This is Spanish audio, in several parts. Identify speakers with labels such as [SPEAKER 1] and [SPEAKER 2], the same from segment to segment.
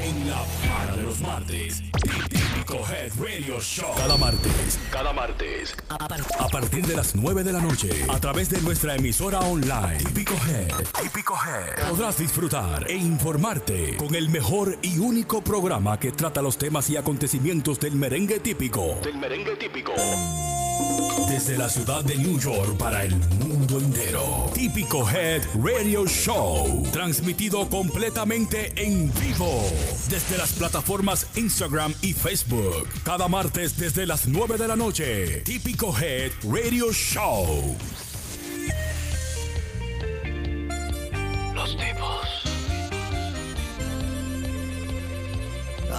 [SPEAKER 1] En la para de los martes, típico Head Radio Show. Cada martes, cada martes, a partir de las 9 de la noche, a través de nuestra emisora online, Típico Head, Típico Head, podrás disfrutar e informarte con el mejor y único programa que trata los temas y acontecimientos del merengue típico. Del merengue típico. Desde la ciudad de New York para el mundo entero. Típico Head Radio Show. Transmitido completamente en vivo. Desde las plataformas Instagram y Facebook. Cada martes desde las 9 de la noche. Típico Head Radio Show.
[SPEAKER 2] Los tipos.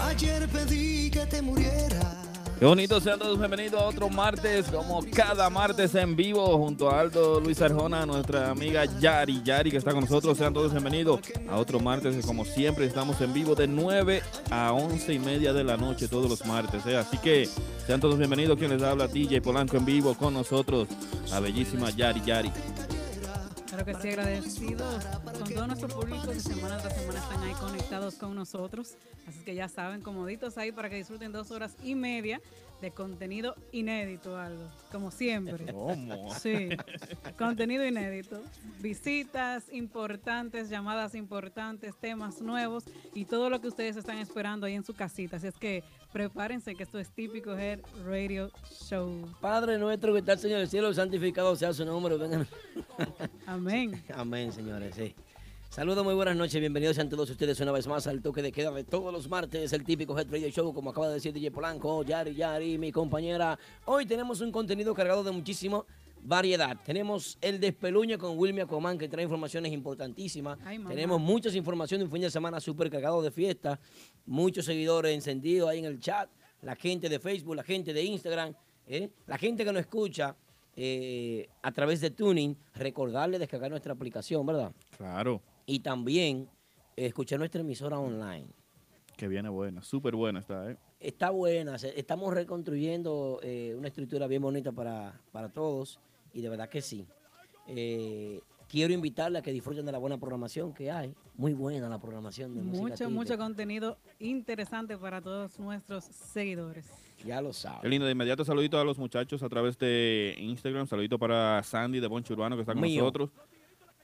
[SPEAKER 3] Ayer pedí que te murieras.
[SPEAKER 4] Qué bonito, sean todos bienvenidos a otro martes, como cada martes en vivo, junto a Aldo Luis Arjona, nuestra amiga Yari Yari, que está con nosotros. Sean todos bienvenidos a otro martes, y como siempre, estamos en vivo de 9 a 11 y media de la noche todos los martes. ¿eh? Así que sean todos bienvenidos. Quien les habla, DJ Polanco en vivo con nosotros, la bellísima Yari Yari.
[SPEAKER 5] Claro que sí, agradecidos con todo nuestro público que semana tras semana están ahí conectados con nosotros. Así que ya saben, comoditos ahí para que disfruten dos horas y media de contenido inédito, algo, como siempre.
[SPEAKER 4] ¿Cómo?
[SPEAKER 5] Sí, contenido inédito. Visitas importantes, llamadas importantes, temas nuevos y todo lo que ustedes están esperando ahí en su casita. Así es que prepárense que esto es típico Head Radio Show.
[SPEAKER 6] Padre nuestro que estás en el cielo, santificado sea su nombre. venga.
[SPEAKER 5] Amén.
[SPEAKER 6] Amén, señores, sí. Saludos, muy buenas noches, bienvenidos sean todos ustedes una vez más al toque de queda de todos los martes, el típico Head Radio Show, como acaba de decir DJ Polanco, Yari Yari, mi compañera. Hoy tenemos un contenido cargado de muchísima variedad. Tenemos el despeluño con Wilmy Comán que trae informaciones importantísimas.
[SPEAKER 5] Ay, mamá.
[SPEAKER 6] tenemos muchas informaciones, un fin de semana súper cargado de fiesta, muchos seguidores encendidos ahí en el chat, la gente de Facebook, la gente de Instagram, ¿eh? la gente que nos escucha eh, a través de Tuning, recordarle descargar nuestra aplicación, ¿verdad?
[SPEAKER 4] Claro,
[SPEAKER 6] Y también eh, escuchar nuestra emisora online.
[SPEAKER 4] que viene buena, súper buena está, ¿eh?
[SPEAKER 6] Está buena, se- estamos reconstruyendo eh, una estructura bien bonita para, para todos y de verdad que sí. Eh, quiero invitarle a que disfruten de la buena programación que hay. Muy buena la programación de música
[SPEAKER 5] Mucho,
[SPEAKER 6] típica.
[SPEAKER 5] mucho contenido interesante para todos nuestros seguidores.
[SPEAKER 6] Ya lo
[SPEAKER 4] Qué
[SPEAKER 6] sabes.
[SPEAKER 4] lindo, de inmediato saludito a los muchachos a través de Instagram. Saludito para Sandy de Boncho Urbano que está con
[SPEAKER 6] Mío.
[SPEAKER 4] nosotros.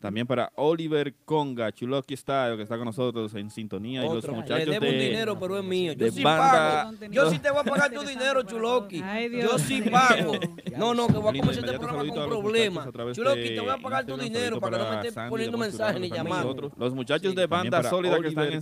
[SPEAKER 4] También para Oliver Conga, Chuloki Style, que está con nosotros en sintonía. y los
[SPEAKER 6] Otro.
[SPEAKER 4] muchachos
[SPEAKER 6] Le debo un
[SPEAKER 4] de-
[SPEAKER 6] dinero, pero es mío. Yo
[SPEAKER 4] de
[SPEAKER 6] sí
[SPEAKER 4] banda-
[SPEAKER 6] pago. Yo sí te voy a pagar tu
[SPEAKER 5] Interesante
[SPEAKER 6] dinero,
[SPEAKER 5] para
[SPEAKER 6] Chuloki.
[SPEAKER 5] todos. Ay,
[SPEAKER 6] Yo
[SPEAKER 5] Dios
[SPEAKER 6] sí
[SPEAKER 5] mío.
[SPEAKER 6] pago. No, no, que voy a comenzar
[SPEAKER 4] Lindo,
[SPEAKER 6] este
[SPEAKER 4] inmediato
[SPEAKER 6] programa
[SPEAKER 4] saludito a
[SPEAKER 6] con
[SPEAKER 4] los
[SPEAKER 6] problemas.
[SPEAKER 4] muchachos a través
[SPEAKER 6] Chuloki,
[SPEAKER 4] de
[SPEAKER 6] te voy a pagar tu
[SPEAKER 4] Instagram,
[SPEAKER 6] dinero
[SPEAKER 4] saludito
[SPEAKER 6] para que no
[SPEAKER 4] para
[SPEAKER 6] me estés
[SPEAKER 4] Sandy
[SPEAKER 6] poniendo
[SPEAKER 4] de Boncho Urbano,
[SPEAKER 6] mensajes ni
[SPEAKER 4] que está con
[SPEAKER 6] llamando.
[SPEAKER 4] nosotros. Los muchachos de
[SPEAKER 7] También
[SPEAKER 4] banda
[SPEAKER 7] para
[SPEAKER 4] sólida que están
[SPEAKER 7] Oliver
[SPEAKER 4] en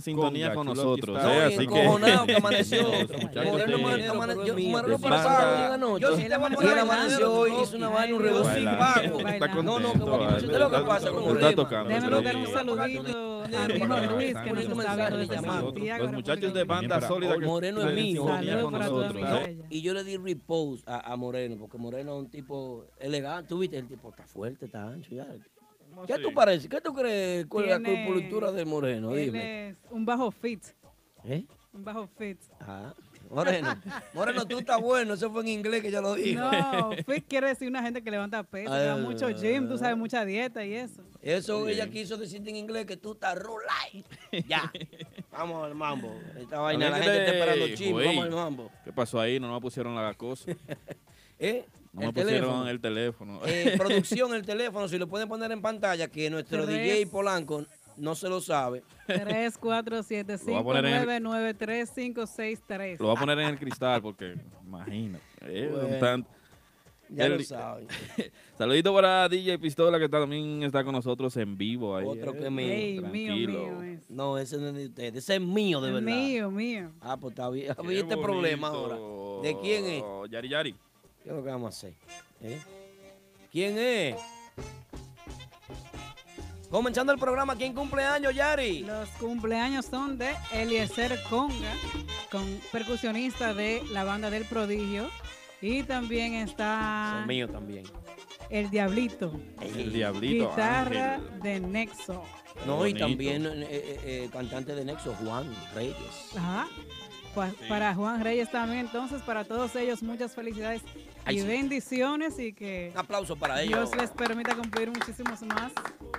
[SPEAKER 7] Conga,
[SPEAKER 4] sintonía con
[SPEAKER 7] Chuloki
[SPEAKER 4] nosotros.
[SPEAKER 7] Style.
[SPEAKER 4] ¿eh?
[SPEAKER 7] No, y
[SPEAKER 4] Así
[SPEAKER 6] encojonado que amaneció.
[SPEAKER 4] Los muchachos
[SPEAKER 6] Moreno
[SPEAKER 4] de-
[SPEAKER 6] amane- amane- yo- Moreno
[SPEAKER 4] de
[SPEAKER 6] para
[SPEAKER 4] banda-
[SPEAKER 6] pago, no, yo sí te voy a
[SPEAKER 5] Él
[SPEAKER 6] pagar el
[SPEAKER 5] amaneció
[SPEAKER 6] dinero hoy.
[SPEAKER 5] bailando.
[SPEAKER 6] Hizo una vaina, un
[SPEAKER 5] Ay,
[SPEAKER 6] rebote sin
[SPEAKER 5] bailando.
[SPEAKER 6] pago.
[SPEAKER 4] Está
[SPEAKER 5] Bailando.
[SPEAKER 6] No, no,
[SPEAKER 4] contento,
[SPEAKER 6] como que no,
[SPEAKER 4] eh,
[SPEAKER 6] usted es lo que
[SPEAKER 4] está-
[SPEAKER 6] pasa con
[SPEAKER 4] Está
[SPEAKER 6] Moreno.
[SPEAKER 4] tocando.
[SPEAKER 5] Déjame
[SPEAKER 4] pero-
[SPEAKER 5] mandar un saludito a mi hijo Luis, que nos está viendo desde Santiago.
[SPEAKER 4] Los muchachos de banda
[SPEAKER 7] República
[SPEAKER 4] sólida que
[SPEAKER 6] Moreno es
[SPEAKER 4] están en
[SPEAKER 6] mío.
[SPEAKER 4] sintonía
[SPEAKER 5] Saludos
[SPEAKER 4] con
[SPEAKER 5] para toda mi
[SPEAKER 4] nosotros. ¿eh?
[SPEAKER 5] gente.
[SPEAKER 6] Y yo le di repose a, a Moreno, porque Moreno es un tipo elegante. Tú viste, el tipo está fuerte, está ancho. Ya. ¿Qué tú pareces? ¿Qué tú crees con la
[SPEAKER 5] Tiene-
[SPEAKER 6] cultura de Moreno?
[SPEAKER 5] Él
[SPEAKER 6] Dime.
[SPEAKER 5] es un bajo fit,
[SPEAKER 6] ¿Eh?
[SPEAKER 5] un bajo fit.
[SPEAKER 6] Ah, Moreno. Moreno, tú estás bueno. Eso fue en inglés que yo lo dije.
[SPEAKER 5] No, fit quiere decir una gente que levanta peso, que va
[SPEAKER 6] Ay,
[SPEAKER 5] mucho gym, tú sabes, mucha dieta y eso.
[SPEAKER 6] Ah. Eso ella quiso decirte en inglés que tú estás rulay. Ya. Vamos al mambo. Esta vaina, la gente está esperando
[SPEAKER 4] Ey,
[SPEAKER 6] chisme.
[SPEAKER 4] güey.
[SPEAKER 6] Vamos al mambo.
[SPEAKER 4] ¿Qué pasó ahí? No nos pusieron la cosa.
[SPEAKER 6] ¿Eh?
[SPEAKER 4] No
[SPEAKER 6] el
[SPEAKER 4] me
[SPEAKER 6] teléfono.
[SPEAKER 4] pusieron el teléfono.
[SPEAKER 6] Eh, producción, el teléfono, si lo pueden poner en pantalla, que nuestro
[SPEAKER 5] Tres.
[SPEAKER 6] DJ Polanco no se lo sabe.
[SPEAKER 5] 3, 4, 7,
[SPEAKER 4] Lo voy
[SPEAKER 5] 5,
[SPEAKER 4] a poner en el-
[SPEAKER 5] 9, 9, 3, 5, 6, 3.
[SPEAKER 4] Lo voy a poner en el cristal porque, imagínate. eh,
[SPEAKER 6] Bueno.
[SPEAKER 4] un tanto.
[SPEAKER 6] Ya
[SPEAKER 4] El-
[SPEAKER 6] lo saben.
[SPEAKER 4] Saludito para DJ Pistola que también está con nosotros en vivo. Ahí,
[SPEAKER 6] Otro
[SPEAKER 4] eh.
[SPEAKER 6] que mío.
[SPEAKER 5] Ey, mío,
[SPEAKER 4] tranquilo.
[SPEAKER 5] mío. es.
[SPEAKER 6] No, ese no es de ustedes. Ese es mío, de verdad.
[SPEAKER 5] Mío, mío.
[SPEAKER 6] Ah, pues está bien.
[SPEAKER 4] Qué
[SPEAKER 6] Había este problema ahora.
[SPEAKER 4] bonito.
[SPEAKER 6] ¿De quién es?
[SPEAKER 4] Yari Yari.
[SPEAKER 6] ¿Qué es lo que vamos a hacer? ¿Eh? ¿Quién es? Comenzando el programa, ¿quién cumple años, Yari?
[SPEAKER 5] Los cumpleaños son de Eliezer Conga, con percusionista de la banda del prodigio. Y también
[SPEAKER 6] Ese
[SPEAKER 5] está
[SPEAKER 6] es mío también.
[SPEAKER 5] El Diablito,
[SPEAKER 4] El diablito.
[SPEAKER 5] guitarra
[SPEAKER 4] Ángel.
[SPEAKER 5] de Nexo.
[SPEAKER 6] No, y
[SPEAKER 4] bonito.
[SPEAKER 6] también eh, eh, eh, cantante de Nexo, Juan Reyes.
[SPEAKER 5] Ajá. Pa- Para Juan Reyes también. Entonces, para todos ellos, muchas felicidades
[SPEAKER 6] Ay,
[SPEAKER 5] y
[SPEAKER 6] sí.
[SPEAKER 5] bendiciones y que
[SPEAKER 6] Un aplauso Ah, para ellos.
[SPEAKER 5] Dios les permita cumplir muchísimos más.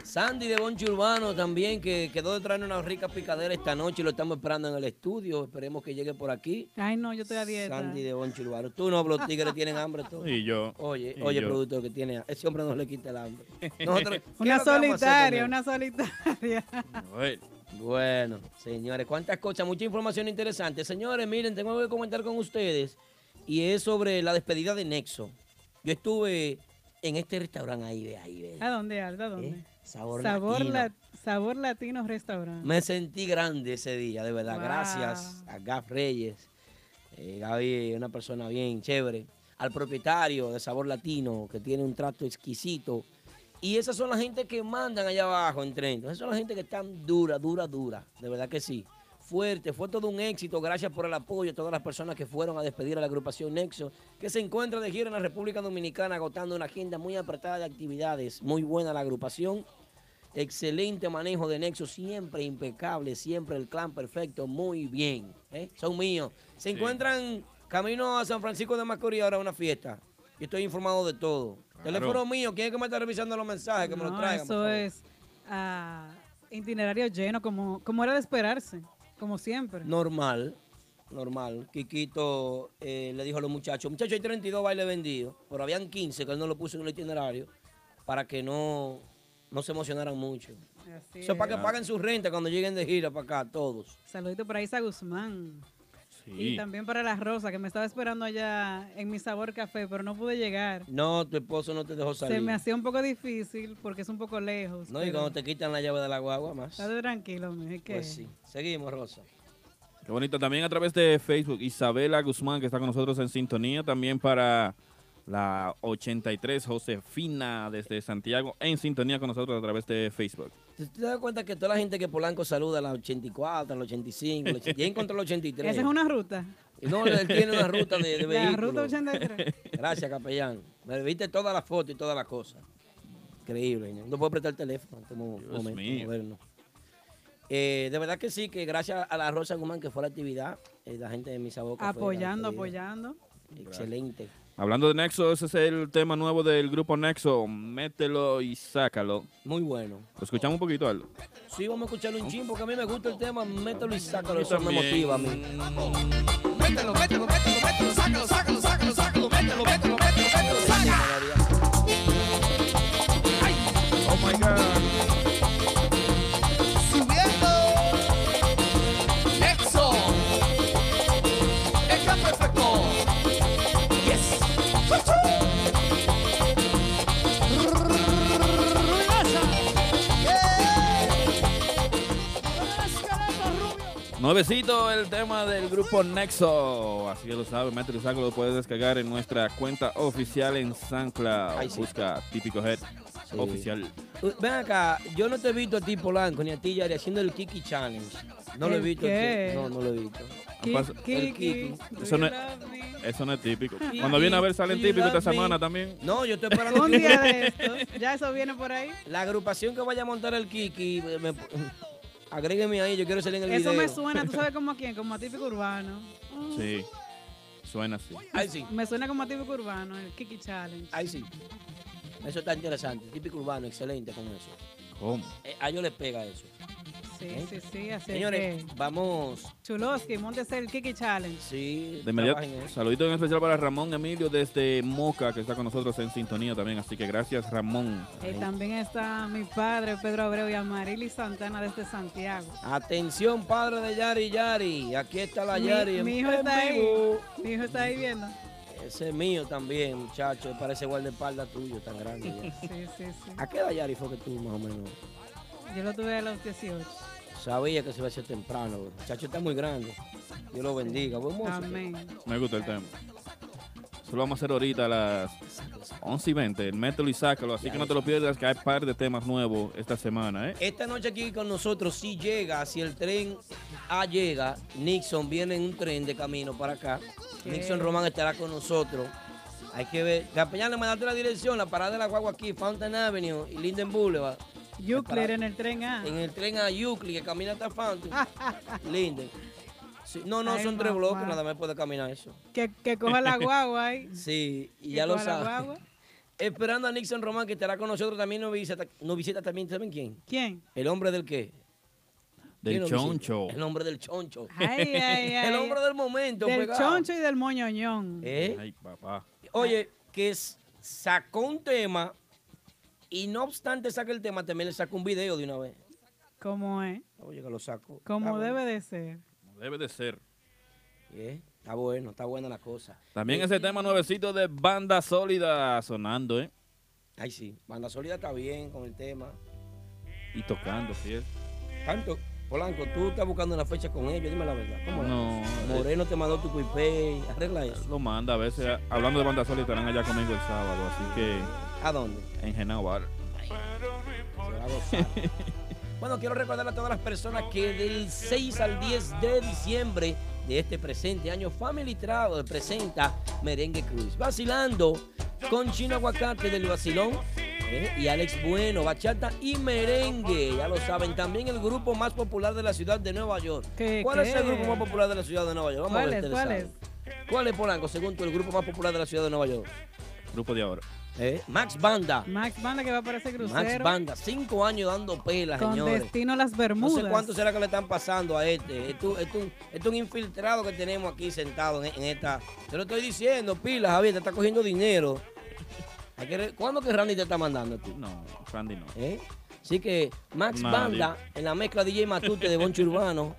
[SPEAKER 6] Sandy de Bonchi Urbano también, que quedó de traer una rica picadera esta noche y lo estamos esperando en el estudio. Esperemos que llegue por aquí.
[SPEAKER 5] Ay, no, yo estoy a dieta.
[SPEAKER 6] Sandy de Bonchi Urbano. Tú no, los tigres tienen hambre todos.
[SPEAKER 4] Y yo.
[SPEAKER 6] Oye,
[SPEAKER 4] y
[SPEAKER 6] oye,
[SPEAKER 4] yo.
[SPEAKER 6] productor que tiene. Ese hombre no le quita el hambre. Nosotros- ¿qué
[SPEAKER 5] Una
[SPEAKER 6] es lo que vamos a hacer con él?
[SPEAKER 5] solitaria, una solitaria.
[SPEAKER 6] Bueno, señores, cuántas cosas, mucha información interesante. Señores, miren, tengo algo que comentar con ustedes y es sobre la despedida de Nexo. Yo estuve en este restaurante ahí, ve ahí, ve. ¿Eh?
[SPEAKER 5] ¿A dónde, Alda? ¿A dónde?
[SPEAKER 6] Sabor,
[SPEAKER 5] Sabor,
[SPEAKER 6] Latino.
[SPEAKER 5] La- Sabor Latino Restaurant.
[SPEAKER 6] Me sentí grande ese día, de verdad.
[SPEAKER 5] Wow.
[SPEAKER 6] Gracias a Gaf Reyes. Eh, Gaby es una persona bien chévere. Al propietario de Sabor Latino, que tiene un trato exquisito. Y esas son las gente que mandan allá abajo en tren. Esas son la gente que están dura, dura, dura. De verdad que sí. Fuerte, fue todo un éxito. Gracias por el apoyo a todas las personas que fueron a despedir a la agrupación Nexo, que se encuentra de gira en la República Dominicana, agotando una agenda muy apretada de actividades. Muy buena la agrupación. Excelente manejo de Nexo, siempre impecable, siempre el clan perfecto, muy bien. ¿eh? Son míos. Se
[SPEAKER 7] Sí.
[SPEAKER 6] encuentran camino a San Francisco de Macorís ahora a una fiesta. Yo estoy informado de todo. Teléfono mío, ¿quién es que me está revisando los mensajes? Que me los
[SPEAKER 5] No,
[SPEAKER 6] traigan. por
[SPEAKER 5] eso
[SPEAKER 6] favor.
[SPEAKER 5] es ah, itinerario lleno, como, como era de esperarse, como siempre.
[SPEAKER 6] Normal, normal. Quiquito eh, le dijo a los muchachos, muchachos, hay 32 bailes vendidos, pero habían 15 que él no lo puso en el itinerario para que no, no se emocionaran mucho. Eso es para que
[SPEAKER 5] es.
[SPEAKER 6] paguen sus rentas cuando lleguen de gira para acá, todos.
[SPEAKER 5] Saludito para Isa Guzmán. Y también para la Rosa, que me estaba esperando allá en mi sabor café, pero no pude llegar.
[SPEAKER 6] No, tu esposo no te dejó salir.
[SPEAKER 5] Se me hacía un poco difícil porque es un poco lejos.
[SPEAKER 6] No, y
[SPEAKER 5] pero
[SPEAKER 6] cuando te quitan la llave de la guagua más.
[SPEAKER 5] estate tranquilo, hombre, es que
[SPEAKER 6] Pues sí. Seguimos, Rosa.
[SPEAKER 4] Qué bonito. También a través de Facebook, Isabela Guzmán, que está con nosotros en sintonía. También para la 83, Josefina, desde Santiago, en sintonía con nosotros a través de Facebook.
[SPEAKER 6] ¿Tú te das cuenta que toda la gente que Polanco saluda a las 84, a las 85, a las 80, ya encontró la 83?
[SPEAKER 5] Esa es una ruta.
[SPEAKER 6] No, él tiene una ruta de, de
[SPEAKER 5] La
[SPEAKER 6] vehículos.
[SPEAKER 5] ruta 83.
[SPEAKER 6] Gracias, capellán. Me viste todas las fotos y todas las cosas. Increíble, señor. No puedo prestar el teléfono en este mo-
[SPEAKER 4] Dios
[SPEAKER 6] momento.
[SPEAKER 4] mío.
[SPEAKER 6] moderno. Eh, de verdad que sí, que gracias a la Rosa Guzmán que fue la actividad, eh, la gente de Misa Boca. fue la
[SPEAKER 5] Apoyando,
[SPEAKER 6] despedida.
[SPEAKER 5] apoyando.
[SPEAKER 6] Excelente.
[SPEAKER 4] Hablando de Nexo, ese es el tema nuevo del grupo Nexo. Mételo y sácalo.
[SPEAKER 6] Muy bueno.
[SPEAKER 4] Lo escuchamos un poquito, Aldo.
[SPEAKER 6] Sí, vamos a escuchar un chin porque a mí me gusta el tema. Mételo y sácalo.
[SPEAKER 4] Yo
[SPEAKER 6] Eso me
[SPEAKER 4] también.
[SPEAKER 6] motiva a mí.
[SPEAKER 2] Mételo, mételo, mételo, mételo, sácalo, sácalo, sácalo, sácalo, mételo, mételo, mételo, mételo, saca. Ay.
[SPEAKER 4] Oh my God.
[SPEAKER 2] Subiendo. Nexo. Está perfecto. Yes. Ruidosa.
[SPEAKER 4] Nuevecito el tema del grupo Nexo. Así que lo sabes, Metro y Saco lo puedes descargar en nuestra cuenta oficial en SoundCloud.
[SPEAKER 6] Ay, sí.
[SPEAKER 4] Busca Típico Head
[SPEAKER 6] Sí.
[SPEAKER 4] Oficial.
[SPEAKER 6] Uh, Ven acá, yo no te he visto a ti, Polanco, ni a ti, Yari, haciendo el Kiki Challenge. No lo he
[SPEAKER 5] ¿El
[SPEAKER 6] visto. a
[SPEAKER 5] qué?
[SPEAKER 6] ti. No, no lo he visto.
[SPEAKER 4] Han
[SPEAKER 5] Ki-
[SPEAKER 4] pas-
[SPEAKER 5] Kiki,
[SPEAKER 6] Kiki.
[SPEAKER 5] do
[SPEAKER 4] Eso no,
[SPEAKER 5] you love me?
[SPEAKER 4] es, eso no es típico.
[SPEAKER 5] Kiki,
[SPEAKER 4] Cuando viene a ver,
[SPEAKER 6] do
[SPEAKER 4] salen
[SPEAKER 6] you
[SPEAKER 4] típicos esta
[SPEAKER 6] love me?
[SPEAKER 4] semana también.
[SPEAKER 6] No, yo estoy esperando.
[SPEAKER 5] Un día de este. estos. Ya eso viene por ahí.
[SPEAKER 6] La agrupación que vaya a montar el Kiki, me- me- agrégueme ahí, yo quiero salir en el
[SPEAKER 5] Eso
[SPEAKER 6] video.
[SPEAKER 5] me suena, tú sabes como a quién, como a típico urbano.
[SPEAKER 4] Sí. Suena así.
[SPEAKER 6] Ay, sí,
[SPEAKER 5] Me suena como a típico urbano, el Kiki Challenge.
[SPEAKER 6] ay, sí. Eso está interesante. Típico urbano, excelente con eso.
[SPEAKER 4] ¿Cómo?
[SPEAKER 6] Eh, a ellos les pega eso. ¿Eh?
[SPEAKER 5] Sí, sí, sí, así
[SPEAKER 6] Señores,
[SPEAKER 5] que.
[SPEAKER 6] vamos.
[SPEAKER 5] Chuloski, montese el Kiki Challenge.
[SPEAKER 6] Sí,
[SPEAKER 4] De inmediato,
[SPEAKER 6] trabajen eso.
[SPEAKER 4] saludito en especial para Ramón Emilio desde Moca, que está con nosotros en sintonía también. Así que gracias, Ramón.
[SPEAKER 5] Y también está mi padre, Pedro Abreu, y Amarili Santana desde Santiago.
[SPEAKER 6] Atención, padre de Yari Yari. Aquí está la
[SPEAKER 5] Mi-
[SPEAKER 6] Yari.
[SPEAKER 5] mi hijo
[SPEAKER 6] en
[SPEAKER 5] está ahí.
[SPEAKER 6] vivo.
[SPEAKER 5] Mi hijo está ahí viendo.
[SPEAKER 6] Ese es mío también, muchacho. Parece guardaespaldas tuyo, tan grande. ya.
[SPEAKER 5] Sí, sí, sí.
[SPEAKER 6] ¿A qué edad Yari fue que tú más o menos?
[SPEAKER 5] Yo lo tuve a los 18.
[SPEAKER 6] Sabía que se iba a hacer temprano. bro. Muchacho está muy grande. Dios lo bendiga. Buen músico.
[SPEAKER 5] Amén.
[SPEAKER 4] Me gusta el tema. Eso lo vamos a hacer ahorita a las 11 y 20. Mételo y sácalo. Así que no te lo pierdas, que hay par de temas nuevos esta semana, ¿eh?
[SPEAKER 6] Esta noche aquí con nosotros, si llega, si el tren A llega, Nixon viene en un tren de camino para acá.
[SPEAKER 5] Sí.
[SPEAKER 6] Nixon Román estará con nosotros. Hay que ver. Capellán, le mandaste la dirección, la parada de la guagua aquí, Fountain Avenue y Linden Boulevard.
[SPEAKER 5] Euclid en el tren A.
[SPEAKER 6] En el tren a Euclid, que camina hasta Fountain. Linden. Sí, No, no,
[SPEAKER 5] Ay,
[SPEAKER 6] son tres
[SPEAKER 5] mamá.
[SPEAKER 6] bloques, nada más puede caminar eso.
[SPEAKER 5] Que, que coja la guagua ahí.
[SPEAKER 6] Sí,
[SPEAKER 5] Que
[SPEAKER 6] y ya lo
[SPEAKER 5] coja la
[SPEAKER 6] sabes.
[SPEAKER 5] guagua.
[SPEAKER 6] Esperando a Nixon Román, que estará con nosotros también, nos visita, nos visita también, ¿saben quién?
[SPEAKER 5] ¿Quién?
[SPEAKER 6] ¿El hombre del qué?
[SPEAKER 4] Del
[SPEAKER 6] ¿Quién nos visita?
[SPEAKER 4] choncho.
[SPEAKER 6] El hombre del choncho.
[SPEAKER 5] Ay, ay, ay.
[SPEAKER 6] El hombre del momento,
[SPEAKER 5] Del
[SPEAKER 6] pegado.
[SPEAKER 5] choncho y del moñoñón.
[SPEAKER 6] ¿Eh?
[SPEAKER 4] Ay, papá.
[SPEAKER 6] Oye, que s- sacó un tema y no obstante saca el tema, también le sacó un video de una vez.
[SPEAKER 5] ¿Cómo es?
[SPEAKER 6] Oye, que lo saco.
[SPEAKER 5] Como debe de ser.
[SPEAKER 4] Debe de ser.
[SPEAKER 6] ¿Eh? Está bueno, está buena la cosa.
[SPEAKER 4] También ese tema nuevecito de Banda Sólida sonando, ¿eh?
[SPEAKER 6] Ay, sí. Banda Sólida está bien con el tema.
[SPEAKER 4] Y tocando, ¿eh? fiel.
[SPEAKER 6] Tanto, Polanco, tú estás buscando una fecha con ellos, dime la verdad. ¿Cómo la-
[SPEAKER 4] No.
[SPEAKER 6] Moreno te mandó tu cuipé, arregla eso.
[SPEAKER 4] eh, Lo manda a veces. Hablando de Banda Sólida, estarán allá conmigo el sábado, así que.
[SPEAKER 6] ¿A dónde?
[SPEAKER 4] En Genao Bar.
[SPEAKER 6] Bueno, quiero recordar a todas las personas que del 6 al 10 de diciembre de este presente año, Family Travel presenta Merengue Cruz. Vacilando con Chino Aguacate del Vacilón ¿eh? y Alex Bueno, Bachata y Merengue. Ya lo saben, también el grupo más popular de la ciudad de Nueva York.
[SPEAKER 5] ¿Qué,
[SPEAKER 6] ¿Cuál es
[SPEAKER 5] qué?
[SPEAKER 6] el grupo más popular de la ciudad de Nueva York? Vamos a
[SPEAKER 5] ¿Cuál
[SPEAKER 6] ver
[SPEAKER 5] es?
[SPEAKER 6] ustedes
[SPEAKER 5] ¿Cuál
[SPEAKER 6] saben. ¿Cuál es, Polanco, según tú, el grupo más popular de la ciudad de Nueva York?
[SPEAKER 4] Grupo de ahora.
[SPEAKER 6] ¿Eh? Max Banda.
[SPEAKER 5] Max Banda que va para ese
[SPEAKER 6] Max
[SPEAKER 5] crucero.
[SPEAKER 6] Banda, cinco años dando pelas,
[SPEAKER 5] con
[SPEAKER 6] señores.
[SPEAKER 5] destino a las
[SPEAKER 6] No
[SPEAKER 5] Bermudas.
[SPEAKER 6] sé cuánto será que le están pasando a este. Este es un, este un infiltrado que tenemos aquí sentado en, en esta. Te lo estoy diciendo, pila, Javier, te está cogiendo dinero. Hay que re- ¿Cuándo que Randy te está mandando tú?
[SPEAKER 4] No, Randy no.
[SPEAKER 6] ¿Eh? Así que Max
[SPEAKER 4] Nadie.
[SPEAKER 6] Banda en la mezcla DJ Matute de Boncho Urbano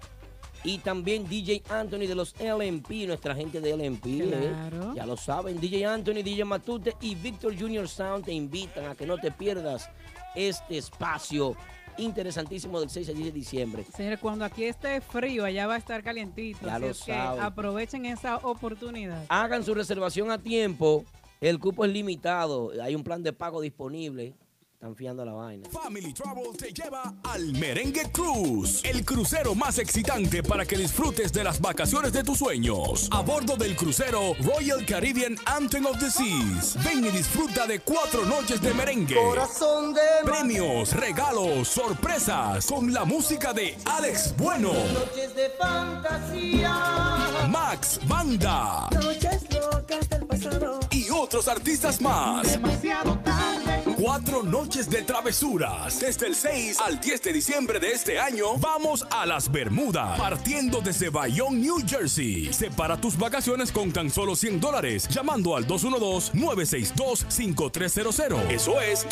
[SPEAKER 6] y también DJ Anthony de los LMP, nuestra gente de LMP. ¿eh?
[SPEAKER 5] Claro.
[SPEAKER 6] Ya lo saben, DJ Anthony, DJ Matute y Victor Junior Sound te invitan a que no te pierdas este espacio interesantísimo del 6 al 10 de diciembre.
[SPEAKER 5] Señores, cuando aquí esté frío, allá va a estar calientito.
[SPEAKER 6] Ya
[SPEAKER 5] así
[SPEAKER 6] lo
[SPEAKER 5] es que
[SPEAKER 6] saben.
[SPEAKER 5] aprovechen esa oportunidad.
[SPEAKER 6] Hagan su reservación a tiempo. El cupo es limitado. Hay un plan de pago disponible. Están fiando la vaina.
[SPEAKER 1] Family Travel te lleva al Merengue Cruise, el crucero más excitante para que disfrutes de las vacaciones de tus sueños. A bordo del crucero Royal Caribbean Anthem of the Seas. Ven y disfruta de cuatro noches de merengue.
[SPEAKER 3] Corazón de
[SPEAKER 1] Premios, regalos, sorpresas con la música de Alex Bueno,
[SPEAKER 3] noches de fantasía,
[SPEAKER 1] Max Banda
[SPEAKER 3] noches locas del pasado.
[SPEAKER 1] y otros artistas más.
[SPEAKER 3] Demasiado tarde.
[SPEAKER 1] Cuatro noches de travesuras. Desde el 6 al 10 de diciembre de este año, vamos a las Bermudas. Partiendo desde Bayonne, New Jersey. Separa tus vacaciones con tan solo 100 dólares. Llamando al 212-962-5300. Eso es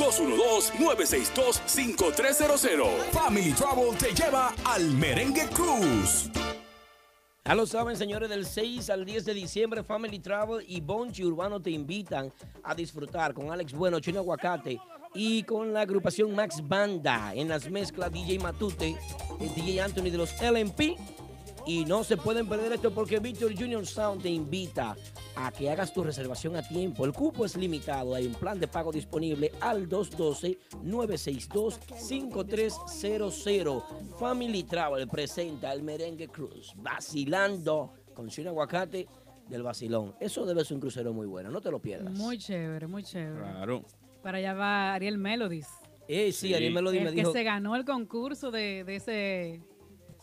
[SPEAKER 1] 212-962-5300. Family Travel te lleva al Merengue Cruise.
[SPEAKER 6] Ya lo saben, señores, del 6 al 10 de diciembre, Family Travel y Bonchi Urbano te invitan a disfrutar con Alex Bueno, Chino Aguacate y con la agrupación Max Banda en las mezclas DJ Matute, el DJ Anthony de los LMP. Y no se pueden perder esto porque Victor Junior Sound te invita a que hagas tu reservación a tiempo. El cupo es limitado, hay un plan de pago disponible al 212-962-5300. Family Travel presenta el Merengue Cruz, vacilando con Chino Aguacate del Vacilón. Eso debe ser un crucero muy bueno, no te lo pierdas.
[SPEAKER 5] Muy chévere, muy chévere.
[SPEAKER 4] Claro.
[SPEAKER 5] Para allá va Ariel Melodies.
[SPEAKER 6] Eh, sí,
[SPEAKER 4] Sí.
[SPEAKER 6] Ariel Melody
[SPEAKER 5] el
[SPEAKER 6] me
[SPEAKER 5] que
[SPEAKER 6] dijo.
[SPEAKER 5] se ganó el concurso de, de ese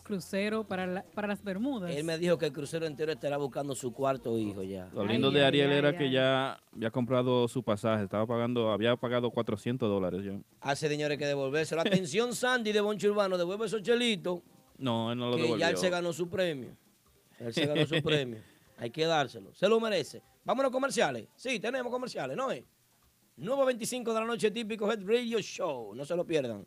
[SPEAKER 5] crucero para, la- para las Bermudas.
[SPEAKER 6] Él me dijo que el crucero entero estará buscando su cuarto hijo ya.
[SPEAKER 4] Lo lindo
[SPEAKER 5] Ay,
[SPEAKER 4] de
[SPEAKER 5] ay,
[SPEAKER 4] Ariel
[SPEAKER 5] ay,
[SPEAKER 4] era
[SPEAKER 5] ay.
[SPEAKER 4] que ya había comprado su pasaje. Estaba pagando, había pagado 400 dólares. yo.
[SPEAKER 6] Hace señores que devolverse. La atención Sandy de Boncho Urbano, devuelve esos chelitos.
[SPEAKER 4] No, él no lo
[SPEAKER 6] que ya
[SPEAKER 4] devolvió.
[SPEAKER 6] él se ganó su premio. Él se ganó su premio. Hay que dárselo. Se lo merece. Vámonos a comerciales. Sí, tenemos comerciales, ¿no es? 9.25 de la noche, típico Head Radio Show. No se lo pierdan.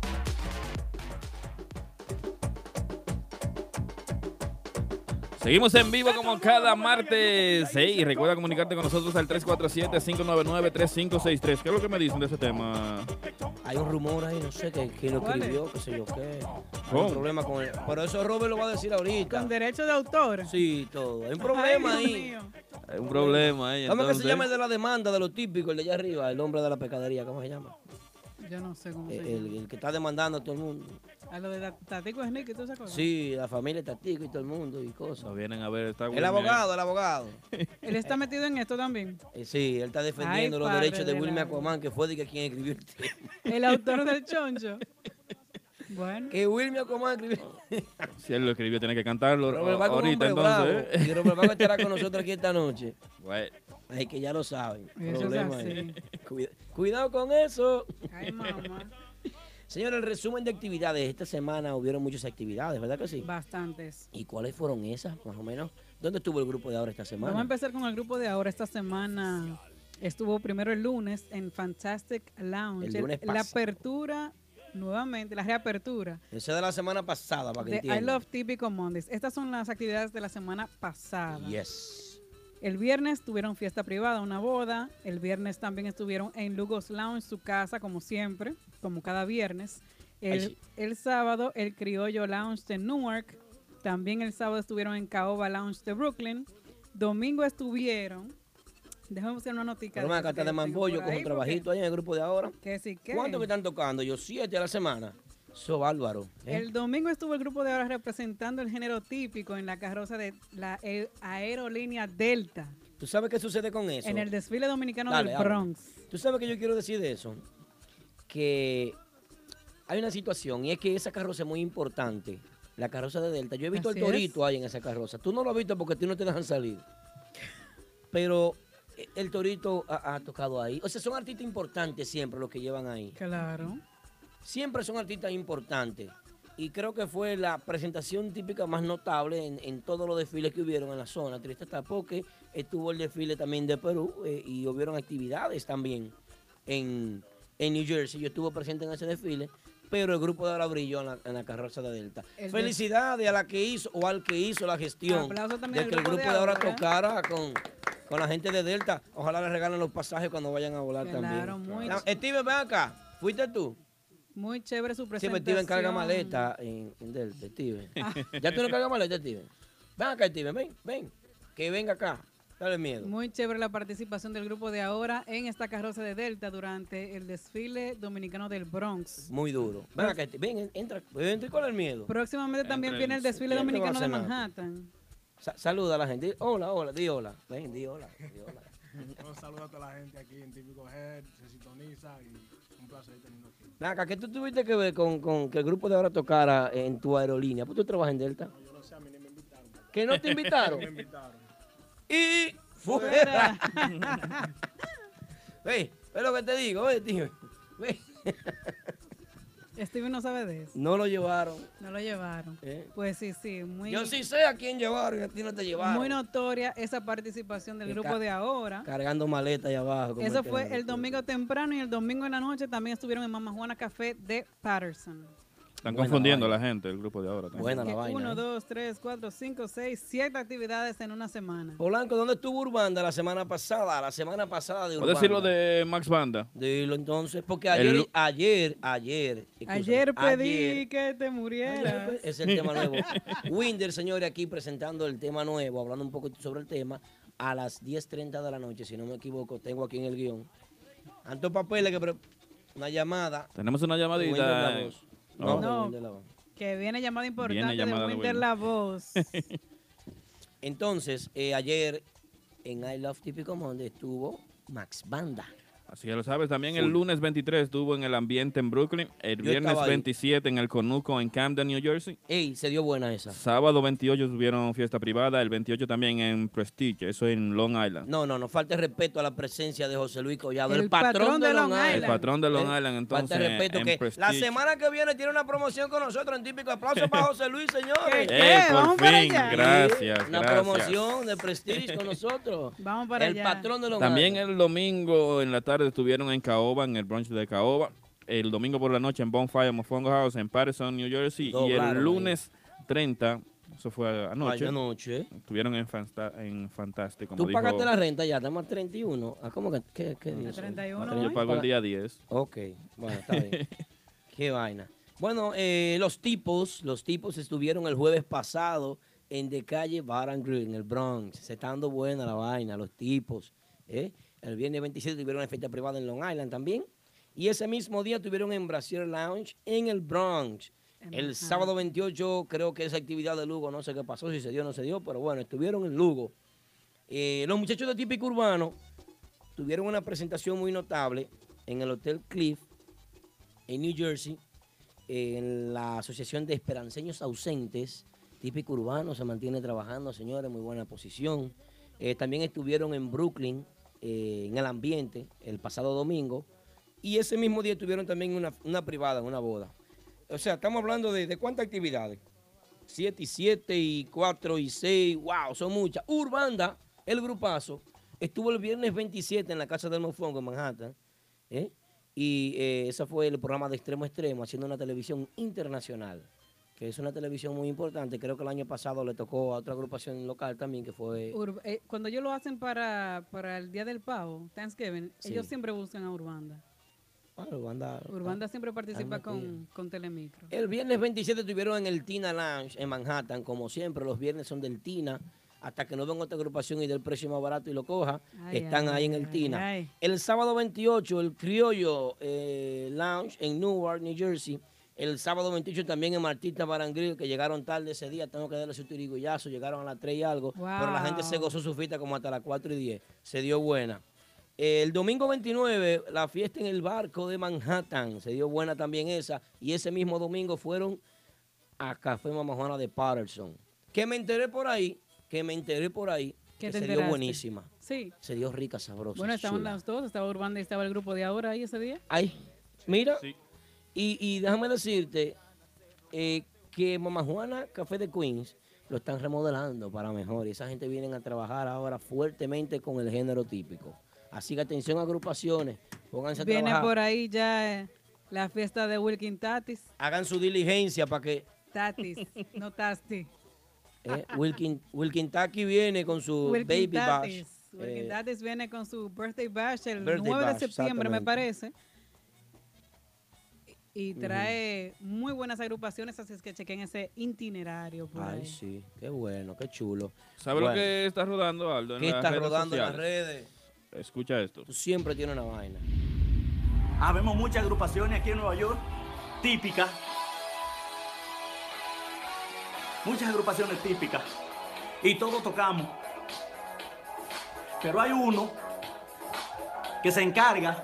[SPEAKER 4] Seguimos en vivo como cada martes. Sí, y recuerda comunicarte con nosotros al 347-599-3563. ¿Qué es lo que me dicen de ese tema?
[SPEAKER 6] Hay un rumor ahí, no sé, que quién lo
[SPEAKER 5] ¿Cuál es?
[SPEAKER 6] escribió, qué sé yo qué. Hay
[SPEAKER 4] ¿Cómo?
[SPEAKER 6] un problema con él. Pero eso Robert lo va a decir ahorita.
[SPEAKER 5] Con derecho de autor.
[SPEAKER 6] Sí, todo. Hay un problema
[SPEAKER 5] Ay, Dios
[SPEAKER 6] ahí.
[SPEAKER 5] mío.
[SPEAKER 4] Hay un problema ahí.
[SPEAKER 6] ¿Cómo que se
[SPEAKER 4] entonces.
[SPEAKER 6] llama el de la demanda de lo típico, el de allá arriba, el hombre de la pescadería? ¿Cómo se llama?
[SPEAKER 5] Yo no sé cómo se
[SPEAKER 6] El,
[SPEAKER 5] llama.
[SPEAKER 6] Eh, el- el que está demandando a todo el mundo.
[SPEAKER 5] A lo de la- Tatico Enrique, ¿tú sacas?
[SPEAKER 6] Sí, la familia Tatico y todo el mundo y cosas.
[SPEAKER 4] Nos vienen a ver. Está
[SPEAKER 6] El abogado, el abogado.
[SPEAKER 5] Él está metido en esto también.
[SPEAKER 6] Eh, sí, él está defendiendo los
[SPEAKER 5] padre
[SPEAKER 6] derechos de
[SPEAKER 5] del
[SPEAKER 6] William
[SPEAKER 5] alma.
[SPEAKER 6] Aquaman, que fue de que quien escribió el tema.
[SPEAKER 5] El autor del choncho. Bueno,
[SPEAKER 6] Que William Aquaman escribió.
[SPEAKER 4] Si él lo escribió, tiene que cantarlo
[SPEAKER 6] Robert Vaca, un
[SPEAKER 4] ahorita,
[SPEAKER 6] hombre
[SPEAKER 4] entonces. ¿eh?
[SPEAKER 6] bravo. Y Robert Vaca estará con nosotros aquí esta noche.
[SPEAKER 4] Bueno,
[SPEAKER 6] Ay, que ya lo saben.
[SPEAKER 5] Eso es
[SPEAKER 6] Problema
[SPEAKER 5] así.
[SPEAKER 6] ahí. Cuida- cuidado con eso.
[SPEAKER 5] ay mamá,
[SPEAKER 6] Señores, el resumen de actividades. Esta semana hubieron muchas actividades, ¿verdad que sí?
[SPEAKER 5] bastantes.
[SPEAKER 6] ¿Y cuáles fueron esas, más o menos? ¿Dónde estuvo el grupo de ahora esta
[SPEAKER 5] Vamos a
[SPEAKER 6] semana?
[SPEAKER 5] empezar con el grupo de ahora. Esta semana estuvo primero el lunes en Fantastic Lounge.
[SPEAKER 6] El lunes
[SPEAKER 5] la
[SPEAKER 6] pasado.
[SPEAKER 5] apertura, nuevamente, la reapertura
[SPEAKER 6] Esa de la semana pasada, para que
[SPEAKER 5] de I
[SPEAKER 6] entiendan.
[SPEAKER 5] Love Típico Mondays. Estas son las actividades de la semana pasada.
[SPEAKER 6] Yes.
[SPEAKER 5] El viernes tuvieron fiesta privada, una boda. El viernes también estuvieron en Lugos Lounge, su casa, como siempre, como cada viernes. El,
[SPEAKER 6] Ay, sí.
[SPEAKER 5] el sábado, el Criollo Lounge de Newark. También el sábado estuvieron en Caoba Lounge de Brooklyn. Domingo estuvieron. Déjame hacer una notica.
[SPEAKER 6] Pero me
[SPEAKER 5] eso
[SPEAKER 6] acá
[SPEAKER 5] que
[SPEAKER 6] de
[SPEAKER 5] yo tengo
[SPEAKER 6] Mamboyo
[SPEAKER 5] por
[SPEAKER 6] con
[SPEAKER 5] ahí,
[SPEAKER 6] un
[SPEAKER 5] porque-
[SPEAKER 6] trabajito ahí en el grupo de ahora.
[SPEAKER 5] Que sí, que.
[SPEAKER 6] ¿Cuánto me están tocando? Yo siete a la semana. So Álvaro. ¿eh?
[SPEAKER 5] El domingo estuvo el grupo de ahora representando el género típico en la carroza de la aer- aerolínea Delta,
[SPEAKER 6] ¿Tú sabes qué sucede con eso?
[SPEAKER 5] en el desfile dominicano
[SPEAKER 6] Dale,
[SPEAKER 5] del
[SPEAKER 6] habla.
[SPEAKER 5] Bronx.
[SPEAKER 6] Tú sabes que yo quiero decir de eso. Que hay una situación y es que esa carroza es muy importante. La carroza de Delta. Yo he visto
[SPEAKER 5] Así
[SPEAKER 6] el
[SPEAKER 5] es.
[SPEAKER 6] torito ahí en esa carroza. Tú no lo has visto porque a ti no te dejan salir. Pero eh, el torito ha, ha tocado ahí. O sea, son artistas importantes siempre los que llevan ahí.
[SPEAKER 5] Claro.
[SPEAKER 6] Siempre son artistas importantes. Y creo que fue la presentación típica más notable en, en todos los desfiles que hubieron en la zona. Triste está porque estuvo el desfile también de Perú eh, y hubieron actividades también en, en New Jersey. Yo estuve presente en ese desfile, pero el grupo de ahora brilló en la, en la carroza de Delta.
[SPEAKER 5] El
[SPEAKER 6] Felicidades a la que hizo o al que hizo la gestión
[SPEAKER 5] Aplauso también al
[SPEAKER 6] de que el
[SPEAKER 5] grupo
[SPEAKER 6] grupo
[SPEAKER 5] de
[SPEAKER 6] de ahora
[SPEAKER 5] ahora, ¿eh?
[SPEAKER 6] tocara con, con la gente de Delta. Ojalá les regalen los pasajes cuando vayan a volar
[SPEAKER 5] Claro,
[SPEAKER 6] también.
[SPEAKER 5] muy
[SPEAKER 6] Ah, Steven, ven acá. ¿Fuiste tú?
[SPEAKER 5] Muy chévere su
[SPEAKER 6] Steven,
[SPEAKER 5] presentación.
[SPEAKER 6] Steven carga maleta en, en Delta, Steven. ¿Ya tú no cargas maleta, Steven? Ven acá, Steven, ven, ven. Que venga acá. Dale miedo.
[SPEAKER 5] Muy chévere la participación del grupo de ahora en esta carroza de Delta durante el desfile dominicano del Bronx.
[SPEAKER 6] Muy duro. Ven acá, Steven, ven, en- entra. Entra con el miedo.
[SPEAKER 5] Próximamente también viene el desfile
[SPEAKER 6] ¿Quién te va a
[SPEAKER 5] dominicano de
[SPEAKER 6] cenar?
[SPEAKER 5] Manhattan.
[SPEAKER 6] Sa- saluda a la gente. Di, Hola, hola, di hola. Ven, di hola, di hola.
[SPEAKER 7] Un saludo a toda la gente aquí en Típico Head, se sintoniza y un placer tenerlo aquí.
[SPEAKER 6] Ven acá, ¿qué tú tuviste que ver con, con que el grupo de ahora tocara en tu aerolínea? ¿Pues tú trabajas en Delta?
[SPEAKER 7] Yo no sé, a mí ni me invitaron. No
[SPEAKER 6] ¿Que no te invitaron?
[SPEAKER 7] Me invitaron.
[SPEAKER 6] y fuera. Ve, ve lo que te digo, ¿eh, ve, Steven. Ve.
[SPEAKER 5] Steven no sabe de eso.
[SPEAKER 6] No lo llevaron.
[SPEAKER 5] No lo llevaron.
[SPEAKER 6] ¿eh?
[SPEAKER 5] Pues sí, sí. Muy,
[SPEAKER 6] Yo sí sé a quién llevaron y a ti no te llevaron.
[SPEAKER 5] muy notoria esa participación del
[SPEAKER 6] Que
[SPEAKER 5] grupo
[SPEAKER 6] ca-
[SPEAKER 5] de ahora.
[SPEAKER 6] Cargando maleta allá abajo. como
[SPEAKER 5] Eso
[SPEAKER 6] que
[SPEAKER 5] fue
[SPEAKER 6] no
[SPEAKER 5] el domingo temprano y el domingo en la noche también estuvieron en Mama Juana Café de Patterson.
[SPEAKER 4] están
[SPEAKER 6] Buena
[SPEAKER 4] confundiendo a
[SPEAKER 6] vaina.
[SPEAKER 4] la gente, el grupo de ahora. también.
[SPEAKER 6] Buena
[SPEAKER 5] Que
[SPEAKER 6] la vaina.
[SPEAKER 5] uno,
[SPEAKER 6] ¿eh?
[SPEAKER 5] dos, tres, cuatro, cinco, seis, siete actividades en una semana.
[SPEAKER 6] Polanco, ¿dónde estuvo Urbanda la semana pasada? La semana pasada de
[SPEAKER 4] ¿Puedo
[SPEAKER 6] Urbanda.
[SPEAKER 4] decir lo de Max Banda?
[SPEAKER 6] Dilo entonces, porque
[SPEAKER 4] El
[SPEAKER 6] ayer,
[SPEAKER 4] lu-
[SPEAKER 6] ayer, ayer. escúchame,
[SPEAKER 5] Ayer pedí
[SPEAKER 6] ayer- pues,
[SPEAKER 5] que te murieras.
[SPEAKER 6] Es el tema nuevo. Winder, señores, aquí presentando el tema nuevo, hablando un poco sobre el tema, a las 10.30 de la noche, si no me equivoco, tengo aquí en el guión. Anto Papeles, que pre- una llamada.
[SPEAKER 4] Tenemos una
[SPEAKER 6] Winder la
[SPEAKER 4] llamadita. eh.
[SPEAKER 6] voz. No,
[SPEAKER 5] No.
[SPEAKER 6] de Winder la voz.
[SPEAKER 5] Que viene llamada importante
[SPEAKER 4] llamada
[SPEAKER 5] de
[SPEAKER 4] de
[SPEAKER 5] Winter
[SPEAKER 4] Wilmer.
[SPEAKER 5] La Voz.
[SPEAKER 6] Entonces, eh, ayer en I Love Típico Monde estuvo Max Banda.
[SPEAKER 4] Así que lo sabes, también el lunes 23 estuvo en el ambiente en Brooklyn, el
[SPEAKER 6] Yo
[SPEAKER 4] viernes
[SPEAKER 6] estaba ahí.
[SPEAKER 4] 27 en el Conuco en Camden, New Jersey.
[SPEAKER 6] Ey, se dio buena esa.
[SPEAKER 4] Sábado 28 tuvieron fiesta privada, el 28 también en Prestige, eso en Long Island.
[SPEAKER 6] No, no, no, falta el respeto a la presencia de José Luis Collado, el,
[SPEAKER 4] El patrón de Long Island. El patrón de Long
[SPEAKER 6] ¿Eh?
[SPEAKER 4] Island,
[SPEAKER 6] Falta el
[SPEAKER 4] entonces,
[SPEAKER 6] respeto
[SPEAKER 4] en
[SPEAKER 6] que la
[SPEAKER 4] Prestige.
[SPEAKER 6] semana que viene tiene una promoción con nosotros en típico aplauso para José Luis, señores.
[SPEAKER 4] ¡Eh, por Vamos para fin! allá. Gracias,
[SPEAKER 6] Una
[SPEAKER 4] gracias.
[SPEAKER 6] promoción de prestige con nosotros. Vamos
[SPEAKER 5] para
[SPEAKER 6] el
[SPEAKER 5] allá.
[SPEAKER 6] patrón de Long
[SPEAKER 4] También
[SPEAKER 6] Island.
[SPEAKER 4] el domingo en la tarde estuvieron en Caoba, en el brunch de Caoba. El domingo por la noche en Bonfire Mofongo House en Patterson, New Jersey. y
[SPEAKER 6] Doblaron ahí.
[SPEAKER 4] el lunes 30, eso fue anoche.
[SPEAKER 6] Ay, anoche.
[SPEAKER 4] Estuvieron en, Fanta- en Fantastic, como
[SPEAKER 6] Tú
[SPEAKER 4] dijo-
[SPEAKER 6] pagaste la renta ya, estamos a 31. Ah, ¿Cómo que? ¿Qué, qué día es hoy?
[SPEAKER 5] 31
[SPEAKER 6] Ah,
[SPEAKER 4] Yo pago el día 10.
[SPEAKER 6] Ok, bueno, está bien. Qué vaina. Bueno, eh, los tipos, los tipos estuvieron el jueves pasado en De Calle Bar and Grill, en el Bronx. Se está dando buena la vaina, los tipos. ¿eh? El viernes 27 tuvieron una fiesta privada en Long Island también. Y ese mismo día tuvieron en Brasil Lounge en el Bronx. El sábado 28 creo que esa actividad de Lugo, no sé qué pasó, si se dio o no se dio, pero bueno, estuvieron en Lugo. Eh, los muchachos de Típico Urbano tuvieron una presentación muy notable en el Hotel Cliff, en New Jersey, en la Asociación de Esperanceños Ausentes. Típico Urbano se mantiene trabajando, señores, muy buena posición. Eh, también estuvieron en Brooklyn, eh, en el ambiente, el pasado domingo. Y ese mismo día tuvieron también una, una privada, una boda. O sea, estamos hablando de, de cuántas actividades. 7 y 7 y 4 y 6, wow, son muchas. Urbanda, el grupazo, estuvo el viernes 27 en la casa del Mofongo en Manhattan. ¿eh? Y eh, ese fue el programa de extremo a extremo, haciendo una televisión internacional, que es una televisión muy importante. Creo que el año pasado le tocó a otra agrupación local también, que fue...
[SPEAKER 5] Ur- eh, cuando ellos lo hacen para, para el Día del Pavo, Thanksgiving,
[SPEAKER 6] Sí.
[SPEAKER 5] ellos siempre buscan a Urbanda.
[SPEAKER 6] Ah, Urbanda.
[SPEAKER 5] Urbanda siempre participa
[SPEAKER 6] Alma
[SPEAKER 5] con, con Telemicro.
[SPEAKER 6] El viernes 27 estuvieron en el Tina Lounge en Manhattan, como siempre, los viernes son del Tina, hasta que no venga otra agrupación y del precio más barato y lo coja,
[SPEAKER 8] Ay,
[SPEAKER 6] están
[SPEAKER 8] ay,
[SPEAKER 6] ahí en el
[SPEAKER 8] ay,
[SPEAKER 6] Tina.
[SPEAKER 8] ay.
[SPEAKER 6] El sábado 28, el Criollo eh, Lounge en Newark, New Jersey. El sábado 28 también en Martita Barangril, que llegaron tarde ese día, tengo que darle su tirigullazo, llegaron a las 3 y algo, pero la gente se
[SPEAKER 8] Wow.
[SPEAKER 6] gozó su fiesta como hasta las 4 y 10, se dio buena. El domingo 29, la fiesta en el barco de Manhattan. Se dio buena también esa. Y ese mismo domingo fueron a Café Mamá Juana de Patterson. Que me enteré por ahí, que me enteré por ahí,
[SPEAKER 5] ¿Qué
[SPEAKER 6] que
[SPEAKER 5] te
[SPEAKER 6] se dio
[SPEAKER 5] enteraste?
[SPEAKER 6] buenísima.
[SPEAKER 5] Sí.
[SPEAKER 6] Se dio rica, sabrosa.
[SPEAKER 5] Bueno, estaban
[SPEAKER 6] Oh, chula.
[SPEAKER 5] las dos, estaba Urbanda y estaba el grupo de ahora ahí ese día.
[SPEAKER 6] Ay, mira. Y, y déjame decirte eh, que Mamá Juana Café de Queens lo están remodelando para mejor. Y esa gente vienen a trabajar ahora fuertemente con el género típico. Así que atención agrupaciones, pónganse a
[SPEAKER 5] Viene
[SPEAKER 6] trabajar.
[SPEAKER 5] por ahí ya eh, la fiesta de Wilkin Tatis.
[SPEAKER 6] Hagan su diligencia para que
[SPEAKER 5] Tatis, no Tasti.
[SPEAKER 6] eh, Wilkin, Wilkin Taki viene con su
[SPEAKER 5] Wilkin
[SPEAKER 6] baby bash.
[SPEAKER 5] Tatis. Wilkin
[SPEAKER 6] eh,
[SPEAKER 5] Tatis viene con su birthday bash el
[SPEAKER 6] Birthday
[SPEAKER 5] 9
[SPEAKER 6] bash,
[SPEAKER 5] de septiembre, me
[SPEAKER 6] exactamente.
[SPEAKER 5] parece. Y
[SPEAKER 6] Ujú.
[SPEAKER 5] trae muy buenas agrupaciones, así es que chequen ese itinerario. pues. Por
[SPEAKER 6] Ay,
[SPEAKER 5] ahí.
[SPEAKER 6] sí, qué bueno, qué chulo.
[SPEAKER 4] ¿Sabes lo
[SPEAKER 6] Bueno,
[SPEAKER 4] que está rodando, Aldo? En
[SPEAKER 6] ¿Qué
[SPEAKER 4] las
[SPEAKER 6] está
[SPEAKER 4] redes
[SPEAKER 6] rodando en las
[SPEAKER 4] sociales?
[SPEAKER 6] redes?
[SPEAKER 4] Escucha esto.
[SPEAKER 6] Tú siempre tienes una vaina.
[SPEAKER 9] Habemos muchas agrupaciones aquí en Nueva York, típicas. Muchas agrupaciones típicas. Y todos tocamos. Pero hay uno que se encarga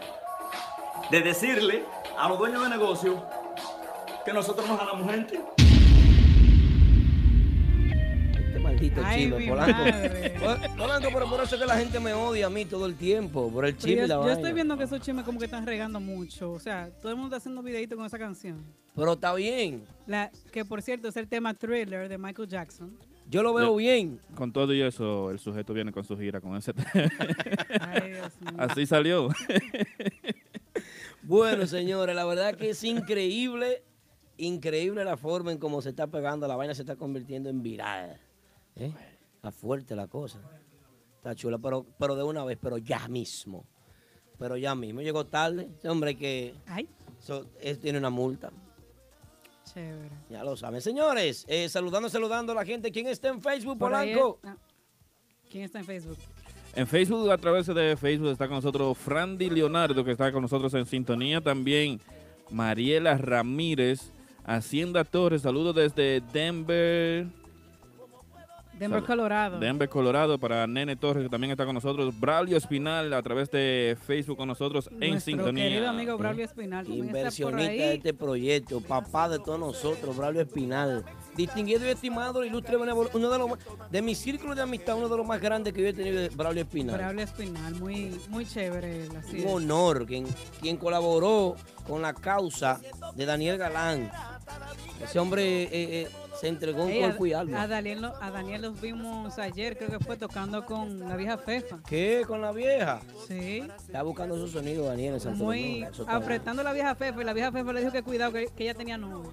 [SPEAKER 9] de decirle a los dueños de negocio que nosotros nos ganamos gente.
[SPEAKER 6] Este maldito
[SPEAKER 9] Ay,
[SPEAKER 6] chile,
[SPEAKER 9] mi
[SPEAKER 6] Polanco.
[SPEAKER 9] madre.
[SPEAKER 6] Pol- Polanco, pero por eso es que la gente me odia a mí todo el tiempo, por el
[SPEAKER 5] Pero
[SPEAKER 6] chile y
[SPEAKER 5] yo,
[SPEAKER 6] la
[SPEAKER 5] yo
[SPEAKER 6] vaina.
[SPEAKER 5] estoy viendo que esos chismes como que están regando mucho. O sea, todo el mundo está haciendo videitos con esa canción.
[SPEAKER 6] Pero está bien,
[SPEAKER 5] La, que por cierto es el tema thriller de Michael Jackson.
[SPEAKER 6] yo lo veo bien.
[SPEAKER 4] Con todo y eso, el sujeto viene con su gira, con ese tema. Así salió.
[SPEAKER 6] Bueno, señores, la verdad que es increíble, increíble la forma en cómo se está pegando, la vaina se está convirtiendo en viral. ¿eh? Está fuerte la cosa. Está chula, pero, pero de una vez, pero ya mismo. Pero ya mismo. Llegó tarde, ese hombre que...
[SPEAKER 5] Ay.
[SPEAKER 6] eso- eso tiene una multa.
[SPEAKER 5] Chévere.
[SPEAKER 6] Ya lo saben, señores. eh, saludando, saludando a la gente. ¿Quién está en Facebook,
[SPEAKER 5] Por ahí
[SPEAKER 6] Polanco?
[SPEAKER 5] es- ah, ¿Quién está en Facebook?
[SPEAKER 4] En Facebook, a través de Facebook, está con nosotros Frandy Leonardo, que está con nosotros en sintonía. También Mariela Ramírez, Hacienda Torres, saludos desde Denver.
[SPEAKER 5] Denver,
[SPEAKER 4] Salud.
[SPEAKER 5] Colorado.
[SPEAKER 4] Denver, Colorado, para Nene Torres, que también está con nosotros. Braulio Espinal, a través de Facebook con nosotros en
[SPEAKER 5] Nuestro
[SPEAKER 4] sintonía.
[SPEAKER 5] querido amigo Braulio Espinal también está por
[SPEAKER 6] eh, Inversionista de
[SPEAKER 5] ahí.
[SPEAKER 6] este proyecto, papá de todos nosotros, Braulio Espinal. Distinguido y estimado, ilustre benévolo, uno de los más- de mi círculo de amistad, uno de los más grandes que yo he tenido es Braulio Espinal.
[SPEAKER 5] Braulio Espinal, muy, muy chévere él, así
[SPEAKER 6] un
[SPEAKER 5] es.
[SPEAKER 6] honor quien, quien colaboró con la causa de Daniel Galán. Ese hombre eh, eh, se entregó un
[SPEAKER 5] Ey, a,
[SPEAKER 6] cuerpo y
[SPEAKER 5] a
[SPEAKER 6] alma.
[SPEAKER 5] Daniel, lo- a Daniel los vimos ayer, creo que fue tocando con la vieja Fefa.
[SPEAKER 6] ¿Qué? ¿Con la vieja?
[SPEAKER 5] Sí.
[SPEAKER 6] Está buscando su sonido, Daniel, en Santo
[SPEAKER 5] Muy
[SPEAKER 6] Domingo. Eso está-
[SPEAKER 5] apretando a la vieja Fefa y la vieja Fefa le dijo que cuidado, que, que ella tenía novio.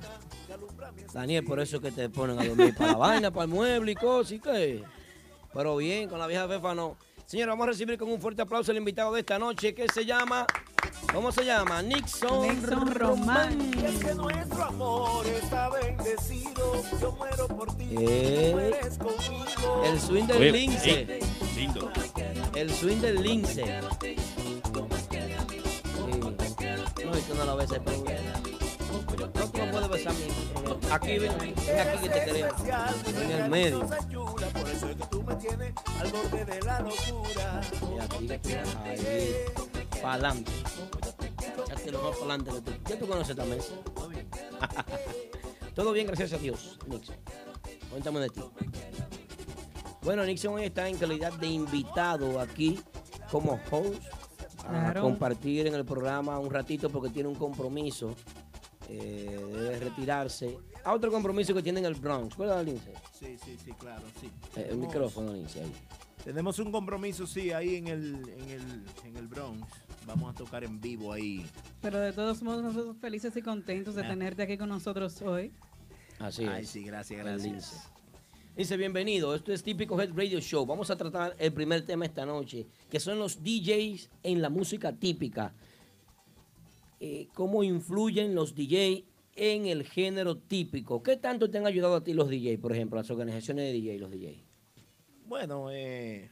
[SPEAKER 6] Daniel, por eso es que te ponen a dormir para la vaina, para el mueble y cosas y qué. Pero bien, con la vieja Fefa no. Señora, vamos a recibir con un fuerte aplauso al invitado de esta noche que se llama, ¿cómo se llama? Nixon,
[SPEAKER 5] Nixon Román.
[SPEAKER 8] Nuestro amor está bendecido. Yo muero por ti.
[SPEAKER 6] Eh.
[SPEAKER 8] tú mueres conmigo.
[SPEAKER 6] El swing del
[SPEAKER 4] Oye,
[SPEAKER 6] lince.
[SPEAKER 4] ey, lindo.
[SPEAKER 6] El swing del lince. Sí. No, y tú no la besas, pero No, tú no puedes besar mi problema. Aquí, ven, ven aquí que te queremos. En el medio.
[SPEAKER 8] Nos ayuda, por eso es que tú me tienes al borde de la locura.
[SPEAKER 6] Y aquí, ahí. Para adelante. Echate los ojos para adelante que tú. Ya tú conoces también. Todo bien, gracias a Dios, Nixon. Cuéntame de ti. Bueno, Nixon hoy está en calidad de invitado aquí como host a
[SPEAKER 5] Claro.
[SPEAKER 6] compartir en el programa un ratito porque tiene un compromiso. eh, debe retirarse a otro compromiso que tiene en el Bronx. ¿Cuál es Lince?
[SPEAKER 8] Sí, sí, sí, claro, sí.
[SPEAKER 6] Eh, el micrófono, Lince. ahí.
[SPEAKER 8] Tenemos un compromiso, sí, ahí en el, en el, en el Bronx. Vamos a tocar en vivo ahí.
[SPEAKER 5] Pero de todos modos, nosotros felices y contentos de
[SPEAKER 8] Ah.
[SPEAKER 5] tenerte aquí con nosotros hoy.
[SPEAKER 6] Así
[SPEAKER 8] Ay,
[SPEAKER 6] es.
[SPEAKER 8] sí, gracias,
[SPEAKER 6] El
[SPEAKER 8] gracias.
[SPEAKER 6] lince. Dice, bienvenido, esto es Típico Head Radio Show. Vamos a tratar el primer tema esta noche, que son los DJs en la música típica. Eh, ¿Cómo influyen los DJs en el género típico? ¿Qué tanto te han ayudado a ti los DJs, por ejemplo, las organizaciones de DJ, los DJs?
[SPEAKER 8] Bueno, eh,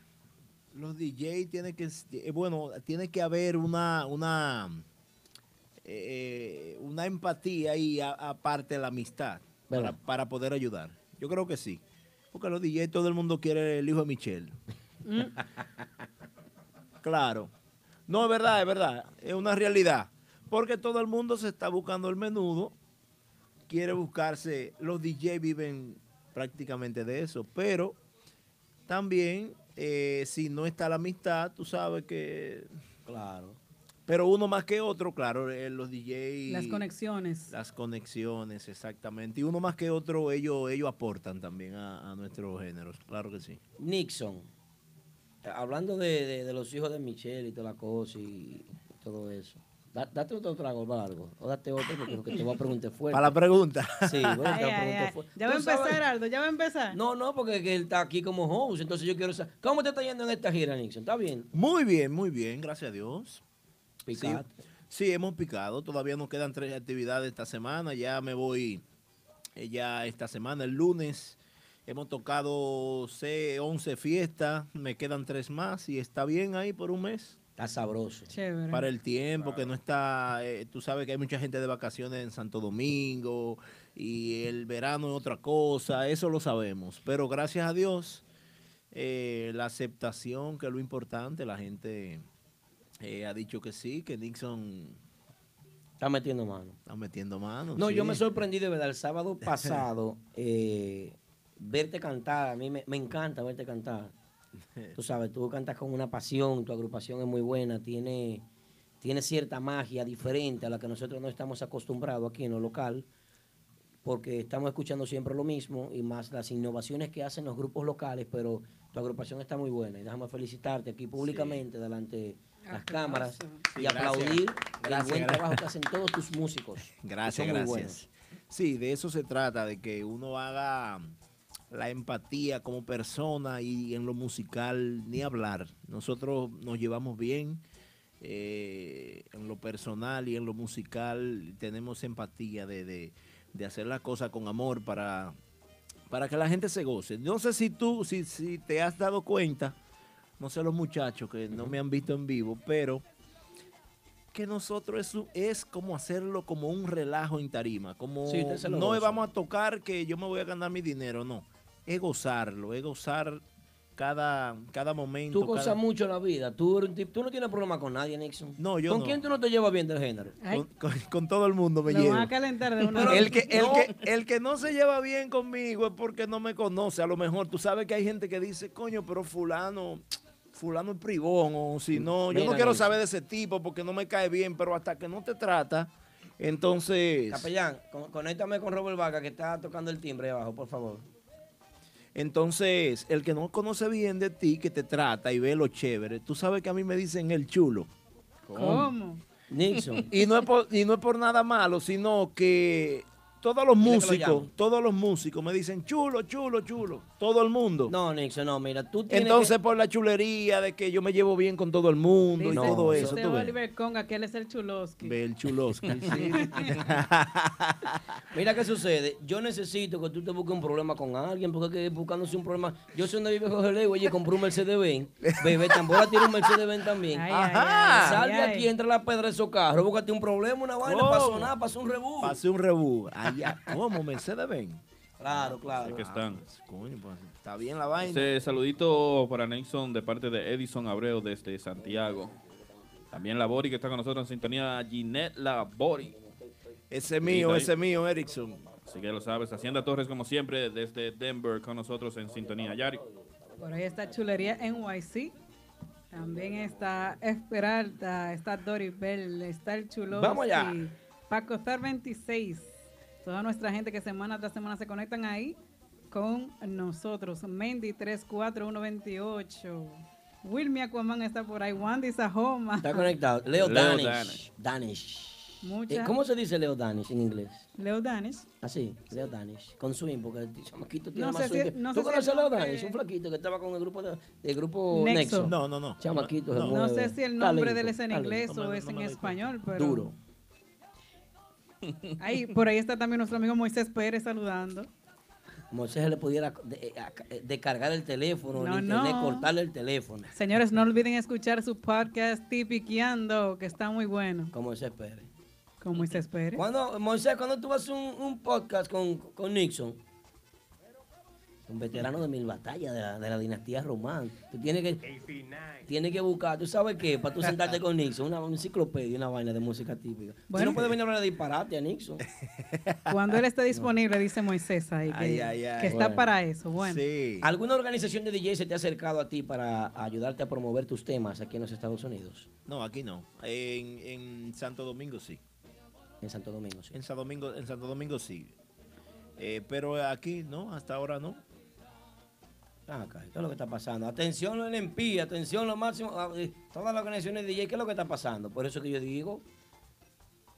[SPEAKER 8] los DJ tiene que, eh, bueno, tiene que haber una, una, eh, una empatía y a- aparte la amistad para,
[SPEAKER 6] ¿Verdad?
[SPEAKER 8] para poder ayudar. Yo creo que sí. Porque los DJ todo el mundo quiere el hijo de Michelle. claro. No, es verdad, es verdad. Es una realidad. Porque todo el mundo se está buscando el menudo. Quiere buscarse. Los DJ viven prácticamente de eso. Pero también, eh, si no está la amistad, tú sabes que.
[SPEAKER 6] Claro.
[SPEAKER 8] Pero uno más que otro, claro, eh, los DJ.
[SPEAKER 5] Las conexiones.
[SPEAKER 8] Las conexiones, exactamente. Y uno más que otro, ellos, ellos aportan también a, a nuestros géneros. Claro que sí.
[SPEAKER 6] Nixon, eh, hablando de, de- de los hijos de Michelle y toda la cosa y todo eso. Da- date otro trago, Vargo, o date otro porque lo que te voy a preguntar fuerte.
[SPEAKER 8] Para la pregunta.
[SPEAKER 6] Sí, bueno, te
[SPEAKER 5] Ay,
[SPEAKER 6] la
[SPEAKER 5] ay,
[SPEAKER 6] pregunta
[SPEAKER 5] ay.
[SPEAKER 6] fue-
[SPEAKER 5] Ya va a
[SPEAKER 6] ¿Tú sabes?
[SPEAKER 5] empezar, Aldo, ya va a empezar.
[SPEAKER 6] No, no, porque que él está aquí como host, entonces yo quiero saber. ¿Cómo te está yendo en esta gira, Nixon? ¿Está bien?
[SPEAKER 8] Muy bien, muy bien, gracias a Dios. Sí,
[SPEAKER 6] Picante.
[SPEAKER 8] Sí, hemos picado. Todavía nos quedan tres actividades esta semana. Ya me voy, eh, ya esta semana, el lunes. Hemos tocado se- 11 fiestas, me quedan tres más y está bien ahí por un mes.
[SPEAKER 6] Está sabroso.
[SPEAKER 5] Chévere.
[SPEAKER 8] Para el tiempo que no está, eh, tú sabes que hay mucha gente de vacaciones en Santo Domingo y el verano es otra cosa, eso lo sabemos. Pero gracias a Dios, eh, la aceptación, que es lo importante, la gente eh, ha dicho que sí, que Nixon
[SPEAKER 6] Está metiendo mano.
[SPEAKER 8] está metiendo mano.
[SPEAKER 6] No,
[SPEAKER 8] sí.
[SPEAKER 6] yo me sorprendí de verdad. El sábado pasado, eh, verte cantar, a mí me, me encanta verte cantar. Tú sabes, tú cantas con una pasión, tu agrupación es muy buena, tiene, tiene cierta magia diferente a la que nosotros no estamos acostumbrados aquí en lo local, porque estamos escuchando siempre lo mismo y más las innovaciones que hacen los grupos locales, pero tu agrupación está muy buena y déjame felicitarte aquí públicamente delante de las cámaras y
[SPEAKER 8] Sí, gracias.
[SPEAKER 6] aplaudir el
[SPEAKER 8] Gracias,
[SPEAKER 6] buen
[SPEAKER 8] gracias.
[SPEAKER 6] trabajo que hacen todos tus músicos. que son
[SPEAKER 8] Gracias,
[SPEAKER 6] muy
[SPEAKER 8] gracias.
[SPEAKER 6] buenos.
[SPEAKER 8] Sí, de eso se trata, de que uno haga la empatía como persona y en lo musical ni hablar. Nosotros nos llevamos bien eh, en lo personal y en lo musical. Tenemos empatía de, de- de hacer las cosas con amor para, para que la gente se goce. No sé si tú, si, si te has dado cuenta, no sé los muchachos que no me han visto en vivo, pero que nosotros es, un- es como hacerlo como un relajo en tarima, como
[SPEAKER 6] Sí, usted se lo
[SPEAKER 8] no
[SPEAKER 6] goza.
[SPEAKER 8] vamos a tocar que yo me voy a ganar mi dinero, no. es gozarlo, es gozar cada, cada momento.
[SPEAKER 6] Tú gozas
[SPEAKER 8] cada-
[SPEAKER 6] mucho la vida. Tú, eres un tipo- tú no tienes problema con nadie, Nixon.
[SPEAKER 8] No, yo
[SPEAKER 6] ¿Con
[SPEAKER 8] no.
[SPEAKER 6] quién tú no te llevas bien del género?
[SPEAKER 5] Ay.
[SPEAKER 8] Con, con- con todo el mundo me
[SPEAKER 5] Lo
[SPEAKER 8] llevo.
[SPEAKER 5] van a calentar de una
[SPEAKER 6] Pero-
[SPEAKER 5] vez.
[SPEAKER 8] El que, el,
[SPEAKER 6] No.
[SPEAKER 8] que, el que no se lleva bien conmigo es porque no me conoce. A lo mejor tú sabes que hay gente que dice, coño, pero fulano, fulano es privón, o si no, yo
[SPEAKER 6] Mira,
[SPEAKER 8] no quiero
[SPEAKER 6] Nelson.
[SPEAKER 8] saber de ese tipo porque no me cae bien, pero hasta que no te trata, entonces,
[SPEAKER 6] Capellán, con- conéctame con Robert Vaca que está tocando el timbre ahí abajo, por favor.
[SPEAKER 8] entonces, el que no conoce bien de ti, que te trata y ve lo chévere, tú sabes que a mí me dicen el chulo.
[SPEAKER 5] ¿Cómo?
[SPEAKER 6] Nixon.
[SPEAKER 8] Y no es por, y no es por nada malo, sino que todos los
[SPEAKER 6] Dile que lo
[SPEAKER 8] músicos,
[SPEAKER 6] llame.
[SPEAKER 8] todos los músicos me dicen chulo, chulo, chulo, todo el mundo.
[SPEAKER 6] No, Nixon, no, mira, tú tienes
[SPEAKER 8] Entonces, por la chulería de que yo me llevo bien con todo el mundo
[SPEAKER 5] Dice
[SPEAKER 8] y todo eso,
[SPEAKER 5] José
[SPEAKER 8] tú ves.
[SPEAKER 5] Oliver Conga, que él es el chuloski.
[SPEAKER 8] Ve el chuloski.
[SPEAKER 6] que- Mira qué sucede. Yo necesito que tú te busques un problema con alguien, porque hay que buscándose un problema. Yo sé donde vive Jorge Ley, oye, compró un Mercedes Benz. Bebé Tambora tiene un Mercedes Benz también.
[SPEAKER 5] Ay,
[SPEAKER 8] Ajá.
[SPEAKER 5] ay, ay,
[SPEAKER 6] Sal de
[SPEAKER 5] ay.
[SPEAKER 6] aquí, entra la pedra de esos carros, búscate un problema, una vaina,
[SPEAKER 8] Oh.
[SPEAKER 6] pasó nada, pasó un rebú.
[SPEAKER 8] Pasé un rebú. Allá. ¿Cómo? ¿Mercedes ven?
[SPEAKER 6] Claro, claro.
[SPEAKER 4] que están.
[SPEAKER 8] Coño, pues, está bien la vaina.
[SPEAKER 4] Ese saludito para Nixon de parte de Edison Abreu desde Santiago. También la Bori que está con nosotros en sintonía, Ginette la Bori.
[SPEAKER 8] Ese mío,
[SPEAKER 4] ahí.
[SPEAKER 8] ese mío, Erickson.
[SPEAKER 4] Así que lo sabes, Hacienda Torres como siempre desde Denver con nosotros en sintonía, Yari.
[SPEAKER 5] Por ahí está Chulería NYC. También está Esperalta, está Doris Bell, está el Chuloski.
[SPEAKER 6] Vamos allá.
[SPEAKER 5] Paco Star 26. Toda nuestra gente que semana tras semana se conectan ahí con nosotros. Mendy 34128. Wilmy Aquaman está por ahí. Wandy Sahoma.
[SPEAKER 6] Está conectado. Leo,
[SPEAKER 4] Leo
[SPEAKER 6] Danish.
[SPEAKER 4] Danish.
[SPEAKER 6] Danish.
[SPEAKER 5] Muchas-
[SPEAKER 6] Eh, ¿Cómo se Eh, dice Leo Danish en inglés?
[SPEAKER 5] Leo Danes.
[SPEAKER 6] Así, Leo Danish. Con swing, porque el chamaquito tiene
[SPEAKER 5] No
[SPEAKER 6] más
[SPEAKER 5] sé
[SPEAKER 6] swing.
[SPEAKER 5] si-
[SPEAKER 6] que-
[SPEAKER 5] no
[SPEAKER 6] ¿Tú
[SPEAKER 5] sé si
[SPEAKER 6] conoces a
[SPEAKER 5] el
[SPEAKER 6] Leo
[SPEAKER 5] nombre-
[SPEAKER 6] Danish? Un flaquito que estaba con el grupo, de- del grupo
[SPEAKER 5] Nexo.
[SPEAKER 6] Nexo.
[SPEAKER 8] No, no, no.
[SPEAKER 6] Chamaquito. se
[SPEAKER 8] No.
[SPEAKER 5] No
[SPEAKER 6] mueve.
[SPEAKER 5] sé si el
[SPEAKER 6] Está
[SPEAKER 5] nombre
[SPEAKER 6] lindo,
[SPEAKER 5] de él es en
[SPEAKER 6] está lindo.
[SPEAKER 5] inglés
[SPEAKER 8] No
[SPEAKER 5] o
[SPEAKER 8] me-
[SPEAKER 5] es
[SPEAKER 8] no
[SPEAKER 5] en
[SPEAKER 8] me doy cuenta.
[SPEAKER 5] español, pero.
[SPEAKER 6] Duro.
[SPEAKER 5] Ahí, por ahí está también nuestro amigo Moisés Pérez saludando.
[SPEAKER 6] Moisés le pudiera de- eh, a- eh, descargar el teléfono,
[SPEAKER 5] No,
[SPEAKER 6] el internet,
[SPEAKER 5] no.
[SPEAKER 6] cortarle el teléfono.
[SPEAKER 5] Señores, no olviden escuchar su podcast Tipiqueando, que está muy bueno,
[SPEAKER 6] Como se espere.
[SPEAKER 5] con Moisés Pérez.
[SPEAKER 6] Cuando, Moisés, cuando tú vas a un, un podcast con, con Nixon, un veterano de mil batallas de la, de la dinastía romana, tú tienes que, tienes que buscar, tú sabes qué, para tú sentarte con Nixon, una enciclopedia, una vaina de música típica. Tú
[SPEAKER 5] Bueno.
[SPEAKER 6] no puedes venir a hablar de disparate a Nixon.
[SPEAKER 5] Cuando él esté disponible, dice Moisés ahí, que,
[SPEAKER 8] Ay, ay, ay.
[SPEAKER 5] que está
[SPEAKER 6] Bueno.
[SPEAKER 5] para eso. Bueno,
[SPEAKER 8] Sí.
[SPEAKER 6] ¿Alguna organización de DJ se te ha acercado a ti para ayudarte a promover tus temas aquí en los Estados Unidos?
[SPEAKER 8] No, aquí no. En, en Santo Domingo sí.
[SPEAKER 6] En Santo Domingo, sí.
[SPEAKER 8] En Santo Domingo, en Santo Domingo sí. Eh, pero aquí no, hasta ahora no.
[SPEAKER 6] Ah, caray, ¿qué es lo que está pasando? Atención los LMP, atención lo máximo, ah, eh, todas las organizaciones de DJ, ¿qué es lo que está pasando? Por eso que yo digo,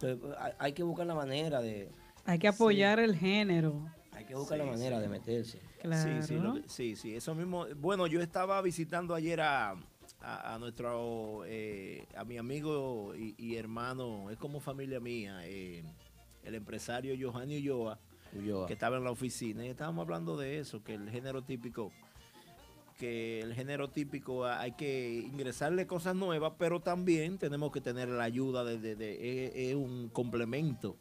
[SPEAKER 6] eh, hay- hay que buscar la manera de,
[SPEAKER 5] hay que apoyar el género.
[SPEAKER 6] hay que buscar la manera de meterse.
[SPEAKER 5] Claro.
[SPEAKER 8] Sí, sí, lo que- sí, sí, eso mismo. Bueno, yo estaba visitando ayer a, a, a nuestro, eh, a mi amigo y, y hermano, es como familia mía, eh, el empresario Johanny Ulloa,
[SPEAKER 6] Ulloa.
[SPEAKER 8] que estaba en la oficina, y estábamos hablando de eso, que el género típico, que el género típico ah, hay que ingresarle cosas nuevas, pero también tenemos que tener la ayuda de, de- de- es- es un complemento.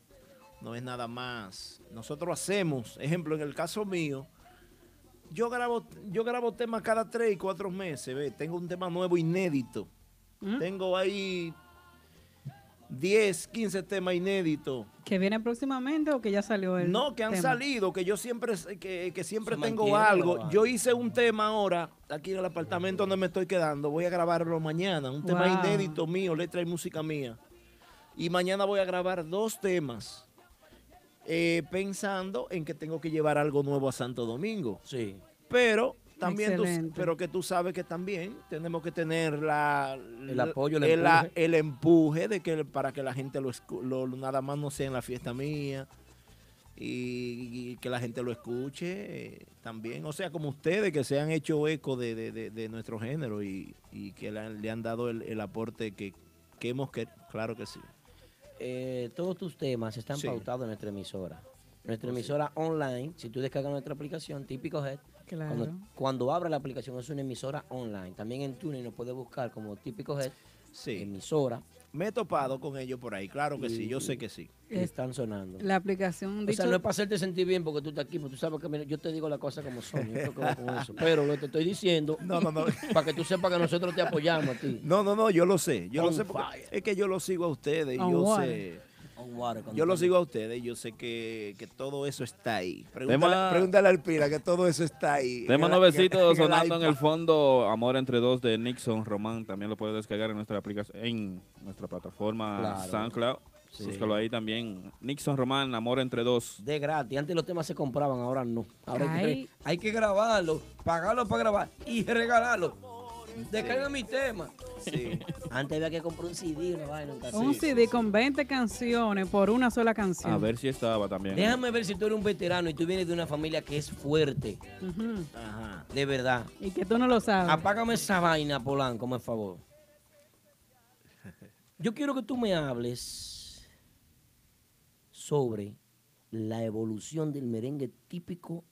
[SPEAKER 8] No es nada más. Nosotros hacemos, ejemplo, en el caso mío, yo grabo, yo grabo temas cada tres y cuatro meses, ve. Tengo un tema nuevo inédito.
[SPEAKER 5] ¿Mm?
[SPEAKER 8] Tengo ahí 10, 15 temas inéditos.
[SPEAKER 5] ¿Que viene próximamente o que ya salió él?
[SPEAKER 8] No, que han salido, que yo siempre, que, que siempre
[SPEAKER 6] Se
[SPEAKER 8] tengo
[SPEAKER 6] mantiene
[SPEAKER 8] algo.
[SPEAKER 6] grabando.
[SPEAKER 8] Yo hice un tema ahora, aquí en el apartamento donde me estoy quedando. Voy a grabarlo mañana, un tema
[SPEAKER 5] Wow.
[SPEAKER 8] inédito mío, letra y música mía. Y mañana voy a grabar dos temas, eh, pensando en que tengo que llevar algo nuevo a Santo Domingo
[SPEAKER 6] Sí.
[SPEAKER 8] pero también tú,
[SPEAKER 5] Excelente.
[SPEAKER 8] pero que tú sabes que también tenemos que tener la
[SPEAKER 6] El apoyo, el
[SPEAKER 8] el, a-
[SPEAKER 6] empuje.
[SPEAKER 8] el empuje de que para que la gente lo, escu- lo- lo- nada más no sea en la fiesta mía y, y que la gente lo escuche eh, también o sea como ustedes que se han hecho eco de, de- de- de nuestro género y, y que le han, le han dado el, el aporte que, que hemos querido claro que sí
[SPEAKER 6] Eh, todos tus temas están
[SPEAKER 8] Sí.
[SPEAKER 6] pautados en nuestra emisora.
[SPEAKER 8] Oh,
[SPEAKER 6] Nuestra emisora online, si tú descargas nuestra aplicación, típico Head,
[SPEAKER 5] Claro.
[SPEAKER 6] cuando, cuando abra la aplicación es una emisora online. También en TuneIn nos puedes buscar como típico Head emisora.
[SPEAKER 8] Me he topado con ellos por ahí, claro que sí, yo sé que sí.
[SPEAKER 6] que están sonando.
[SPEAKER 5] Eh, La aplicación,
[SPEAKER 6] O
[SPEAKER 5] dicho,
[SPEAKER 6] sea, no es para hacerte sentir bien porque tú estás aquí, pero tú sabes que mira, yo te digo las cosas como son, yo te acabo con eso. Pero lo que te estoy diciendo, para que tú sepas que nosotros te apoyamos a ti.
[SPEAKER 8] No, no, no, yo lo sé, yo
[SPEAKER 6] On
[SPEAKER 8] lo sé. porque Es que yo lo sigo a ustedes,
[SPEAKER 6] On
[SPEAKER 8] yo
[SPEAKER 6] water.
[SPEAKER 8] sé.
[SPEAKER 6] On water, cuando
[SPEAKER 8] Yo lo
[SPEAKER 6] te-
[SPEAKER 8] sigo a ustedes, yo sé que, que todo eso está ahí.
[SPEAKER 4] Tema-
[SPEAKER 10] Ah.
[SPEAKER 8] Pregúntale, pregúntale al Pila que todo eso está ahí.
[SPEAKER 4] Tema
[SPEAKER 8] En el- en
[SPEAKER 4] nuevecito
[SPEAKER 8] el
[SPEAKER 4] sonando en el
[SPEAKER 8] iPad.
[SPEAKER 4] fondo, Amor entre dos de Nixon Román. También lo puedes descargar en nuestra aplicación, en nuestra plataforma
[SPEAKER 6] Claro.
[SPEAKER 4] SoundCloud.
[SPEAKER 6] Sí.
[SPEAKER 4] Búscalo ahí también. Nixon Román, Amor entre dos.
[SPEAKER 6] De gratis. Antes los temas se compraban, ahora no. Ahora hay que,
[SPEAKER 4] Ay.
[SPEAKER 6] cre- hay que grabarlo, pagarlo para grabar y regalarlo. Descarga mi tema. Antes había que comprar un CD, una vaina, un cassette.
[SPEAKER 5] un CD con 20 canciones por una sola canción.
[SPEAKER 4] A ver si estaba también.
[SPEAKER 6] Déjame ver si tú eres un veterano y tú vienes de una familia que es fuerte.
[SPEAKER 5] Ujú.
[SPEAKER 6] De verdad.
[SPEAKER 5] Y que tú no lo sabes.
[SPEAKER 6] Apágame esa vaina, Polanco, por favor. Yo quiero que tú me hables sobre la evolución del merengue típico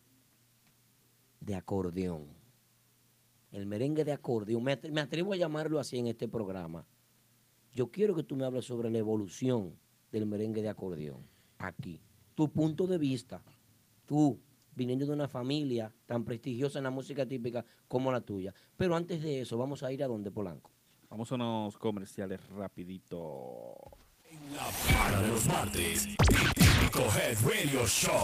[SPEAKER 6] de acordeón. El merengue de acordeón. Me atre- me atrevo a llamarlo así en este programa. Yo quiero que tú me hables sobre la evolución del merengue de acordeón aquí. Tu punto de vista, tú viniendo de una familia tan prestigiosa en la música típica como la tuya. Pero antes de eso, vamos a ir a donde Polanco.
[SPEAKER 4] Vamos a unos comerciales rapidito.
[SPEAKER 1] Para los martes, Típico Head Radio Show.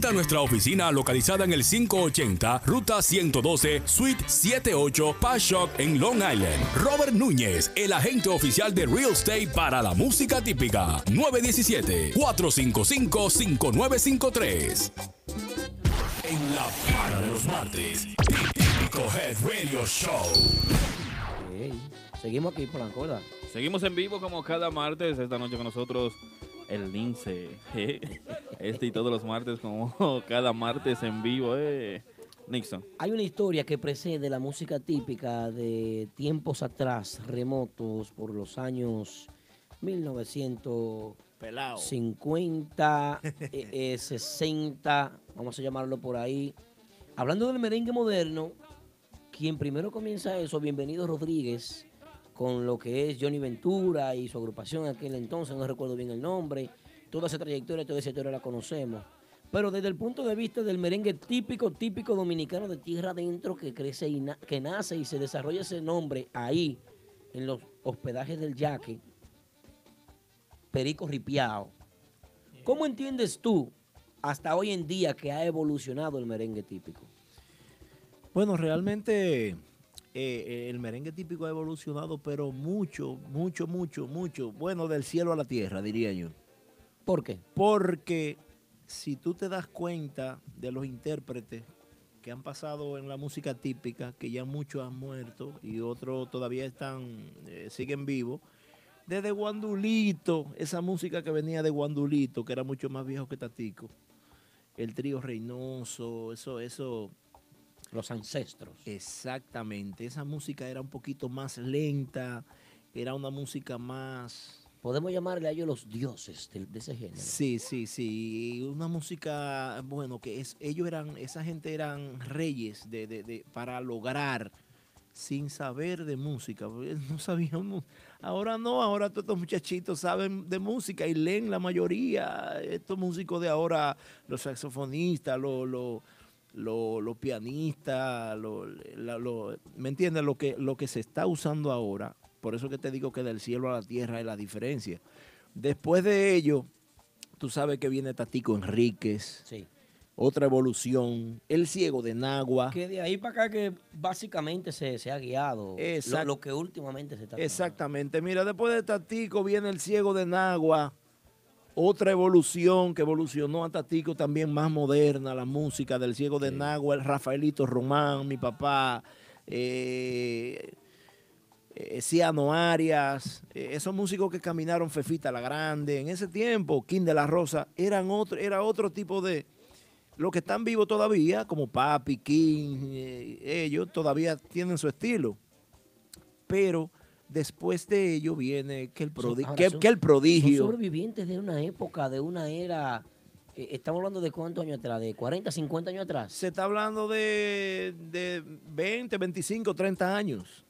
[SPEAKER 1] nuestra oficina localizada en el 580 Ruta 112 Suite 78 Pashock en Long Island. Robert Núñez, el agente oficial de Real Estate para la música típica. 917-455-5953. En la para de los martes, Típico Head Radio Show.
[SPEAKER 6] Seguimos aquí, Polanco, ¿verdad?
[SPEAKER 4] Seguimos en vivo como cada martes, esta noche con nosotros el lince. ¿eh? Este y todos los martes como cada martes en vivo. ¿eh? Nixon.
[SPEAKER 6] Hay una historia que precede la música típica de tiempos atrás, remotos, por los años 1950, eh, eh, 60, vamos a llamarlo por ahí. Hablando del merengue moderno, quien primero comienza eso, bienvenido Rodríguez, con lo que es Johnny Ventura y su agrupación en aquel entonces, no recuerdo bien el nombre, toda esa trayectoria, toda esa historia la conocemos. Pero desde el punto de vista del merengue típico, típico dominicano de tierra adentro, que crece y na- que nace y se desarrolla ese nombre ahí, en los hospedajes del yaque, Perico Ripiao. ¿Cómo entiendes tú hasta hoy en día que ha evolucionado el merengue típico?
[SPEAKER 8] Bueno, realmente eh, eh, el merengue típico ha evolucionado, pero mucho, mucho, mucho, mucho. Bueno, del cielo a la tierra, diría yo.
[SPEAKER 6] ¿Por qué?
[SPEAKER 8] Porque si tú te das cuenta de los intérpretes que han pasado en la música típica, que ya muchos han muerto y otros todavía están, eh, siguen vivos, desde Guandulito, esa música que venía de Guandulito, que era mucho más viejo que Tatico, el trío Reynoso, eso, eso,
[SPEAKER 6] los ancestros.
[SPEAKER 8] Exactamente, esa música era un poquito más lenta, era una música más...
[SPEAKER 6] Podemos llamarle a ellos los dioses del- de, ese género.
[SPEAKER 8] Sí, sí, sí, y una música, bueno, que es, ellos eran, esa gente eran reyes de, de- de- para lograr sin saber de música, porque no sabíamos, ahora no, ahora todos estos muchachitos saben de música y leen la mayoría, estos músicos de ahora, los saxofonistas, los... los los los pianistas, lo- la- lo- ¿me entiendes? Lo que, lo que se está usando ahora, por eso que te digo que del cielo a la tierra es la diferencia. Después de ello, tú sabes que viene Tatico Enríquez, otra evolución, El Ciego de Nagua.
[SPEAKER 6] Que de ahí para acá que básicamente se, se ha guiado lo,
[SPEAKER 8] Exacto.
[SPEAKER 6] lo que últimamente se está
[SPEAKER 8] Exactamente, mira, después de Tatico viene El Ciego de Nagua, otra evolución que evolucionó a Tatico también más moderna, la música del Ciego de Nagua, el Rafaelito Román, mi papá. eh, eh, Ciano Arias, eh, esos músicos que caminaron Fefita la Grande, en ese tiempo, King de la Rosa, eran otro, era otro tipo de... Los que están vivos todavía, como Papi, King, eh, ellos todavía tienen su estilo. Pero después de ello viene que el, prodi-
[SPEAKER 6] Ahora
[SPEAKER 8] que,
[SPEAKER 6] son-
[SPEAKER 8] que el prodigio...
[SPEAKER 6] Son sobrevivientes de una época, de una era. eh, estamos hablando de cuántos años atrás, de 40, 50 años atrás.
[SPEAKER 8] Se está hablando de, de 20, 25, 30 años.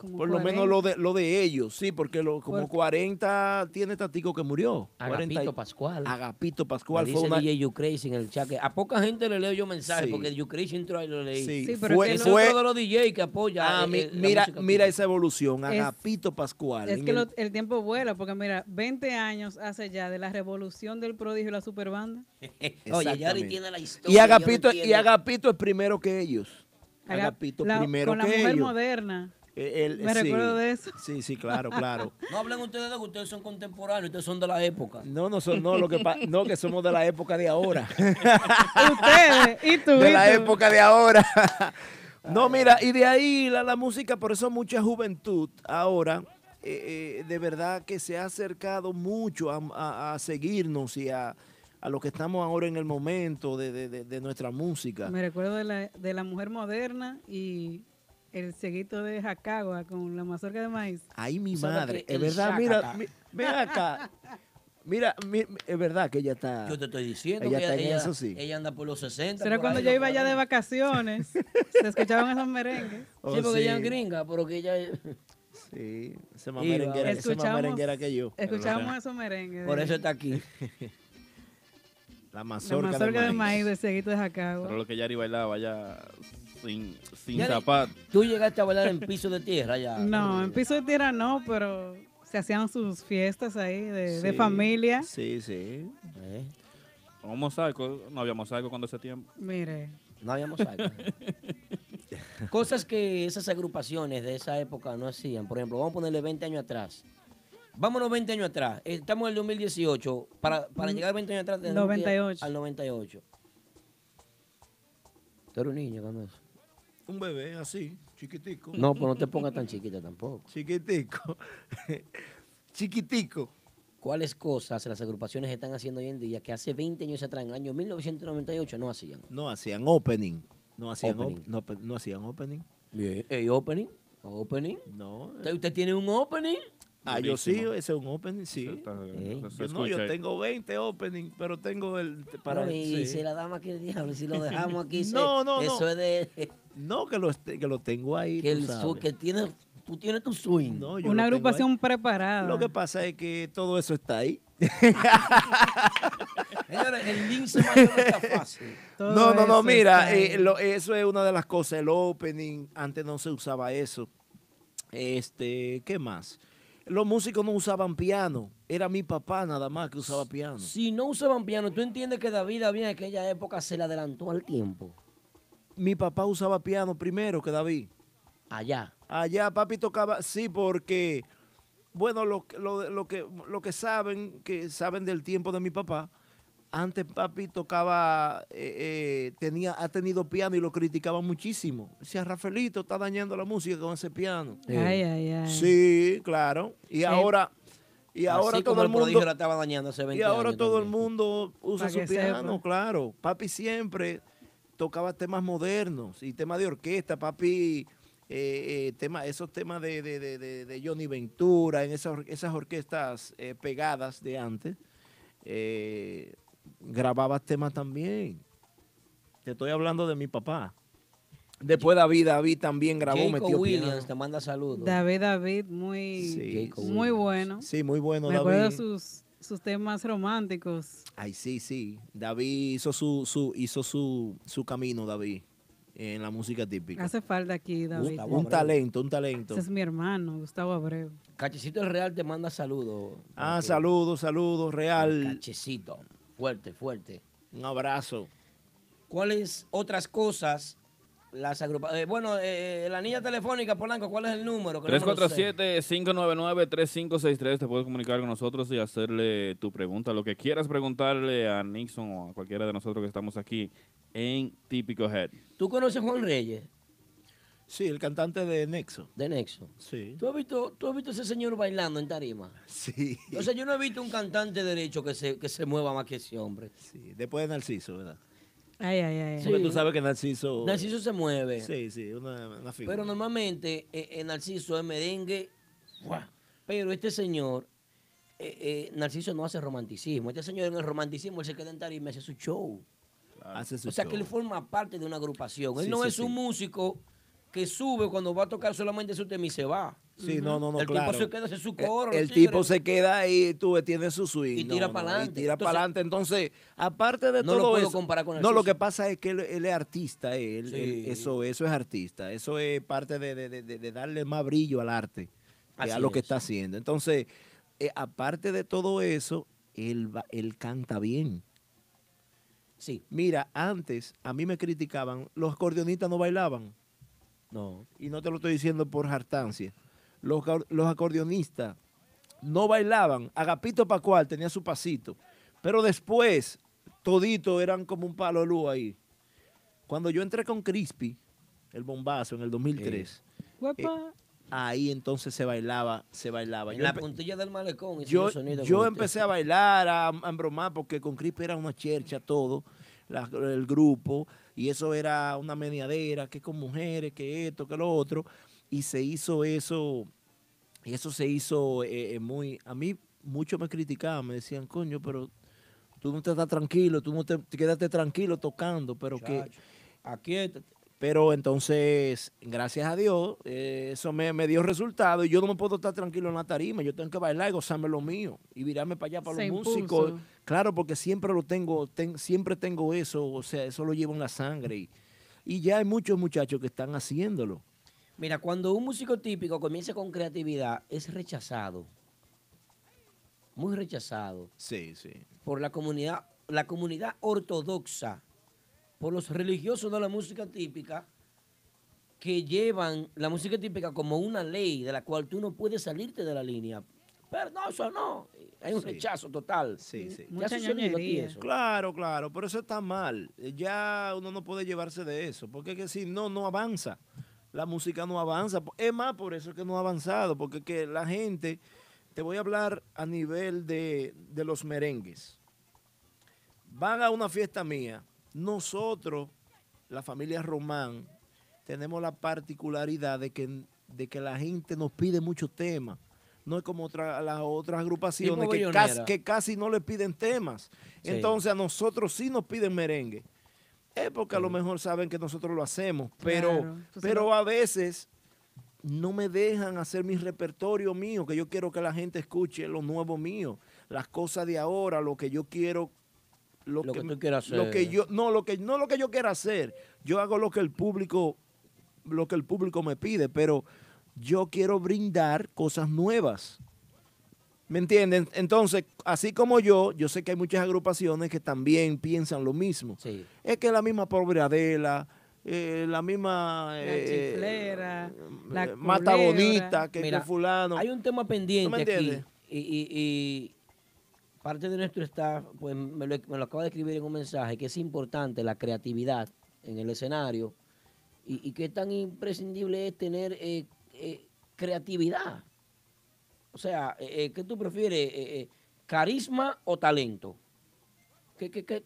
[SPEAKER 8] Por lo menos lo de, lo de ellos, sí, porque lo- como
[SPEAKER 6] Porque-
[SPEAKER 8] 40 tiene Tatico que murió.
[SPEAKER 6] Agapito
[SPEAKER 8] 40 y-
[SPEAKER 6] Pascual.
[SPEAKER 8] Agapito
[SPEAKER 6] ¿Cuál
[SPEAKER 8] Pascual
[SPEAKER 6] dice
[SPEAKER 8] fue una...
[SPEAKER 6] DJ Ucrazy en el chat. que a poca gente le leo yo mensajes
[SPEAKER 8] Sí.
[SPEAKER 6] porque Ucrazy entró y lo leí.
[SPEAKER 8] Sí, Sí, pero fue- es que
[SPEAKER 6] Ese
[SPEAKER 8] fue-
[SPEAKER 6] es otro de los DJ que apoya.
[SPEAKER 8] Ah,
[SPEAKER 6] eh,
[SPEAKER 8] mi-
[SPEAKER 6] eh, la
[SPEAKER 8] mira,
[SPEAKER 6] música
[SPEAKER 8] mira
[SPEAKER 6] típica.
[SPEAKER 8] esa evolución,
[SPEAKER 5] Es-
[SPEAKER 8] Agapito Pascual.
[SPEAKER 5] Es
[SPEAKER 8] en
[SPEAKER 5] que
[SPEAKER 8] el-
[SPEAKER 5] lo- el tiempo vuela, porque mira, 20 años hace ya de la revolución del prodigio y la superbanda.
[SPEAKER 6] Oye, Yari
[SPEAKER 8] Exactamente.
[SPEAKER 6] tiene la historia.
[SPEAKER 8] y, Agapito,
[SPEAKER 6] yo no
[SPEAKER 8] y Agapito es primero que ellos.
[SPEAKER 5] Haga-
[SPEAKER 8] Agapito
[SPEAKER 5] la-
[SPEAKER 8] primero
[SPEAKER 5] con la
[SPEAKER 8] que
[SPEAKER 5] mujer
[SPEAKER 8] ellos.
[SPEAKER 5] moderna.
[SPEAKER 8] Eh, él-
[SPEAKER 5] Me
[SPEAKER 8] sí.
[SPEAKER 5] recuerdo de eso.
[SPEAKER 8] Sí, sí, claro, claro.
[SPEAKER 6] entiendo. No hablen ustedes de que ustedes son contemporáneos, ustedes son de la época.
[SPEAKER 8] No, no, so- no, lo que pa- no, que somos de la época de ahora.
[SPEAKER 6] Ustedes, y tú,
[SPEAKER 8] De
[SPEAKER 6] y
[SPEAKER 8] la
[SPEAKER 6] tú.
[SPEAKER 8] época de ahora. No, mira, y de ahí la, la música, por eso mucha juventud ahora, eh, eh, de verdad que se ha acercado mucho a, a- a seguirnos y a, a lo que estamos ahora en el momento de, de- de- de nuestra música.
[SPEAKER 5] Me recuerdo de la, de la mujer moderna y el ceguito de Jacagua con la mazorca de maíz.
[SPEAKER 8] Ay, mi
[SPEAKER 5] ¿Sabe
[SPEAKER 8] madre,
[SPEAKER 5] que
[SPEAKER 8] es
[SPEAKER 5] el
[SPEAKER 8] verdad,
[SPEAKER 5] shakata?
[SPEAKER 8] mira, mi- ven acá. Mira, mi- es verdad que ella está.
[SPEAKER 6] Yo te estoy diciendo
[SPEAKER 8] Ella
[SPEAKER 6] que
[SPEAKER 8] está en
[SPEAKER 6] ella,
[SPEAKER 8] eso, sí.
[SPEAKER 6] ella anda por los 60.
[SPEAKER 5] Será
[SPEAKER 6] por
[SPEAKER 5] cuando
[SPEAKER 6] ahí,
[SPEAKER 5] yo
[SPEAKER 6] ¿no?
[SPEAKER 5] iba allá de vacaciones. Se escuchaban esos merengues.
[SPEAKER 8] Oh,
[SPEAKER 6] sí, porque ella
[SPEAKER 8] sí.
[SPEAKER 6] es gringa, pero que ella.
[SPEAKER 8] Sí, se más merenguera, se más
[SPEAKER 5] Escuchamos-
[SPEAKER 8] merenguera que yo.
[SPEAKER 5] Escuchábamos esos merengues.
[SPEAKER 6] Por
[SPEAKER 5] de-
[SPEAKER 6] eso está aquí.
[SPEAKER 8] La
[SPEAKER 5] La
[SPEAKER 8] mazorca,
[SPEAKER 5] mazorca de
[SPEAKER 8] de maíz.
[SPEAKER 5] maíz del ceguito de Jacagua.
[SPEAKER 4] Pero lo que Yari bailaba ya sin, sin
[SPEAKER 5] Yari,
[SPEAKER 4] zapato.
[SPEAKER 6] Tú llegaste a bailar en piso de tierra ya.
[SPEAKER 5] No, en piso de tierra no, pero se hacían sus fiestas ahí de, de
[SPEAKER 4] Sí,
[SPEAKER 5] familia.
[SPEAKER 8] Sí, sí.
[SPEAKER 6] Eh.
[SPEAKER 4] Un mosaico, no había mosaico cuando ese tiempo.
[SPEAKER 5] Mire.
[SPEAKER 6] No habíamos algo. Cosas que esas agrupaciones de esa época no hacían. Por ejemplo, vamos a ponerle 20 años atrás. Vámonos 20 años atrás. Estamos en el 2018. Para, para
[SPEAKER 5] Mm,
[SPEAKER 6] llegar 20 años atrás tenemos que ir
[SPEAKER 5] 98.
[SPEAKER 6] al 98. Tú eres un niño cuando eso.
[SPEAKER 8] Un bebé así, chiquitico.
[SPEAKER 6] No, pues no te pongas tan chiquita tampoco.
[SPEAKER 8] Chiquitico. Chiquitico.
[SPEAKER 6] ¿Cuáles cosas las agrupaciones están haciendo hoy en día que hace 20 años atrás, en el año 1998, no hacían?
[SPEAKER 8] No hacían opening. No hacían op-
[SPEAKER 6] Opening.
[SPEAKER 8] no, pe- no hacían opening.
[SPEAKER 6] ¿Y opening? ¿Opening?
[SPEAKER 8] No.
[SPEAKER 6] ¿Usted, usted tiene un opening?
[SPEAKER 8] Ah, yo sí, ese es un opening, sí.
[SPEAKER 6] se
[SPEAKER 8] Yo, no, yo
[SPEAKER 6] escucha ahí.
[SPEAKER 8] tengo 20 opening, pero tengo el te- para
[SPEAKER 6] No, y
[SPEAKER 8] sí.
[SPEAKER 6] si la dama quiere diablo, si lo dejamos aquí, se-
[SPEAKER 8] No, no, no.
[SPEAKER 6] eso es de
[SPEAKER 8] No, que lo, este- que lo tengo ahí.
[SPEAKER 6] que,
[SPEAKER 8] tú
[SPEAKER 6] el
[SPEAKER 8] sabes.
[SPEAKER 6] su- que tiene, tú tienes tu swing.
[SPEAKER 8] No,
[SPEAKER 5] Una
[SPEAKER 8] yo lo tengo ahí.
[SPEAKER 5] agrupación preparada.
[SPEAKER 8] Lo que pasa es que todo eso está ahí.
[SPEAKER 6] Señores, el link se mandó no está fácil.
[SPEAKER 8] no, no, no, mira, eh, lo- eso es una de las cosas, el opening, antes no se usaba eso. Este, ¿qué más? Los músicos no usaban piano, era mi papá nada más que usaba piano.
[SPEAKER 6] Si no usaban piano, ¿tú entiendes que David había en aquella época se le adelantó al tiempo?
[SPEAKER 8] Mi papá usaba piano primero que David.
[SPEAKER 6] Allá.
[SPEAKER 8] Allá papi tocaba, sí, porque, bueno, lo, lo- lo que, lo que saben, que saben del tiempo de mi papá, antes papi tocaba, eh, eh, tenía, ha tenido piano y lo criticaban muchísimo. Decía, Rafaelito está dañando la música con ese piano.
[SPEAKER 5] Ay, ay, ay.
[SPEAKER 8] Sí, claro. Y
[SPEAKER 5] Sí.
[SPEAKER 8] ahora, y ahora
[SPEAKER 6] Así
[SPEAKER 8] todo
[SPEAKER 6] como
[SPEAKER 8] el,
[SPEAKER 6] el prodigio
[SPEAKER 8] mundo.
[SPEAKER 6] la estaba dañando hace 20
[SPEAKER 8] y ahora
[SPEAKER 6] años
[SPEAKER 8] todo el mundo usa
[SPEAKER 6] Pa'
[SPEAKER 8] su
[SPEAKER 6] que
[SPEAKER 8] piano,
[SPEAKER 6] sepa.
[SPEAKER 8] claro. Papi siempre tocaba temas modernos y temas de orquesta, papi. eh, eh, tema- esos temas de, de- de- de- de Johnny Ventura, en esas, or- esas orquestas eh, pegadas de antes, eh, grababa temas también. Te estoy hablando de mi papá. Después David, David también grabó,
[SPEAKER 6] Jacob
[SPEAKER 8] metió piano.
[SPEAKER 6] Williams te manda saludos.
[SPEAKER 5] David David, muy,
[SPEAKER 8] Sí, Jacob
[SPEAKER 5] muy
[SPEAKER 8] Williams.
[SPEAKER 5] bueno.
[SPEAKER 8] Sí, muy bueno,
[SPEAKER 5] Me acuerdo de
[SPEAKER 8] David.
[SPEAKER 5] sus, sus temas románticos.
[SPEAKER 8] Ay, sí, sí. David hizo su, su, hizo su, su camino, David, en la música típica.
[SPEAKER 5] Hace falta aquí, David.
[SPEAKER 8] un, un talento, un talento.
[SPEAKER 5] Ese es mi hermano, Gustavo Abreu.
[SPEAKER 6] Cachecito el Real te manda saludos.
[SPEAKER 8] Ah, saludos, saludos, Real.
[SPEAKER 6] Cachecito. Fuerte, fuerte.
[SPEAKER 8] Un abrazo.
[SPEAKER 6] ¿Cuáles otras cosas las agrupaciones? bueno, eh, la niña telefónica, Polanco, ¿cuál es el número? Que no me lo sé.
[SPEAKER 4] 347-599-3563. Te puedes comunicar con nosotros y hacerle tu pregunta. Lo que quieras preguntarle a Nixon o a cualquiera de nosotros que estamos aquí en Típico Head.
[SPEAKER 6] ¿Tú conoces a Juan Reyes?
[SPEAKER 8] Sí, el cantante de Nexo.
[SPEAKER 6] De Nexo.
[SPEAKER 8] Sí.
[SPEAKER 6] ¿Tú has, visto, ¿Tú has visto ese señor bailando en tarima?
[SPEAKER 8] Sí.
[SPEAKER 6] O sea, yo no he visto un cantante derecho que se, que se mueva más que ese hombre.
[SPEAKER 8] Sí, después de Narciso, ¿verdad?
[SPEAKER 5] Ay, ay, ay.
[SPEAKER 8] Porque tú sabes que Narciso.
[SPEAKER 6] Narciso se mueve.
[SPEAKER 8] Sí, sí, una, una figura.
[SPEAKER 6] Pero normalmente eh, eh, Narciso es merengue. ¡guau! Pero este señor, eh, eh, Narciso no hace romanticismo. Este señor en el romanticismo él se queda en tarima y hace su show.
[SPEAKER 8] Hace su
[SPEAKER 6] o sea, que
[SPEAKER 8] show.
[SPEAKER 6] él forma parte de una agrupación. Él
[SPEAKER 8] Sí,
[SPEAKER 6] no
[SPEAKER 8] sí,
[SPEAKER 6] es un
[SPEAKER 8] sí.
[SPEAKER 6] músico que sube cuando va a tocar solamente su tema y se va.
[SPEAKER 8] Sí, no, no, no,
[SPEAKER 6] El
[SPEAKER 8] claro. Eh,
[SPEAKER 6] tipo se queda en su
[SPEAKER 8] El-
[SPEAKER 6] coro.
[SPEAKER 8] El,
[SPEAKER 6] los tigres.
[SPEAKER 8] tipo se queda ahí, tú ves, tiene su swing.
[SPEAKER 6] Y
[SPEAKER 8] no,
[SPEAKER 6] tira
[SPEAKER 8] no,
[SPEAKER 6] pa'lante.
[SPEAKER 8] Y tira
[SPEAKER 6] Entonces,
[SPEAKER 8] para adelante. Entonces, aparte de
[SPEAKER 6] no
[SPEAKER 8] todo
[SPEAKER 6] lo puedo
[SPEAKER 8] eso-
[SPEAKER 6] comparar con el
[SPEAKER 8] No, lo
[SPEAKER 6] Suso.
[SPEAKER 8] que pasa es que él, él es artista. eh, él-
[SPEAKER 6] Sí.
[SPEAKER 8] él- eso, eso es artista. Eso es parte de, de- de- de- de darle más brillo al arte que a
[SPEAKER 6] Así
[SPEAKER 8] lo que
[SPEAKER 6] es.
[SPEAKER 8] está haciendo. Entonces, eh, aparte de todo eso, él, va- él canta bien.
[SPEAKER 6] Sí.
[SPEAKER 8] Mira, antes a mí me criticaban, los acordeonistas no bailaban.
[SPEAKER 6] No.
[SPEAKER 8] Y no te lo estoy diciendo por jartancia. Los, ca- los acordeonistas no bailaban. Agapito Pacual tenía su pasito. Pero después, todito eran como un palo de luz ahí. Cuando yo entré con Crispy, el bombazo, en el 2003, eh, ahí entonces se bailaba, se bailaba.
[SPEAKER 6] En
[SPEAKER 8] Yo
[SPEAKER 6] la
[SPEAKER 8] empe-
[SPEAKER 6] puntilla del malecón. ese
[SPEAKER 8] yo,
[SPEAKER 6] sonido
[SPEAKER 8] yo
[SPEAKER 6] como-
[SPEAKER 8] empecé a bailar, a, a bromar, porque con Crispy era una chercha todo, la- el grupo, y eso era una meneadera, que con mujeres, que esto, que lo otro, y se hizo eso, y eso se hizo eh, eh, muy, a mí muchos me criticaban, me decían, coño, pero tú no te estás tranquilo, tú no te, te quédate tranquilo tocando, pero que...
[SPEAKER 6] Aquí
[SPEAKER 8] Pero entonces, gracias a Dios, eh, eso me, me dio resultado y yo no me puedo estar tranquilo en la tarima. Yo tengo que bailar y gozarme lo mío y virarme para allá para
[SPEAKER 5] Ese
[SPEAKER 8] los
[SPEAKER 5] impulso.
[SPEAKER 8] músicos. Claro, porque siempre lo tengo, ten- siempre tengo eso, o sea, eso lo llevo en la sangre. Y, y ya hay muchos muchachos que están haciéndolo.
[SPEAKER 6] Mira, cuando un músico típico comienza con creatividad, es rechazado. Muy rechazado.
[SPEAKER 8] Sí, sí.
[SPEAKER 6] Por la comunidad, la comunidad ortodoxa, por los religiosos de la música típica, que llevan la música típica como una ley de la cual tú no puedes salirte de la línea. Pero no, eso no. Hay un
[SPEAKER 8] Sí.
[SPEAKER 6] rechazo total.
[SPEAKER 8] Sí, sí.
[SPEAKER 6] ¿Te ha sucedido a ti eso?
[SPEAKER 8] Claro, claro, pero eso está mal. Eh, Ya uno no puede llevarse de eso, porque es que si no, no avanza. La música no avanza. Po- Es más, por eso es que no ha avanzado, porque es que la gente, te voy a hablar a nivel de, de los merengues. Van a una fiesta mía. Nosotros, la familia Román, tenemos la particularidad de que, de que la gente nos pide muchos temas. No es como otra- las otras agrupaciones
[SPEAKER 6] Tipo
[SPEAKER 8] que
[SPEAKER 6] Bellonera.
[SPEAKER 8] casi, que casi no le piden temas.
[SPEAKER 6] Sí.
[SPEAKER 8] Entonces a nosotros sí nos piden merengue. Es porque a lo mejor saben que nosotros lo hacemos, pero,
[SPEAKER 6] Claro. Entonces
[SPEAKER 8] pero
[SPEAKER 6] no-
[SPEAKER 8] a veces no me dejan hacer mi repertorio mío, que yo quiero que la gente escuche lo nuevo mío, las cosas de ahora, lo que yo quiero lo,
[SPEAKER 6] Lo que tú quieras
[SPEAKER 8] Lo
[SPEAKER 6] hacer.
[SPEAKER 8] que yo, no, lo que, no lo que yo quiera hacer. Yo hago lo que el público, lo que el público me pide, pero yo quiero brindar cosas nuevas. ¿Me entienden? Entonces, así como yo, yo sé que hay muchas agrupaciones que también piensan lo mismo. Es que la misma pobre Adela, eh, la misma
[SPEAKER 5] La
[SPEAKER 8] eh,
[SPEAKER 5] chiflera, la
[SPEAKER 8] eh, mata
[SPEAKER 5] culebra.
[SPEAKER 8] bonita, que,
[SPEAKER 6] Mira,
[SPEAKER 8] que fulano.
[SPEAKER 6] Hay un tema pendiente
[SPEAKER 8] ¿Tú me
[SPEAKER 6] aquí.
[SPEAKER 8] entiendes?
[SPEAKER 6] Y, y- y parte de nuestro staff pues, me, lo, me lo acaba de escribir en un mensaje que es importante la creatividad en el escenario y, y qué tan imprescindible es tener eh, eh, creatividad. O sea, eh, eh, ¿qué tú prefieres? eh, eh, ¿Carisma o talento? ¿Qué- qué- qué-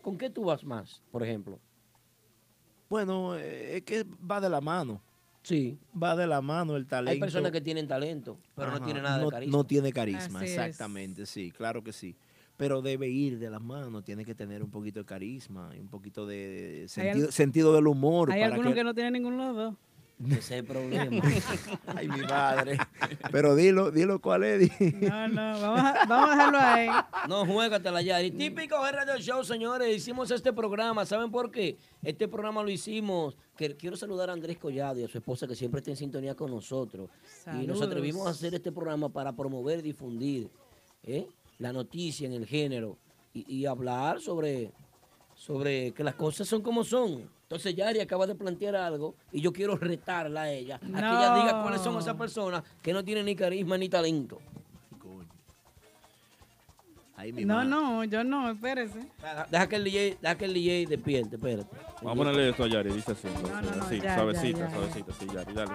[SPEAKER 6] con qué tú vas más, por ejemplo?
[SPEAKER 8] Bueno, eh, es que va de la mano.
[SPEAKER 6] Sí.
[SPEAKER 8] Va de la mano el talento.
[SPEAKER 6] Hay personas que tienen talento, pero no
[SPEAKER 8] Ajá,
[SPEAKER 6] tienen nada de
[SPEAKER 8] no-
[SPEAKER 6] carisma.
[SPEAKER 8] No tiene carisma,
[SPEAKER 6] Así es.
[SPEAKER 8] exactamente, sí, claro que sí. Pero debe ir de las manos, tiene que tener un poquito de carisma, y un poquito de sentido,
[SPEAKER 5] al-
[SPEAKER 8] sentido del humor.
[SPEAKER 5] Hay
[SPEAKER 8] para
[SPEAKER 5] algunos que...
[SPEAKER 8] que-
[SPEAKER 5] no tienen ninguno de los dos.
[SPEAKER 6] Ese es el problema.
[SPEAKER 8] Ay, mi madre. Pero dilo, dilo cuál es. di.
[SPEAKER 5] No, no, vamos a, vamos a dejarlo ahí.
[SPEAKER 6] No, juégatela ya. Y típico de Radio Show, señores. Hicimos este programa. ¿Saben por qué? Este programa lo hicimos. que- Quiero saludar a Andrés Collado y a su esposa que siempre está en sintonía con nosotros. Y nos
[SPEAKER 5] Saludos.
[SPEAKER 6] atrevimos a hacer este programa para promover, difundir ¿eh? la noticia en el género y, y hablar sobre, sobre que las cosas son como son. Entonces Yari acaba de plantear algo y yo quiero retarla a ella. A que ella
[SPEAKER 5] No.
[SPEAKER 6] diga cuáles son esas personas que no tienen ni carisma ni talento.
[SPEAKER 8] Ahí mi
[SPEAKER 5] No,
[SPEAKER 8] madre.
[SPEAKER 5] no, yo no, espérese.
[SPEAKER 6] Deja que el DJ, deja que el DJ despierte, espérate.
[SPEAKER 4] Vamos a ponerle esto a Yari, dice así.
[SPEAKER 5] No, no, no,
[SPEAKER 4] así,
[SPEAKER 5] ya,
[SPEAKER 4] suavecita,
[SPEAKER 5] ya, ya.
[SPEAKER 4] suavecita, sí, Yari, dale.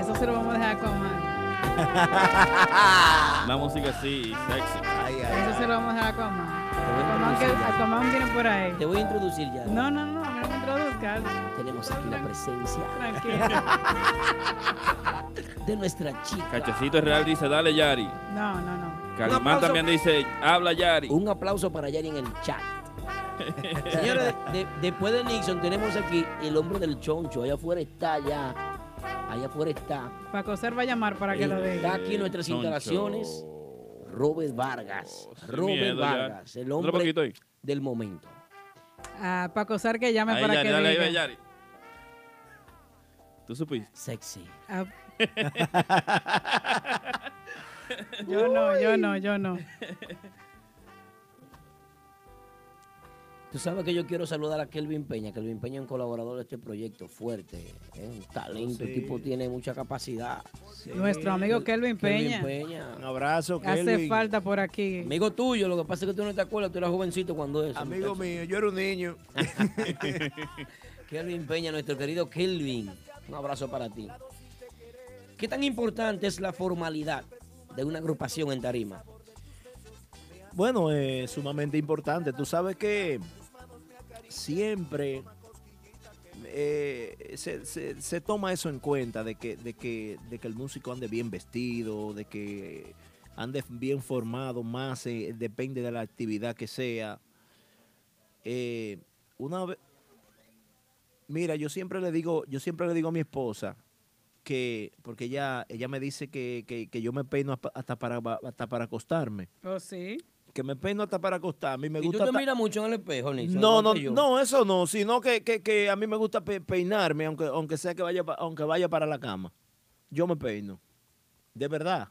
[SPEAKER 5] Eso se lo vamos a dejar con Omar.
[SPEAKER 4] La música así, y sexy.
[SPEAKER 5] Eso se lo vamos a dejar con Omar. Comán que- a Comán viene por ahí.
[SPEAKER 6] Te voy a introducir ya.
[SPEAKER 5] No, no, no, no me introduzcas.
[SPEAKER 6] Tenemos aquí la presencia
[SPEAKER 5] Tranquilo.
[SPEAKER 6] de nuestra chica.
[SPEAKER 4] Cachecito Real dice, dale Yari.
[SPEAKER 5] No, no, no.
[SPEAKER 4] Calimán también dice, habla Yari.
[SPEAKER 6] Un aplauso para Yari en el chat. Señores, de- después de Nixon tenemos aquí el hombre del choncho. Allá afuera está ya. Allá afuera está.
[SPEAKER 5] Paco Ser va a llamar para que lo
[SPEAKER 6] Eh, Está
[SPEAKER 5] diga.
[SPEAKER 6] aquí en nuestras
[SPEAKER 4] Choncho.
[SPEAKER 6] instalaciones. Robert Vargas.
[SPEAKER 4] Sin
[SPEAKER 6] Robert
[SPEAKER 4] miedo, Yari.
[SPEAKER 6] Vargas, el
[SPEAKER 4] Otro
[SPEAKER 6] hombre
[SPEAKER 4] poquito ahí.
[SPEAKER 6] del momento.
[SPEAKER 5] A Ah, Paco Ser que llame
[SPEAKER 4] Ahí,
[SPEAKER 5] para
[SPEAKER 4] Yari,
[SPEAKER 5] que
[SPEAKER 4] dale, ahí
[SPEAKER 5] diga.
[SPEAKER 4] ve, Yari. ¿Tú supiste?
[SPEAKER 6] Sexy.
[SPEAKER 5] Ah. yo no, yo no, yo no.
[SPEAKER 6] Tú sabes que yo quiero saludar a Kelvin Peña. Kelvin Peña es un colaborador de este proyecto fuerte. Es un talento. El
[SPEAKER 8] Oh, Sí.
[SPEAKER 6] tipo tiene mucha capacidad.
[SPEAKER 5] Nuestro amigo Kelvin Peña.
[SPEAKER 6] Peña.
[SPEAKER 8] Un abrazo,
[SPEAKER 5] Hace
[SPEAKER 8] Kelvin.
[SPEAKER 5] falta por aquí.
[SPEAKER 6] Amigo tuyo, lo que pasa es que tú no te acuerdas, tú eras jovencito cuando eso.
[SPEAKER 8] Amigo
[SPEAKER 6] muchacho.
[SPEAKER 8] mío, yo era un niño.
[SPEAKER 6] Kelvin Peña, nuestro querido Kelvin. Un abrazo para ti. ¿Qué tan importante es la formalidad de una agrupación en tarima?
[SPEAKER 8] Bueno, es sumamente importante. Tú sabes que siempre eh, se, se- se toma eso en cuenta de que, de, que, de que el músico ande bien vestido, de que ande bien formado, más eh, depende de la actividad que sea. Eh, una ve- mira, yo siempre le digo, yo siempre le digo a mi esposa que, porque ella, ella me dice que, que- que yo me peino hasta para, hasta para acostarme
[SPEAKER 5] Oh, sí.
[SPEAKER 8] que me peino hasta para acostarme. y Me
[SPEAKER 6] y tú
[SPEAKER 8] gusta
[SPEAKER 6] te
[SPEAKER 8] ta-
[SPEAKER 6] miras mucho en el espejo, Nixon.
[SPEAKER 8] no,
[SPEAKER 6] igual
[SPEAKER 8] no,
[SPEAKER 6] que yo.
[SPEAKER 8] no, eso no, sino que, que, que a mí me gusta pe- peinarme, aunque, aunque sea que vaya, pa- aunque vaya para la cama. Yo me peino, de verdad.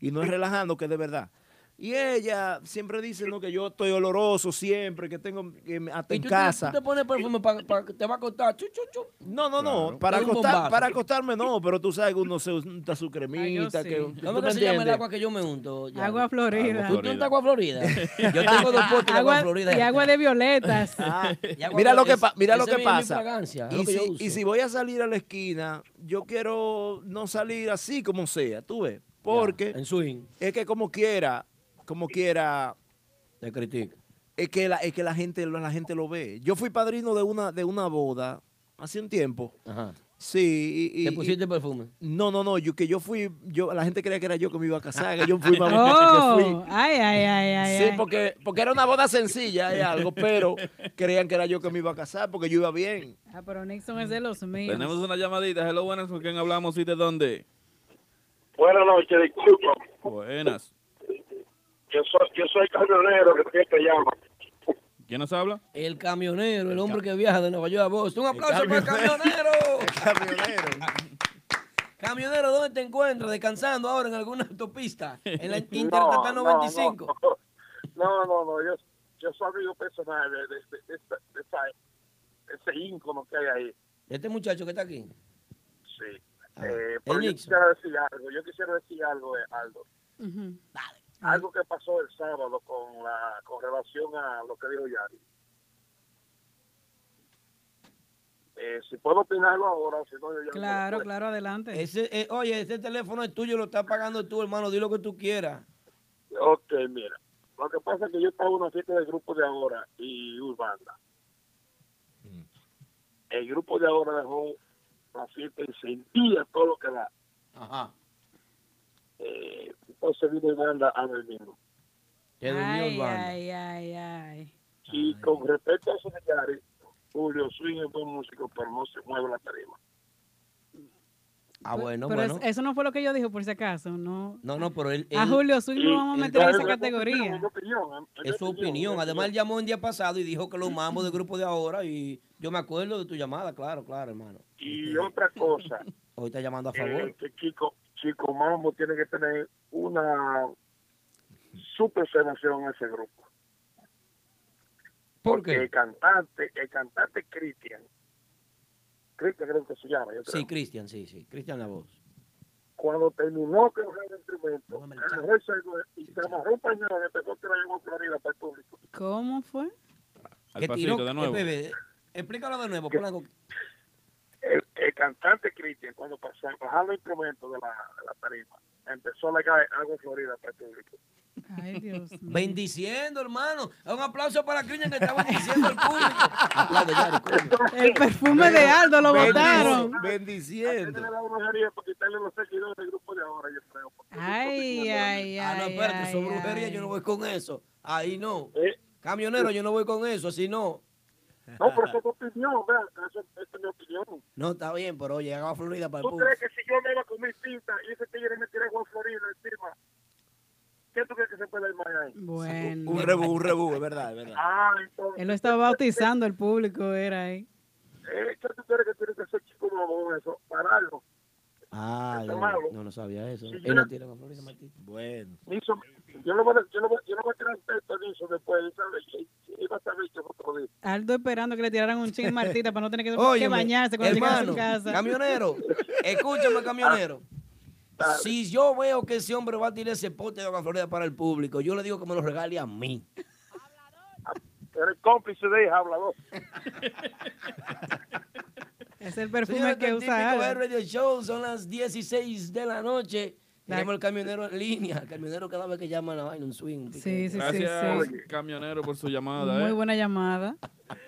[SPEAKER 8] Y no es relajando, que de verdad. Y ella siempre dice no, que yo estoy oloroso siempre, que tengo que me- hasta
[SPEAKER 6] Y
[SPEAKER 8] en
[SPEAKER 6] tú te-
[SPEAKER 8] casa.
[SPEAKER 6] Tú te pones perfume para que te va a acostar. Chu, chu, chu.
[SPEAKER 8] No, no, no,
[SPEAKER 4] Claro.
[SPEAKER 8] para,
[SPEAKER 6] Te doy un
[SPEAKER 8] acostar-
[SPEAKER 6] bombazo.
[SPEAKER 8] para acostarme no, pero tú sabes que uno se unta su cremita.
[SPEAKER 5] sí.
[SPEAKER 8] que,
[SPEAKER 5] ¿Cómo
[SPEAKER 8] ¿tú
[SPEAKER 6] ¿Cómo
[SPEAKER 8] me
[SPEAKER 6] que se llama el
[SPEAKER 8] entiendes?
[SPEAKER 6] agua que yo me unto? Yari?
[SPEAKER 5] Agua Florida.
[SPEAKER 6] ¿Tú te untas agua Florida? Yo tengo dos potes de agua
[SPEAKER 5] Agua,
[SPEAKER 6] Florida.
[SPEAKER 5] y agua de violetas.
[SPEAKER 8] Ah,
[SPEAKER 6] Y agua
[SPEAKER 8] mira lo
[SPEAKER 6] Florida,
[SPEAKER 8] que, pa-
[SPEAKER 6] es-
[SPEAKER 8] mira lo
[SPEAKER 6] esa
[SPEAKER 8] que
[SPEAKER 6] es mi- mi
[SPEAKER 8] pasa.
[SPEAKER 6] fragancia, es lo
[SPEAKER 8] Y
[SPEAKER 6] que yo
[SPEAKER 8] si,
[SPEAKER 6] uso.
[SPEAKER 8] y si voy a salir a la esquina, yo quiero no salir así como sea, tú ves. Porque
[SPEAKER 6] Ya, En swing,
[SPEAKER 8] es que como quiera, como quiera,
[SPEAKER 6] te critico.
[SPEAKER 8] es que la, es que la gente, lo- la gente lo ve. Yo fui padrino de una, de una boda hace un tiempo.
[SPEAKER 6] Ajá.
[SPEAKER 8] Sí, y, y-
[SPEAKER 6] ¿Te
[SPEAKER 8] y-
[SPEAKER 6] pusiste perfume?
[SPEAKER 8] no, no, no, yo que yo fui, yo, la gente creía que era yo que me iba a casar, que yo fui más que fui.
[SPEAKER 5] Oh, ay, ay, ay, ay.
[SPEAKER 8] Sí,
[SPEAKER 5] ay.
[SPEAKER 8] porque, porque era una boda sencilla y algo, pero creían que era yo que me iba a casar porque yo iba bien.
[SPEAKER 5] Ah, pero Nixon es de los míos.
[SPEAKER 4] Tenemos una llamadita. Hello, buenas. ¿Con quién hablamos y de dónde?
[SPEAKER 11] Buenas noches, disculpa.
[SPEAKER 4] Buenas.
[SPEAKER 11] Yo soy, yo soy camionero que siempre llama.
[SPEAKER 4] ¿Quién nos habla?
[SPEAKER 6] El camionero, el hombre que viaja de Nueva York a Boston. Un aplauso
[SPEAKER 8] El
[SPEAKER 6] para el camionero.
[SPEAKER 8] Camionero.
[SPEAKER 6] camionero, ¿dónde te encuentras? ¿Descansando ahora en alguna autopista? En la
[SPEAKER 11] No,
[SPEAKER 6] Interestatal
[SPEAKER 11] no,
[SPEAKER 6] 95.
[SPEAKER 11] No, no, no, no, yo, yo soy amigo personal de, de, de- de esta- de esa- ese ícono que hay ahí.
[SPEAKER 6] Este muchacho que está aquí.
[SPEAKER 11] Sí.
[SPEAKER 6] Ah,
[SPEAKER 11] Eh,
[SPEAKER 6] el
[SPEAKER 11] pero yo
[SPEAKER 6] Nixon.
[SPEAKER 11] quisiera decir algo, yo quisiera decir algo, eh, Aldo.
[SPEAKER 5] Ujú.
[SPEAKER 6] Ah.
[SPEAKER 11] Algo que pasó el sábado con la con relación a lo que dijo Yari. Eh, si puedo opinarlo ahora, si no, yo ya
[SPEAKER 5] Claro, claro, adelante.
[SPEAKER 6] Ese, eh, oye, ese teléfono es tuyo, lo estás pagando tú, hermano. Di lo que tú quieras.
[SPEAKER 11] Ok, mira. Lo que pasa es que yo estaba en una fiesta del grupo de ahora y Urbanda.
[SPEAKER 6] Mm.
[SPEAKER 11] El grupo de ahora dejó la fiesta encendida todo lo que da.
[SPEAKER 6] Ajá.
[SPEAKER 11] Eh, entonces vino Urbanda a ver mismo.
[SPEAKER 6] Te durmió el
[SPEAKER 5] ay,
[SPEAKER 6] bando.
[SPEAKER 5] ay, ay, ay.
[SPEAKER 11] Y con respecto a su Yari, Julio Swing es buen músico, pero no se mueve la tarima.
[SPEAKER 6] Ah, bueno,
[SPEAKER 5] pero es-
[SPEAKER 6] bueno.
[SPEAKER 5] eso no fue lo que yo dije, por si acaso. No.
[SPEAKER 6] No, no, pero él,
[SPEAKER 5] a
[SPEAKER 6] él-
[SPEAKER 5] Julio Swing no vamos a
[SPEAKER 11] Y-
[SPEAKER 5] meter en
[SPEAKER 11] es
[SPEAKER 5] esa
[SPEAKER 11] mi opinión,
[SPEAKER 5] categoría.
[SPEAKER 11] Es mi opinión, es mi
[SPEAKER 6] es su opinión.
[SPEAKER 11] es mi
[SPEAKER 6] Además, él llamó el día pasado y dijo que los mamos del grupo de ahora. Y yo me acuerdo de tu llamada, claro, claro, hermano.
[SPEAKER 11] Y otra cosa,
[SPEAKER 6] Hoy está llamando a
[SPEAKER 11] eh,
[SPEAKER 6] favor.
[SPEAKER 11] que Chico, Chico Mambo tiene que tener una super selección a ese grupo.
[SPEAKER 6] ¿Por
[SPEAKER 11] porque el
[SPEAKER 6] qué?
[SPEAKER 11] cantante, el cantante Cristian, Cristian creo que se llama, yo creo.
[SPEAKER 6] Sí, Cristian, sí, sí. Cristian la voz.
[SPEAKER 11] Cuando terminó que era el instrumento, la mujer se fue y se amarró un pañuelo de Pecote que la llevó a Florida para el público.
[SPEAKER 5] ¿Cómo fue?
[SPEAKER 4] Al
[SPEAKER 6] Que
[SPEAKER 4] pasito,
[SPEAKER 6] tiró-
[SPEAKER 4] de nuevo.
[SPEAKER 6] espérate, Explícalo de nuevo, Polanco.
[SPEAKER 11] El, el cantante Cristian, cuando pasó bajando el instrumento de la, de la tarima, empezó a caer algo en Florida para el público.
[SPEAKER 5] Ay, Dios
[SPEAKER 6] Bendiciendo, hermano. Un aplauso para Cristian que está bendiciendo al público. Aplaude, Yari, coño.
[SPEAKER 5] El perfume de Aldo lo
[SPEAKER 6] Bendici-
[SPEAKER 5] botaron.
[SPEAKER 11] Tiene
[SPEAKER 4] Bendiciendo.
[SPEAKER 11] la brujería para quitarle los seguidores del grupo de ahora, yo creo.
[SPEAKER 5] Ay, ay, ay.
[SPEAKER 6] Ah, no, espérate, eso es
[SPEAKER 5] ay,
[SPEAKER 6] brujería,
[SPEAKER 5] ay.
[SPEAKER 6] yo no voy con eso. Ahí no.
[SPEAKER 11] Eh.
[SPEAKER 6] Camionero, yo no voy con eso, así no.
[SPEAKER 11] No, pero esa es tu opinión, vean, esa esa es mi opinión.
[SPEAKER 6] No, está bien, pero oye, llegaba a Florida para el
[SPEAKER 11] ¿Tú
[SPEAKER 6] público.
[SPEAKER 11] crees que si yo me iba con mi cinta y ese tigre me tiré Juan Florida encima, qué tú crees que se puede armar ahí?
[SPEAKER 5] Bueno.
[SPEAKER 8] Un rebú, un rebú, es verdad, es verdad.
[SPEAKER 11] Ah, entonces.
[SPEAKER 5] Él lo estaba bautizando, el público era ahí.
[SPEAKER 11] eh, ¿Qué tú crees que tienes que hacer, chico, no, con eso? Pararlo.
[SPEAKER 6] Ah,
[SPEAKER 11] Está
[SPEAKER 6] yo no,
[SPEAKER 11] malo.
[SPEAKER 6] no, no sabía eso.
[SPEAKER 11] Sí,
[SPEAKER 6] Él
[SPEAKER 11] yo-
[SPEAKER 6] no tira con Florida, Martín.
[SPEAKER 8] Bueno.
[SPEAKER 11] Nixon, yo no voy a, yo no voy, yo no voy a tirar texto de eso después. él sabe que- que Iba a estar visto otro día.
[SPEAKER 5] Aldo esperando que le tiraran un chin Martita para no tener que, que
[SPEAKER 6] Óyeme,
[SPEAKER 5] bañarse cuando llegara a
[SPEAKER 6] hermano,
[SPEAKER 5] su casa.
[SPEAKER 6] camionero, escúchame, camionero.
[SPEAKER 11] Ah, Dale.
[SPEAKER 6] Si yo veo que ese hombre va a tirar ese pote de agua Florida para el público, yo le digo que me lo regale a mí.
[SPEAKER 11] Pero el cómplice de ella, hablador.
[SPEAKER 5] Es el perfume
[SPEAKER 6] Señores,
[SPEAKER 5] que
[SPEAKER 6] del
[SPEAKER 5] usa
[SPEAKER 6] típico
[SPEAKER 5] Aldo.
[SPEAKER 6] Radio Show, son las 16 de la noche.
[SPEAKER 5] La-
[SPEAKER 6] Tenemos el camionero en línea. El camionero cada vez que llama a la vaina, un swing. un
[SPEAKER 5] Sí,
[SPEAKER 6] piquete.
[SPEAKER 5] sí, sí,
[SPEAKER 4] Gracias,
[SPEAKER 5] sí.
[SPEAKER 4] camionero, por su llamada.
[SPEAKER 5] Muy
[SPEAKER 4] eh.
[SPEAKER 5] buena llamada.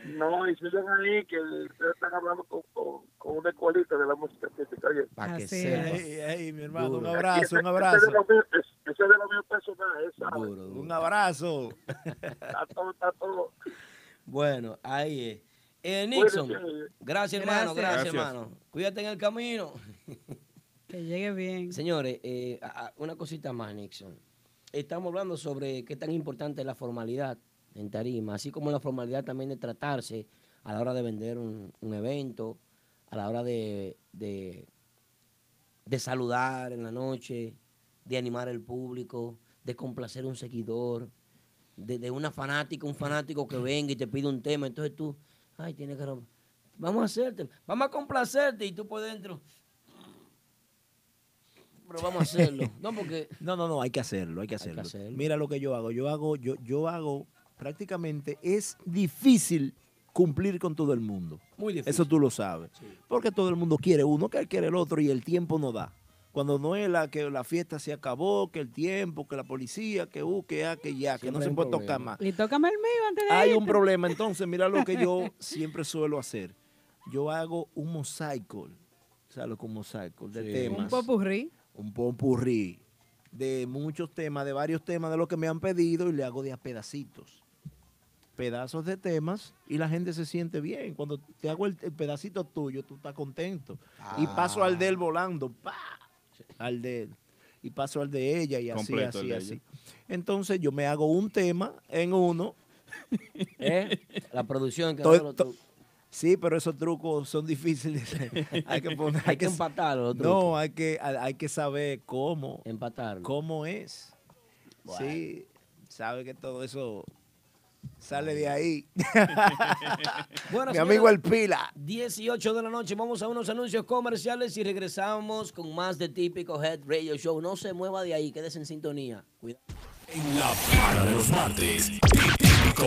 [SPEAKER 11] No, y si ven ahí que ustedes están hablando con, con, con una escuelita de la música típica. Oye,
[SPEAKER 6] Pa' que
[SPEAKER 5] Así
[SPEAKER 6] sepa.
[SPEAKER 5] es.
[SPEAKER 8] Ey, ey, mi hermano, un
[SPEAKER 6] Duro.
[SPEAKER 8] abrazo, un
[SPEAKER 11] Ese
[SPEAKER 8] abrazo.
[SPEAKER 11] es de lo mío, ese es de lo mío personal, él sabe.
[SPEAKER 6] Duro, duro.
[SPEAKER 8] Un abrazo.
[SPEAKER 11] Está todo, está todo.
[SPEAKER 6] Bueno, ahí es. Eh, Nixon,
[SPEAKER 11] Cuídense.
[SPEAKER 6] gracias hermano, gracias,
[SPEAKER 4] Gracias.
[SPEAKER 6] hermano. Cuídate en el camino.
[SPEAKER 5] Que llegue bien.
[SPEAKER 6] Señores, eh, a- a- una cosita más, Nixon. Estamos hablando sobre qué tan importante es la formalidad en tarima, así como la formalidad también de tratarse a la hora de vender un, un evento, a la hora de, de, de saludar en la noche, de animar al público, de complacer a un seguidor, de, de una fanática, un fanático que venga y te pide un tema, entonces tú, ay, tienes que... rom- Vamos a hacerte, vamos a complacerte y tú por dentro... Pero vamos a hacerlo. No, porque.
[SPEAKER 8] No, no, no, hay que hacerlo, hay que hacerlo.
[SPEAKER 6] hacerlo.
[SPEAKER 8] Mira lo que yo hago. Yo hago, yo, yo hago, prácticamente es difícil cumplir con todo el mundo.
[SPEAKER 6] Muy difícil.
[SPEAKER 8] Eso tú lo sabes. Porque todo el mundo quiere uno, que él quiere el otro y el tiempo no da. Cuando no es la que la fiesta se acabó, que el tiempo, que la policía, que U, que A, que ya, que
[SPEAKER 6] Siempre
[SPEAKER 8] no
[SPEAKER 6] hay
[SPEAKER 8] se
[SPEAKER 6] un
[SPEAKER 8] puede
[SPEAKER 6] problema.
[SPEAKER 8] tocar más.
[SPEAKER 5] Y tócame el mío antes de
[SPEAKER 8] Hay
[SPEAKER 5] irte.
[SPEAKER 8] un problema, entonces mira lo que yo siempre suelo hacer. Yo hago un mosaico, ¿sabes? Con mosaico de temas
[SPEAKER 5] Un popurrí.
[SPEAKER 8] un pompurrí de muchos temas, de varios temas de lo que me han pedido y le hago de a pedacitos. Pedazos de temas y la gente se siente bien. Cuando te hago el, el pedacito tuyo, tú estás contento. Y
[SPEAKER 4] Ah.
[SPEAKER 8] paso al del volando, ¡pa! Al de él. Y paso al de ella y así,
[SPEAKER 4] Completo el
[SPEAKER 8] así,
[SPEAKER 4] de
[SPEAKER 8] así.
[SPEAKER 4] ella.
[SPEAKER 8] Entonces yo me hago un tema en uno.
[SPEAKER 6] ¿eh? La producción que
[SPEAKER 8] Todo-
[SPEAKER 6] ahora lo
[SPEAKER 8] to-
[SPEAKER 6] tu-
[SPEAKER 8] Sí, pero esos trucos son difíciles. hay que poner,
[SPEAKER 6] Hay que
[SPEAKER 8] s-
[SPEAKER 6] empatarlo, los
[SPEAKER 8] No, hay que, hay hay que saber cómo.
[SPEAKER 6] empatarlo.
[SPEAKER 8] ¿Cómo es? Sí, sabe que todo eso sale de ahí.
[SPEAKER 6] Bueno,
[SPEAKER 8] Mi
[SPEAKER 6] señores,
[SPEAKER 8] amigo El Pila.
[SPEAKER 6] 18 de la noche, vamos a unos anuncios comerciales y regresamos con más de típico Head Radio Show. No se mueva de ahí, quédese en sintonía. Cuidado.
[SPEAKER 1] En la para de los martes, Típico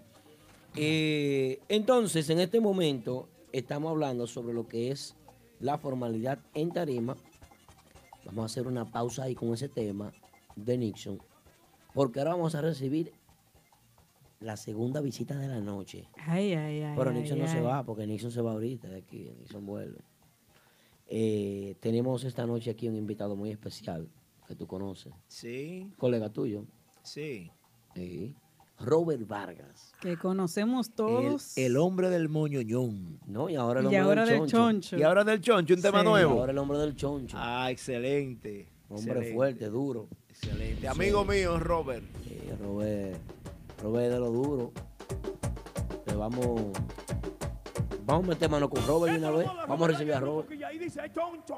[SPEAKER 6] eh, entonces en este momento estamos hablando sobre lo que es la formalidad en tarima. Vamos a hacer una pausa ahí con ese tema de Nixon, porque ahora vamos a recibir la segunda visita de la noche.
[SPEAKER 5] Ay, ay, ay.
[SPEAKER 6] Pero
[SPEAKER 5] ay,
[SPEAKER 6] Nixon no se
[SPEAKER 5] ay.
[SPEAKER 6] va, porque Nixon se va ahorita de aquí, Nixon vuelve. Eh, tenemos esta noche aquí un invitado muy especial que tú conoces,
[SPEAKER 8] Sí,
[SPEAKER 6] colega tuyo,
[SPEAKER 8] sí.
[SPEAKER 6] Sí. Robert Vargas.
[SPEAKER 5] Que conocemos
[SPEAKER 8] El,
[SPEAKER 5] todos.
[SPEAKER 8] el hombre del moñoñón.
[SPEAKER 6] No, y ahora
[SPEAKER 5] el Y hombre ahora del del choncho. choncho.
[SPEAKER 8] Y ahora del choncho, un tema
[SPEAKER 5] Sí.
[SPEAKER 8] nuevo.
[SPEAKER 5] Ahora
[SPEAKER 6] el hombre del choncho.
[SPEAKER 8] Ah, excelente.
[SPEAKER 6] Hombre fuerte, duro.
[SPEAKER 8] Excelente. Amigo mío, Robert.
[SPEAKER 6] Sí, Robert, Robert de lo duro. Le vamos, vamos a meter mano con Robert de una vez. Vamos a recibir a Robert.
[SPEAKER 2] Y ahí dice choncho.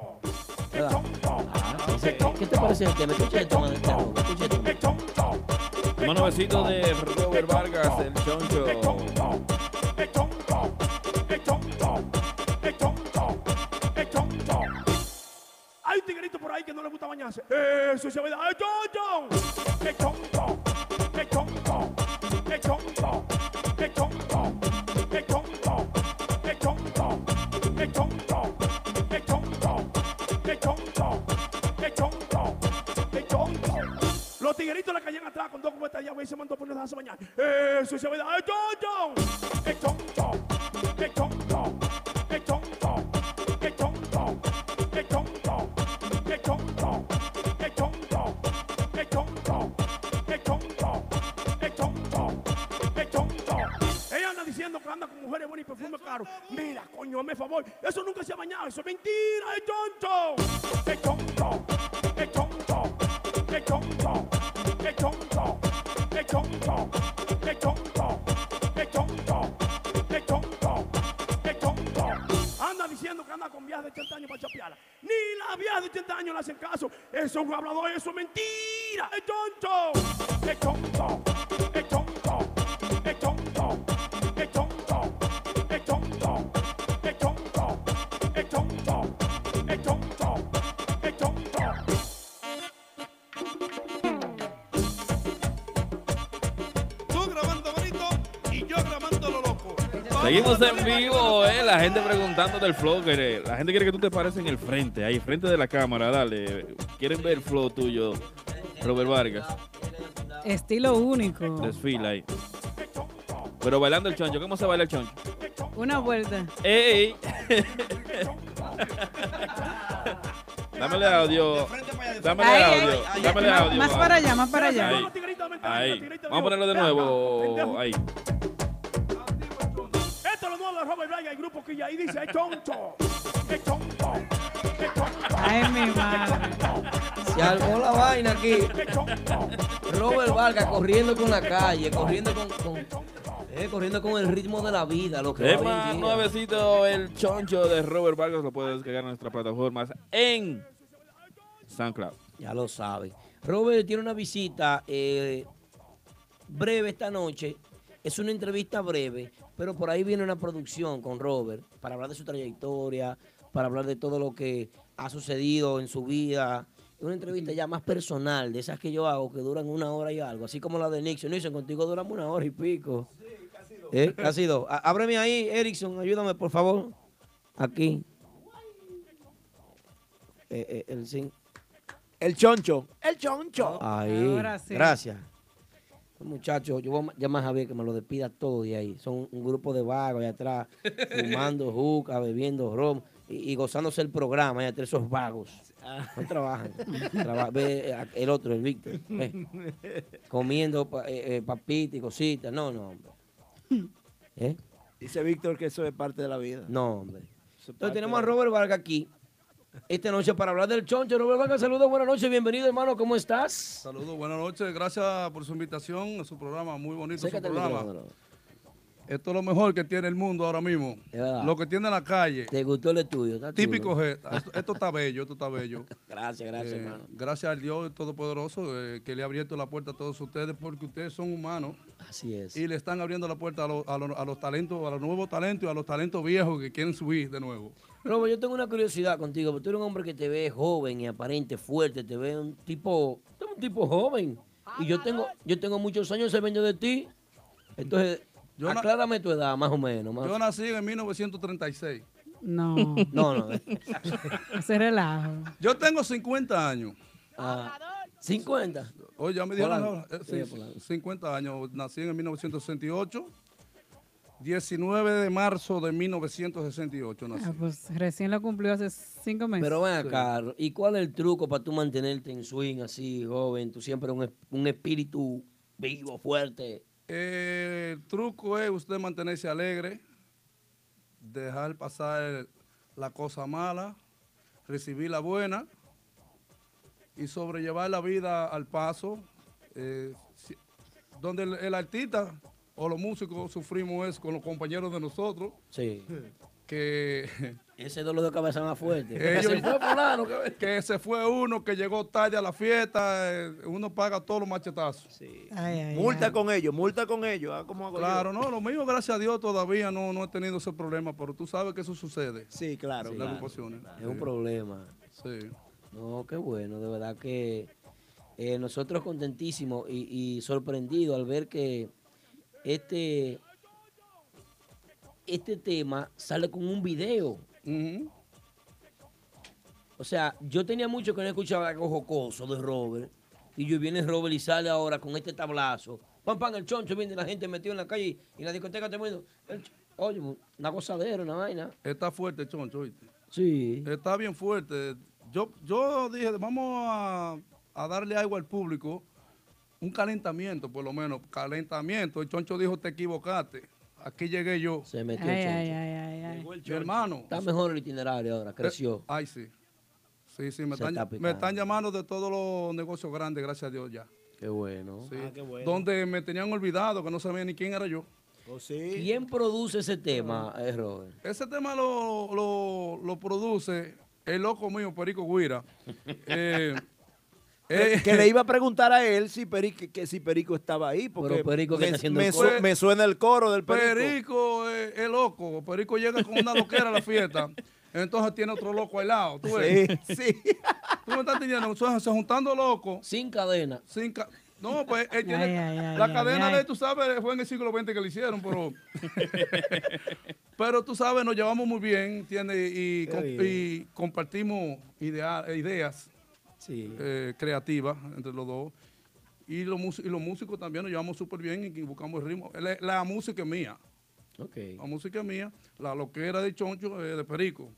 [SPEAKER 6] ¿verdad? Ah, entonces, ¿Qué te parece el tema? Escucha el tema de este Robert, escucha el tema.
[SPEAKER 4] Un besito de Robert Vargas, el choncho.
[SPEAKER 2] Hay un tigrito por ahí que no le gusta bañarse. Eso se ve. ¡Ay, choncho! ¡Qué choncho! ¡Qué choncho! ¡Qué choncho! ¡Qué choncho! ¡Qué choncho! ¡Qué choncho! ¡Qué choncho! ¡Qué choncho! ¡Qué choncho! ¡Qué choncho! ¡Qué choncho! Los tigueritos le caían atrás con dos cubetas de agua y se mandó a poner a dejarse bañar. Eso se ve. ¡Ay, choncho! ¡Qué choncho! ¡Qué choncho! ¡Qué choncho! ¡Qué choncho! ¡Qué choncho! ¡Qué choncho! ¡Qué choncho! ¡Qué choncho! ¡Qué choncho! ¡Qué choncho! ¡Qué choncho! Ella anda diciendo que anda con mujeres buenas y perfume caro. Mira, coño, hazme favor. Eso nunca se ha bañado. Eso es mentira. ¡Qué choncho! ¡Qué choncho! ¡Qué choncho! ¡Qué choncho! ¡Qué choncho! ¡Qué choncho! ¡Qué choncho! ¡Qué choncho! ¡Qué choncho! ¡Qué choncho! Anda diciendo que anda con viejas de 80 años para chapearla. Ni las viejas de 80 años le hacen caso. Eso es un hablador, eso es mentira. ¡Es tonto! ¡Es tonto! ¡Es tonto! ¡Es tonto! ¡Es tonto! ¡Es tonto! ¡Es tonto! ¡Es tonto! ¡Es tonto! ¡Es tonto!
[SPEAKER 7] Tú grabando bonito y yo grabando lo loco.
[SPEAKER 4] Seguimos en vivo, eh. La gente preguntando del flow. que eres. La gente quiere que tú te pares en el frente, ahí, frente de la cámara, dale. Quieren ver el flow tuyo, Robert Vargas.
[SPEAKER 5] Estilo único.
[SPEAKER 4] Desfila ahí. Pero bailando el choncho, ¿cómo se baila el choncho?
[SPEAKER 5] Una vuelta.
[SPEAKER 4] ¡Ey! Dámele audio. Dámele
[SPEAKER 5] Ahí,
[SPEAKER 4] audio.
[SPEAKER 5] ahí, ahí.
[SPEAKER 4] Dámele
[SPEAKER 5] Más-
[SPEAKER 4] audio.
[SPEAKER 5] más para allá, más para allá.
[SPEAKER 4] Ahí. Ahí. Vamos a ponerlo de nuevo. Ahí.
[SPEAKER 2] Esto es lo nuevo de Robert Bryan, el grupo que ya ahí dice, es tonto, es tonto, es tonto.
[SPEAKER 5] Ay, mi madre.
[SPEAKER 6] Se armó la vaina aquí. Robert Vargas corriendo con la calle, corriendo con. con- Eh, corriendo con el ritmo de la vida, lo que va
[SPEAKER 4] Es
[SPEAKER 6] hoy en
[SPEAKER 4] más
[SPEAKER 6] día.
[SPEAKER 4] nuevecito el choncho de Robert Vargas. Lo puedes descargar en nuestras plataformas en SoundCloud.
[SPEAKER 6] Ya lo saben. Robert tiene una visita eh, breve esta noche. Es una entrevista breve, pero por ahí viene una producción con Robert para hablar de su trayectoria, para hablar de todo lo que ha sucedido en su vida. Es una entrevista ya más personal, de esas que yo hago, que duran una hora y algo, así como la de Nixon. Nixon, contigo duramos una hora y pico. Eh, Casi dos. A- Ábreme ahí, Erickson, ayúdame, por favor. Aquí. Eh, eh, el zinc.
[SPEAKER 8] El choncho. El choncho.
[SPEAKER 6] Ahí.
[SPEAKER 8] Ahora sí.
[SPEAKER 6] Gracias. Muchachos, yo voy a llamar a Javier que me lo despida todo de ahí. Son un grupo de vagos allá atrás, fumando juca, bebiendo rom y, y gozándose el programa allá atrás, esos vagos. No trabajan. Traba- ve, eh, el otro, el Víctor. ve, comiendo pa- eh, eh, papitas y cositas. No, no, hombre. ¿Eh?
[SPEAKER 8] Dice Víctor que eso es parte de la vida.
[SPEAKER 6] No, hombre.
[SPEAKER 8] parte
[SPEAKER 6] Entonces tenemos a
[SPEAKER 8] de-
[SPEAKER 6] Robert Vargas aquí. Esta noche para hablar del choncho. Robert Vargas, saludos, buenas noches, bienvenido hermano, ¿cómo estás?
[SPEAKER 10] Saludos, buenas noches, gracias por su invitación a su programa, muy bonito su
[SPEAKER 6] Acércate al
[SPEAKER 10] programa.
[SPEAKER 6] micrófono.
[SPEAKER 10] Esto es lo mejor que tiene el mundo ahora mismo.
[SPEAKER 6] verdad.
[SPEAKER 10] Lo que tiene la calle.
[SPEAKER 6] ¿Te gustó el estudio? Está chulo.
[SPEAKER 10] Típico G. Esto, esto está bello, esto está bello.
[SPEAKER 6] Gracias, gracias,
[SPEAKER 10] Eh,
[SPEAKER 6] hermano.
[SPEAKER 10] Gracias al Dios Todopoderoso eh, que le ha abierto la puerta a todos ustedes porque ustedes son humanos.
[SPEAKER 6] Así es.
[SPEAKER 10] Y le están abriendo la puerta a, los- a los- a los talentos, a los nuevos talentos y a los talentos viejos que quieren subir de nuevo.
[SPEAKER 6] Robo, yo tengo una curiosidad contigo, porque tú eres un hombre que te ve joven y aparente, fuerte, te ve un tipo, tú eres un tipo joven. Y yo tengo, yo tengo muchos años se de ti. Entonces,
[SPEAKER 10] Yo na-
[SPEAKER 6] aclárame tu edad, más o menos. más-
[SPEAKER 10] Yo nací en 1936.
[SPEAKER 5] No.
[SPEAKER 6] No, no.
[SPEAKER 5] Ese relajo.
[SPEAKER 10] Yo tengo 50 años.
[SPEAKER 6] 50.
[SPEAKER 10] Oye, ya me dijeron
[SPEAKER 6] Polanco.
[SPEAKER 10] las horas. Eh,
[SPEAKER 6] Oye,
[SPEAKER 10] sí,
[SPEAKER 6] Polanco.
[SPEAKER 10] 50 años. Nací en 1968. 19 de marzo de 1968 nací.
[SPEAKER 5] Ah, pues recién lo cumplió hace cinco meses.
[SPEAKER 6] Pero ven acá, ¿y cuál es el truco para tú mantenerte en swing así, joven? Tú siempre un, es- un espíritu vivo, fuerte.
[SPEAKER 10] Eh, el truco es usted mantenerse alegre, dejar pasar la cosa mala, recibir la buena y sobrellevar la vida al paso. eh, si- donde el, el artista o los músicos sufrimos es con los compañeros de nosotros.
[SPEAKER 6] Sí.
[SPEAKER 10] Que
[SPEAKER 6] eh, Ese dolor de cabeza más fuerte.
[SPEAKER 10] ellos-
[SPEAKER 6] Se fue fulano, que-
[SPEAKER 10] que se fue uno que llegó tarde a la fiesta, eh, uno paga todos los machetazos.
[SPEAKER 8] multa con ellos, multa con ellos. ah, ¿cómo hago yo?
[SPEAKER 10] Claro, no, lo mío, gracias a Dios, todavía no, no he tenido ese problema, pero tú sabes que eso sucede.
[SPEAKER 8] Sí, claro.
[SPEAKER 10] Las
[SPEAKER 6] claro.
[SPEAKER 10] agrupaciones.
[SPEAKER 6] Es un problema.
[SPEAKER 10] Sí.
[SPEAKER 6] No, qué bueno, de verdad que eh, nosotros contentísimos y, y sorprendidos al ver que este, este tema sale con un video. O sea, yo tenía mucho que no escuchaba algo jocoso de Robert. Y yo viene Robert y sale ahora con este tablazo. Pam, pam, el choncho viene la gente metida en la calle y la discoteca te mueve. El ch- Oye, una gozadera, una vaina.
[SPEAKER 10] Está fuerte, Choncho, ¿oíste?
[SPEAKER 6] Sí.
[SPEAKER 10] Está bien fuerte. Yo, yo dije, vamos a, a darle algo al público, un calentamiento, por lo menos, calentamiento. El Choncho dijo, te equivocaste. Aquí llegué yo.
[SPEAKER 6] Se
[SPEAKER 5] Ay, ay, ay, ay, ay.
[SPEAKER 10] Mi hermano. Eh,
[SPEAKER 6] Está mejor el itinerario ahora, creció.
[SPEAKER 10] Ay, sí. Sí, sí, me
[SPEAKER 6] Se
[SPEAKER 10] están,
[SPEAKER 6] está
[SPEAKER 10] me
[SPEAKER 6] picando.
[SPEAKER 10] están llamando de todos los negocios grandes, gracias a Dios ya.
[SPEAKER 6] Qué bueno.
[SPEAKER 10] Sí.
[SPEAKER 8] Ah,
[SPEAKER 10] Donde me tenían olvidado, que no sabía ni quién era yo.
[SPEAKER 8] Oh,
[SPEAKER 6] ¿Quién produce ese tema, eh, Robert?
[SPEAKER 10] Ese tema lo, lo- lo produce el loco mío, Perico Guira. Eh,
[SPEAKER 8] Que-
[SPEAKER 10] eh,
[SPEAKER 8] que le iba a preguntar a él si Perico, que si Perico estaba ahí. Porque
[SPEAKER 10] Pero Perico, ¿qué
[SPEAKER 8] me,
[SPEAKER 10] está haciendo
[SPEAKER 8] me
[SPEAKER 10] el
[SPEAKER 8] su-
[SPEAKER 10] coro?
[SPEAKER 8] me suena el coro del Perico.
[SPEAKER 10] Perico eh, es loco. Perico llega con una loquera a la fiesta. Entonces tiene otro loco al lado. ¿Tú ves?
[SPEAKER 8] Sí,
[SPEAKER 10] ¿Tú me estás entendiendo? Entonces, se juntando locos.
[SPEAKER 6] Sin cadena.
[SPEAKER 10] Sin ca- no, pues él tiene.
[SPEAKER 6] Ay, ay, ay,
[SPEAKER 10] la
[SPEAKER 6] ay,
[SPEAKER 10] cadena
[SPEAKER 6] ay.
[SPEAKER 10] de, tú sabes, fue en el siglo XX que le hicieron, pero. pero tú sabes, nos llevamos muy bien, ¿entiendes? Y,
[SPEAKER 8] Qué
[SPEAKER 10] com-
[SPEAKER 8] bien.
[SPEAKER 10] y compartimos idea- ideas eh, creativas entre los dos. Y los, mus- y los músicos también nos llevamos súper bien y buscamos el ritmo. La, la música es mía. La música es mía. La loquera de Choncho eh, de Perico.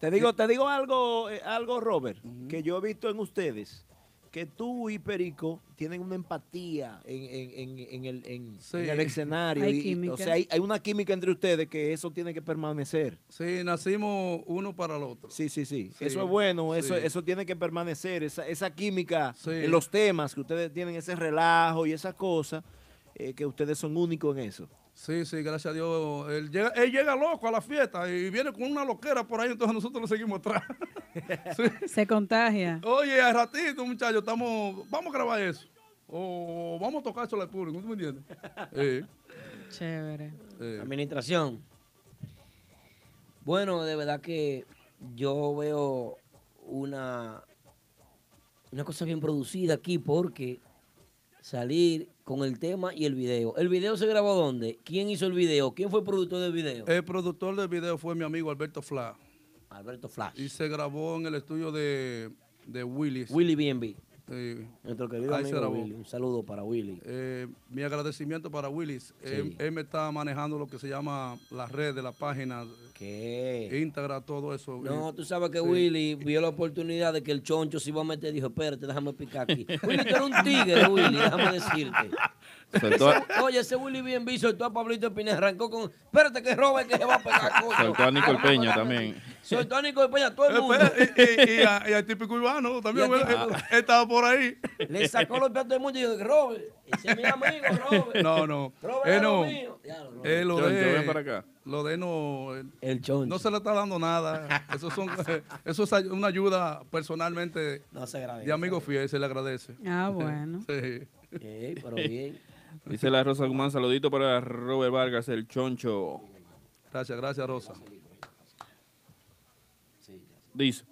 [SPEAKER 8] Te digo, te digo algo, eh, algo Robert, que yo he visto en ustedes, que tú y Perico tienen una empatía en, en- en- en el, en- en el escenario.
[SPEAKER 10] Hay
[SPEAKER 8] y- y-
[SPEAKER 10] química.
[SPEAKER 8] o sea, hay, hay una química entre ustedes que eso tiene que permanecer.
[SPEAKER 10] Sí, nacimos uno para el otro.
[SPEAKER 8] Sí, sí, sí.
[SPEAKER 10] Sí,
[SPEAKER 8] Eso es bueno, eso,
[SPEAKER 10] sí.
[SPEAKER 8] eso tiene que permanecer, esa, esa química
[SPEAKER 10] Sí.
[SPEAKER 8] en los temas que ustedes tienen, ese relajo y esas cosas, eh, que ustedes son únicos en eso.
[SPEAKER 10] Sí, sí, gracias a Dios. Él llega, él llega loco a la fiesta y viene con una loquera por ahí, entonces nosotros lo seguimos atrás.
[SPEAKER 5] Se contagia.
[SPEAKER 10] Oye, al ratito, muchachos, estamos, vamos a grabar eso. O vamos a tocar eso al público, ¿tú me entiendes? Eh,
[SPEAKER 5] Chévere.
[SPEAKER 6] Administración. Bueno, de verdad que yo veo una, una cosa bien producida aquí porque salir con el tema y el video. ¿El video se grabó dónde? ¿Quién hizo el video? ¿Quién fue el productor del video?
[SPEAKER 10] el productor del video fue mi amigo Alberto Fla.
[SPEAKER 6] Alberto Flash.
[SPEAKER 10] Y se grabó en el estudio de, de Willis.
[SPEAKER 6] Willy BNB.
[SPEAKER 10] Sí.
[SPEAKER 6] Nuestro querido
[SPEAKER 10] Ahí se
[SPEAKER 6] amigo
[SPEAKER 10] grabó.
[SPEAKER 6] Willy. Un saludo para Willy.
[SPEAKER 10] Eh, mi agradecimiento para Willis.
[SPEAKER 6] Sí.
[SPEAKER 10] Él, él me está manejando lo que se llama la red de la página.
[SPEAKER 6] ¿Qué?
[SPEAKER 10] Instagram, todo eso.
[SPEAKER 6] No,
[SPEAKER 10] Y-
[SPEAKER 6] tú sabes que
[SPEAKER 10] sí.
[SPEAKER 6] Willy vio la oportunidad de que el choncho se iba a meter y dijo, espérate, déjame picar aquí. Willy, tú eres un tigre, Willy, déjame decirte.
[SPEAKER 4] Soltó-
[SPEAKER 6] Ese- oye, ese Willy bien visto, soltó a Pablito Pineda, arrancó con, espérate que robe, que se va a pegar cosas.
[SPEAKER 4] Soltó a Nicole Peña también.
[SPEAKER 6] Soltó a Nicole Peña, todo el mundo.
[SPEAKER 10] y, y a- y al típico urbano también.
[SPEAKER 6] Y al
[SPEAKER 10] él-
[SPEAKER 6] típico-
[SPEAKER 10] él estaba por ahí.
[SPEAKER 6] Le sacó los pies a todo el mundo y dijo, Robert, ese es mi amigo, Robert.
[SPEAKER 10] No, no.
[SPEAKER 6] Robert
[SPEAKER 10] Él
[SPEAKER 6] es lo
[SPEAKER 10] no.
[SPEAKER 6] mío. Ya, lo-
[SPEAKER 10] Él lo
[SPEAKER 4] Choncho,
[SPEAKER 10] de.
[SPEAKER 4] ven para acá.
[SPEAKER 10] Lo de no. él-
[SPEAKER 6] El
[SPEAKER 10] No se le está dando nada. Eso, son, eso es ay- una ayuda personalmente de amigo fiel, se le agradece.
[SPEAKER 5] Ah, bueno.
[SPEAKER 10] Sí.
[SPEAKER 6] pero bien.
[SPEAKER 4] Dice la Rosa Guzmán, saludito para Robert Vargas, el choncho.
[SPEAKER 10] Gracias, gracias, Rosa.
[SPEAKER 4] Dice.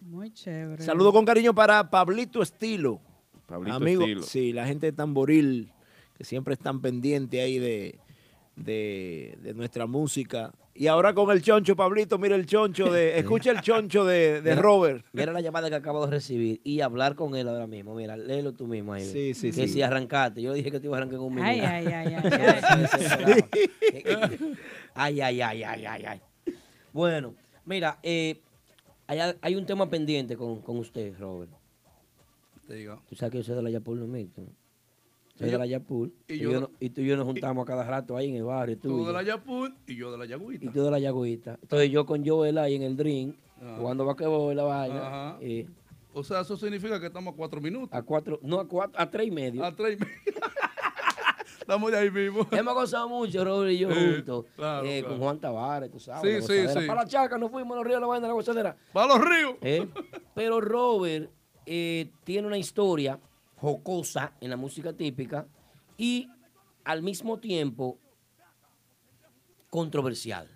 [SPEAKER 5] Muy chévere.
[SPEAKER 8] Saludo con cariño para Pablito Estilo.
[SPEAKER 4] Pablito
[SPEAKER 8] Amigo,
[SPEAKER 4] Estilo.
[SPEAKER 8] sí, la gente de Tamboril, que siempre están pendientes ahí de, de, de nuestra música. Y ahora con el choncho, Pablito, mira el choncho de, escucha el choncho de, de
[SPEAKER 6] Mira,
[SPEAKER 8] Robert.
[SPEAKER 6] Mira la llamada que acabo de recibir y hablar con él ahora mismo. Mira, léelo tú mismo ahí.
[SPEAKER 8] Sí, sí,
[SPEAKER 6] que
[SPEAKER 8] sí.
[SPEAKER 6] si arrancaste, yo dije que te iba a arrancar en un minuto.
[SPEAKER 5] Ay, ay, ay, ay,
[SPEAKER 6] Eh, ay, ay, ay, ay, ay, ay. Bueno, mira, eh, hay, hay un tema pendiente con, con usted, Robert.
[SPEAKER 10] Te digo.
[SPEAKER 6] Tú sabes que yo soy de la Yapul, no me Soy
[SPEAKER 10] Y
[SPEAKER 6] de
[SPEAKER 10] yo-
[SPEAKER 6] la Yapul.
[SPEAKER 10] y
[SPEAKER 6] Y,
[SPEAKER 10] yo
[SPEAKER 6] yo
[SPEAKER 10] no-
[SPEAKER 6] no- y tú y yo nos juntamos a cada rato ahí en el barrio. Tú, y
[SPEAKER 10] Tú
[SPEAKER 6] yo.
[SPEAKER 10] de la Yapun y yo de la Yagüita.
[SPEAKER 6] y tú de la Yaguita. Entonces yo con Joel ahí en el drink,
[SPEAKER 10] Ah.
[SPEAKER 6] jugando vaquebol la vaina.
[SPEAKER 10] Ajá.
[SPEAKER 6] eh,
[SPEAKER 10] O sea, eso significa que estamos a cuatro minutos.
[SPEAKER 6] a cuatro, no a cuatro, a tres y medio.
[SPEAKER 10] A tres y medio. Estamos de ahí mismo.
[SPEAKER 6] Hemos gozado mucho, Robert y yo
[SPEAKER 10] Sí,
[SPEAKER 6] juntos.
[SPEAKER 10] claro,
[SPEAKER 6] eh,
[SPEAKER 10] claro.
[SPEAKER 6] Con Juan Tavares, tú
[SPEAKER 5] Ah,
[SPEAKER 6] sabes.
[SPEAKER 10] Sí,
[SPEAKER 6] la
[SPEAKER 10] sí,
[SPEAKER 6] gozadera.
[SPEAKER 10] sí.
[SPEAKER 6] Para la chaca nos fuimos, los ríos, la vaina, la gozadera.
[SPEAKER 10] ¡Para los ríos!
[SPEAKER 6] Eh, Pero Robert eh, tiene una historia jocosa en la música típica y al mismo tiempo controversial.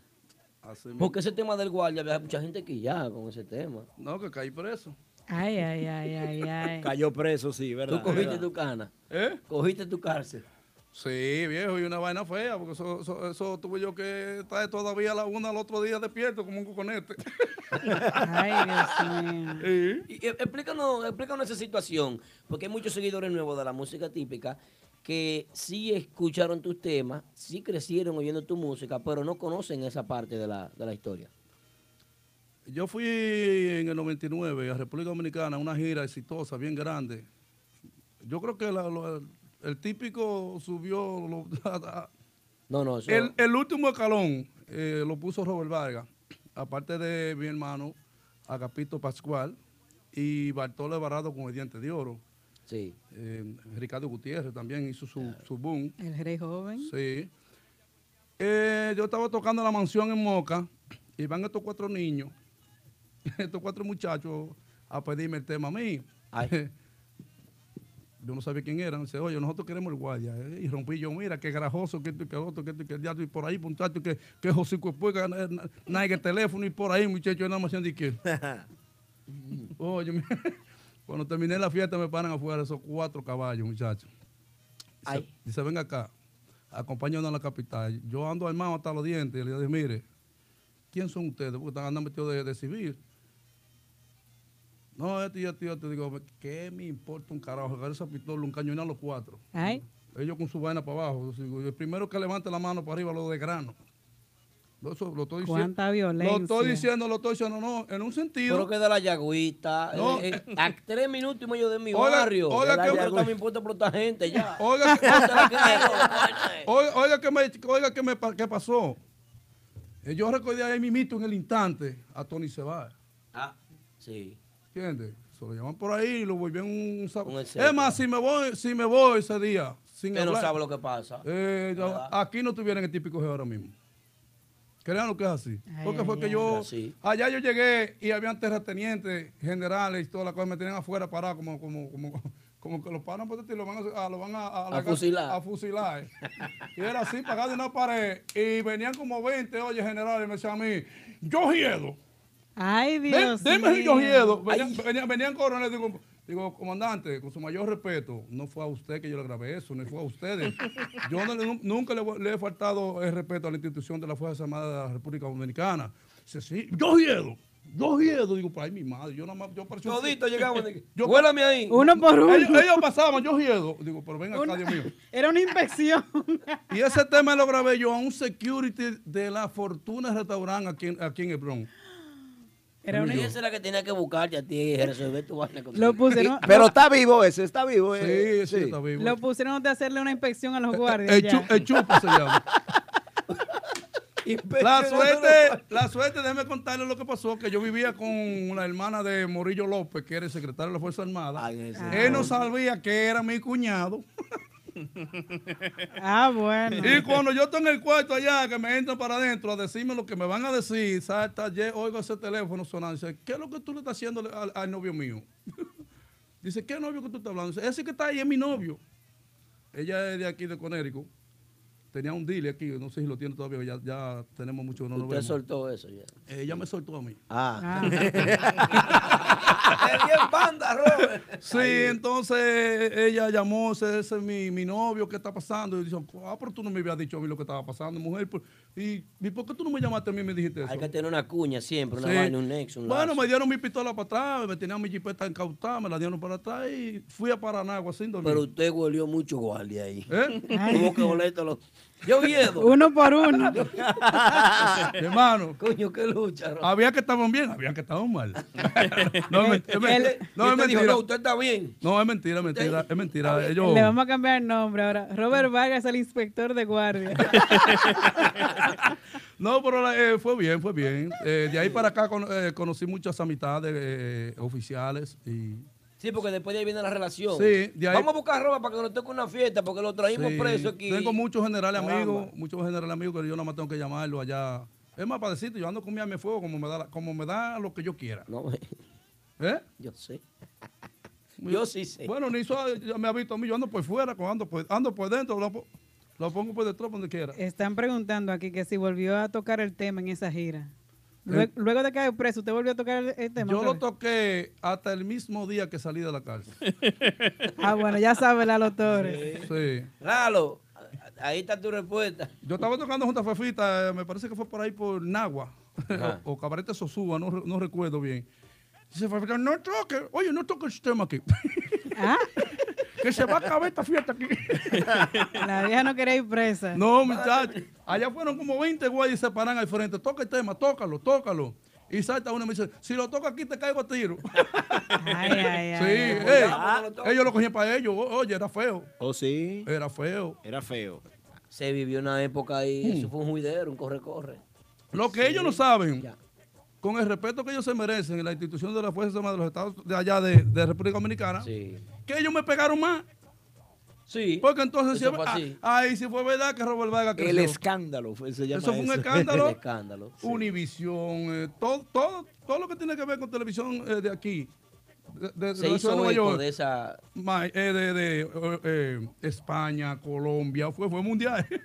[SPEAKER 10] Así mismo.
[SPEAKER 6] Porque ese tema del guardia, había mucha gente que ya con ese tema.
[SPEAKER 10] No, que caí preso.
[SPEAKER 5] Ay, ay, ay, ay, ay.
[SPEAKER 8] Cayó preso, sí, ¿verdad?
[SPEAKER 6] Tú cogiste
[SPEAKER 8] ¿verdad?
[SPEAKER 6] tu cana.
[SPEAKER 10] ¿Eh?
[SPEAKER 6] Cogiste tu cárcel.
[SPEAKER 10] Sí, viejo, y una vaina fea, porque eso, eso, eso tuve yo que estar todavía a la una al otro día despierto como un coconete.
[SPEAKER 5] Ay, Dios mío.
[SPEAKER 6] Y, eh, explícanos, explícanos esa situación, porque hay muchos seguidores nuevos de la música típica que sí escucharon tus temas, sí crecieron oyendo tu música, pero no conocen esa parte de la, de la historia.
[SPEAKER 10] Yo fui en el 99 a República Dominicana, una gira exitosa, bien grande. Yo creo que la- lo- el, el típico subió... lo-
[SPEAKER 6] No, no, eso-
[SPEAKER 10] el, el último escalón eh, lo puso Robert Vargas, aparte de mi hermano Agapito Pascual y Bartolo Barrado con el Diente de Oro. Eh,
[SPEAKER 6] Sí.
[SPEAKER 10] Ricardo Gutiérrez también hizo su, su boom.
[SPEAKER 5] El rey joven.
[SPEAKER 10] Sí. Eh, yo estaba tocando la mansión en Moca y van estos cuatro niños, estos cuatro muchachos a pedirme el tema a mí. Yo no sabía quién eran. Dice, oye, nosotros queremos el guardia. eh". Y rompí yo, mira, qué grajoso, que esto y que lo otro, que esto y que el diablo. Y por ahí, muchachos, que, que José Cuepuega, nadie el teléfono. Y por ahí, muchachos, yo nada más de que. oye, me- cuando terminé la fiesta, me paran afuera esos cuatro caballos, muchachos. Dice, dice, venga acá, acompáñanos a la capital. Yo ando armado hasta los dientes. Y le dije, mire, ¿quién son ustedes? Porque están andando metidos de, de civil. No, esto y esto y esto. Digo, ¿qué me importa un carajo? Agarra esa pistola, un cañón a los cuatro.
[SPEAKER 5] Ay.
[SPEAKER 10] Ellos con su vaina para abajo. Digo, el primero que levante la mano para arriba, lo de grano. Lo, eso- lo estoy diciendo.
[SPEAKER 5] Cuánta
[SPEAKER 10] Lo estoy
[SPEAKER 5] violencia.
[SPEAKER 10] diciendo, lo estoy diciendo, no, en un sentido.
[SPEAKER 6] Pero que de la yagüita.
[SPEAKER 10] No.
[SPEAKER 6] eh, eh, a tres minutos y medio de mi
[SPEAKER 10] Oiga,
[SPEAKER 6] barrio.
[SPEAKER 10] oiga,
[SPEAKER 6] de la
[SPEAKER 10] que-
[SPEAKER 6] yagüita me importa por esta gente ya.
[SPEAKER 10] Oiga, que-
[SPEAKER 6] No te la creo.
[SPEAKER 10] oiga, oiga que me, oiga que me pa- que pasó. Eh, Yo recordé ahí mito en el instante a Tony Cebar.
[SPEAKER 6] Ah, sí.
[SPEAKER 10] ¿Entiendes? Se lo llevan por ahí y lo volvían un saco.
[SPEAKER 6] Un
[SPEAKER 10] Es más, si me voy, si me voy ese día, sin
[SPEAKER 12] Usted no
[SPEAKER 10] hablar.
[SPEAKER 12] sabe lo que pasa.
[SPEAKER 10] Eh, yo-
[SPEAKER 12] ¿Verdad?
[SPEAKER 10] aquí no tuvieran el típico G ahora mismo. Crean lo que es así.
[SPEAKER 12] Ay,
[SPEAKER 10] Porque
[SPEAKER 12] ay,
[SPEAKER 10] fue que
[SPEAKER 12] ay.
[SPEAKER 10] yo.
[SPEAKER 12] Así.
[SPEAKER 10] Allá yo llegué y habían terratenientes, generales y todas las cosas. Me tenían afuera parado como, como, como, como que los paran por ti y lo van a, a- lo van a, a la-
[SPEAKER 12] fusilar.
[SPEAKER 10] A fusilar. eh. y era así, pagando una pared. Y venían como 20, oye, generales, y me decían a mí, yo hiedo.
[SPEAKER 5] Ay,
[SPEAKER 10] Ven,
[SPEAKER 5] Dios
[SPEAKER 10] Deme si yo
[SPEAKER 5] mío.
[SPEAKER 10] hiedo. Venían, venían, venían coroneles. Digo, digo, comandante, con su mayor respeto, no fue a usted que yo le grabé eso, no fue a ustedes. yo no le- nunca le, le he faltado el respeto a la institución de la Fuerza Armada de la República Dominicana. Dice, sí, yo hiedo. Yo hiedo. Digo, "Pues, ay, mi madre, yo nada más, yo parecía... un-
[SPEAKER 12] Todito llegaban, de que,
[SPEAKER 10] Yo-
[SPEAKER 12] "Huélame ahí".
[SPEAKER 5] Uno por uno.
[SPEAKER 10] Ellos, ellos pasaban, yo hiedo. Digo, pero ven acá,
[SPEAKER 5] Una-
[SPEAKER 10] Dios mío.
[SPEAKER 5] Era una inspección.
[SPEAKER 10] Y ese tema lo grabé yo a un security de la Fortuna Restaurant aquí, en- aquí en el Bronx.
[SPEAKER 6] Era una
[SPEAKER 10] Uy, yo.
[SPEAKER 6] esa es la que tenía que buscarte a ti y resolver tu vaina con
[SPEAKER 8] Pero está vivo ese, está vivo.
[SPEAKER 10] Sí,
[SPEAKER 8] eh,
[SPEAKER 10] pues, sí, está vivo. Eh,
[SPEAKER 5] Lo pusieron de hacerle una inspección a los guardias.
[SPEAKER 10] El,
[SPEAKER 5] ya.
[SPEAKER 10] chu- el chupa se llama. la suerte, la suerte, déjeme contarles lo que pasó, que yo vivía con la hermana de Morillo López, que era el secretario de la Fuerza Armada. Él no sabía que era mi cuñado.
[SPEAKER 5] Ah, bueno.
[SPEAKER 10] Y cuando yo estoy en el cuarto allá, que me entran para adentro a decirme lo que me van a decir, salta, ye- oigo ese teléfono sonando, dice, ¿qué es lo que tú le estás haciendo al, al novio mío? dice, ¿qué novio que tú estás hablando? Dice, ese que está ahí es mi novio. Ella es de aquí, de Conérico. Tenía un deal aquí, no sé si lo tiene todavía, ya, ya tenemos mucho que no lo
[SPEAKER 6] Usted
[SPEAKER 10] vemos. Eh,
[SPEAKER 6] soltó eso ya.
[SPEAKER 10] Ella me soltó a mí.
[SPEAKER 6] Ah.
[SPEAKER 10] Sí, entonces ella llamó, ese ese es mi, mi novio, ¿qué está pasando? Y dice, ah, pero tú no me habías dicho a mí lo que estaba pasando, mujer. pues, ¿Y, ¿y por qué tú no me llamaste a mí y me dijiste eso?
[SPEAKER 6] Hay que tener una cuña siempre, una
[SPEAKER 10] Sí.
[SPEAKER 6] vaina, un nexo, un
[SPEAKER 10] Bueno,
[SPEAKER 6] lazo.
[SPEAKER 10] me dieron mi pistola para atrás, me tenían mi jipeta incautada, me la dieron para atrás y fui a Paraná, sin dormir.
[SPEAKER 6] Pero usted huelió mucho guardia ahí.
[SPEAKER 10] ¿Eh?
[SPEAKER 6] Tuvo que olerte los... Yo miedo.
[SPEAKER 5] Uno por uno.
[SPEAKER 10] Hermano.
[SPEAKER 6] Coño, qué lucha. Ro-
[SPEAKER 10] Había que estaban bien, había que estaban mal. no, es mentira,
[SPEAKER 6] Él-
[SPEAKER 10] no,
[SPEAKER 6] usted
[SPEAKER 10] es
[SPEAKER 6] dijo,
[SPEAKER 10] mentira.
[SPEAKER 6] "No, usted está bien.
[SPEAKER 10] No, es mentira, es mentira, es mentira. Ellos-
[SPEAKER 5] Le vamos a cambiar el nombre ahora. Robert Vargas, el inspector de guardia.
[SPEAKER 10] No, pero la- eh, fue bien, fue bien. Eh, de ahí para acá con- eh, conocí muchas amistades eh, oficiales y
[SPEAKER 6] Sí, porque después de ahí viene la relación.
[SPEAKER 10] Sí, de ahí-
[SPEAKER 6] Vamos a buscar ropa para que nos toque una fiesta, porque lo traímos
[SPEAKER 10] Sí,
[SPEAKER 6] preso aquí.
[SPEAKER 10] Tengo muchos generales
[SPEAKER 6] Caramba.
[SPEAKER 10] amigos, muchos generales amigos que yo nada más tengo que llamarlo allá. Es más, para decirte, yo ando con mi arma de fuego como me da, la- como me da lo que yo quiera. ¿Eh?
[SPEAKER 6] Yo sé. Yo sí sé.
[SPEAKER 10] Bueno, ni suave, ya me ha visto a mí, yo ando por fuera, cuando ando por, ando por dentro, lo, po- lo pongo por detrás, por donde quiera.
[SPEAKER 5] Están preguntando aquí que si volvió a tocar el tema en esa gira. Lue-
[SPEAKER 10] Eh.
[SPEAKER 5] Luego, de caer preso, ¿usted volvió a tocar el, el tema?
[SPEAKER 10] Yo
[SPEAKER 5] otra
[SPEAKER 10] lo toqué hasta el mismo día que salí de la cárcel.
[SPEAKER 5] vez? Ah, bueno, ya sabe Lalo Torres.
[SPEAKER 10] Sí.
[SPEAKER 6] Lalo, ahí está tu respuesta.
[SPEAKER 10] Yo estaba tocando junto a Fefita, eh, me parece que fue por ahí por Nagua
[SPEAKER 6] Ajá.
[SPEAKER 10] o, o Cabarete Sosúa, no, re- no recuerdo bien. Dice Fefita, no toques, oye, no toques el tema aquí.
[SPEAKER 5] ¿Ah?
[SPEAKER 10] que se va a acabar esta fiesta aquí.
[SPEAKER 5] La vieja no quería ir presa.
[SPEAKER 10] No, muchachos. Allá fueron como 20 güeyes y se paran al frente. Toca el tema, tócalo, tócalo. Y salta uno y me dice, si lo toca aquí te caigo a tiro.
[SPEAKER 5] ay, ay.
[SPEAKER 10] sí,
[SPEAKER 5] Cuidado,
[SPEAKER 10] ey,
[SPEAKER 5] no lo toques.
[SPEAKER 10] ellos lo cogían para ellos. O- Oye, era feo.
[SPEAKER 8] Oh, sí.
[SPEAKER 10] Era feo. Mm.
[SPEAKER 8] Era feo.
[SPEAKER 6] Se vivió una época ahí, eso fue un juidero, un corre-corre.
[SPEAKER 10] Lo que ellos no saben, con el respeto que ellos se merecen en la institución de la Fuerza Armada de los Estados de allá de, de República Dominicana, que ellos me pegaron más.
[SPEAKER 6] Sí.
[SPEAKER 10] Porque entonces,
[SPEAKER 8] eso
[SPEAKER 10] sí,
[SPEAKER 8] fue
[SPEAKER 10] ah,
[SPEAKER 8] así.
[SPEAKER 10] ay, sí fue verdad que Robert Vargas
[SPEAKER 8] El
[SPEAKER 10] creció.
[SPEAKER 8] escándalo. fue- se llama
[SPEAKER 10] Eso fue un
[SPEAKER 8] El
[SPEAKER 10] escándalo.
[SPEAKER 8] escándalo.
[SPEAKER 10] Univisión, eh, todo, todo, todo lo que tiene que ver con televisión eh, de aquí. De, de- de
[SPEAKER 6] Se
[SPEAKER 10] la
[SPEAKER 6] hizo
[SPEAKER 10] ciudad de Nueva
[SPEAKER 6] eco
[SPEAKER 10] York.
[SPEAKER 6] de esa-
[SPEAKER 10] Ma- eh, de, de, eh, eh, España, Colombia, fue, fue mundial.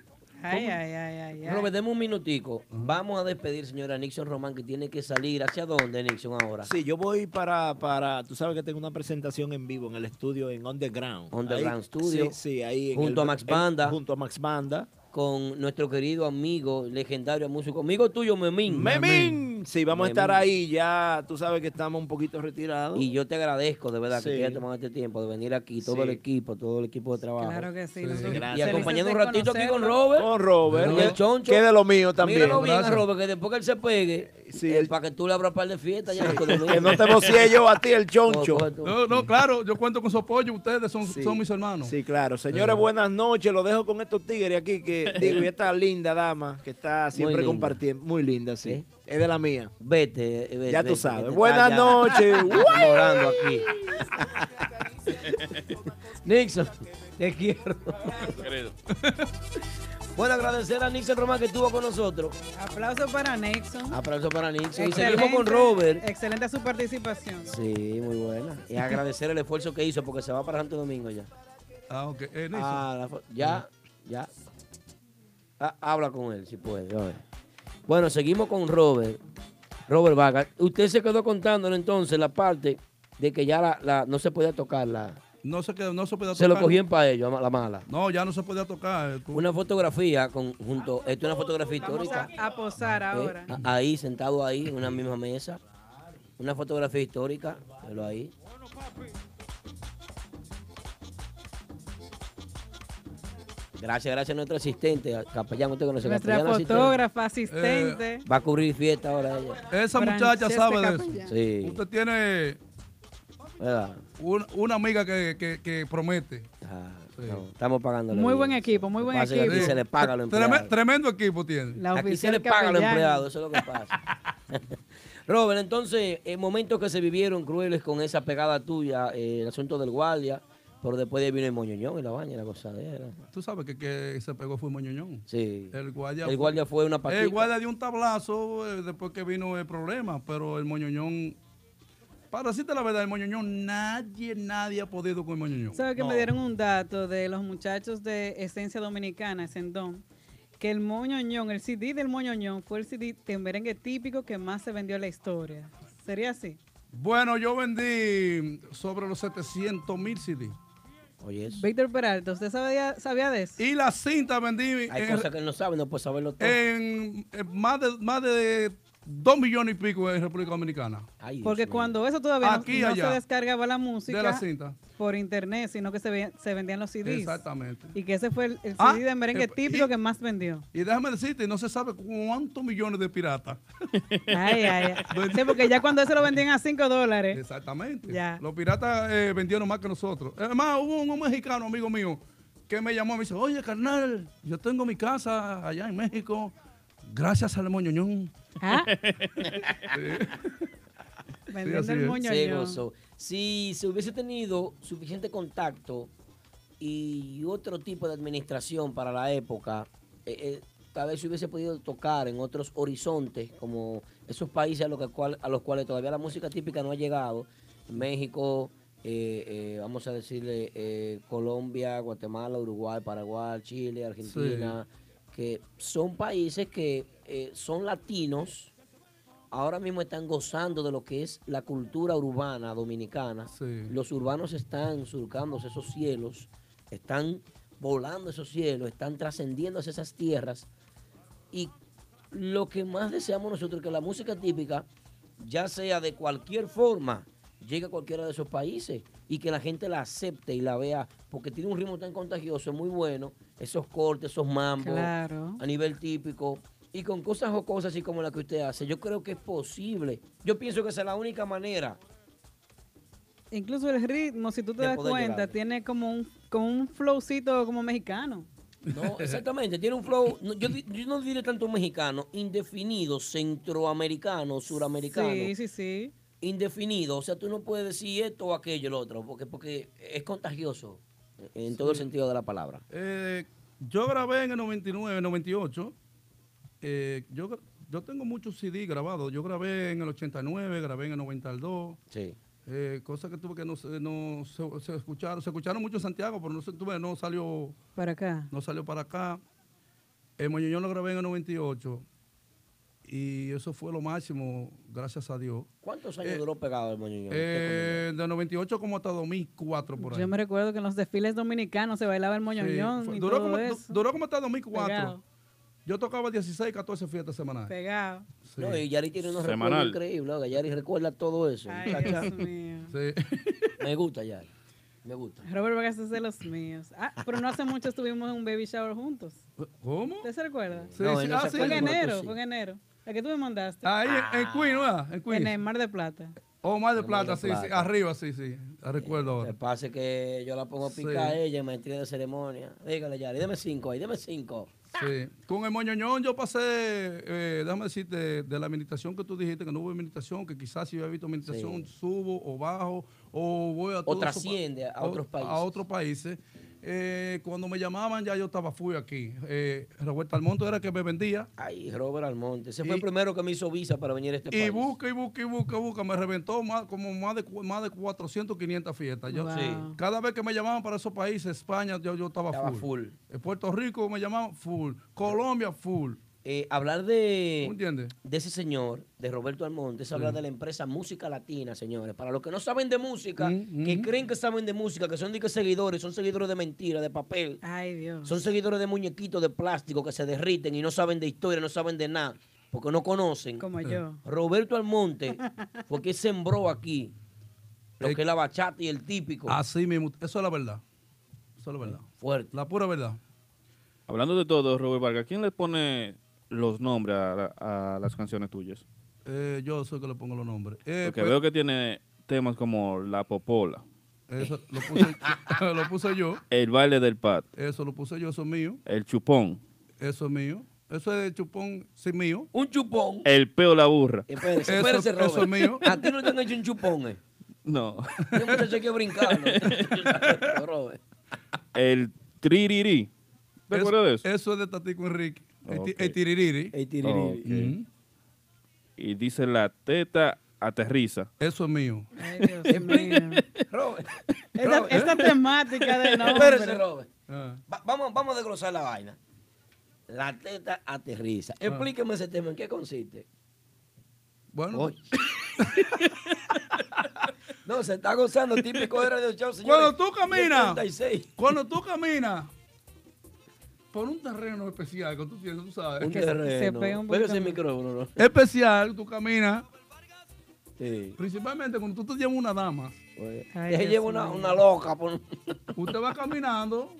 [SPEAKER 5] Ay, ay, ay, ay, ay.
[SPEAKER 6] Robert, deme un minutico. Vamos a despedir, señora Nixon Román, que tiene que salir. ¿Hacia dónde, Nixon, ahora?
[SPEAKER 8] Sí, yo voy para, para, tú sabes que tengo una presentación en vivo en el estudio en Underground. Ahí-
[SPEAKER 6] Underground Studio.
[SPEAKER 8] Sí, sí, ahí en
[SPEAKER 6] Junto
[SPEAKER 8] el-
[SPEAKER 6] a Max
[SPEAKER 8] en-
[SPEAKER 6] Banda.
[SPEAKER 8] junto a Max Banda.
[SPEAKER 6] Con nuestro querido amigo, legendario músico, amigo tuyo, Memín.
[SPEAKER 8] Memín. Sí, vamos a estar ahí ya, tú sabes que estamos un poquito retirados.
[SPEAKER 6] Y yo te agradezco, de verdad,
[SPEAKER 8] Sí.
[SPEAKER 6] que te hayas tomado este tiempo de venir aquí, todo
[SPEAKER 8] Sí.
[SPEAKER 6] el equipo, todo el equipo de trabajo.
[SPEAKER 5] Claro que sí,
[SPEAKER 6] Y
[SPEAKER 5] nosotros
[SPEAKER 6] Y
[SPEAKER 8] gracias.
[SPEAKER 6] acompañando un
[SPEAKER 5] felices de
[SPEAKER 6] ratito aquí con
[SPEAKER 5] conocerlo.
[SPEAKER 6] Robert.
[SPEAKER 8] Con Robert,
[SPEAKER 6] Con
[SPEAKER 8] que-
[SPEAKER 6] el choncho.
[SPEAKER 8] que de lo mío también.
[SPEAKER 6] Míralo bien, a
[SPEAKER 8] Gracias.
[SPEAKER 6] Robert, que después que él se pegue, eh, para que tú le abras un par de fiestas. ya, con el-
[SPEAKER 8] Que no te vocie yo a ti el choncho.
[SPEAKER 6] pues,
[SPEAKER 10] No, no, claro, yo cuento con su apoyo, ustedes son, son mis hermanos.
[SPEAKER 8] Sí, claro. Señores,
[SPEAKER 10] Eh.
[SPEAKER 8] buenas noches. Lo dejo con estos tigres aquí que digo, y esta linda dama que está siempre
[SPEAKER 6] linda. ¿Eh?
[SPEAKER 8] compartiendo. Muy linda, sí. Es de la mía.
[SPEAKER 6] Vete, eh, vete,
[SPEAKER 8] Ya tú
[SPEAKER 6] vete,
[SPEAKER 8] sabes.
[SPEAKER 6] que te
[SPEAKER 8] Buenas
[SPEAKER 6] está ya
[SPEAKER 8] noches.
[SPEAKER 6] enamorando aquí. Nixon. Te quiero.
[SPEAKER 4] Querido.
[SPEAKER 6] Bueno, agradecer a Nixon Román que estuvo con nosotros.
[SPEAKER 5] Aplauso para Nixon.
[SPEAKER 6] Aplauso para Nixon. Y Ah, seguimos con Robert.
[SPEAKER 5] Excelente su participación.
[SPEAKER 6] Sí, muy buena. Y agradecer el esfuerzo que hizo porque se va para Santo Domingo ya.
[SPEAKER 10] Ah, ok. Eh, Nixon.
[SPEAKER 6] Ah, la fo- ya, ya. Ah, habla con él si puede. a ver. Bueno, seguimos con Robert. Robert Vaga. Usted se quedó contándonos entonces la parte de que ya la, la- no se podía tocar. La,
[SPEAKER 10] No se quedó, no se podía
[SPEAKER 6] se lo
[SPEAKER 10] tocar.
[SPEAKER 6] cogió en paello, la mala.
[SPEAKER 10] No, ya no se podía tocar. Tú-
[SPEAKER 6] Una fotografía con, junto. Esto es una fotografía
[SPEAKER 5] Vamos
[SPEAKER 6] histórica.
[SPEAKER 5] a, a posar ahora.
[SPEAKER 6] Eh, a- Ahí, sentado ahí, en una misma mesa. Una fotografía histórica, pero ahí. Gracias, gracias a nuestro asistente, a capellán, usted conoce
[SPEAKER 5] Nuestra
[SPEAKER 6] capellán, asistente.
[SPEAKER 5] fotógrafa,
[SPEAKER 10] Eh,
[SPEAKER 5] asistente.
[SPEAKER 6] Va a cubrir fiesta ahora ella.
[SPEAKER 10] Esa muchacha
[SPEAKER 5] Francesca
[SPEAKER 10] sabe de
[SPEAKER 5] Capellán.
[SPEAKER 10] eso.
[SPEAKER 6] Sí.
[SPEAKER 10] Usted tiene
[SPEAKER 6] ¿Verdad?
[SPEAKER 10] un- una amiga que, que- que promete.
[SPEAKER 6] No, estamos pagando.
[SPEAKER 5] Muy buen equipo, muy buen
[SPEAKER 6] Pasa que aquí
[SPEAKER 5] equipo.
[SPEAKER 6] se le paga a los
[SPEAKER 10] Treme-
[SPEAKER 6] empleados.
[SPEAKER 10] tremendo equipo tiene.
[SPEAKER 5] La
[SPEAKER 6] Aquí se
[SPEAKER 5] oficial
[SPEAKER 6] le paga a los
[SPEAKER 5] capellán.
[SPEAKER 6] empleados, eso es lo que pasa. Robert, entonces, eh, momentos que se vivieron crueles con esa pegada tuya, eh, el asunto del guardia, pero después vino el moñoñón y la baña, y la gozadera.
[SPEAKER 10] Tú sabes que, que se pegó fue Moñoñón.
[SPEAKER 6] Sí.
[SPEAKER 10] El guardia,
[SPEAKER 6] El guardia fue una patica.
[SPEAKER 10] El guardia dio un tablazo eh, después que vino el problema, pero el Moñoñón. Para decirte la verdad, el Moñoñón, nadie, nadie ha podido con el Moñoñón.
[SPEAKER 5] ¿Sabes que
[SPEAKER 10] No.
[SPEAKER 5] me dieron un dato de los muchachos de Esencia Dominicana, Sendón? Que el Moñoñón, el CD del Moñoñón, fue el CD de merengue típico que más se vendió en la historia. ¿Sería así?
[SPEAKER 10] Bueno, yo vendí sobre los 700 mil CD.
[SPEAKER 6] Oye,
[SPEAKER 5] Víctor Peralta, ¿usted sabía, sabía de eso?
[SPEAKER 10] Y la cinta vendí
[SPEAKER 6] Hay
[SPEAKER 10] en,
[SPEAKER 6] cosas que él no sabe, no puede saberlo todo.
[SPEAKER 10] en- en más, de, más de 2 millones y pico en República Dominicana.
[SPEAKER 5] Porque cuando eso todavía no-
[SPEAKER 10] Aquí,
[SPEAKER 5] no,
[SPEAKER 10] allá.
[SPEAKER 5] se descargaba la música
[SPEAKER 10] De la cinta.
[SPEAKER 5] por internet, sino que se, ve- se vendían los CDs.
[SPEAKER 10] Exactamente.
[SPEAKER 5] Y que ese fue el, el CD
[SPEAKER 10] Ah,
[SPEAKER 5] de merengue
[SPEAKER 10] eh,
[SPEAKER 5] típico que más vendió.
[SPEAKER 10] Y déjame decirte, no se sabe cuántos millones de piratas.
[SPEAKER 5] Ay, ay, ay. Sí, porque ya cuando eso lo vendían a 5 dólares.
[SPEAKER 10] Exactamente.
[SPEAKER 5] Ya.
[SPEAKER 10] Los piratas eh, vendieron más que nosotros. Además, hubo un, un mexicano, amigo mío, que me llamó y me dice, oye, carnal, yo tengo mi casa allá en México. Gracias al moñoñón.
[SPEAKER 5] Ah.
[SPEAKER 10] Vendiendo así el es. moñoñón.
[SPEAKER 6] Se gozó. Si se hubiese tenido suficiente contacto y otro tipo de administración para la época, eh, eh, tal vez se hubiese podido tocar en otros horizontes, como esos países a los, que cual- a los cuales todavía la música típica no ha llegado. México, eh, eh, vamos a decirle, eh, Colombia, Guatemala, Uruguay, Paraguay, Chile, Argentina, que son países que eh, son latinos ahora mismo están gozando de lo que es la cultura urbana dominicana. Los urbanos están surcando esos cielos, están volando esos cielos, están trascendiendo hacia esas tierras. Y lo que más deseamos nosotros es que la música típica, ya sea de cualquier forma, llegue a cualquiera de esos países y que la gente la acepte y la vea, porque tiene un ritmo tan contagioso, muy bueno, esos cortes, esos mambos,
[SPEAKER 5] Claro.
[SPEAKER 6] a nivel típico. Y con cosas o cosas así como la que usted hace, yo creo que es posible. Yo pienso que esa es la única manera.
[SPEAKER 5] Incluso el ritmo, si tú te
[SPEAKER 6] De
[SPEAKER 5] das
[SPEAKER 6] poder
[SPEAKER 5] cuenta,
[SPEAKER 6] llegarle.
[SPEAKER 5] tiene como un, como un flowcito como mexicano.
[SPEAKER 6] No, exactamente, tiene un flow, no, yo, di- yo no diré tanto mexicano, indefinido, centroamericano, suramericano.
[SPEAKER 5] Sí, sí, sí.
[SPEAKER 6] Indefinido, o sea, tú no puedes decir esto o aquello, lo otro, porque, porque es contagioso en todo el sentido de la palabra.
[SPEAKER 10] Eh, yo grabé en el 99, 98. Eh, yo, gra- yo tengo muchos CD grabados. Yo grabé en el 89, grabé en el 92.
[SPEAKER 6] Sí.
[SPEAKER 10] Eh, cosas que tuve que no, se- no se, se escucharon. Se escucharon mucho en Santiago, pero no, se, tuve, no salió
[SPEAKER 5] Para acá.
[SPEAKER 10] no salió para acá. El Moñoñón lo grabé en el 98. Y eso fue lo máximo, gracias a Dios.
[SPEAKER 6] ¿Cuántos años
[SPEAKER 10] Eh,
[SPEAKER 6] duró pegado el Este, moñoñón?
[SPEAKER 10] Eh, de 98 como hasta 2004 por ahí.
[SPEAKER 5] Yo me recuerdo que en los desfiles dominicanos se bailaba el
[SPEAKER 10] Sí,
[SPEAKER 5] moñoñón
[SPEAKER 10] fue-
[SPEAKER 5] y
[SPEAKER 10] duró,
[SPEAKER 5] todo
[SPEAKER 10] como, du-
[SPEAKER 5] eso.
[SPEAKER 10] duró como hasta 2004.
[SPEAKER 5] Pegado.
[SPEAKER 10] Yo tocaba 16, 14 fiestas semanales.
[SPEAKER 5] Pegado.
[SPEAKER 6] No, y Yari tiene unos
[SPEAKER 10] Semanal.
[SPEAKER 6] recuerdos increíbles. oiga, Yari recuerda todo eso. muchacha. Me gusta, Yari. Me gusta.
[SPEAKER 5] Robert Vargas es de los míos. Ah, pero no hace mucho estuvimos en un baby shower juntos.
[SPEAKER 10] ¿Cómo?
[SPEAKER 5] ¿Usted se recuerda?
[SPEAKER 10] Sí, No, sí, él no ah, se sí.
[SPEAKER 5] Fue en
[SPEAKER 10] acuerda, pero
[SPEAKER 5] enero,
[SPEAKER 10] tú sí.
[SPEAKER 5] fue en enero. La que tú me mandaste. Ah.
[SPEAKER 10] Ahí en- en Queen, ¿verdad? En Queen.
[SPEAKER 5] En el Mar de Plata.
[SPEAKER 10] O más de
[SPEAKER 6] En Mar
[SPEAKER 10] Oh, plata,
[SPEAKER 6] del
[SPEAKER 10] sí, sí.
[SPEAKER 6] Plata. Eh,
[SPEAKER 10] Arriba, sí, sí. La recuerdo ahora.
[SPEAKER 6] Me pasa es que yo la pongo a picar
[SPEAKER 10] Sí.
[SPEAKER 6] a ella, maestría de ceremonia. Dígale, Yari, deme cinco ahí, deme cinco.
[SPEAKER 10] Sí. Con el moñoñón yo pasé, eh, déjame decirte, de la administración que tú dijiste, que no hubo administración, que quizás si yo he visto administración, subo o bajo, o voy a... todo eso pa-
[SPEAKER 6] trasciende a otros países.
[SPEAKER 10] A otros países. eh, cuando me llamaban ya yo estaba fui aquí. Eh, Roberto Almonte era el que me vendía.
[SPEAKER 6] Ay, Robert Almonte. Ese fue
[SPEAKER 10] Y-
[SPEAKER 6] el primero que me hizo visa para venir a este
[SPEAKER 10] Y
[SPEAKER 6] país.
[SPEAKER 10] busca, y busca, y busca, busca. Me reventó más, como más de, cu- más de 400, 500 fiestas. Yo,
[SPEAKER 6] Wow. Sí.
[SPEAKER 10] Cada vez que me llamaban para esos países, España, yo, yo estaba,
[SPEAKER 6] Estaba
[SPEAKER 10] full.
[SPEAKER 6] full.
[SPEAKER 10] En Puerto Rico me llamaban full. Colombia, full.
[SPEAKER 6] Eh, hablar de,
[SPEAKER 10] ¿Entiendes?
[SPEAKER 6] de ese señor, de Roberto Almonte, es hablar
[SPEAKER 10] Mm.
[SPEAKER 6] de la empresa Música Latina, señores. Para los que no saben de música,
[SPEAKER 10] Mm,
[SPEAKER 6] que creen que saben de música, que son de que seguidores, son seguidores de mentira, de papel.
[SPEAKER 5] Ay, Dios.
[SPEAKER 6] Son seguidores de muñequitos de plástico que se derriten y no saben de historia, no saben de nada, porque no conocen.
[SPEAKER 5] Como yo.
[SPEAKER 6] Roberto Almonte fue quien sembró aquí lo
[SPEAKER 10] Eh,
[SPEAKER 6] que es la bachata y el típico.
[SPEAKER 10] Así mismo. Eso es la verdad. Eso es la verdad.
[SPEAKER 6] Fuerte.
[SPEAKER 10] La pura verdad.
[SPEAKER 4] Hablando de todo, Robert Vargas, ¿quién le pone los nombres a, la- a las canciones tuyas?
[SPEAKER 10] Eh, yo soy el que le pongo los nombres. Eh,
[SPEAKER 4] Porque
[SPEAKER 10] pero-
[SPEAKER 4] veo que tiene temas como La Popola,
[SPEAKER 10] Eso lo puse, lo puse yo.
[SPEAKER 4] El Baile del Pat,
[SPEAKER 10] Eso lo puse yo, eso es mío.
[SPEAKER 4] El Chupón,
[SPEAKER 10] Eso es mío. Eso es de chupón, sí mío.
[SPEAKER 6] Un chupón.
[SPEAKER 4] El Peo la Burra.
[SPEAKER 6] Espérese,
[SPEAKER 10] Eso-
[SPEAKER 6] espérese, Robert.
[SPEAKER 10] eso es mío.
[SPEAKER 6] A ti no te han hecho un chupón, eh.
[SPEAKER 4] No.
[SPEAKER 6] Yo muchacho hay que brincarlo. Robert.
[SPEAKER 4] El Tririri. ¿Te
[SPEAKER 10] Eso-
[SPEAKER 4] acuerdas de eso?
[SPEAKER 10] Eso es de Tatico Enrique. Mm. El ti-
[SPEAKER 4] Ok.
[SPEAKER 10] El tiririri.
[SPEAKER 4] Ok. Y dice La Teta Aterriza.
[SPEAKER 10] Eso es mío.
[SPEAKER 5] Ay, Dios mío.
[SPEAKER 6] Robert.
[SPEAKER 5] Esta,
[SPEAKER 6] Robert.
[SPEAKER 5] esta temática de
[SPEAKER 6] Espérese,
[SPEAKER 5] nombre.
[SPEAKER 6] Robert. Va- vamos, vamos a desglosar la vaina. La teta aterriza.
[SPEAKER 5] Ah.
[SPEAKER 6] Explíqueme ese tema, ¿en qué consiste?
[SPEAKER 10] Bueno.
[SPEAKER 6] no, se está gozando típico de Radio Show, señores.
[SPEAKER 10] Cuando tú caminas,
[SPEAKER 6] 10:36.
[SPEAKER 10] cuando tú caminas por un terreno especial que tú tienes, tú sabes.
[SPEAKER 6] Un terreno. Pégase el micrófono, ¿no?
[SPEAKER 10] Especial, tú caminas.
[SPEAKER 6] Sí.
[SPEAKER 10] Principalmente cuando tú te llevas una dama.
[SPEAKER 6] Ay, Te Dios lleva una- mío. una loca por-
[SPEAKER 10] Usted va caminando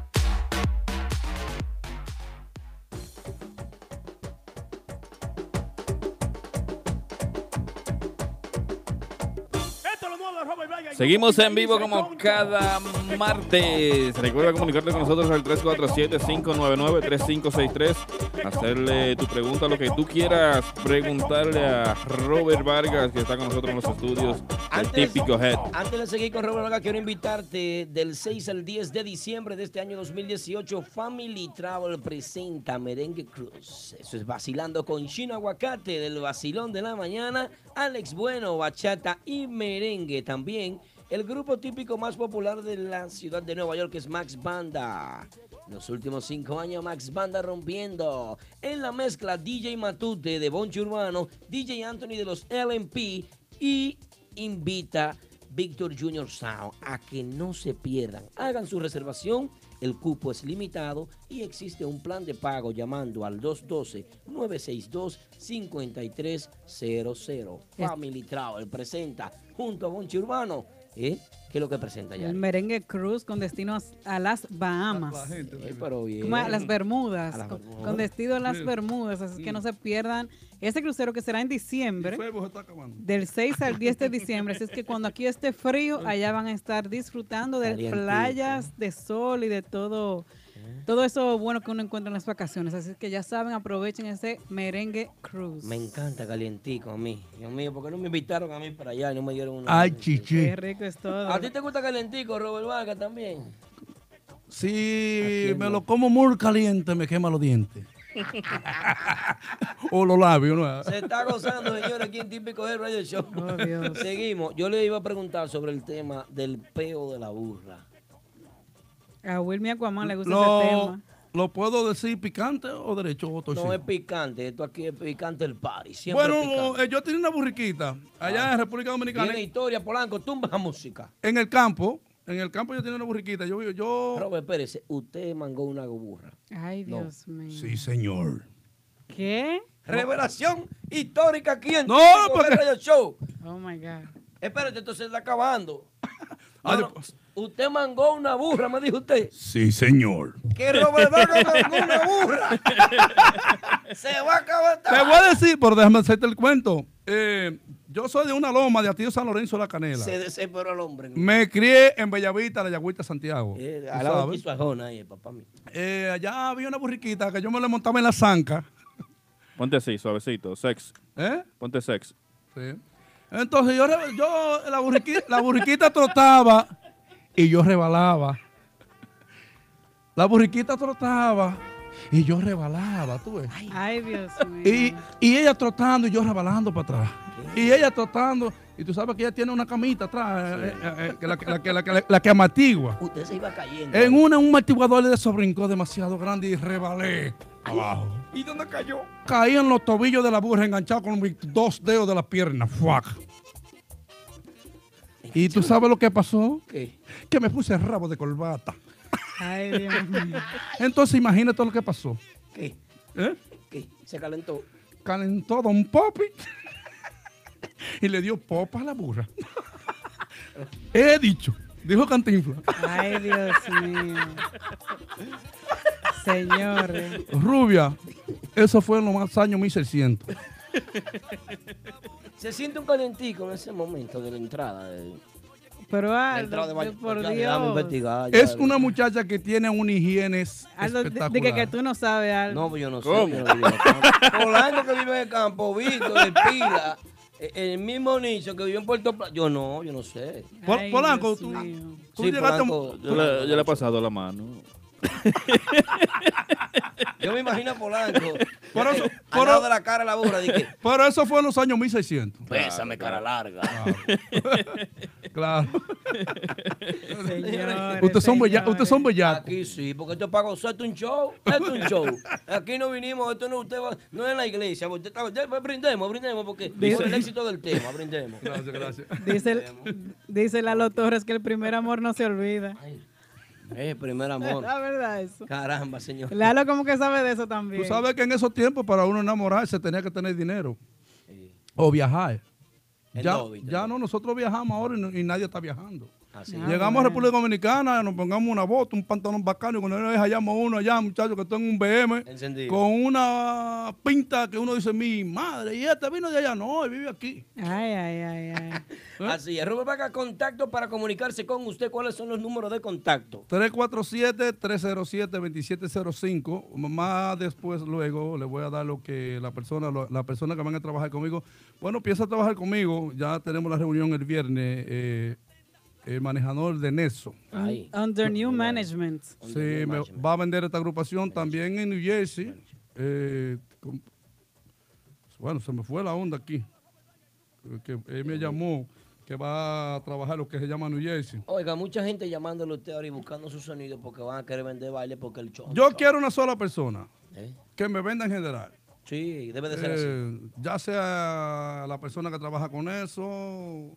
[SPEAKER 2] Esto es lo nuevo de Robert Vargas.
[SPEAKER 4] Seguimos en vivo como cada martes. Recuerda comunicarte con nosotros al 347-599-3563. Hacerle tu pregunta, lo que tú quieras preguntarle a Robert Vargas, que está con nosotros en los estudios del típico Head.
[SPEAKER 6] Antes de seguir con Robert Vargas, quiero invitarte del 6 al 10 de diciembre de este año 2018. Family Travel presenta Merengue Cruz. Eso es Vacilando con Chino Aguacate del Vacilón de la Mañana. Alex Bueno, Bachata y Merengue también. El grupo típico más popular de la ciudad de Nueva York es Max Banda. En Los últimos cinco años Max Banda rompiendo. En la mezcla DJ Matute de Bonchi Urbano, DJ Anthony de los LMP y invita Victor Junior Sound, a que no se pierdan. Hagan su reservación, el cupo es limitado y existe un plan de pago llamando al 212-962-5300. Family Travel presenta junto a Bonchi Urbano. ¿eh? ¿Qué es lo que presenta ya?
[SPEAKER 5] El merengue cruz con destino a, a las Bahamas.
[SPEAKER 6] Eh, pero bien.
[SPEAKER 5] Como a las Bermudas,
[SPEAKER 6] A las
[SPEAKER 5] con,
[SPEAKER 6] Bermudas.
[SPEAKER 5] con destino a las
[SPEAKER 6] Sí.
[SPEAKER 5] Bermudas, así que no
[SPEAKER 6] Mm.
[SPEAKER 5] se pierdan ese crucero que será en diciembre, del 6 al 10 de diciembre, así es que cuando aquí esté frío, allá van a estar disfrutando de
[SPEAKER 6] Calientito.
[SPEAKER 5] playas, de sol y de todo, todo eso bueno que uno encuentra en las vacaciones, así es que ya saben, aprovechen ese merengue cruise.
[SPEAKER 6] Me encanta calientico a mí. Dios mío, ¿por qué no me invitaron a mí para allá y no me dieron una?
[SPEAKER 10] Ay, chichi.
[SPEAKER 5] Qué rico es todo.
[SPEAKER 6] ¿A ti te gusta calientico, Robert Vargas, también?
[SPEAKER 10] Si me lo como muy caliente, me quema los dientes. O los labios, ¿no?
[SPEAKER 6] Se está gozando, señores, aquí en Típico del Radio Show.
[SPEAKER 5] Dios.
[SPEAKER 6] Seguimos. Yo le iba a preguntar sobre el tema del peo de la burra.
[SPEAKER 5] A Wilmy Aquaman le gusta ese
[SPEAKER 10] Lo,
[SPEAKER 5] tema.
[SPEAKER 10] ¿Lo puedo decir picante o derecho o torcido?
[SPEAKER 6] No es picante, esto aquí es picante el party. Siempre es
[SPEAKER 10] Bueno,
[SPEAKER 6] picante.
[SPEAKER 10] eh, yo tenía una burriquita allá en República Dominicana.
[SPEAKER 6] Viene historia, Polanco, tumba la música.
[SPEAKER 10] En el campo, en el campo yo tenía una burriquita. Yo, yo...
[SPEAKER 6] Robert Pérez, usted mangó una burra.
[SPEAKER 5] Ay,
[SPEAKER 6] No.
[SPEAKER 5] Dios mío.
[SPEAKER 10] Sí, señor.
[SPEAKER 5] ¿Qué?
[SPEAKER 6] Revelación histórica aquí en
[SPEAKER 5] No,
[SPEAKER 6] Típico
[SPEAKER 5] porque-
[SPEAKER 6] del Radio Show.
[SPEAKER 5] Oh my God.
[SPEAKER 6] Espérate, entonces está acabando. No, no, Usted mangó una burra, me dijo usted.
[SPEAKER 10] Sí, señor.
[SPEAKER 6] Que Robert Vargas mangó una burra. Se va a acabar esta
[SPEAKER 10] Te voy a decir, pero déjame hacerte el cuento. Eh, yo soy de una loma de Atillo San Lorenzo de la Canela.
[SPEAKER 6] Se desesperó el hombre.
[SPEAKER 10] Me crié en Bellavista, la Yagüita, Santiago.
[SPEAKER 6] Eh,
[SPEAKER 10] Tú
[SPEAKER 6] al lado de
[SPEAKER 10] sabes.
[SPEAKER 6] Quiso Arjona ahí, papá mío.
[SPEAKER 10] Eh, allá había una burriquita que yo me la montaba en la zanca.
[SPEAKER 4] Ponte así, suavecito, sex.
[SPEAKER 10] ¿Eh?
[SPEAKER 4] Ponte sex.
[SPEAKER 10] Entonces yo, re- yo la, burriqui- la burriquita trotaba y yo rebalaba. La burriquita trotaba y yo rebalaba, tú ves.
[SPEAKER 5] Ay, Dios mío.
[SPEAKER 10] Y, y ella trotando y yo rebalando para atrás. Y ella trotando. Y tú sabes que ella tiene una camita atrás, eh, eh, eh, que la, que- la que- la Eh, que- la- la que amatigua.
[SPEAKER 6] Usted se iba cayendo.
[SPEAKER 10] En una, un amortiguador le sobrincó demasiado grande y rebalé abajo.
[SPEAKER 6] ¿Y dónde cayó?
[SPEAKER 10] Caí en los tobillos de la burra enganchado con mis dos dedos de la pierna. ¡Fuac! ¿Y tú sabes lo que pasó?
[SPEAKER 6] ¿Qué?
[SPEAKER 10] Que me puse rabo de corbata.
[SPEAKER 5] Ay, Dios mío.
[SPEAKER 10] Entonces imagínate lo que pasó.
[SPEAKER 6] ¿Qué?
[SPEAKER 10] ¿Eh?
[SPEAKER 6] ¿Qué? Se calentó.
[SPEAKER 10] Calentó Don Popi y le dio popa a la burra. He dicho, dijo Cantinfla.
[SPEAKER 5] Ay, Dios mío. Señores.
[SPEAKER 10] Rubia, eso fue en los más años 1600.
[SPEAKER 6] Se siente un calentico en ese momento de la entrada. De,
[SPEAKER 5] Pero
[SPEAKER 6] la
[SPEAKER 5] Aldo,
[SPEAKER 6] entrada de baño.
[SPEAKER 5] por
[SPEAKER 6] Ya, déjame
[SPEAKER 5] Dios.
[SPEAKER 6] investigar, ya.
[SPEAKER 10] Es una muchacha que tiene una higiene
[SPEAKER 5] Aldo, di- di que,
[SPEAKER 10] espectacular.
[SPEAKER 5] que tú no sabes, Aldo.
[SPEAKER 6] No, pues yo no sé. yo no vivo en el campo. Polanco que vive en el campo, Víctor, de Pila, eh, el mismo nicho que vivió en Puerto Plata. Yo no, yo no sé.
[SPEAKER 10] Pol- Ay, Polanco, Dios tú- tú llegaste a-
[SPEAKER 6] Polanco,
[SPEAKER 4] Yo le, yo le he pasado la mano.
[SPEAKER 6] Yo me imagino a Polanco.
[SPEAKER 10] Por eso,
[SPEAKER 6] Al lado de la cara de la burra, Pues, dije,
[SPEAKER 10] Pero eso fue en los años 1600.
[SPEAKER 6] pésame cara larga.
[SPEAKER 10] Claro.
[SPEAKER 6] Señores,
[SPEAKER 10] Ustedes son, bella,
[SPEAKER 6] señores.
[SPEAKER 10] ustedes son bellacos.
[SPEAKER 6] Aquí sí, porque esto es para gozar, esto es un show, esto es un show. Aquí no vinimos, esto no, usted va- no es en la iglesia. Usted está- usted- pues, brindemos, brindemos, porque
[SPEAKER 5] Dice-
[SPEAKER 6] por el éxito del tema, brindemos.
[SPEAKER 10] Gracias, gracias.
[SPEAKER 5] Dice, el- dice Lalo Torres que el primer amor no se olvida.
[SPEAKER 6] Es primer amor.
[SPEAKER 5] La verdad eso.
[SPEAKER 6] Caramba, Eh, señor.
[SPEAKER 5] Lalo como que sabe de eso también.
[SPEAKER 10] Tú sabes que en esos tiempos para uno enamorarse tenía que tener dinero o viajar.
[SPEAKER 6] En
[SPEAKER 10] Ya,
[SPEAKER 6] Dobbit,
[SPEAKER 10] ya no, nosotros viajamos ahora y, no- y nadie está viajando. Ah,
[SPEAKER 6] Así
[SPEAKER 5] Ah,
[SPEAKER 10] Llegamos a República Dominicana, nos pongamos una bota, un pantalón bacano y cuando una vez hallamos uno allá, muchachos, que está en un BM,
[SPEAKER 6] Encendido.
[SPEAKER 10] con una pinta que uno dice, mi madre, y esta vino de allá, no, y vive aquí.
[SPEAKER 5] Ay, ay, ay, ay.
[SPEAKER 6] Así es. Robert Vaca, contacto para comunicarse con usted. ¿Cuáles son los números de contacto?
[SPEAKER 10] 347-307-2705. Más después, luego, le voy a dar lo que la persona, lo- la persona que van a trabajar conmigo. Bueno, empieza a trabajar conmigo. Ya tenemos la reunión el viernes. eh, el manejador de Neso.
[SPEAKER 5] Un- Under New Management.
[SPEAKER 10] Sí, me va a vender esta agrupación también en New Jersey. Eh, con- bueno, se me fue la onda aquí. Que él me llamó que va a trabajar lo que se llama New Jersey.
[SPEAKER 6] Oiga, mucha gente llamándole a usted ahora y buscando su sonido porque van a querer vender baile porque el show.
[SPEAKER 10] Yo quiero una sola persona
[SPEAKER 6] ¿Eh?
[SPEAKER 10] que me venda en general.
[SPEAKER 6] Sí, debe de ser
[SPEAKER 10] Eh, Ya sea la persona que trabaja con eso,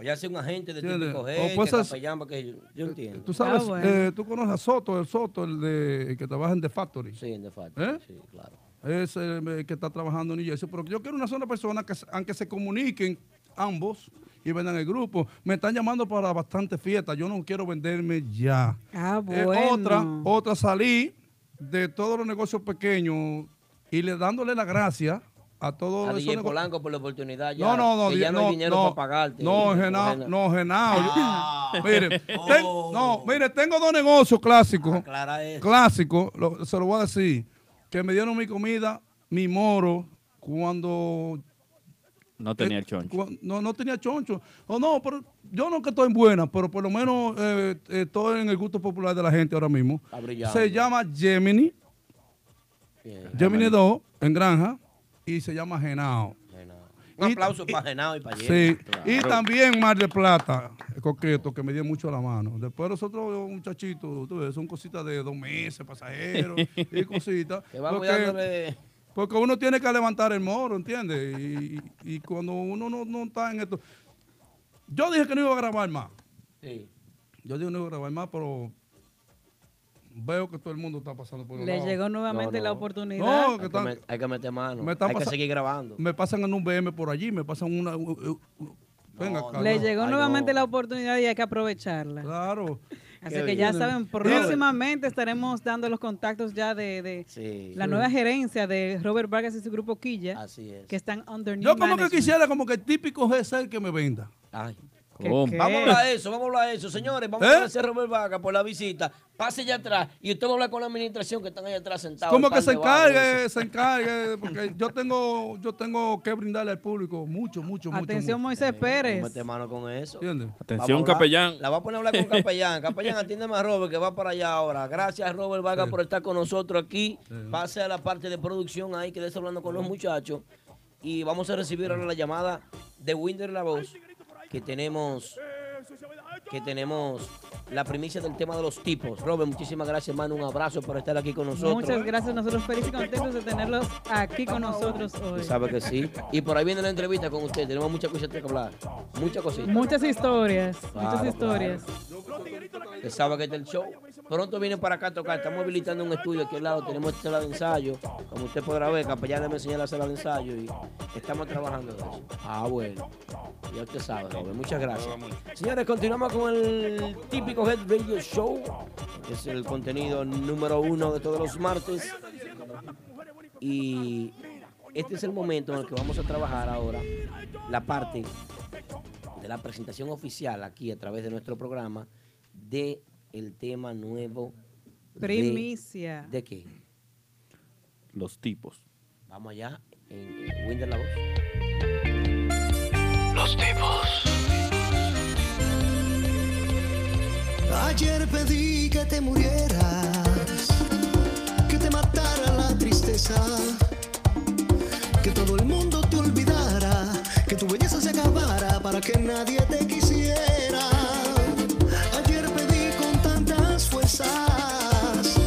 [SPEAKER 6] O ya sea un agente de
[SPEAKER 10] ¿Entiendes?
[SPEAKER 6] típico
[SPEAKER 10] O
[SPEAKER 6] G,
[SPEAKER 10] puede
[SPEAKER 6] que
[SPEAKER 10] ser-
[SPEAKER 6] capellán, porque yo, yo entiendo.
[SPEAKER 10] Tú
[SPEAKER 5] Ah,
[SPEAKER 10] sabes, eh, tú conoces a Soto, el Soto, el, de, el que trabaja en The Factory. ¿Eh?
[SPEAKER 6] Sí, en The Factory, sí, claro.
[SPEAKER 10] Es el eh, que está trabajando en New Jersey. Pero yo quiero una sola persona que, se- aunque se comuniquen ambos y vendan el grupo. Me están llamando para bastante fiesta. Yo no quiero venderme ya.
[SPEAKER 5] Ah,
[SPEAKER 10] Eh,
[SPEAKER 5] bueno.
[SPEAKER 10] otra, otra salí de todos los negocios pequeños y le dándole la gracia a todos
[SPEAKER 6] a
[SPEAKER 10] esos
[SPEAKER 6] DJ
[SPEAKER 10] negocios.
[SPEAKER 6] Polanco por la oportunidad ya.
[SPEAKER 10] No, no, no.
[SPEAKER 6] que
[SPEAKER 10] di-
[SPEAKER 6] ya no, hay dinero
[SPEAKER 10] no,
[SPEAKER 6] para pagarte.
[SPEAKER 10] No,
[SPEAKER 6] Dijo
[SPEAKER 10] Genao,
[SPEAKER 6] Gena-
[SPEAKER 10] no, Genao. Yo-
[SPEAKER 5] Ah.
[SPEAKER 10] Mire, ten-
[SPEAKER 5] Oh.
[SPEAKER 10] no, mire, tengo dos negocios clásicos.
[SPEAKER 6] Oh. Aclara eso.
[SPEAKER 10] Clásicos, lo- se lo voy a decir. Que me dieron mi comida, mi moro, cuando Eh,
[SPEAKER 4] No tenía el choncho.
[SPEAKER 10] Cu- No, no tenía choncho. O no, pero yo no que estoy en buena, pero por lo menos eh, eh, estoy en el gusto popular de la gente ahora mismo.
[SPEAKER 6] Está brillando.
[SPEAKER 10] Se llama Gemini. Gemini 2 en granja y se llama Genao.
[SPEAKER 6] Un
[SPEAKER 10] Y-
[SPEAKER 6] aplauso para Genao y para
[SPEAKER 10] Sí.
[SPEAKER 6] Jerry.
[SPEAKER 10] Y
[SPEAKER 6] Claro.
[SPEAKER 10] también Mar de Plata, el coqueto, que me dio mucho la mano. Después nosotros, muchachitos, tú ves, son cositas de dos meses, pasajeros y cositas.
[SPEAKER 6] Que va
[SPEAKER 10] porque,
[SPEAKER 6] cuidándole.
[SPEAKER 10] porque uno tiene que levantar el moro, ¿entiendes? Y, y cuando uno no, no está en esto. Yo dije que no iba a grabar más.
[SPEAKER 6] Sí.
[SPEAKER 10] Yo dije que no iba a grabar más, pero veo que todo el mundo está pasando por el
[SPEAKER 5] Le
[SPEAKER 10] lado.
[SPEAKER 5] llegó nuevamente
[SPEAKER 6] No, no.
[SPEAKER 5] la oportunidad.
[SPEAKER 10] No, que
[SPEAKER 6] Hay que,
[SPEAKER 10] están-
[SPEAKER 6] met- hay que meter mano.
[SPEAKER 10] me están
[SPEAKER 6] hay que
[SPEAKER 10] pasa-
[SPEAKER 6] seguir grabando.
[SPEAKER 10] Me pasan en un BM por allí, me pasan una. u- u- u- venga, acá,
[SPEAKER 5] Le
[SPEAKER 10] no.
[SPEAKER 5] llegó nuevamente la oportunidad y hay que aprovecharla.
[SPEAKER 10] Claro.
[SPEAKER 5] Así
[SPEAKER 10] Qué
[SPEAKER 5] que ya
[SPEAKER 10] bien.
[SPEAKER 5] saben, próximamente estaremos dando los contactos ya de, de la
[SPEAKER 10] Sí.
[SPEAKER 5] nueva gerencia de Robert Vargas y su grupo Quilla,
[SPEAKER 6] Así es.
[SPEAKER 5] que están under new
[SPEAKER 10] Yo como que
[SPEAKER 5] management.
[SPEAKER 10] quisiera como que el típico es el que me venda.
[SPEAKER 6] Ay.
[SPEAKER 5] ¿Qué, ¿Cómo? qué?
[SPEAKER 6] Vamos a hablar de eso, vamos a hablar de eso, señores. Vamos
[SPEAKER 10] ¿Eh?
[SPEAKER 6] a agradecer a Robert Vaca por la visita. Pase allá atrás y usted va a hablar con la administración que están allá atrás sentados.
[SPEAKER 10] Como
[SPEAKER 6] el
[SPEAKER 10] que
[SPEAKER 6] pan
[SPEAKER 10] se
[SPEAKER 6] de vago
[SPEAKER 10] encargue,
[SPEAKER 6] ese.
[SPEAKER 10] se encargue, porque yo tengo, yo tengo que brindarle al público mucho, mucho, mucho.
[SPEAKER 5] Atención,
[SPEAKER 10] mucho.
[SPEAKER 5] Moisés Pérez.
[SPEAKER 6] Mete mano con eso.
[SPEAKER 10] ¿Entiendes?
[SPEAKER 4] Atención,
[SPEAKER 6] Vamos a hablar-
[SPEAKER 4] capellán.
[SPEAKER 6] La va a poner a hablar con Capellán. Capellán, atiéndeme a Robert, que va para allá ahora. Gracias, Robert Vaga, por estar con nosotros aquí. Pase a la parte de producción ahí, que está hablando con los muchachos. Y vamos a recibir ahora la llamada de Winder La Voz, que tenemos, que tenemos la primicia del tema de los tipos. Robert, muchísimas gracias, hermano. Un abrazo por estar aquí con nosotros. ¿eh?
[SPEAKER 5] Muchas gracias, nosotros felices y contentos de tenerlos aquí con nosotros hoy.
[SPEAKER 6] Usted sabe que sí. Y por ahí viene la entrevista con usted. Tenemos muchas cosas que hablar. Muchas cositas.
[SPEAKER 5] Muchas historias,
[SPEAKER 6] Claro,
[SPEAKER 5] muchas historias.
[SPEAKER 6] Usted sabe que está el show. Pronto viene para acá a tocar. Estamos habilitando un estudio aquí al lado. Tenemos esta sala de ensayo. Como usted podrá ver, capellán me enseñó la sala de ensayo y estamos trabajando de eso. Ah, bueno. Ya usted sabe, Robert. Muchas gracias. Señores, continuamos con el típico Head Radio Show. que Es el contenido número uno de todos los martes. Y este es el momento en el que vamos a trabajar ahora la parte de la presentación oficial aquí a través de nuestro programa de el tema nuevo de-
[SPEAKER 5] Primicia.
[SPEAKER 6] de qué
[SPEAKER 4] Los tipos.
[SPEAKER 6] vamos allá en, en Winder la voz
[SPEAKER 12] Los tipos.
[SPEAKER 13] Ayer pedí que te murieras, que te matara la tristeza, que todo el mundo te olvidara, que tu belleza se acabara para que nadie te quisiera. Ayer pedí con tantas fuerzas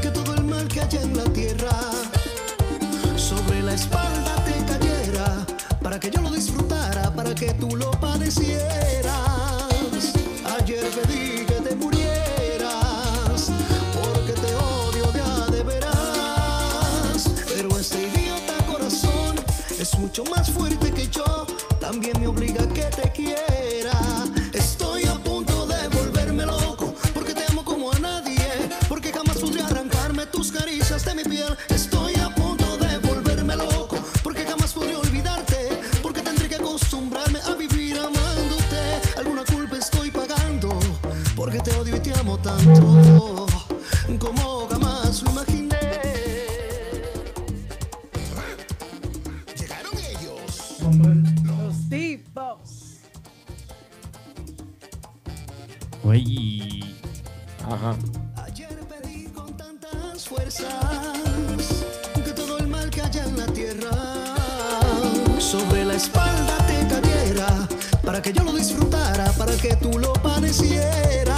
[SPEAKER 13] que todo el mal que hay en la tierra sobre la espalda te cayera, para que yo lo disfrutara, para que tú lo padecieras. Ayer pedí que te murieras, porque te odio ya de veras. Pero este idiota corazón es mucho más fuerte que yo, también me obliga a que te quiera. Estoy a punto de volverme loco, porque te amo como a nadie, porque jamás podría arrancarme tus caricias de mi piel. Estoy a punto de volverme loco, porque jamás podré olvidarte, porque tendré que acostumbrarme a vivir amándote. Alguna culpa estoy pagando, porque te odio y te amo tanto, como jamás lo imaginé. Llegaron ellos.
[SPEAKER 5] Los tipos.
[SPEAKER 4] Oye.
[SPEAKER 6] Ajá.
[SPEAKER 13] tantas fuerzas que todo el mal que haya en la tierra sobre la espalda te cayera para que yo lo disfrutara, para que tú lo padecieras.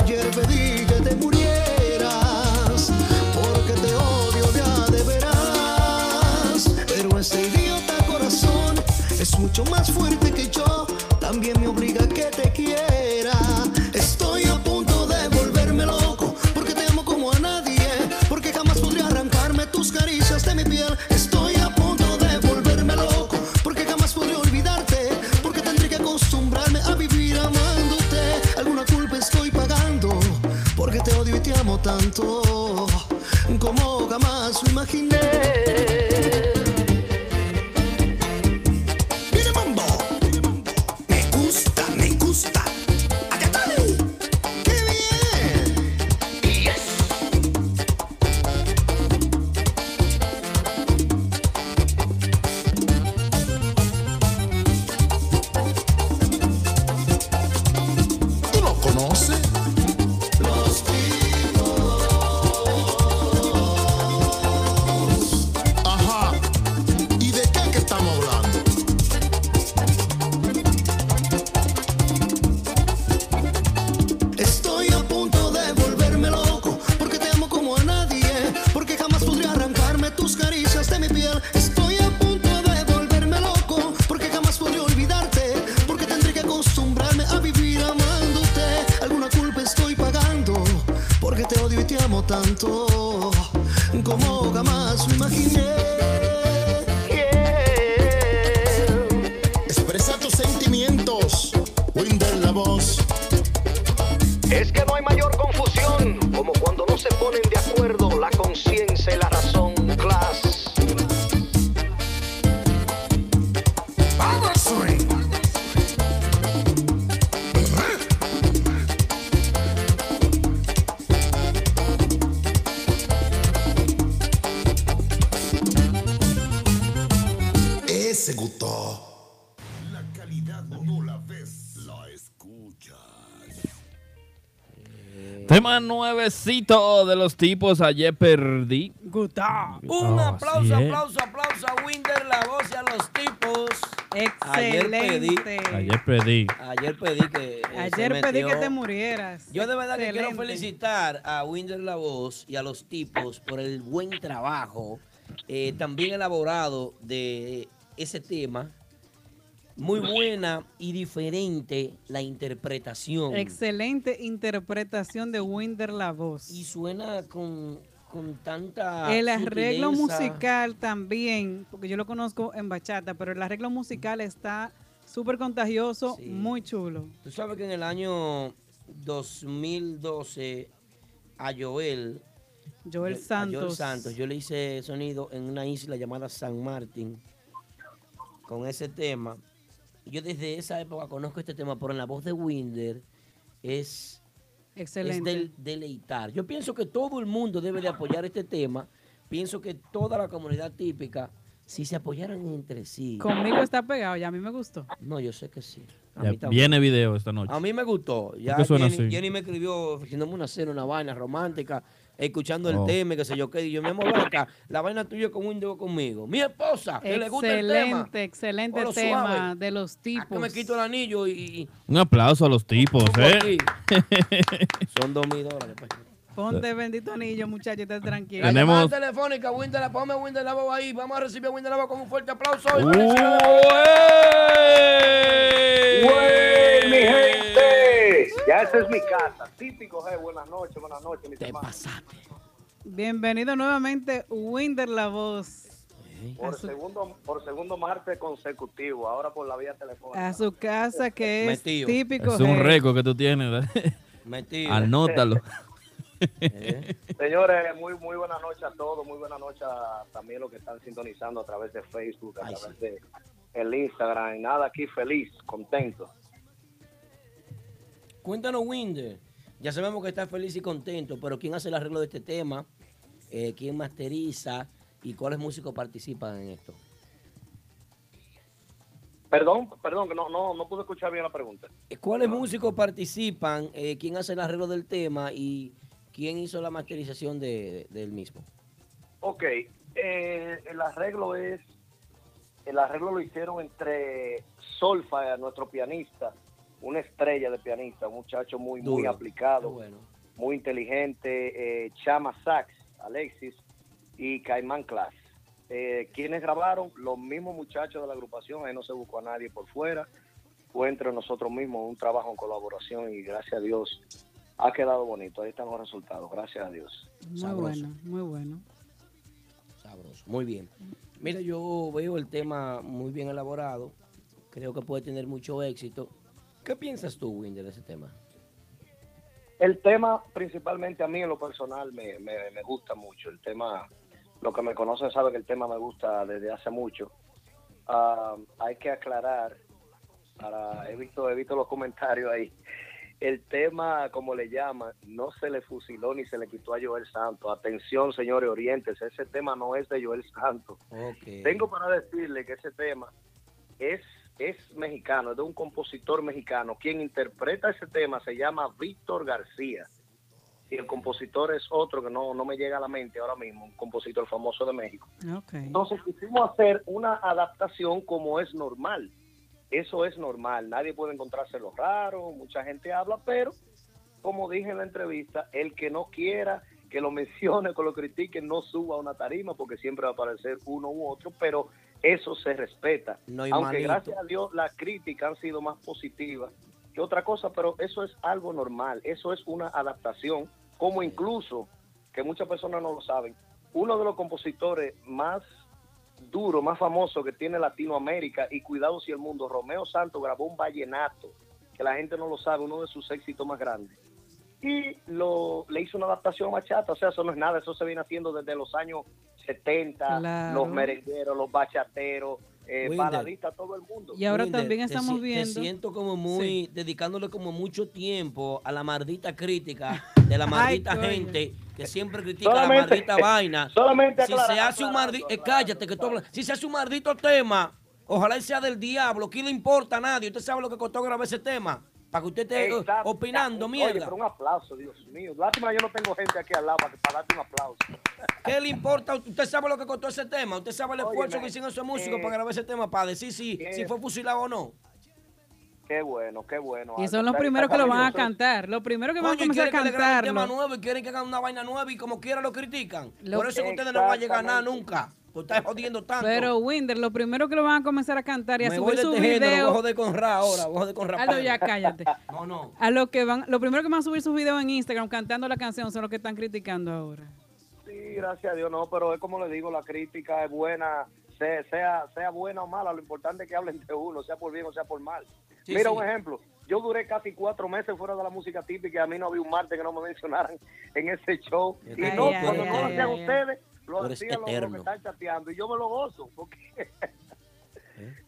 [SPEAKER 13] Ayer pedí que te murieras porque te odio ya de veras, pero este idiota corazón es mucho más fuerte que yo. también me obliga a que te quiera. Estoy a punto de volverme loco, porque te amo como a nadie, porque jamás podría arrancarme tus caricias de mi piel. Estoy a punto de volverme loco, porque jamás podré olvidarte, porque tendré que acostumbrarme a vivir amándote. Alguna culpa estoy pagando, porque te odio y te amo tanto, como jamás lo imaginé. Viene mambo. Me gusta, me gusta. Acá está. ¡Qué bien! Yes. ¿Tú lo conoces? Los tipos. Ajá. ¿Y de qué que estamos hablando? Estoy a punto de volverme loco, porque te amo como a nadie, porque jamás podría arrancarme tus caricias de mi piel. Estoy a punto de volverme loco, porque jamás podré olvidarte, porque tendré que acostumbrarme a vivir amándote. Alguna culpa estoy pagando, porque te odio y te amo tanto, como jamás me imaginé.
[SPEAKER 12] Expresa tus sentimientos, Winder la voz. Es que no hay mayor confusión como cuando no se ponen de acuerdo la conciencia y la razón, class.
[SPEAKER 13] Power Swing.
[SPEAKER 12] Ese gustó.
[SPEAKER 14] La calidad no la ves, la escuchas.
[SPEAKER 10] eh.
[SPEAKER 4] Tema nuevecito de los tipos ayer perdí.
[SPEAKER 5] Guta.
[SPEAKER 4] Oh,
[SPEAKER 6] Un
[SPEAKER 4] así
[SPEAKER 6] aplauso,
[SPEAKER 4] es.
[SPEAKER 6] aplauso, aplauso a Winder, la voz y a los tipos. Ayer pedí,
[SPEAKER 5] Excelente.
[SPEAKER 4] Ayer perdí.
[SPEAKER 6] ayer pedí que. eh, se
[SPEAKER 5] Ayer pedí que
[SPEAKER 6] metió.
[SPEAKER 5] te murieras.
[SPEAKER 6] Yo de verdad que quiero
[SPEAKER 5] Excelente.
[SPEAKER 6] felicitar a Winder La Voz y a los tipos por el buen trabajo eh, también elaborado de ese tema. Muy buena y diferente la interpretación.
[SPEAKER 5] Excelente interpretación de Winder La Voz. Y
[SPEAKER 6] suena con, tanta.
[SPEAKER 5] El arreglo
[SPEAKER 6] sutileza.
[SPEAKER 5] musical también, porque yo lo conozco en bachata, pero el arreglo musical está súper contagioso, muy chulo.
[SPEAKER 6] Tú sabes que en el año 2012 a Joel,
[SPEAKER 5] Joel
[SPEAKER 6] yo- a Joel
[SPEAKER 5] Santos.
[SPEAKER 6] Santos, yo le hice sonido en una isla llamada San Martín con ese tema. Yo desde esa época conozco este tema, pero en la voz de Winder es, es
[SPEAKER 5] Excelente.
[SPEAKER 6] del deleitar. Yo pienso que todo el mundo debe de apoyar este tema. Pienso que toda la comunidad típica, si se apoyaran entre sí.
[SPEAKER 5] Conmigo está pegado, ya a mí me gustó.
[SPEAKER 6] No, yo sé que sí. A
[SPEAKER 4] Ya
[SPEAKER 6] mí también.
[SPEAKER 4] viene video esta noche.
[SPEAKER 6] A mí me gustó. Ya
[SPEAKER 4] qué suena
[SPEAKER 6] Jenny,
[SPEAKER 4] así?
[SPEAKER 6] Jenny me escribió ofreciéndome una cena, una vaina romántica, escuchando el
[SPEAKER 4] Oh.
[SPEAKER 6] tema, qué sé yo qué. Y yo, mi amor, ven acá, la vaina tuya con un dedo conmigo. Mi esposa, que le gusta el tema.
[SPEAKER 5] Excelente, excelente
[SPEAKER 6] Olo
[SPEAKER 5] tema
[SPEAKER 6] suave.
[SPEAKER 5] de los tipos.
[SPEAKER 6] Que me quito el anillo y- y, y
[SPEAKER 4] Un aplauso a los tipos, ¿eh?
[SPEAKER 6] son dos mil dólares. pues.
[SPEAKER 5] Ponte bendito anillo, muchachos, estés tranquilo.
[SPEAKER 6] La llamada
[SPEAKER 4] Tenemos-
[SPEAKER 6] telefónica, Winter, ponme Winter la voz ahí. Vamos a recibir a Winter la voz con un fuerte aplauso.
[SPEAKER 4] ¡Ué!
[SPEAKER 10] Eh.
[SPEAKER 15] ¡Wey, mi gente! Ya esa es mi casa. Típico, hey, buenas noches, buenas noches, mi Te pasaste.
[SPEAKER 5] Bienvenido nuevamente, Winder La Voz.
[SPEAKER 15] Por segundo, por segundo martes consecutivo, ahora por la vía telefónica.
[SPEAKER 5] A su casa que es
[SPEAKER 4] Metido.
[SPEAKER 5] típico.
[SPEAKER 4] Es
[SPEAKER 6] eh.
[SPEAKER 4] un
[SPEAKER 5] de-
[SPEAKER 4] récord que tú tienes. ¿verdad?
[SPEAKER 6] Metido.
[SPEAKER 4] Anótalo.
[SPEAKER 6] Eh.
[SPEAKER 15] Señores, muy, muy buenas noches a todos, muy buenas noches a también los que están sintonizando a través de Facebook, a
[SPEAKER 6] Ay,
[SPEAKER 15] través de el Instagram. Y Nada, aquí feliz, contento.
[SPEAKER 6] Cuéntanos, Winder. Ya sabemos que estás feliz y contento, pero ¿quién hace el arreglo de este tema? Eh, ¿Quién masteriza? ¿Y cuáles músicos participan en esto?
[SPEAKER 15] Perdón, perdón, que no, no, no pude escuchar bien la pregunta.
[SPEAKER 6] Eh,
[SPEAKER 4] Ah.
[SPEAKER 6] ¿Cuáles músicos participan? Eh, ¿Quién hace el arreglo del tema? ¿Y quién hizo la masterización de- del mismo?
[SPEAKER 15] Ok, eh, el arreglo es, el arreglo lo hicieron entre Solfa, nuestro pianista, una estrella de pianista, un muchacho muy, muy
[SPEAKER 6] Duro.
[SPEAKER 15] aplicado,
[SPEAKER 6] bueno.
[SPEAKER 15] muy inteligente, eh, Chama Sax, Alexis y Caimán Class. Eh, quienes grabaron, los mismos muchachos de la agrupación, ahí no se buscó a nadie por fuera. fue entre nosotros mismos, un trabajo en colaboración y gracias a Dios ha quedado bonito. Ahí están los resultados, gracias a Dios.
[SPEAKER 5] Muy
[SPEAKER 6] Sabroso.
[SPEAKER 5] bueno, muy bueno.
[SPEAKER 6] Sabroso. Muy bien. Mira, yo veo el tema muy bien elaborado. Creo que puede tener mucho éxito. ¿Qué piensas tú, Winder, de ese tema?
[SPEAKER 15] El tema, principalmente a mí en lo personal, me, me- me gusta mucho. El tema, lo que me conocen saben que el tema me gusta desde hace mucho. Ah, hay que aclarar, para, he, visto, he visto los comentarios ahí. El tema, como le llaman, no se le fusiló ni se le quitó a Joel Santos. Atención, señores, orientes, ese tema no es de Joel Santos.
[SPEAKER 16] Eh,
[SPEAKER 15] Tengo para decirle que ese tema es, es mexicano, es de un compositor mexicano. Quien interpreta ese tema se llama Víctor García. Y el compositor es otro que no, no me llega a la mente ahora mismo, un compositor famoso de México. Entonces quisimos hacer una adaptación como es normal. Eso es normal, nadie puede encontrarse lo raro, mucha gente habla, pero como dije en la entrevista, el que no quiera que lo mencione, que lo critique, no suba a una tarima porque siempre va a aparecer uno u otro, pero eso se respeta.
[SPEAKER 6] No hay
[SPEAKER 15] Aunque
[SPEAKER 6] malito.
[SPEAKER 15] gracias a Dios las críticas han sido más positivas que otra cosa, pero eso es algo normal, eso es una adaptación, como incluso, que muchas personas no lo saben, uno de los compositores más duro, más famoso que tiene Latinoamérica y cuidado si el mundo, Romeo Santos grabó un vallenato, que la gente no lo sabe, uno de sus éxitos más grandes. Y lo, le hizo una adaptación a bachata, o sea, eso no es nada, eso se viene haciendo desde los años 70,
[SPEAKER 5] Claro.
[SPEAKER 15] los merengueros, los bachateros, eh,
[SPEAKER 6] Winder.
[SPEAKER 15] baladistas, todo el mundo.
[SPEAKER 5] Y ahora también
[SPEAKER 6] te
[SPEAKER 5] estamos
[SPEAKER 6] si-
[SPEAKER 5] viendo-
[SPEAKER 6] Te siento como muy, dedicándole como mucho tiempo a la maldita crítica de la
[SPEAKER 15] Ay,
[SPEAKER 6] maldita
[SPEAKER 15] coño.
[SPEAKER 6] gente que siempre critica la
[SPEAKER 15] Solamente- eh,
[SPEAKER 6] maldita vaina.
[SPEAKER 15] solamente
[SPEAKER 6] si
[SPEAKER 15] aclara-
[SPEAKER 6] se hace un maldito, cállate que tú hablas. Si se hace un maldito tema, ojalá y sea del diablo, ¿qué le importa a nadie? Usted sabe lo que costó grabar ese tema. Para que usted esté eh,
[SPEAKER 15] Exacto.
[SPEAKER 6] opinando,
[SPEAKER 15] Oye,
[SPEAKER 6] mierda.
[SPEAKER 15] pero un aplauso, Dios mío. Lástima, yo no tengo gente aquí al lado para, que- para darte un aplauso.
[SPEAKER 6] ¿Qué le importa? Usted sabe lo que costó ese tema. Usted sabe el
[SPEAKER 15] Óyeme,
[SPEAKER 6] esfuerzo que hicieron esos músicos
[SPEAKER 15] eh,
[SPEAKER 6] para grabar ese tema, para decir si, si fue fusilado o no.
[SPEAKER 15] Qué bueno, qué bueno.
[SPEAKER 5] Y
[SPEAKER 15] Aldo.
[SPEAKER 5] son los
[SPEAKER 15] Está-
[SPEAKER 5] primeros
[SPEAKER 15] está
[SPEAKER 5] que lo van a
[SPEAKER 15] sabroso.
[SPEAKER 5] cantar. Los primeros que van a
[SPEAKER 6] Coño, y
[SPEAKER 5] comenzar a
[SPEAKER 6] quieren que le graben un tema
[SPEAKER 5] cantarlo.
[SPEAKER 6] nuevo y quieren que hagan una vaina nueva y como quiera lo critican.
[SPEAKER 5] Lo-
[SPEAKER 6] Por eso es que ustedes no van a llegar a nada nunca. Tú estás jodiendo tanto.
[SPEAKER 5] Pero Winder, los primeros que lo van a comenzar a cantar y a
[SPEAKER 6] me voy
[SPEAKER 5] subir su
[SPEAKER 6] detegiendo, lo voy a
[SPEAKER 5] video.
[SPEAKER 6] joder con Ra ahora, voy a joder con Ra.
[SPEAKER 5] Aldo, ya cállate.
[SPEAKER 6] No, no.
[SPEAKER 5] A los que van, los primeros que van a subir sus videos en Instagram cantando la canción son los que están criticando ahora.
[SPEAKER 15] Sí, gracias a Dios, no, pero es como le digo, la crítica es buena, sea, sea, sea buena o mala, lo importante es que hablen de uno, sea por bien o sea por mal.
[SPEAKER 16] Sí,
[SPEAKER 15] Mira
[SPEAKER 16] sí.
[SPEAKER 15] un ejemplo, yo duré casi cuatro meses fuera de la música típica y a mí no había un martes que no me mencionaran en ese show. Y
[SPEAKER 6] Ay,
[SPEAKER 15] no,
[SPEAKER 6] ay,
[SPEAKER 15] cuando
[SPEAKER 6] ay,
[SPEAKER 15] no lo
[SPEAKER 6] ay,
[SPEAKER 15] hacían
[SPEAKER 6] ay.
[SPEAKER 15] ustedes, lo
[SPEAKER 6] Tú eres
[SPEAKER 15] hacían los- los,
[SPEAKER 6] eterno.
[SPEAKER 15] que están chateando y yo me lo gozo, porque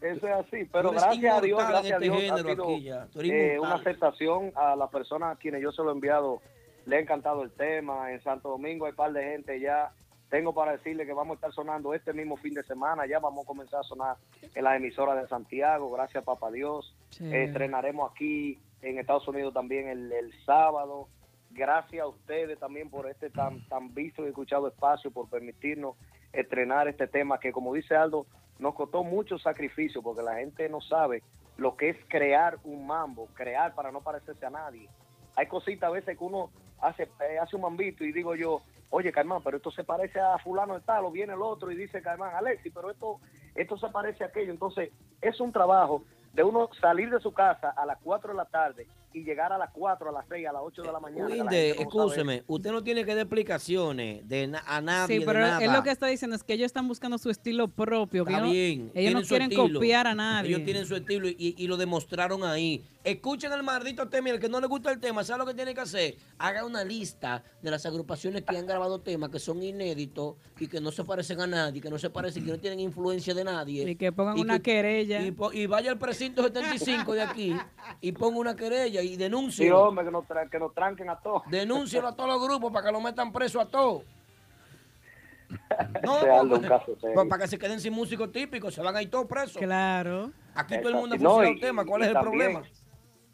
[SPEAKER 15] eso es así, pero
[SPEAKER 6] Tú eres
[SPEAKER 15] gracias a Dios,
[SPEAKER 6] inmortal en
[SPEAKER 15] gracias a
[SPEAKER 6] este
[SPEAKER 15] Dios ha
[SPEAKER 6] género
[SPEAKER 15] sido,
[SPEAKER 6] aquí ya, tú eres
[SPEAKER 15] eh,
[SPEAKER 6] inmortal.
[SPEAKER 15] una aceptación a las personas a quienes yo se lo he enviado le ha encantado el tema. En Santo Domingo hay par de gente ya. Tengo para decirle que vamos a estar sonando este mismo fin de semana. Ya vamos a comenzar a sonar en las emisoras de Santiago. Gracias, papá Dios.
[SPEAKER 5] Sí.
[SPEAKER 15] Eh, estrenaremos aquí en Estados Unidos también el, el sábado. Gracias a ustedes también por este tan, tan visto y escuchado espacio, por permitirnos estrenar este tema que, como dice Aldo, nos costó mucho sacrificio porque la gente no sabe lo que es crear un mambo, crear para no parecerse a nadie. Hay cositas a veces que uno hace, eh, hace un mambito y digo yo, oye, Carmán, pero esto se parece a fulano de tal, o viene el otro y dice, Carmán, Alexi, pero esto, esto se parece a aquello. Entonces, es un trabajo de uno salir de su casa a las 4 de la tarde y llegar a las 4, a las 6, a las 8 de la mañana. que la
[SPEAKER 6] Winde,
[SPEAKER 15] gente no sabe
[SPEAKER 6] escúcheme, usted no tiene que dar explicaciones de na- a nadie,
[SPEAKER 5] Sí, pero
[SPEAKER 6] de nada.
[SPEAKER 5] es lo que está diciendo, es que ellos están buscando su estilo propio. que
[SPEAKER 6] Está
[SPEAKER 5] no-
[SPEAKER 6] bien.
[SPEAKER 5] ellos
[SPEAKER 6] tienen
[SPEAKER 5] no
[SPEAKER 6] su
[SPEAKER 5] quieren
[SPEAKER 6] estilo.
[SPEAKER 5] copiar a nadie.
[SPEAKER 6] Ellos tienen su estilo y, y lo demostraron ahí. Escuchen el maldito tema y el que no le gusta el tema, ¿sabe lo que tiene que hacer? Haga una lista de las agrupaciones que han grabado temas que son inéditos y que no se parecen a nadie, que no se parecen, que no tienen influencia de nadie.
[SPEAKER 5] Y que pongan una querella.
[SPEAKER 6] Y, po- y vaya al precinto 75 de aquí y ponga una querella y denuncie.
[SPEAKER 15] Sí, hombre, que nos, tra- que nos tranquen a todos.
[SPEAKER 6] Denúncielo a todos los grupos para que lo metan preso a todos. No,
[SPEAKER 15] Ese Aldo es un
[SPEAKER 6] pa-
[SPEAKER 15] caso serio.
[SPEAKER 6] pa- para que se queden sin músicos típicos, se van a ir todos presos.
[SPEAKER 5] Claro.
[SPEAKER 6] Aquí todo el mundo ha
[SPEAKER 15] Exacto.
[SPEAKER 6] fusilado
[SPEAKER 15] No, y-
[SPEAKER 6] tema, ¿cuál
[SPEAKER 15] y
[SPEAKER 6] es el
[SPEAKER 15] también,
[SPEAKER 6] problema?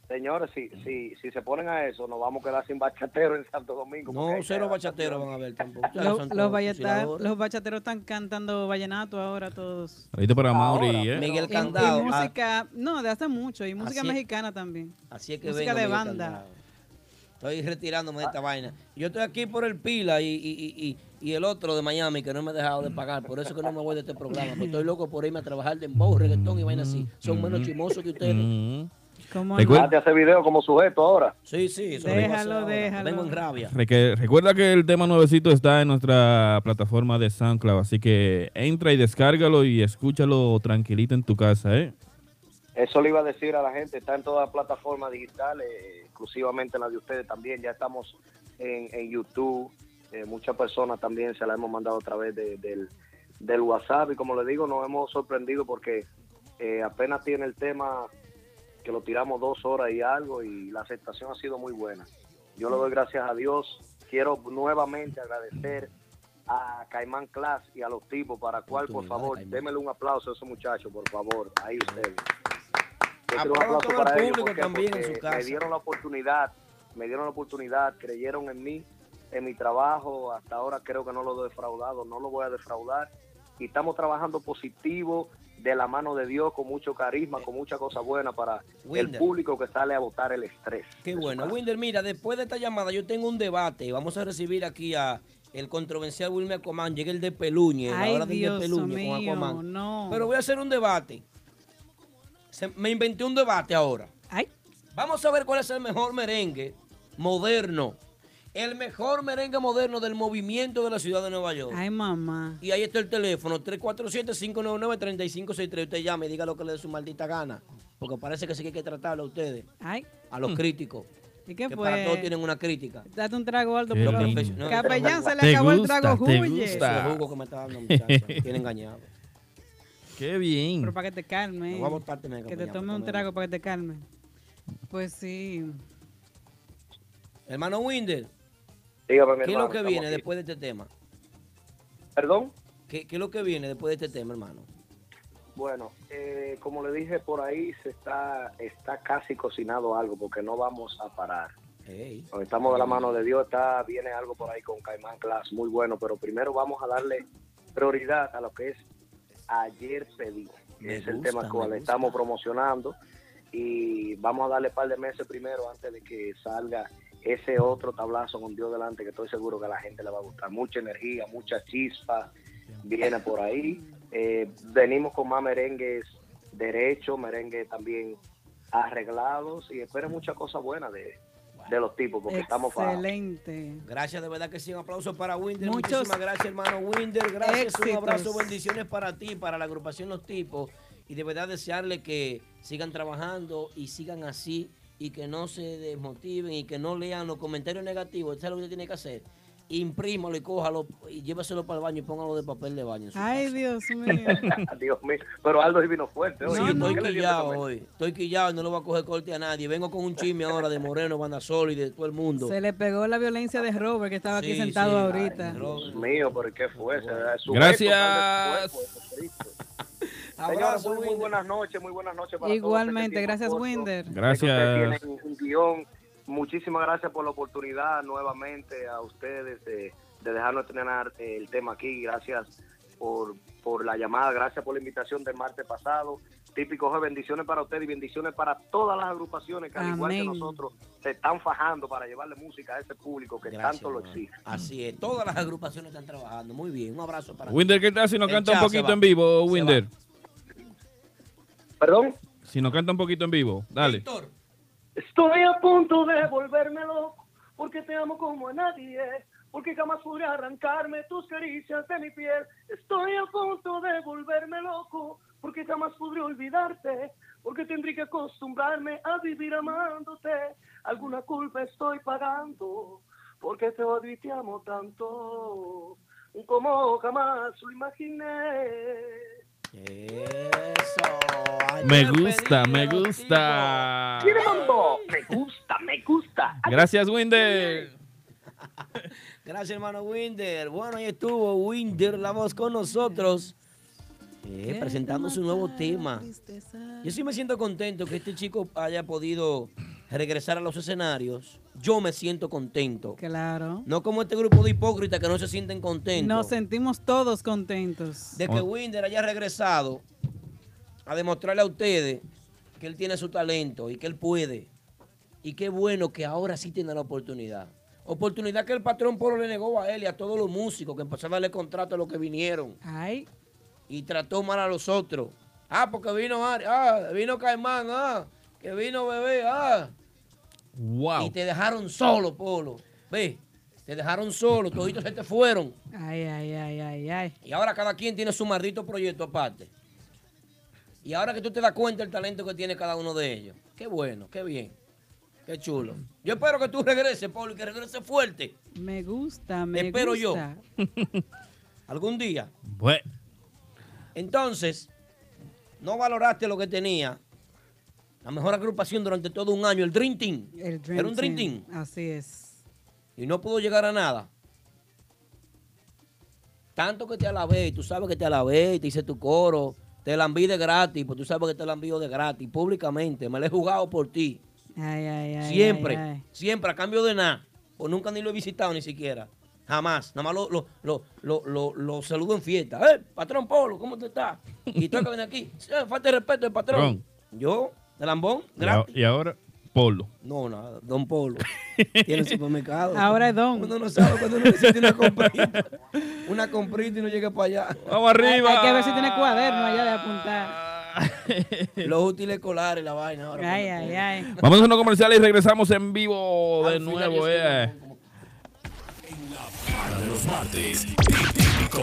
[SPEAKER 15] Señores, si, si, si se ponen a eso, nos vamos a quedar sin bachatero en Santo Domingo.
[SPEAKER 6] No, cero bachateros van a ver tampoco. Ustedes
[SPEAKER 5] Los,
[SPEAKER 6] son
[SPEAKER 5] los
[SPEAKER 6] todos
[SPEAKER 5] valleta-
[SPEAKER 6] fusiladores.
[SPEAKER 5] los bachateros están cantando vallenato ahora todos.
[SPEAKER 4] Ahorita para Mauri, ¿eh?
[SPEAKER 5] Y-
[SPEAKER 6] Miguel
[SPEAKER 5] y
[SPEAKER 6] Candado. ah,
[SPEAKER 5] música, no, de hace mucho, y música
[SPEAKER 6] Así es.
[SPEAKER 5] mexicana también.
[SPEAKER 6] Así es que
[SPEAKER 5] música
[SPEAKER 6] venga,
[SPEAKER 5] de
[SPEAKER 6] Miguel
[SPEAKER 5] banda.
[SPEAKER 6] Candado. Estoy retirándome de esta vaina. Yo estoy aquí por el Pila y, y- y- y el otro de Miami que no me ha dejado de pagar. Por eso que no me voy de este programa. porque estoy loco por irme a trabajar de embow, reggaetón y vaina así. Son menos chismosos que ustedes.
[SPEAKER 5] Mm-hmm. ¿Cómo
[SPEAKER 4] Recuerda-
[SPEAKER 15] Ah, te hace video como sujeto ahora.
[SPEAKER 6] Sí, sí.
[SPEAKER 15] eso lo digo
[SPEAKER 5] Déjalo,
[SPEAKER 15] hace-
[SPEAKER 5] déjalo.
[SPEAKER 6] Vengo en rabia.
[SPEAKER 4] Reque- recuerda que el tema nuevecito está en nuestra plataforma de SoundCloud, así que entra y descárgalo y escúchalo tranquilito en tu casa, ¿eh?
[SPEAKER 15] Eso le iba a decir a la gente, está en todas las plataformas digitales, eh, exclusivamente la de ustedes también, ya estamos en, en YouTube, eh, muchas personas también se la hemos mandado a través de- del, del WhatsApp y como le digo, nos hemos sorprendido porque eh, apenas tiene el tema que lo tiramos dos horas y algo y la aceptación ha sido muy buena. Yo le doy gracias a Dios, quiero nuevamente agradecer a Caimán Class y a los tipos para cual por favor démele un aplauso a esos muchachos por favor ahí ustedes Yo quiero un
[SPEAKER 6] Aplaudan
[SPEAKER 15] aplauso
[SPEAKER 6] Ah, todo al
[SPEAKER 15] para ellos
[SPEAKER 6] público
[SPEAKER 15] ¿por qué?
[SPEAKER 6] también en
[SPEAKER 15] Porque
[SPEAKER 6] su casa.
[SPEAKER 15] me dieron la oportunidad me dieron la oportunidad creyeron en mí en mi trabajo hasta ahora creo que no lo he defraudado no lo voy a defraudar y estamos trabajando positivo de la mano de Dios con mucho carisma con mucha cosa buena para el
[SPEAKER 6] Winder.
[SPEAKER 15] público que sale a votar el estrés
[SPEAKER 6] Qué bueno. Winder, mira, después de esta llamada yo tengo un debate. Vamos a recibir aquí a el controversial Wilmer Aquaman. Llega el de Peluñe, la
[SPEAKER 5] Ay,
[SPEAKER 6] hora del de
[SPEAKER 5] Dios
[SPEAKER 6] Peluñe con
[SPEAKER 5] mío,
[SPEAKER 6] Aquaman.
[SPEAKER 5] no.
[SPEAKER 6] Pero voy a hacer un debate. Se- me inventé un debate ahora. Vamos a ver cuál es el mejor merengue moderno. El mejor merengue moderno del movimiento de la ciudad de Nueva York.
[SPEAKER 5] Ay, mamá.
[SPEAKER 6] Y ahí está el teléfono, 347-599-3563. Usted llame y diga lo que le dé su maldita gana. Porque parece que sí que hay que tratarlo a ustedes.
[SPEAKER 5] Ay.
[SPEAKER 6] A
[SPEAKER 4] Mm.
[SPEAKER 6] los críticos.
[SPEAKER 5] ¿Y qué
[SPEAKER 6] que
[SPEAKER 5] fue?
[SPEAKER 6] para todos tienen una crítica.
[SPEAKER 5] Date un trago, Aldo.
[SPEAKER 6] Qué
[SPEAKER 5] por favor.
[SPEAKER 6] lindo. No,
[SPEAKER 5] Capellán, se le
[SPEAKER 4] Te
[SPEAKER 5] acabó
[SPEAKER 4] gusta,
[SPEAKER 5] el trago,
[SPEAKER 4] te
[SPEAKER 5] huye.
[SPEAKER 4] gusta.
[SPEAKER 6] Ese jugo que me está dando, muchacha. Me tiene engañado.
[SPEAKER 4] Qué bien.
[SPEAKER 5] Pero para que te calme.
[SPEAKER 6] No voy a botarte, nena,
[SPEAKER 5] Que te
[SPEAKER 6] Capellán,
[SPEAKER 5] tome un
[SPEAKER 6] por
[SPEAKER 5] trago para que te calme. Pues sí.
[SPEAKER 6] Hermano Winder,
[SPEAKER 15] Dígame, mi
[SPEAKER 6] ¿qué es
[SPEAKER 15] hermano,
[SPEAKER 6] lo que
[SPEAKER 15] estamos
[SPEAKER 6] viene
[SPEAKER 15] aquí.
[SPEAKER 6] después de este tema?
[SPEAKER 15] ¿Perdón?
[SPEAKER 6] ¿Qué, qué es lo que viene después de este tema, hermano?
[SPEAKER 15] Bueno, eh, como le dije, por ahí se está, está casi cocinado algo porque no vamos a parar. Nos Estamos de la mano de Dios, está, viene algo por ahí con Caimán Class, muy bueno, pero primero vamos a darle prioridad a lo que es Ayer Pedí, que
[SPEAKER 6] Me
[SPEAKER 15] es el
[SPEAKER 6] gusta,
[SPEAKER 15] tema
[SPEAKER 6] me
[SPEAKER 15] cual
[SPEAKER 6] gusta.
[SPEAKER 15] estamos promocionando y vamos a darle un par de meses primero antes de que salga ese otro tablazo con Dios delante que estoy seguro que a la gente le va a gustar. Mucha energía, mucha chispa viene por ahí. Eh, venimos con más merengues derechos, merengues también arreglados y espero muchas cosas buenas de, de los tipos porque estamos para...
[SPEAKER 5] Excelente.
[SPEAKER 6] Gracias, de verdad que sí. Un aplauso para Winder.
[SPEAKER 5] Muchos
[SPEAKER 6] Muchísimas gracias, hermano Winder. Gracias,
[SPEAKER 5] éxitos.
[SPEAKER 6] un abrazo, bendiciones para ti, para la agrupación Los Tipos. Y de verdad desearle que sigan trabajando y sigan así y que no se desmotiven y que no lean los comentarios negativos. Eso es lo que usted tiene que hacer. Imprímalo y cójalo y lléveselo para el baño y póngalo de papel de baño. en su
[SPEAKER 5] Ay, Dios mío.
[SPEAKER 15] Dios mío, pero Aldo sí vino fuerte. oye.
[SPEAKER 6] Sí,
[SPEAKER 15] ¿Por
[SPEAKER 6] estoy
[SPEAKER 15] qué le dio
[SPEAKER 6] quillado
[SPEAKER 15] ese
[SPEAKER 6] hoy. Estoy quillado y no lo voy a coger corte a nadie. Vengo con un chisme ahora de Moreno, Banda Solo y de todo el mundo.
[SPEAKER 5] Se le pegó la violencia de Robert que estaba aquí sentado ahorita.
[SPEAKER 15] Dios mío, pero ¿qué fue? Se da su
[SPEAKER 4] Gracias.
[SPEAKER 15] eco, tal vez su cuerpo, Jesucristo. Señores, muy, muy buenas noches, muy buenas noches para todos.
[SPEAKER 5] Igualmente,
[SPEAKER 15] Este tiempo
[SPEAKER 5] gracias,
[SPEAKER 15] corto.
[SPEAKER 5] Winder.
[SPEAKER 4] Gracias.
[SPEAKER 15] Ustedes tienen un guión. Muchísimas gracias por la oportunidad nuevamente a ustedes de, de dejarnos estrenar el tema aquí. Gracias por, por la llamada, gracias por la invitación del martes pasado. Típico de bendiciones para ustedes y bendiciones para todas las agrupaciones que al igual que
[SPEAKER 6] Amén.
[SPEAKER 15] nosotros se están fajando para llevarle música a ese público que
[SPEAKER 6] Gracias,
[SPEAKER 15] tanto lo
[SPEAKER 6] hermano.
[SPEAKER 15] exige.
[SPEAKER 6] Así es, todas las agrupaciones están trabajando. Muy bien, un abrazo para
[SPEAKER 4] Winder, ¿qué tal si nos
[SPEAKER 6] El
[SPEAKER 4] canta un
[SPEAKER 6] chao se
[SPEAKER 4] poquito
[SPEAKER 6] va.
[SPEAKER 4] en vivo,
[SPEAKER 6] Se
[SPEAKER 4] Winder?
[SPEAKER 15] ¿Perdón?
[SPEAKER 4] Si nos canta un poquito en vivo, dale.
[SPEAKER 16] Estoy a punto de volverme loco, porque te amo como a nadie, porque jamás podré arrancarme tus caricias de mi piel. Estoy a punto de volverme loco, porque jamás podré olvidarte, porque tendré que acostumbrarme a vivir amándote. Alguna culpa estoy pagando, porque te odio y te amo tanto, como jamás lo imaginé.
[SPEAKER 4] Me gusta, me gusta.
[SPEAKER 15] Me gusta, me gusta.
[SPEAKER 4] Gracias, Winder.
[SPEAKER 6] Gracias, hermano Winder. Bueno, ahí estuvo Winder, la voz con nosotros, eh, presentando su nuevo tema. Yo sí me siento contento que este chico haya podido regresar a los escenarios. Yo me siento contento.
[SPEAKER 5] Claro.
[SPEAKER 6] No como este grupo de hipócritas que no se sienten contentos.
[SPEAKER 5] Nos sentimos todos contentos.
[SPEAKER 6] de que Winder haya regresado a demostrarle a ustedes que él tiene su talento y que él puede. Y qué bueno que ahora sí tiene la oportunidad. Oportunidad que el patrón Polo le negó a él y a todos los músicos que empezaron a darle contrato a los que vinieron. Y trató mal a los otros. Ah, porque vino Ari, ah, vino Caimán, ah, que vino bebé, ah.
[SPEAKER 4] Wow.
[SPEAKER 6] Y te dejaron solo, Polo. Ve, te dejaron solo, toditos se te fueron.
[SPEAKER 5] Ay, ay, ay, ay, ay.
[SPEAKER 6] Y ahora cada quien tiene su maldito proyecto aparte. Y ahora que tú te das cuenta del talento que tiene cada uno de ellos. Qué bueno, qué bien. Qué chulo. Yo espero que tú regreses, Polo, y que regreses fuerte.
[SPEAKER 5] Me gusta, me
[SPEAKER 6] espero
[SPEAKER 5] gusta.
[SPEAKER 6] yo. Algún día.
[SPEAKER 4] Bueno.
[SPEAKER 6] Entonces, no valoraste lo que tenía. La mejor agrupación durante todo un año, el Dream Team.
[SPEAKER 5] El Dream
[SPEAKER 6] Era un Dream Team.
[SPEAKER 5] Así es.
[SPEAKER 6] Y no pudo llegar a nada. Tanto que te alabé, y tú sabes que te alabé, y te hice tu coro. Te la envié de gratis, pues tú sabes que te la envío de gratis, públicamente. Me la he jugado por ti.
[SPEAKER 5] Ay, ay, ay.
[SPEAKER 6] siempre,
[SPEAKER 5] ay, ay.
[SPEAKER 6] siempre, a cambio de nada. O nunca ni lo he visitado ni siquiera. Jamás. Nada más lo, lo, lo, lo, lo- lo saludo en fiesta. ¡Eh, patrón Polo, ¿cómo te estás? Y tú que vienes aquí. Sí, Falta de respeto del patrón. Yo, de lambón, gratis.
[SPEAKER 4] Y ahora, Polo.
[SPEAKER 6] No, nada, Don Polo. Tiene el supermercado.
[SPEAKER 5] Ahora es Don.
[SPEAKER 6] Uno no sabe cuando uno necesita una comprita. Una comprita y no llega para allá.
[SPEAKER 4] Vamos
[SPEAKER 5] Hay, hay que ver si tiene cuaderno allá de apuntar.
[SPEAKER 6] Los útiles escolares, la vaina. Ahora
[SPEAKER 5] Ay, ay, ay.
[SPEAKER 4] Vamos a unos comerciales y regresamos en vivo de nuevo. eh.
[SPEAKER 1] de los martes. Típico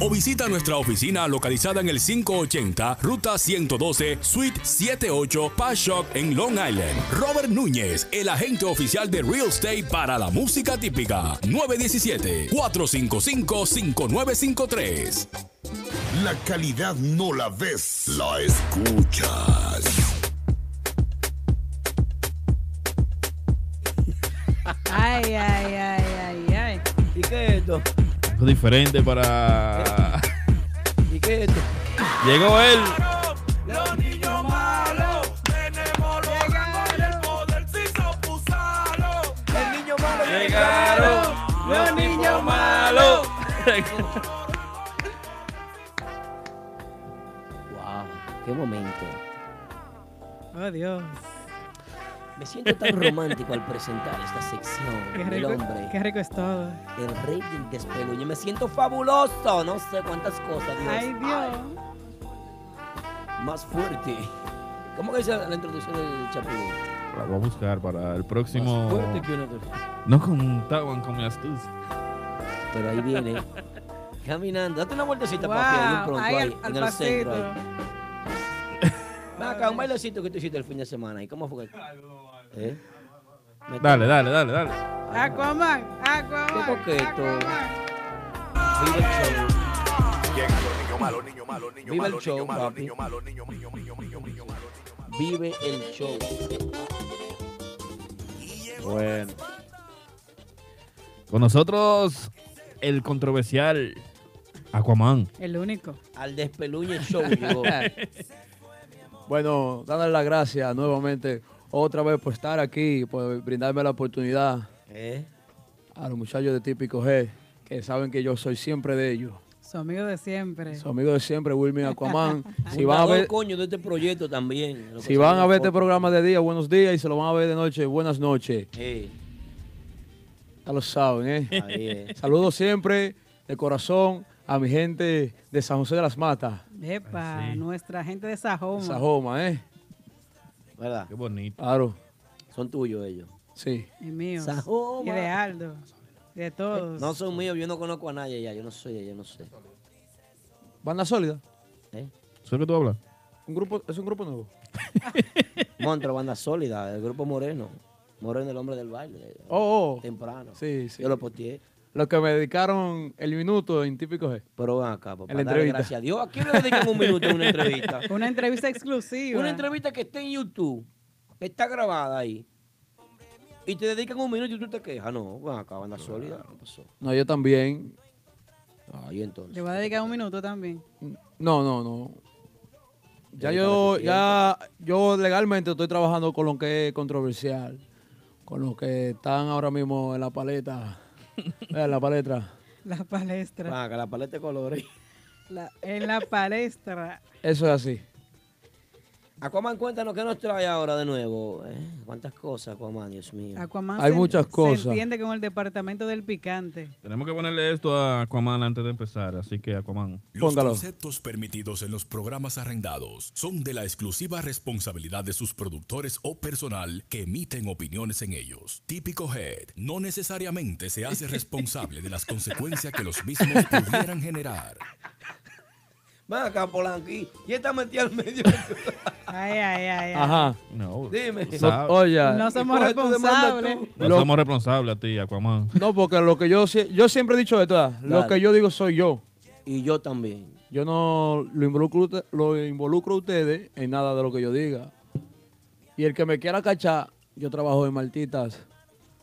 [SPEAKER 1] o visita nuestra oficina localizada en el 580 Ruta 112 Suite 78 Pashock en Long Island. Robert Núñez, el agente oficial de Real Estate para la música típica. 917-455-5953.
[SPEAKER 14] La calidad no la ves, la escuchas.
[SPEAKER 5] Ay, ay, ay, ay, ay.
[SPEAKER 6] ¿Y qué es esto?
[SPEAKER 4] Algo diferente para.
[SPEAKER 6] ¿Y qué es esto?
[SPEAKER 4] Llegó él.
[SPEAKER 2] Los niños malos tenemos los ganas y el podercito pusalo.
[SPEAKER 6] El niño malo
[SPEAKER 2] llegaron. Los niños malos.
[SPEAKER 6] Wow, qué momento.
[SPEAKER 5] Oh, Dios.
[SPEAKER 6] Me siento tan romántico al presentar esta sección
[SPEAKER 5] Qué rico,
[SPEAKER 6] del hombre.
[SPEAKER 5] qué rico es todo.
[SPEAKER 6] El rey del despeluño. Me siento fabuloso. No sé cuántas cosas, Dios.
[SPEAKER 5] Ay, Dios.
[SPEAKER 6] Más fuerte. ¿Cómo que dice la introducción del chapulín?
[SPEAKER 4] La voy a buscar para el próximo.
[SPEAKER 6] Más fuerte que una cosa.
[SPEAKER 4] No contaban con mi astucia.
[SPEAKER 6] Pero ahí viene. Caminando. Date una vueltecita,
[SPEAKER 5] Wow,
[SPEAKER 6] papi. Ahí un pronto,
[SPEAKER 5] ahí
[SPEAKER 6] ahí,
[SPEAKER 5] al- al
[SPEAKER 6] en el centro.
[SPEAKER 5] pasito.
[SPEAKER 6] Ahí. Ven acá, un bailecito que tú hiciste el fin de semana. ¿Y cómo fue? ¿Eh? Me-
[SPEAKER 4] Dale, dale, dale, dale.
[SPEAKER 5] Aquaman, Aquaman.
[SPEAKER 6] Qué coqueto. Vive el show. Vive el show, papi. Vive el show.
[SPEAKER 4] Bueno. Con nosotros, el controversial Aquaman.
[SPEAKER 5] El único.
[SPEAKER 6] Al despeluño el show llegó.
[SPEAKER 17] Bueno, dándole las gracias nuevamente, otra vez por estar aquí, por brindarme la oportunidad
[SPEAKER 6] ¿Eh?
[SPEAKER 17] a los muchachos de Típico G, que saben que yo soy siempre de ellos.
[SPEAKER 5] Su amigo de siempre.
[SPEAKER 17] Su amigo de siempre, Wilmy Aquaman. Si
[SPEAKER 6] Un
[SPEAKER 17] van a
[SPEAKER 6] dador,
[SPEAKER 17] ver,
[SPEAKER 6] coño de este proyecto también. Lo que
[SPEAKER 17] si van
[SPEAKER 6] se
[SPEAKER 17] a
[SPEAKER 6] llama-
[SPEAKER 17] ver este programa de día, buenos días, y se lo van a ver de noche, buenas noches.
[SPEAKER 6] Sí.
[SPEAKER 17] Ya lo saben,
[SPEAKER 6] Ahí
[SPEAKER 17] ¿eh?
[SPEAKER 6] es.
[SPEAKER 17] Saludos siempre, de corazón, a mi gente de San José de las Matas,
[SPEAKER 5] Epa, nuestra gente de Sajoma.
[SPEAKER 17] Sajoma, ¿eh?
[SPEAKER 6] ¿Verdad?
[SPEAKER 4] Qué bonito.
[SPEAKER 17] Claro.
[SPEAKER 6] Son tuyos ellos.
[SPEAKER 17] Sí.
[SPEAKER 5] Y mío.
[SPEAKER 6] Sajoma.
[SPEAKER 5] Y de Aldo. De todos.
[SPEAKER 6] No son míos, yo no conozco a nadie ya, yo no soy de allá, yo no sé.
[SPEAKER 17] Banda sólida.
[SPEAKER 6] ¿Eh?
[SPEAKER 4] ¿Eso que tú hablas?
[SPEAKER 17] Un grupo, es un grupo nuevo.
[SPEAKER 6] Montra, banda sólida, el grupo Moreno. Moreno, el hombre del baile.
[SPEAKER 17] Oh, oh.
[SPEAKER 6] Temprano.
[SPEAKER 17] Sí, sí.
[SPEAKER 6] Yo lo posteé.
[SPEAKER 17] Los que me dedicaron el minuto en típico G.
[SPEAKER 6] Pero van acá, papá.
[SPEAKER 17] En la
[SPEAKER 6] dale
[SPEAKER 17] entrevista.
[SPEAKER 6] gracias a Dios. ¿A quién le dedican un minuto a una entrevista?
[SPEAKER 5] Una entrevista exclusiva.
[SPEAKER 6] Una entrevista que está en YouTube, que está grabada ahí. Y te dedican un minuto y tú te quejas. No, van acá, banda sólida. No pasó.
[SPEAKER 17] No, yo también.
[SPEAKER 6] Ahí entonces.
[SPEAKER 5] Le voy a dedicar un minuto también.
[SPEAKER 17] No, no, no. Ya yo, ya yo legalmente estoy trabajando con lo que es controversial, con los que están ahora mismo en la paleta, en la palestra.
[SPEAKER 5] La palestra.
[SPEAKER 6] Ah, que la paleta de colores.
[SPEAKER 5] La- en la palestra.
[SPEAKER 17] Eso es así.
[SPEAKER 6] Aquaman, cuéntanos qué nos trae ahora de nuevo. eh? ¿Cuántas cosas, Aquaman, Dios mío?
[SPEAKER 5] Aquaman
[SPEAKER 17] Hay
[SPEAKER 5] se-
[SPEAKER 17] muchas cosas.
[SPEAKER 5] Se entiende con el departamento del picante.
[SPEAKER 4] Tenemos que ponerle esto a Aquaman antes de empezar, así que Aquaman.
[SPEAKER 1] Los conceptos permitidos en los programas arrendados son de la exclusiva responsabilidad de sus productores o personal que emiten opiniones en ellos. Típico Head no necesariamente se hace responsable de las consecuencias que los mismos pudieran generar.
[SPEAKER 6] Ven acá, Polanqui. ¿Y esta metida al medio?
[SPEAKER 5] ay, ay, ay.
[SPEAKER 17] Ajá.
[SPEAKER 4] No.
[SPEAKER 6] Dime.
[SPEAKER 4] tú
[SPEAKER 17] No,
[SPEAKER 4] sabes.
[SPEAKER 17] oye.
[SPEAKER 5] No somos
[SPEAKER 6] Coge tu demanda
[SPEAKER 5] responsables.
[SPEAKER 4] No
[SPEAKER 17] Lo-
[SPEAKER 4] somos responsables a ti, Aquaman.
[SPEAKER 17] No, porque lo que yo sie- yo siempre he dicho esto, ¿verdad? lo
[SPEAKER 4] Dale.
[SPEAKER 17] que yo digo soy yo.
[SPEAKER 6] Y yo también.
[SPEAKER 17] Yo no lo involucro, ute- lo involucro a ustedes en nada de lo que yo diga. Y el que me quiera cachar, yo trabajo en Martitas.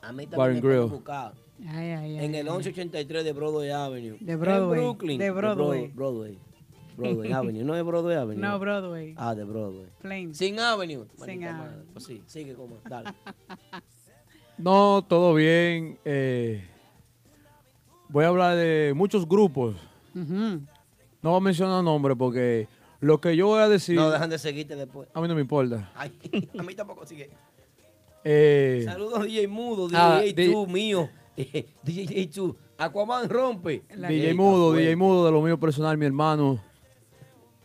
[SPEAKER 6] A mí
[SPEAKER 17] Bar
[SPEAKER 6] también
[SPEAKER 17] and
[SPEAKER 6] me pueden
[SPEAKER 17] Grill.
[SPEAKER 6] buscar.
[SPEAKER 5] ay,
[SPEAKER 6] en el 1183 de Broadway Avenue.
[SPEAKER 5] De Broadway,
[SPEAKER 6] En Brooklyn.
[SPEAKER 5] de
[SPEAKER 6] Bro-
[SPEAKER 5] Broadway.
[SPEAKER 6] Broadway. Broadway Avenue. No es Broadway Avenue.
[SPEAKER 5] No, Broadway.
[SPEAKER 6] Ah, de Broadway.
[SPEAKER 5] Plain.
[SPEAKER 6] Sin Avenue.
[SPEAKER 5] Sin
[SPEAKER 6] Maldita
[SPEAKER 5] Avenue.
[SPEAKER 6] madre. Pues sí, sigue como. Dale.
[SPEAKER 17] No, todo bien. eh, voy a hablar de muchos grupos. No voy a mencionar nombres porque lo que yo voy a decir.
[SPEAKER 6] No, dejan de seguirte después.
[SPEAKER 17] A mí no me importa.
[SPEAKER 6] Ay, a mí tampoco sigue.
[SPEAKER 17] Eh,
[SPEAKER 6] Saludos, DJ Mudo,
[SPEAKER 17] Ah,
[SPEAKER 6] DJ
[SPEAKER 17] di-
[SPEAKER 6] 2 mío. DJ 2. Aquaman rompe. pues.
[SPEAKER 17] DJ Mudo, DJ Mudo de lo mío personal, mi hermano,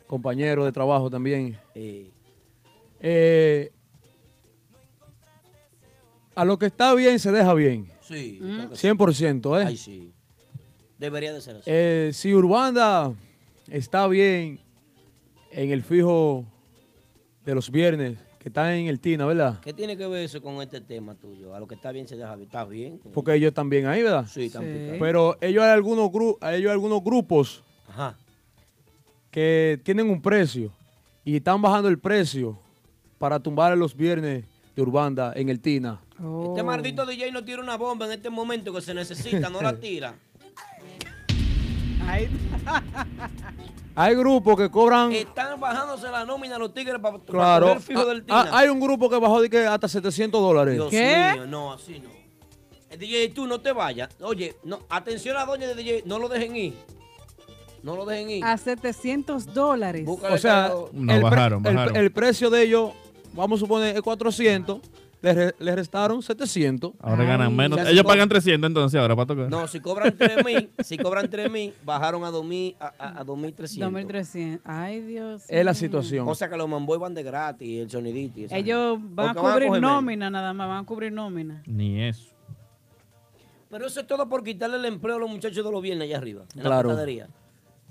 [SPEAKER 17] compañero de trabajo también. Eh, a lo que está bien se deja bien.
[SPEAKER 6] Sí, claro que sí.
[SPEAKER 17] 100%, ¿eh?
[SPEAKER 6] Ay, sí. Debería de ser así.
[SPEAKER 17] Eh, si Urbanda está bien en el fijo de los viernes, que está en el Tina, ¿verdad?
[SPEAKER 6] ¿Qué tiene que ver eso con este tema tuyo? A lo que está bien se deja bien. ¿Estás bien?
[SPEAKER 17] Porque ellos están bien ahí, ¿verdad?
[SPEAKER 6] Sí, están Sí. picados.
[SPEAKER 17] Pero ellos hay algunos, gru- hay ellos hay algunos grupos
[SPEAKER 6] Ajá.
[SPEAKER 17] que tienen un precio y están bajando el precio para tumbar los viernes de Urbanda en el Tina.
[SPEAKER 5] Oh.
[SPEAKER 6] Este maldito DJ no tira una bomba en este momento que se necesita, no la tira.
[SPEAKER 5] Ahí.
[SPEAKER 17] Hay grupos que cobran...
[SPEAKER 6] Están bajándose la nómina los tigres para
[SPEAKER 17] Claro.
[SPEAKER 6] el fijo
[SPEAKER 17] Ah,
[SPEAKER 6] del
[SPEAKER 17] ah,
[SPEAKER 6] Tina.
[SPEAKER 17] hay un grupo que bajó de que hasta 700 dólares.
[SPEAKER 6] Dios mío, no, así no. Eh, DJ, tú no te vayas. Oye, no, atención a doña de DJ, no lo dejen ir. No lo dejen ir.
[SPEAKER 5] A 700 dólares.
[SPEAKER 17] O sea,
[SPEAKER 4] No,
[SPEAKER 17] el, pre-
[SPEAKER 4] bajaron,
[SPEAKER 17] el-
[SPEAKER 4] bajaron.
[SPEAKER 17] el precio de ellos, vamos a suponer, es 400. Le, re- le restaron 700.
[SPEAKER 4] Ahora ganan menos.
[SPEAKER 17] Ya se
[SPEAKER 4] Ellos
[SPEAKER 17] co-
[SPEAKER 4] pagan 300 entonces ahora para tocar.
[SPEAKER 6] No, si cobran 3000, si cobran 3000, bajaron a 2000 a, a, a 2300.
[SPEAKER 5] 2300. Ay, Dios. mío.
[SPEAKER 6] O sea que los mamboy van de gratis, el sonidito. y esa
[SPEAKER 5] Ellos
[SPEAKER 6] gente.
[SPEAKER 5] van a
[SPEAKER 6] Porque
[SPEAKER 5] cubrir
[SPEAKER 6] coger menos.
[SPEAKER 5] nómina nada más, van a cubrir nómina.
[SPEAKER 4] Ni eso.
[SPEAKER 6] Pero eso es todo por quitarle el empleo a los muchachos de los viernes allá arriba, en
[SPEAKER 17] Claro.
[SPEAKER 6] la panadería.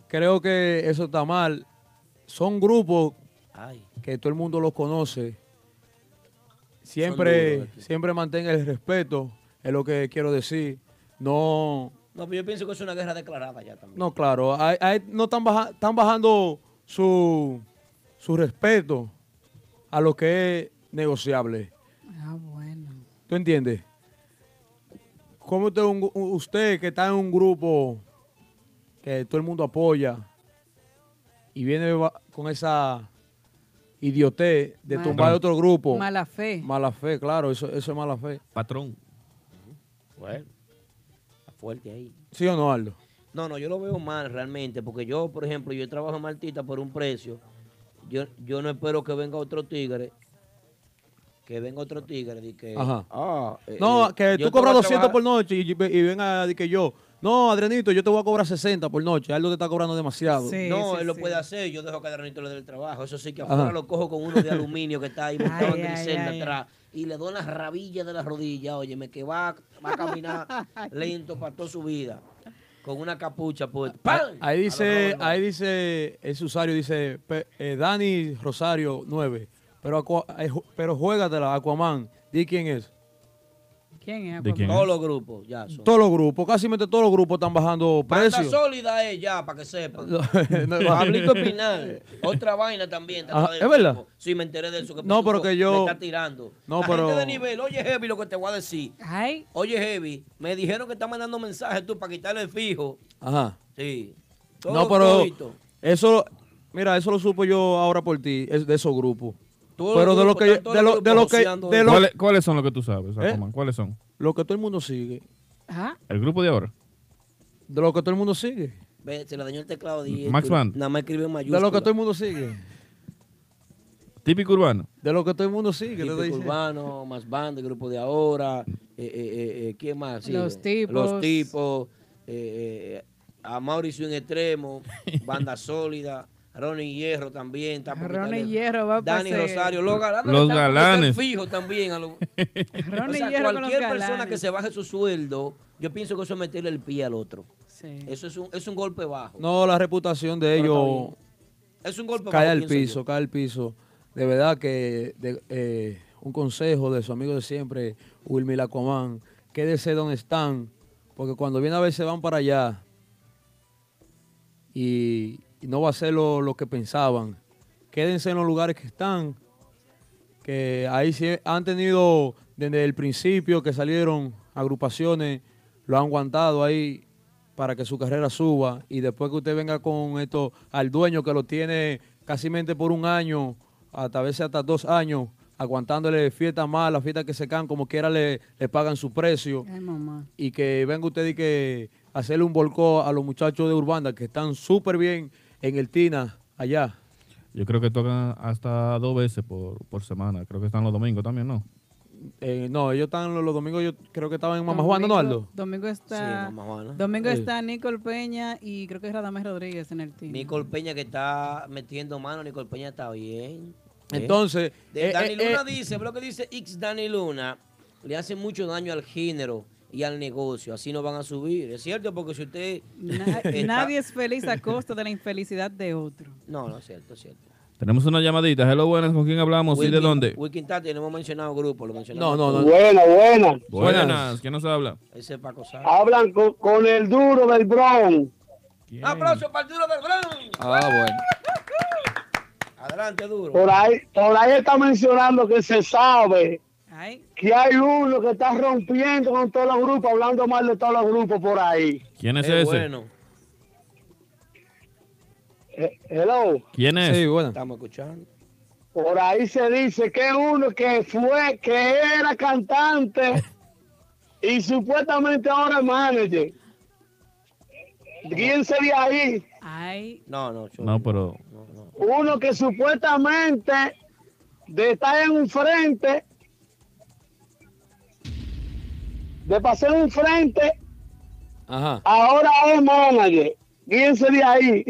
[SPEAKER 17] Creo que eso está mal. Son grupos
[SPEAKER 6] Ay.
[SPEAKER 17] que todo el mundo los conoce. Siempre,
[SPEAKER 6] duros
[SPEAKER 17] siempre mantenga el respeto, es lo que quiero decir. No,
[SPEAKER 6] No, pero yo pienso que es una guerra declarada ya también.
[SPEAKER 17] no claro, hay- hay- no están, baja- están bajando su, su respeto a lo que es negociable.
[SPEAKER 5] Ah, bueno.
[SPEAKER 17] ¿Tú entiendes? ¿Cómo usted, un gru- usted que está en un grupo que todo el mundo apoya y viene va- con esa idiotez de
[SPEAKER 5] Mal-
[SPEAKER 17] tumbar otro grupo?
[SPEAKER 5] Mala fe.
[SPEAKER 17] Mala fe, claro, eso, eso es mala fe.
[SPEAKER 4] Patrón.
[SPEAKER 6] Bueno, está fuerte ahí.
[SPEAKER 17] ¿Sí o no, Aldo?
[SPEAKER 6] No, no, yo lo veo mal realmente, porque yo, por ejemplo, yo trabajo en Martita por un precio. Yo, yo no espero que venga otro tigre. Que venga otro tigre. di que,
[SPEAKER 17] Ajá.
[SPEAKER 6] ah, eh,
[SPEAKER 17] no,
[SPEAKER 6] eh, yo
[SPEAKER 17] que
[SPEAKER 6] te
[SPEAKER 17] tú
[SPEAKER 6] voy
[SPEAKER 17] cobras
[SPEAKER 6] a
[SPEAKER 17] 200
[SPEAKER 6] trabajar-
[SPEAKER 17] por noche y, y venga de que yo. No, Adrianito, yo te voy a cobrar 60 por noche. Aldo te está cobrando demasiado.
[SPEAKER 6] no, él lo puede hacer. Yo dejo que Adrianito le dé el trabajo. Eso sí, que
[SPEAKER 17] Ajá.
[SPEAKER 6] afuera lo cojo con uno de aluminio que está ahí montado en
[SPEAKER 5] Ay, ay,
[SPEAKER 6] grisel
[SPEAKER 5] ay.
[SPEAKER 6] atrás. Y le doy las rabillas de las rodillas, óyeme, que va, va a caminar lento para toda su vida. Con una capucha, pues. ¡Pam!
[SPEAKER 17] Ahí dice,
[SPEAKER 6] A los
[SPEAKER 17] ahí dice, ese usuario dice, pe- eh, Dani Rosario 9, pero, Aqua- eh, ju- pero juégatela, Aquaman, di quién es.
[SPEAKER 5] ¿Quién es?
[SPEAKER 17] ¿De
[SPEAKER 6] Aquaman?
[SPEAKER 17] quién es?
[SPEAKER 6] Todos los grupos, ya. Son.
[SPEAKER 17] Todos los grupos, casi todos los grupos están bajando
[SPEAKER 6] Banda
[SPEAKER 17] precios.
[SPEAKER 6] sólida es ya, para que sepan.
[SPEAKER 17] No, no,
[SPEAKER 6] Pablito Pinal, otra vaina también. está
[SPEAKER 17] Ajá,
[SPEAKER 6] atrás del
[SPEAKER 17] ¿es verdad?
[SPEAKER 6] grupo. Sí, me enteré de eso. Que
[SPEAKER 17] No,
[SPEAKER 6] Pituco
[SPEAKER 17] pero que yo-
[SPEAKER 6] Me está tirando.
[SPEAKER 17] No,
[SPEAKER 6] La
[SPEAKER 17] pero-
[SPEAKER 6] gente de nivel, oye, Heavy, lo que te voy a decir. Oye, Heavy, me dijeron que está mandando mensajes tú para quitarle el fijo.
[SPEAKER 17] Ajá.
[SPEAKER 6] Sí. Todo
[SPEAKER 17] No, pero
[SPEAKER 6] todito.
[SPEAKER 17] eso Mira, eso lo supo yo ahora por ti, es de esos grupos.
[SPEAKER 4] Todos
[SPEAKER 17] Pero
[SPEAKER 4] los
[SPEAKER 17] de lo
[SPEAKER 4] grupos,
[SPEAKER 17] que
[SPEAKER 4] están todos
[SPEAKER 17] de
[SPEAKER 4] los
[SPEAKER 17] lo, de lo
[SPEAKER 4] grupos
[SPEAKER 17] que
[SPEAKER 4] joseando
[SPEAKER 17] de
[SPEAKER 4] de-
[SPEAKER 17] lo,
[SPEAKER 4] ¿Cuáles- cuáles son los que tú sabes, Sacomán?
[SPEAKER 17] ¿Eh?
[SPEAKER 4] ¿Cuáles son?
[SPEAKER 17] Lo que todo el mundo sigue,
[SPEAKER 5] Ajá.
[SPEAKER 4] El grupo de ahora.
[SPEAKER 17] de lo que todo el mundo sigue.
[SPEAKER 6] Ve, se la dañó el teclado. DJ,
[SPEAKER 4] Max
[SPEAKER 6] tú
[SPEAKER 4] Band.
[SPEAKER 6] Nada más escribe en
[SPEAKER 17] De
[SPEAKER 6] mayúscula.
[SPEAKER 17] lo que todo el mundo sigue.
[SPEAKER 4] Típico urbano.
[SPEAKER 17] De lo que todo el mundo sigue, le
[SPEAKER 6] Típico
[SPEAKER 17] estoy diciendo.
[SPEAKER 6] urbano, más band, el grupo de ahora, eh, eh, eh, eh, ¿quién más? sigue?
[SPEAKER 5] Los tipos.
[SPEAKER 6] Los tipos, eh, eh, a Mauricio en extremo, banda sólida, Ronnie Hierro también. Está por
[SPEAKER 5] Ronnie
[SPEAKER 6] quitarle-
[SPEAKER 5] Hierro va pa'
[SPEAKER 6] Dani
[SPEAKER 5] ese-
[SPEAKER 6] Rosario, los galanes.
[SPEAKER 4] Los
[SPEAKER 6] están por quitar
[SPEAKER 4] galanes.
[SPEAKER 6] fijo también. A los- o
[SPEAKER 5] Ronnie
[SPEAKER 6] sea,
[SPEAKER 5] Hierro con los
[SPEAKER 6] cualquier persona
[SPEAKER 5] galanes.
[SPEAKER 6] que se baje su sueldo, yo pienso que eso es meterle el pie al otro.
[SPEAKER 5] Sí.
[SPEAKER 6] Eso es un, es un golpe bajo.
[SPEAKER 17] No, la reputación de ellos
[SPEAKER 6] Es un golpe
[SPEAKER 17] cae
[SPEAKER 6] bajo,
[SPEAKER 17] al
[SPEAKER 6] pienso
[SPEAKER 17] piso, cae al piso. De verdad que de- eh, un consejo de su amigo de siempre, Wilmy Lacomán, quédese donde están, porque cuando viene a ver se van para allá y, y no va a ser lo, lo que pensaban. Quédense en los lugares que están, que ahí sí han tenido desde el principio que salieron agrupaciones, lo han aguantado ahí para que su carrera suba y después que usted venga con esto al dueño que lo tiene casi por un año, hasta a veces hasta dos años, aguantándole fiestas malas, fiestas que se caen, como quiera le, le pagan su precio
[SPEAKER 5] Ay, mamá.
[SPEAKER 17] y que venga usted y que hacerle un volcó a los muchachos de Urbanda que están súper bien en el Tina allá.
[SPEAKER 4] Yo creo que tocan hasta dos veces por, por semana. Creo que están los domingos también, ¿no?
[SPEAKER 17] Eh, no, ellos están los, los domingos, yo creo que estaban en Mamá Juana, ¿no, Aldo?
[SPEAKER 5] Domingo está,
[SPEAKER 6] Sí, Mamá Juana.
[SPEAKER 5] Domingo
[SPEAKER 6] Sí.
[SPEAKER 5] está Nicole Peña y creo que es Radamés Rodríguez en el team.
[SPEAKER 6] Nicole Peña que está metiendo mano, Nicole Peña está bien. ¿eh?
[SPEAKER 17] Entonces,
[SPEAKER 6] De-
[SPEAKER 17] eh,
[SPEAKER 6] Dani
[SPEAKER 17] eh,
[SPEAKER 6] Luna
[SPEAKER 17] eh,
[SPEAKER 6] dice, pero lo que dice X Dani Luna, le hace mucho daño al género y al negocio, así no van a subir, ¿es cierto? Porque si usted... está-
[SPEAKER 5] Nadie es feliz a costa de la infelicidad de otro.
[SPEAKER 6] No, no es cierto, es cierto.
[SPEAKER 4] Tenemos una llamadita. Hello, buenas. ¿Con quién hablamos y de
[SPEAKER 6] Wilkin-
[SPEAKER 4] dónde?
[SPEAKER 6] Wilkin Tati, no hemos mencionado grupo, lo mencionamos.
[SPEAKER 18] Buenas, buenas.
[SPEAKER 4] Buenas. ¿Quién nos habla?
[SPEAKER 6] Ese es Paco Sá.
[SPEAKER 18] Hablan con, con el duro del Bronx.
[SPEAKER 6] ¡Aplauso para el duro del Bronx!
[SPEAKER 17] Ah, bueno.
[SPEAKER 6] Adelante, duro.
[SPEAKER 18] Por ahí, por ahí está mencionando que se sabe que hay uno que está rompiendo con todos los grupos, hablando mal de todos los grupos por ahí.
[SPEAKER 4] ¿Quién es
[SPEAKER 18] Qué
[SPEAKER 4] ese?
[SPEAKER 18] bueno. Eh, hello.
[SPEAKER 4] ¿Quién es?
[SPEAKER 17] Sí, buena.
[SPEAKER 6] Estamos escuchando.
[SPEAKER 18] Por ahí se dice que uno que fue, que era cantante y supuestamente ahora es manager.
[SPEAKER 4] Ah.
[SPEAKER 18] ¿Quién sería ahí?
[SPEAKER 6] No, no, yo-
[SPEAKER 4] No, pero
[SPEAKER 18] Uno que supuestamente de estar en un frente, de pasar en un frente,
[SPEAKER 17] Ajá.
[SPEAKER 18] ahora es manager. ¿Quién sería ahí?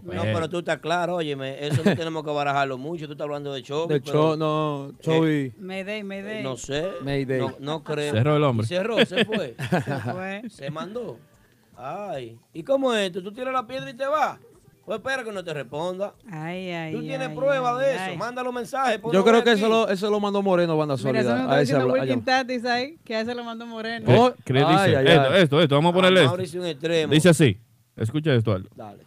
[SPEAKER 6] No,
[SPEAKER 17] Pues.
[SPEAKER 6] pero tú estás claro, óyeme, eso no tenemos que barajarlo mucho, tú estás hablando de show.
[SPEAKER 17] De Cho- no, Chovy.
[SPEAKER 5] Eh, Mayday, Mayday.
[SPEAKER 6] Eh, No sé.
[SPEAKER 17] Mayday.
[SPEAKER 6] No, no creo.
[SPEAKER 17] Cerró el hombre.
[SPEAKER 6] Y cerró, se fue.
[SPEAKER 17] Se fue.
[SPEAKER 6] Se mandó. Ay. ¿Y cómo es esto? ¿Tú tiras la piedra y te vas? Pues espera que no te responda.
[SPEAKER 5] Ay, ay,
[SPEAKER 6] Tú tienes
[SPEAKER 5] ay,
[SPEAKER 6] prueba
[SPEAKER 5] ay,
[SPEAKER 6] de eso.
[SPEAKER 5] ay.
[SPEAKER 6] Manda los mensajes. ponlo
[SPEAKER 17] Yo creo que
[SPEAKER 6] aquí.
[SPEAKER 17] eso lo, eso lo mandó Moreno Banda
[SPEAKER 5] Mira, eso me
[SPEAKER 17] Sólida.
[SPEAKER 5] está
[SPEAKER 17] A ese
[SPEAKER 5] diciendo
[SPEAKER 17] habla-
[SPEAKER 5] Wilkin
[SPEAKER 17] allá-
[SPEAKER 5] Tatis ahí, que a ese lo mandó Moreno.
[SPEAKER 4] ¿Qué, qué dice?
[SPEAKER 17] ay, ay,
[SPEAKER 4] esto,
[SPEAKER 17] ay.
[SPEAKER 4] esto, esto, vamos a ponerle
[SPEAKER 6] A
[SPEAKER 4] esto.
[SPEAKER 6] Ah, Mauricio en extremo.
[SPEAKER 4] Dice así. Escucha esto, Aldo.
[SPEAKER 6] Dale.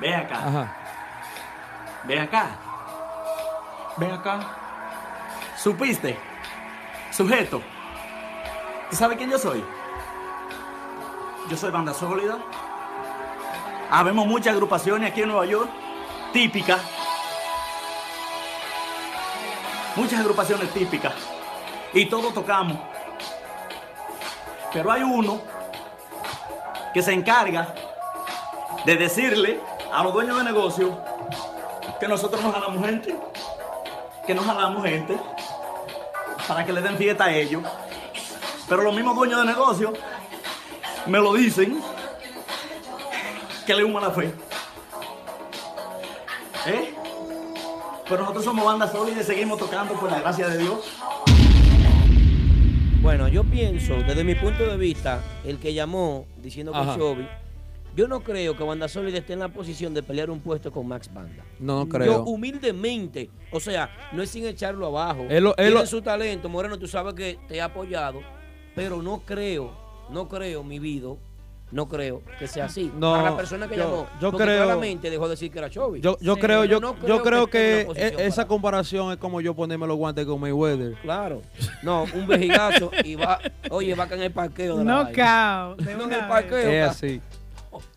[SPEAKER 9] Ve acá. Ve acá. Ve acá. ¿Supiste? Sujeto. ¿Tú sabes quién yo soy? Yo soy banda sólida. Habemos muchas agrupaciones aquí en Nueva York. Típicas. Muchas agrupaciones típicas. Y todos tocamos. Pero hay uno que se encarga de decirle a los dueños de negocio que nosotros nos jalamos gente, que nos jalamos gente para que le den fiesta a ellos. Pero los mismos dueños de negocio me lo dicen que le huma la fe. ¿Eh? Pero nosotros somos banda sólida y seguimos tocando por la gracia de Dios.
[SPEAKER 6] Bueno, yo pienso, desde mi punto de vista, el que llamó diciendo que
[SPEAKER 17] Ajá.
[SPEAKER 6] es Chovy, yo no creo que Banda Sólida esté en la posición de pelear un puesto con Max Banda.
[SPEAKER 17] No, no
[SPEAKER 6] Yo
[SPEAKER 17] creo.
[SPEAKER 6] humildemente, o sea, no es sin echarlo abajo.
[SPEAKER 17] Él lo-
[SPEAKER 6] Tiene
[SPEAKER 17] él lo-
[SPEAKER 6] su talento, Moreno, tú sabes que te he apoyado, pero no creo, no creo, mi vida, No creo que sea así.
[SPEAKER 17] No,
[SPEAKER 6] Para la persona que
[SPEAKER 17] yo-
[SPEAKER 6] llamó,
[SPEAKER 17] yo
[SPEAKER 6] porque
[SPEAKER 17] creo-
[SPEAKER 6] claramente dejó de decir que era Chovy.
[SPEAKER 17] Yo, yo creo, yo,
[SPEAKER 6] no
[SPEAKER 17] yo creo
[SPEAKER 6] esté
[SPEAKER 17] que,
[SPEAKER 6] en una posición
[SPEAKER 17] e- esa comparación es como yo ponerme los guantes con Mayweather.
[SPEAKER 6] Claro. No, un vejigazo y va, oye, va acá en el parqueo de la
[SPEAKER 5] Knockout,
[SPEAKER 6] vaina.
[SPEAKER 5] de
[SPEAKER 6] No, en
[SPEAKER 5] una
[SPEAKER 6] el parqueo.
[SPEAKER 17] Es
[SPEAKER 6] ca-
[SPEAKER 17] así.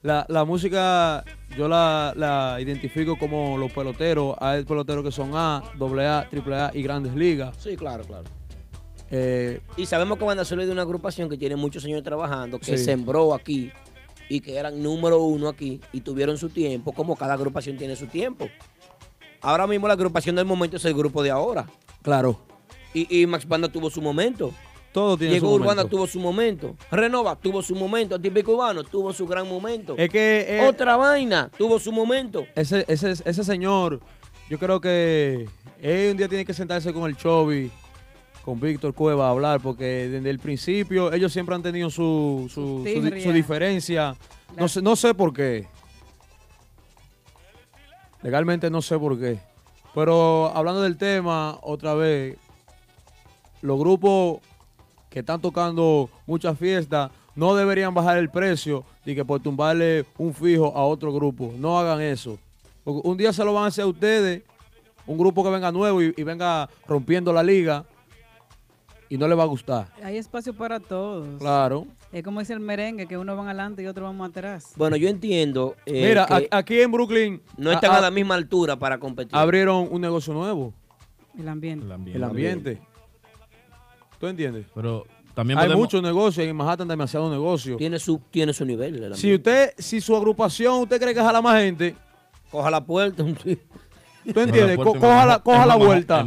[SPEAKER 17] La, la música yo la, la identifico como los peloteros. Hay peloteros que son A, AA, AAA y grandes ligas.
[SPEAKER 6] Sí, claro, claro.
[SPEAKER 17] Eh,
[SPEAKER 6] Y sabemos que Banda Azul es de una agrupación que tiene muchos años trabajando, que
[SPEAKER 17] Sí.
[SPEAKER 6] sembró aquí y que eran número uno aquí y tuvieron su tiempo, como cada agrupación tiene su tiempo. Ahora mismo la agrupación del momento es el grupo de ahora.
[SPEAKER 17] claro,
[SPEAKER 6] Y, y Max Banda tuvo su momento.
[SPEAKER 17] todo tiene
[SPEAKER 6] Llegó
[SPEAKER 17] su
[SPEAKER 6] Urbana
[SPEAKER 17] momento.
[SPEAKER 6] tuvo su momento. Renova tuvo su momento. Típico Urbano tuvo su gran momento.
[SPEAKER 17] Es que eh,
[SPEAKER 6] Otra vaina tuvo su momento.
[SPEAKER 17] ese, ese, ese señor, yo creo que él un día tiene que sentarse con el Chovy, con Víctor Cueva a hablar, porque desde el principio ellos siempre han tenido su, su, su di- su
[SPEAKER 6] Tirria.
[SPEAKER 17] diferencia. No sé, no sé por qué. Legalmente no sé por qué. Pero hablando del tema, otra vez, los grupos que están tocando muchas fiestas no deberían bajar el precio y que por tumbarle un fijo a otro grupo. No hagan eso. Porque un día se lo van a hacer a ustedes, un grupo que venga nuevo y, y venga rompiendo la liga y no le va a gustar.
[SPEAKER 5] Hay espacio para todos.
[SPEAKER 17] Claro.
[SPEAKER 5] Es como dice el merengue, que uno van adelante y otro vamos atrás.
[SPEAKER 6] Bueno, yo entiendo. eh,
[SPEAKER 17] Mira,
[SPEAKER 6] que
[SPEAKER 17] a- aquí en Brooklyn
[SPEAKER 6] no están
[SPEAKER 17] a-
[SPEAKER 6] a,
[SPEAKER 17] a-
[SPEAKER 6] la misma altura para competir.
[SPEAKER 17] abrieron un negocio nuevo,
[SPEAKER 5] El ambiente.
[SPEAKER 17] el ambiente. ¿Tú entiendes?
[SPEAKER 19] Pero también
[SPEAKER 17] Hay
[SPEAKER 19] podemos-
[SPEAKER 17] muchos negocios, en Manhattan demasiado negocio.
[SPEAKER 6] Tiene su, tiene su nivel. el
[SPEAKER 17] Si
[SPEAKER 6] ambiente.
[SPEAKER 17] usted, si su agrupación usted cree que jala más gente,
[SPEAKER 6] coja la puerta.
[SPEAKER 17] ¿Tú entiendes? Co-
[SPEAKER 6] puerta y
[SPEAKER 17] coja la,
[SPEAKER 6] mamá-
[SPEAKER 17] coja
[SPEAKER 6] el
[SPEAKER 17] la
[SPEAKER 6] mamá-
[SPEAKER 17] vuelta.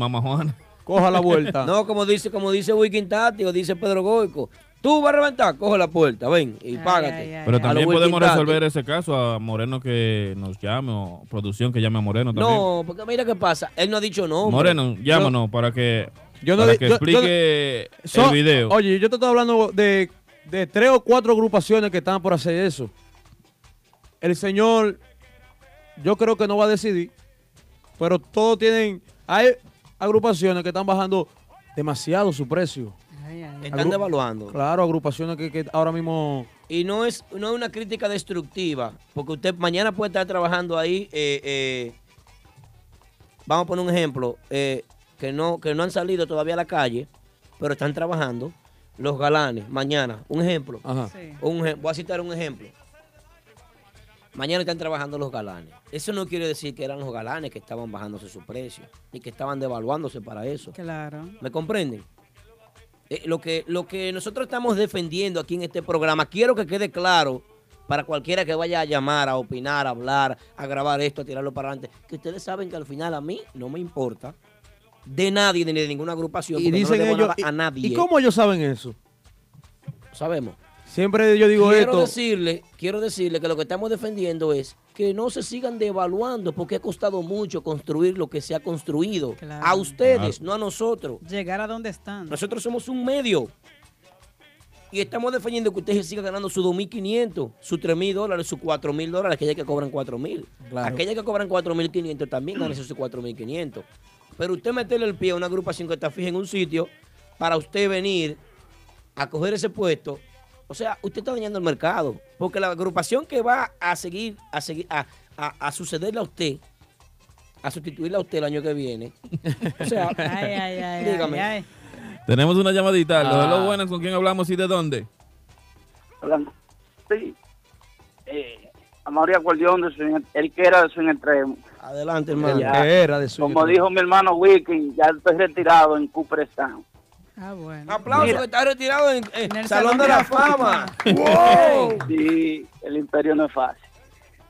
[SPEAKER 6] el
[SPEAKER 17] Coja la vuelta.
[SPEAKER 6] No, como dice, como dice Wiking Tati o dice Pedro Goico. Tú vas a reventar, coge la puerta, ven y págate.
[SPEAKER 19] Pero
[SPEAKER 6] A
[SPEAKER 19] también
[SPEAKER 6] los
[SPEAKER 19] podemos
[SPEAKER 6] Wilkin Tati.
[SPEAKER 19] resolver ese caso a Moreno que nos llame o producción que llame a Moreno también.
[SPEAKER 6] No, porque mira qué pasa. Él no ha dicho no.
[SPEAKER 19] Moreno, llámanos para que,
[SPEAKER 17] Yo no
[SPEAKER 19] para
[SPEAKER 17] di-
[SPEAKER 19] que
[SPEAKER 17] yo- yo-
[SPEAKER 19] explique
[SPEAKER 17] Son-
[SPEAKER 19] el video.
[SPEAKER 17] Oye, yo te estoy hablando de, de tres o cuatro agrupaciones que están por hacer eso. El señor, yo creo que no va a decidir, pero todos tienen. Hay agrupaciones que están bajando demasiado su precio.
[SPEAKER 6] Están
[SPEAKER 17] Agru-
[SPEAKER 6] devaluando.
[SPEAKER 17] Claro, agrupaciones que, que ahora mismo.
[SPEAKER 6] Y no es, no es una crítica destructiva, porque usted mañana puede estar trabajando ahí. eh, eh, vamos a poner un ejemplo, eh, que, no, que no han salido todavía a la calle, pero están trabajando los galanes mañana. Un ejemplo.
[SPEAKER 17] Ajá.
[SPEAKER 5] Sí.
[SPEAKER 6] Un ejem- voy a citar un ejemplo. Mañana están trabajando los galanes. Eso no quiere decir que eran los galanes que estaban bajándose su precio y que estaban devaluándose para eso.
[SPEAKER 5] Claro.
[SPEAKER 6] ¿Me comprenden? Eh, lo, que, lo que nosotros estamos defendiendo aquí en este programa, quiero que quede claro para cualquiera que vaya a llamar, a opinar, a hablar, a grabar esto, a tirarlo para adelante, que ustedes saben que al final a mí no me importa de nadie, ni de ninguna agrupación,
[SPEAKER 17] Y
[SPEAKER 6] porque
[SPEAKER 17] dicen
[SPEAKER 6] no le debo
[SPEAKER 17] ellos.
[SPEAKER 6] nada
[SPEAKER 17] y-
[SPEAKER 6] a nadie.
[SPEAKER 17] ¿Y cómo ellos saben eso?
[SPEAKER 6] Sabemos.
[SPEAKER 17] Siempre yo digo
[SPEAKER 6] quiero
[SPEAKER 17] esto.
[SPEAKER 6] decirle, quiero decirle que lo que estamos defendiendo es que no se sigan devaluando porque ha costado mucho construir lo que se ha construido.
[SPEAKER 5] Claro.
[SPEAKER 6] A ustedes,
[SPEAKER 17] Ah.
[SPEAKER 5] Claro.
[SPEAKER 6] no a nosotros.
[SPEAKER 5] Llegar a donde están.
[SPEAKER 6] Nosotros somos un medio. Y estamos defendiendo que ustedes sigan ganando sus 2.500, sus 3.000 dólares, sus 4.000 dólares, aquellas que cobran 4.000.
[SPEAKER 17] Claro.
[SPEAKER 6] Aquellas que cobran 4.500 también ganan sus 4.500. Pero usted meterle el pie a una agrupación que está fija en un sitio para usted venir a coger ese puesto. O sea, usted está dañando el mercado. Porque la agrupación que va a seguir, a seguir, a, a- a sucederle a usted, a sustituirle a usted el año que viene. O sea,
[SPEAKER 5] Ay, ay, ay,
[SPEAKER 6] dígame.
[SPEAKER 5] ay, ay.
[SPEAKER 19] Tenemos una llamadita. Lo de
[SPEAKER 6] Ah.
[SPEAKER 19] los buenas, ¿con quién hablamos y de dónde?
[SPEAKER 20] Sí. Eh, a María Acordeón, de Swing- él que era de Swing Extremo.
[SPEAKER 6] Adelante,
[SPEAKER 17] hermano. El que era de Swing
[SPEAKER 20] Como
[SPEAKER 17] Extremo.
[SPEAKER 20] dijo mi hermano Wicking, ya estoy retirado en Cooperstown.
[SPEAKER 5] Ah, bueno.
[SPEAKER 6] Aplauso
[SPEAKER 20] Mira.
[SPEAKER 6] que está retirado en, en
[SPEAKER 5] el
[SPEAKER 6] Salón de la Fama.
[SPEAKER 20] ¡Wow! Sí, el imperio no es fácil.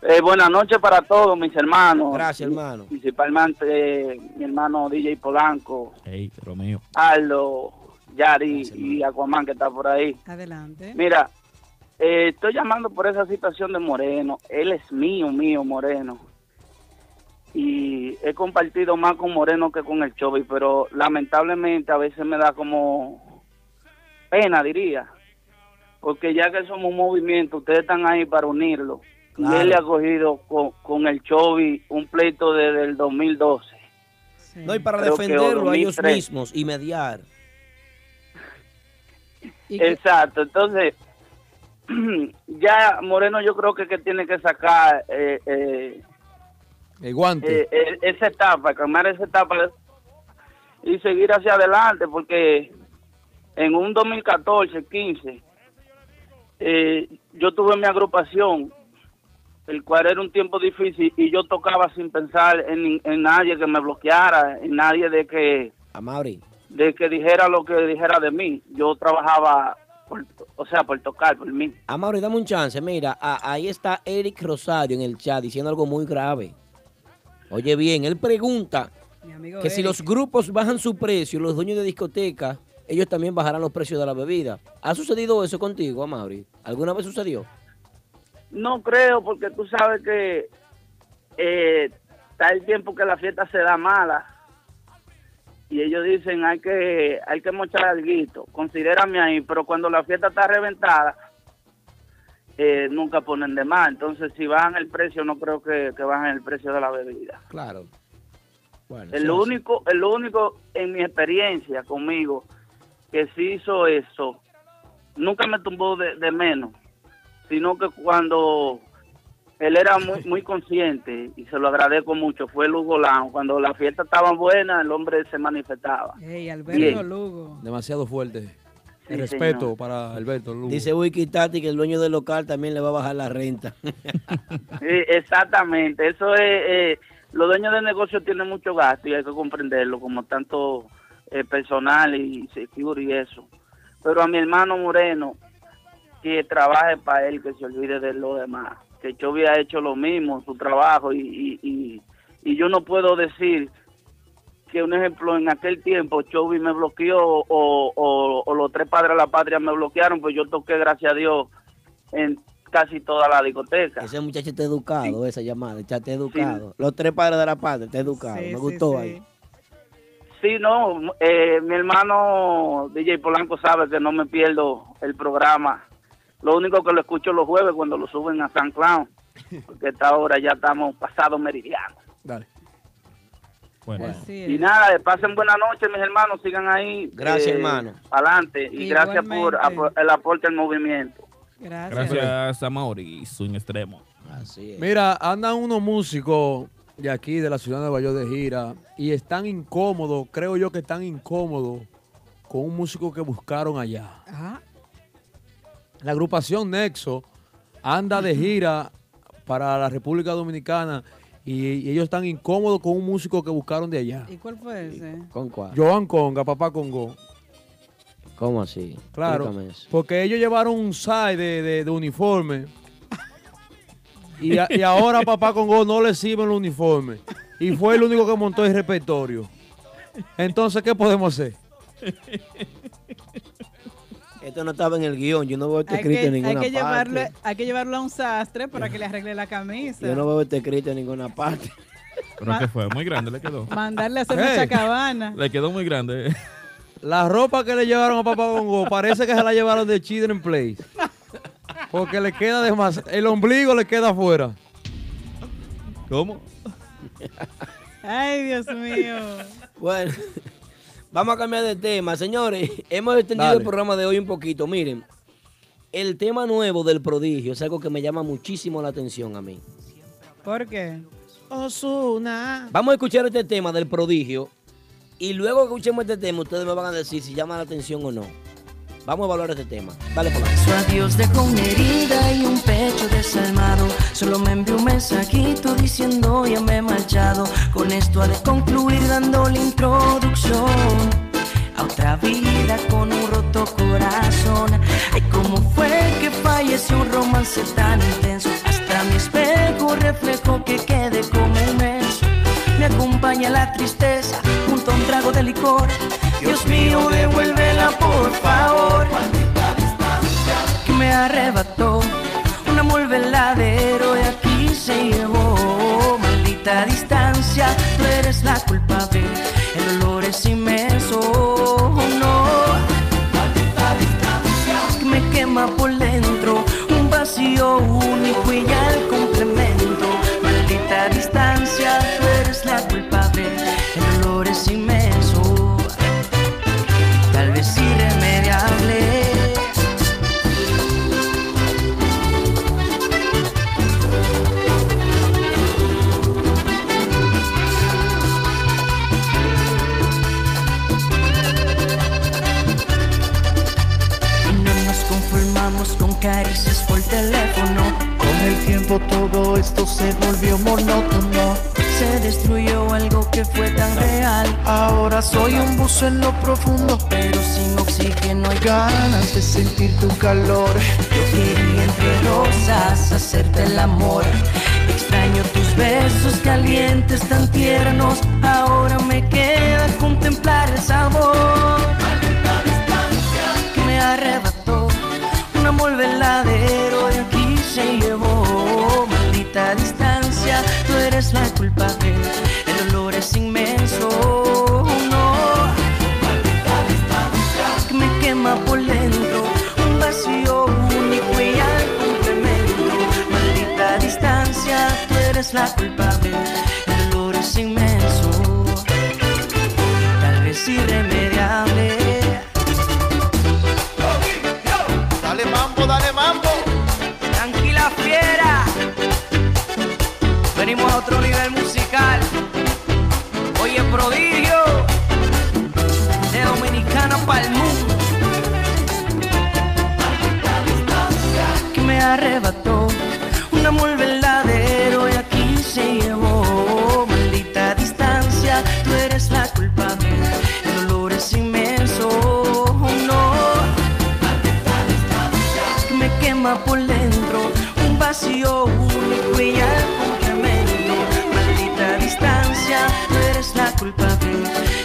[SPEAKER 20] Eh, buenas noches para todos mis hermanos.
[SPEAKER 6] Gracias, hermano.
[SPEAKER 20] Principalmente eh, mi hermano DJ Polanco,
[SPEAKER 19] Ey, pero mío.
[SPEAKER 20] Aldo, Yari y Aquaman que está por ahí.
[SPEAKER 5] Adelante.
[SPEAKER 20] Mira, eh, estoy llamando por esa situación de Moreno. Él es mío, mío, Moreno. Y he compartido más con Moreno que con el Chovy, pero lamentablemente a veces me da como pena, diría. Porque ya que somos un movimiento, ustedes están ahí para unirlo. Y
[SPEAKER 6] Claro.
[SPEAKER 20] él le ha cogido con, con el Chovy un pleito desde el 2012.
[SPEAKER 6] No, y para
[SPEAKER 20] Creo que
[SPEAKER 6] defenderlo a ellos
[SPEAKER 20] 2003.
[SPEAKER 6] mismos y mediar.
[SPEAKER 20] Exacto, entonces ya Moreno yo creo que, que tiene que sacar eh, eh,
[SPEAKER 17] El guante.
[SPEAKER 20] eh, eh, esa etapa, cambiar esa etapa y seguir hacia adelante, porque en un 2014-15 eh, yo tuve mi agrupación, el cual era un tiempo difícil y yo tocaba sin pensar en, en nadie que me bloqueara, en nadie de que
[SPEAKER 6] A Mauri.
[SPEAKER 20] de que dijera lo que dijera de mí. Yo trabajaba, por- o sea, por tocar, por mí.
[SPEAKER 6] A Mauri, dame un chance. Mira, a- ahí está Eric Rosario en el chat diciendo algo muy grave. Oye bien, él pregunta que si los grupos bajan su precio, los dueños de discotecas, ellos también bajarán los precios de la bebida. ¿Ha sucedido eso contigo, Amaury? ¿Alguna vez sucedió?
[SPEAKER 20] No creo, porque tú sabes que eh, está el tiempo que la fiesta se da mala. Y ellos dicen, hay que hay que mochar algo, considérame ahí. Pero cuando la fiesta está reventada, eh, nunca ponen de más. Entonces, si bajan el precio, no creo que, que bajen el precio de la bebida.
[SPEAKER 6] Claro. Bueno,
[SPEAKER 20] El
[SPEAKER 6] eso-
[SPEAKER 20] único, el único en mi experiencia conmigo que sí hizo eso, nunca me tumbó de, de menos, sino que cuando él era muy, muy consciente, y se lo agradezco mucho, fue Lugo Lan. Cuando las fiestas estaban buenas, el hombre se manifestaba.
[SPEAKER 5] Ey, Alberto
[SPEAKER 20] Bien.
[SPEAKER 5] Lugo.
[SPEAKER 17] Demasiado fuerte.
[SPEAKER 20] Sí,
[SPEAKER 17] El respeto
[SPEAKER 20] señor.
[SPEAKER 17] para Alberto Lugo.
[SPEAKER 6] Dice Wiki Tati que el dueño del local también le va a bajar la renta.
[SPEAKER 20] Sí, exactamente, eso es, eh, los dueños de negocios tienen mucho gasto y hay que comprenderlo, como tanto eh, personal y seguro y eso. Pero a mi hermano Moreno, que trabaje para él, que se olvide de lo demás, que yo había hecho lo mismo, su trabajo, y, y, y- y yo no puedo decir que un ejemplo en aquel tiempo Chovy me bloqueó o, o- o los tres padres de la patria me bloquearon, pues yo toqué gracias a Dios en casi toda la discoteca.
[SPEAKER 6] Ese muchacho está educado, esa llamada, está está educado. Los tres padres de la patria, está educado.
[SPEAKER 20] Sí,
[SPEAKER 6] Me
[SPEAKER 20] sí,
[SPEAKER 6] gustó
[SPEAKER 20] sí.
[SPEAKER 6] ahí.
[SPEAKER 20] Sí, no, eh, mi hermano DJ Polanco sabe que no me pierdo el programa. Lo único que lo escucho los jueves cuando lo suben a San Clown, porque a esta hora ya estamos pasado meridiano.
[SPEAKER 19] Bueno.
[SPEAKER 20] Y nada, eh, pasen buena noche, mis hermanos, sigan ahí.
[SPEAKER 6] Gracias, hermano.
[SPEAKER 20] Adelante, y gracias por
[SPEAKER 5] Igualmente.
[SPEAKER 20] apo- el aporte al movimiento.
[SPEAKER 19] Gracias a Mauri, un extremo.
[SPEAKER 6] Así
[SPEAKER 17] Mira, andan unos músicos de aquí, de la ciudad de Nueva York de gira, y están incómodos, creo yo que están incómodos con un músico que buscaron allá. La agrupación Nexo anda de gira para la República Dominicana y, y ellos están incómodos con un músico que buscaron de allá.
[SPEAKER 5] ¿Y cuál fue ese?
[SPEAKER 6] ¿Con cuál?
[SPEAKER 17] Joan Conga, papá Congo.
[SPEAKER 6] ¿Cómo así?
[SPEAKER 17] Claro,
[SPEAKER 6] Explícame eso.
[SPEAKER 17] porque ellos llevaron un side de, de- de uniforme y, a- y ahora papá Congo no le sirve el uniforme y fue el único que montó el repertorio. Entonces, ¿qué podemos hacer?
[SPEAKER 6] Esto no estaba en el guión, yo no veo esto
[SPEAKER 5] Hay
[SPEAKER 6] escrito
[SPEAKER 5] que,
[SPEAKER 6] en
[SPEAKER 5] hay,
[SPEAKER 6] ninguna
[SPEAKER 5] que llevarlo,
[SPEAKER 6] parte.
[SPEAKER 5] hay que llevarlo a un sastre para que le arregle la camisa.
[SPEAKER 6] Yo no veo esto escrito en ninguna parte.
[SPEAKER 19] Pero que fue muy grande, le quedó.
[SPEAKER 5] Mandarle a hacer
[SPEAKER 17] Ey.
[SPEAKER 5] mucha cabana.
[SPEAKER 19] Le quedó muy grande. eh.
[SPEAKER 17] La ropa que le llevaron a papá Congo parece que se la llevaron de Children Place. Porque le queda de más, el ombligo le queda afuera.
[SPEAKER 19] ¿Cómo?
[SPEAKER 5] Ay, Dios mío.
[SPEAKER 6] Bueno, vamos a cambiar de tema. Señores, hemos extendido
[SPEAKER 5] Dale.
[SPEAKER 6] el programa de hoy un poquito. Miren, el tema nuevo del prodigio es algo que me llama muchísimo la atención a mí.
[SPEAKER 5] ¿Por qué?
[SPEAKER 17] Osuna.
[SPEAKER 6] Vamos a escuchar este tema del prodigio y luego que escuchemos este tema ustedes me van a decir si llama la atención o no. Vamos a evaluar este tema. Dale, por
[SPEAKER 21] Su adiós dejó una herida y un pecho desalmado. Solo me envió un mensajito diciendo ya me he marchado. Con esto ha de concluir dando la introducción a otra vida con un roto corazón. Ay, cómo fue que falleció un romance tan intenso. Hasta mi espejo reflejo que quede como un beso. Me acompaña la tristeza junto a un trago de licor. Dios mío, devuélvela por favor que me arrebató un amor verdadero de aquí se llevó maldita distancia tú eres la culpable el dolor es inmenso oh, no que me quema por dentro un vacío único y ya el complemento maldita distancia tú eres la culpable el dolor es inmenso tal vez irremediable que fue tan real. Ahora soy un buzo en lo profundo, pero sin oxígeno hay ganas de sentir tu calor. Yo quería entre rosas hacerte el amor. Extraño tus besos calientes tan tiernos. Ahora me queda contemplar el sabor. que Me arrebató un amor veladero de aquí se llevó. Maldita distancia, tú eres la culpable. El dolor es inmenso. No. Que me quema por dentro. Un vacío único y al complemento. Maldita distancia, tú eres la culpable. El dolor es inmenso. Tal vez irremediable. Dale mambo, dale mambo. Tranquila fiera. Venimos a otro nivel musical. Oye, prodigio. De Dominicana para el mundo. Que me arrebató un amor verdadero y aquí se llevó. Maldita distancia, tú eres la culpable. El dolor es inmenso. No que me quema por dentro, un vacío único y al complemento. Maldita distancia, tú eres la culpable,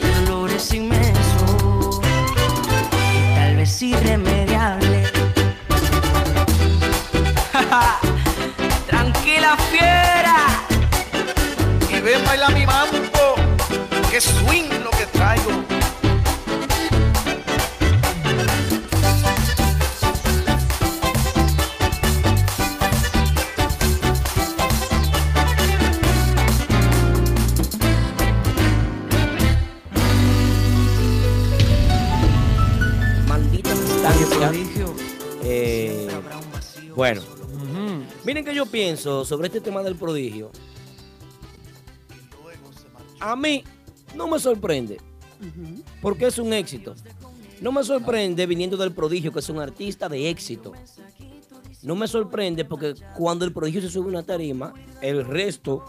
[SPEAKER 21] el dolor es inmenso, tal vez irremediable. Tranquila fiera y ven baila mi mambo, que swing lo que traigo.
[SPEAKER 6] Maldita distancia. Eh, bueno, miren que yo pienso sobre este tema del prodigio. A mí no me sorprende, porque es un éxito. No me sorprende viniendo del prodigio, que es un artista de éxito. No me sorprende porque cuando el prodigio se sube a una tarima, el resto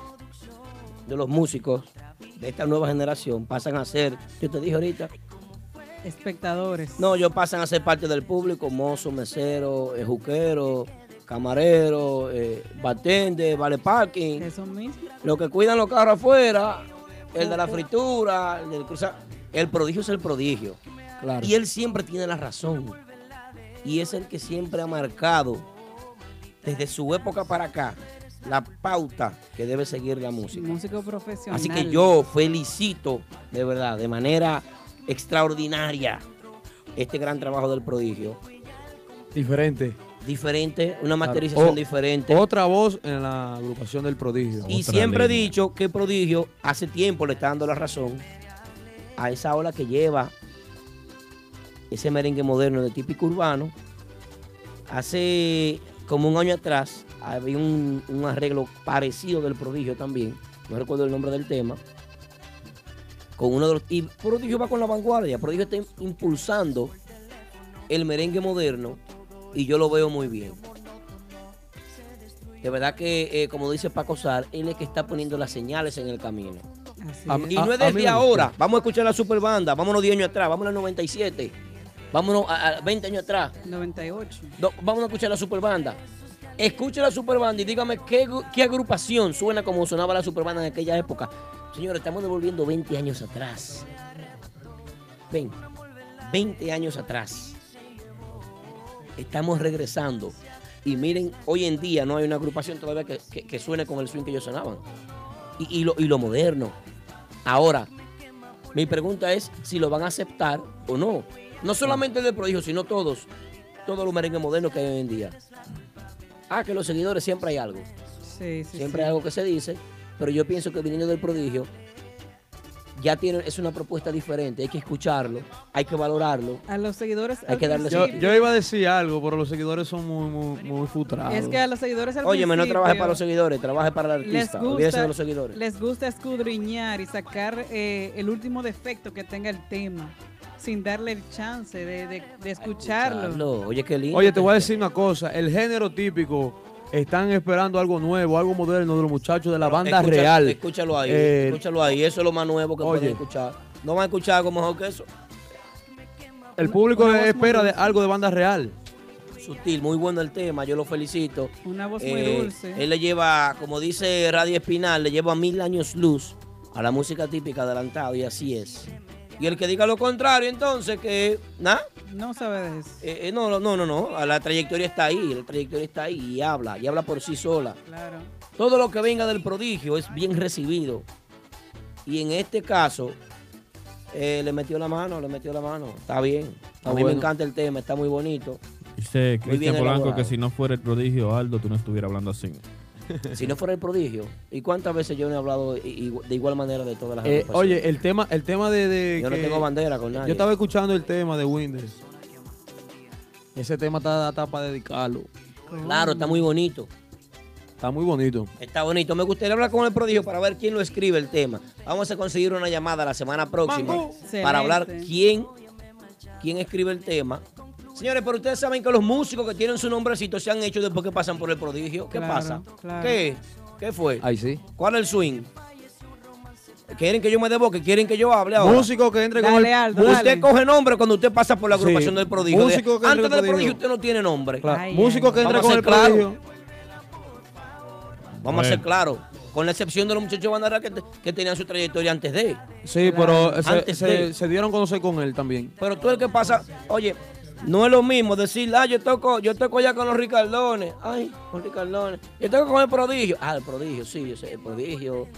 [SPEAKER 6] de los músicos de esta nueva generación pasan a ser, yo te dije ahorita,
[SPEAKER 5] Espectadores.
[SPEAKER 6] no, ellos pasan a ser parte del público, mozo, mesero, eh, juquero, camarero, eh, bartender, vale parking.
[SPEAKER 5] Eso mismo.
[SPEAKER 6] Los que cuidan los carros afuera, el de la fritura, el del cruza- El prodigio es el prodigio.
[SPEAKER 8] Claro.
[SPEAKER 6] Y él siempre tiene la razón. Y es el que siempre ha marcado, desde su época para acá, la pauta que debe seguir la música.
[SPEAKER 5] Músico profesional.
[SPEAKER 6] Así que yo felicito, de verdad, de manera extraordinaria, este gran trabajo del prodigio.
[SPEAKER 17] Diferente.
[SPEAKER 6] Diferente, una
[SPEAKER 17] Claro.
[SPEAKER 6] masterización
[SPEAKER 17] O-
[SPEAKER 6] diferente.
[SPEAKER 17] Otra voz en la agrupación del prodigio.
[SPEAKER 6] Y siempre he dicho que Prodigio hace tiempo le está dando la razón a esa ola que lleva ese merengue moderno de típico urbano. Hace como un año atrás había un, un arreglo parecido del Prodigio también, no recuerdo el nombre del tema, con uno de los... Y Prodigio va con la vanguardia, Prodigio está impulsando el merengue moderno y yo lo veo muy bien. De verdad que, eh, como dice Paco Sar, él es que está poniendo las señales en el camino.
[SPEAKER 17] A-
[SPEAKER 6] y
[SPEAKER 17] a-
[SPEAKER 6] no
[SPEAKER 17] a
[SPEAKER 6] es
[SPEAKER 17] mí
[SPEAKER 6] desde
[SPEAKER 17] me
[SPEAKER 6] ahora. Vamos a escuchar la superbanda. Vámonos 10 años atrás. Vámonos al 97. Vámonos a, a 20 años atrás.
[SPEAKER 5] 98.
[SPEAKER 6] No, vamos a escuchar la superbanda. Escucha la superbanda y dígame qué, gru- qué agrupación suena como sonaba la superbanda en aquella época. Señores, estamos devolviendo 20 años atrás. Ven, 20 años atrás. Estamos regresando. Y miren, hoy en día no hay una agrupación todavía que, que- que suene con el swing que ellos sonaban. Y, y lo, y lo moderno. Ahora, mi pregunta es si lo van a aceptar o no. No solamente de prodigio, sino todos. Todos los merengues modernos que hay hoy en día. Ah, que los seguidores siempre hay algo.
[SPEAKER 5] Sí, sí,
[SPEAKER 6] Siempre
[SPEAKER 5] sí.
[SPEAKER 6] hay algo que se dice, pero yo pienso que viniendo del prodigio ya tiene, es una propuesta diferente, hay que escucharlo, hay que valorarlo.
[SPEAKER 5] A los seguidores.
[SPEAKER 6] Hay
[SPEAKER 5] al
[SPEAKER 6] que darle
[SPEAKER 17] Yo,
[SPEAKER 5] principio-
[SPEAKER 17] yo iba a decir algo, pero los seguidores son muy, muy, muy frustrados.
[SPEAKER 5] Es que a los seguidores al
[SPEAKER 6] Óyeme, no
[SPEAKER 5] principio
[SPEAKER 6] trabaje para los seguidores, trabaje para el
[SPEAKER 5] les
[SPEAKER 6] artista, olvídese
[SPEAKER 5] gusta,
[SPEAKER 6] de los seguidores.
[SPEAKER 5] les gusta escudriñar y sacar eh, el último defecto que tenga el tema, sin darle el chance de, de- de escucharlo.
[SPEAKER 6] Oye, qué lindo.
[SPEAKER 17] Oye, te voy a decir una cosa. El género típico Están esperando algo nuevo, algo moderno de los muchachos de la banda
[SPEAKER 6] Escucha-
[SPEAKER 17] real.
[SPEAKER 6] Escúchalo ahí,
[SPEAKER 17] Eh,
[SPEAKER 6] escúchalo ahí. Eso es lo más nuevo que
[SPEAKER 17] oye.
[SPEAKER 6] pueden escuchar. No van a escuchar algo mejor que eso.
[SPEAKER 17] El público espera de algo de banda real.
[SPEAKER 6] Sutil, muy bueno el tema, yo lo felicito.
[SPEAKER 5] Una voz muy
[SPEAKER 6] Eh,
[SPEAKER 5] dulce.
[SPEAKER 6] Él le lleva, como dice Radio Espinal, le lleva mil años luz a la música típica adelantada y así es. Y el que diga lo contrario, entonces, que nada.
[SPEAKER 5] No sabe de eso.
[SPEAKER 6] no, no, no, no, no. A La trayectoria está ahí, la trayectoria está ahí y habla, y habla por sí sola.
[SPEAKER 5] Claro.
[SPEAKER 6] Todo lo que venga del prodigio es bien recibido. Y en este caso, eh, le metió la mano, le metió la mano. Está bien. A
[SPEAKER 19] Ah,
[SPEAKER 6] mí me
[SPEAKER 19] bueno.
[SPEAKER 6] encanta el tema, está muy bonito.
[SPEAKER 19] Dice
[SPEAKER 6] Muy bien
[SPEAKER 19] Cristian Polanco que
[SPEAKER 6] elaborado.
[SPEAKER 19] si no fuera el prodigio Aldo, tú no estuvieras hablando así.
[SPEAKER 6] Si no fuera el prodigio. ¿Y cuántas veces yo no he hablado i- i- de igual manera de todas las
[SPEAKER 17] Eh,
[SPEAKER 6] agrupaciones?
[SPEAKER 17] oye, el tema, el tema de, de
[SPEAKER 6] pues Yo no tengo bandera con nadie.
[SPEAKER 17] Yo estaba escuchando el tema de Windows. Ese tema está, está para dedicarlo.
[SPEAKER 6] Claro, está muy bonito.
[SPEAKER 17] Está muy bonito.
[SPEAKER 6] Está bonito. Me gustaría hablar con el prodigio para ver quién lo escribe el tema. Vamos a conseguir una llamada la semana próxima
[SPEAKER 5] Mangú.
[SPEAKER 6] para hablar
[SPEAKER 5] Excelente.
[SPEAKER 6] quién, quién escribe el tema. Señores, pero ustedes saben que los músicos que tienen su nombrecito se han hecho después que pasan por el prodigio. ¿Qué
[SPEAKER 5] Claro,
[SPEAKER 6] pasa?
[SPEAKER 5] claro.
[SPEAKER 6] ¿Qué? ¿Qué fue?
[SPEAKER 17] Ahí sí.
[SPEAKER 6] ¿Cuál es el swing? ¿Quieren que yo me deboque? ¿Quieren que yo hable ahora?
[SPEAKER 17] Músico que entre con Dale, el- Aldo,
[SPEAKER 6] Usted
[SPEAKER 17] dale.
[SPEAKER 6] coge nombre cuando usted pasa por la agrupación
[SPEAKER 17] Sí.
[SPEAKER 6] del prodigio.
[SPEAKER 17] Músico que entre
[SPEAKER 6] Antes
[SPEAKER 17] con
[SPEAKER 6] del
[SPEAKER 17] el
[SPEAKER 6] prodigio
[SPEAKER 17] prodigio.
[SPEAKER 6] usted no tiene nombre.
[SPEAKER 17] Claro. Músico que entra
[SPEAKER 6] Vamos
[SPEAKER 17] con
[SPEAKER 6] a ser
[SPEAKER 17] el
[SPEAKER 6] claros.
[SPEAKER 17] prodigio.
[SPEAKER 6] Vamos a ser claros. Con la excepción de los muchachos de banda Real que, te- que tenían su trayectoria antes de.
[SPEAKER 17] Sí, pero se,
[SPEAKER 6] Antes
[SPEAKER 17] se,
[SPEAKER 6] de.
[SPEAKER 17] se dieron a conocer con él también.
[SPEAKER 6] Pero tú el que pasa, oye, no es lo mismo decir, ah, yo toco, yo toco ya con los Ricardones. Ay, con Ricardones. Yo toco con el prodigio. Ah, el prodigio, sí, yo sé, el prodigio.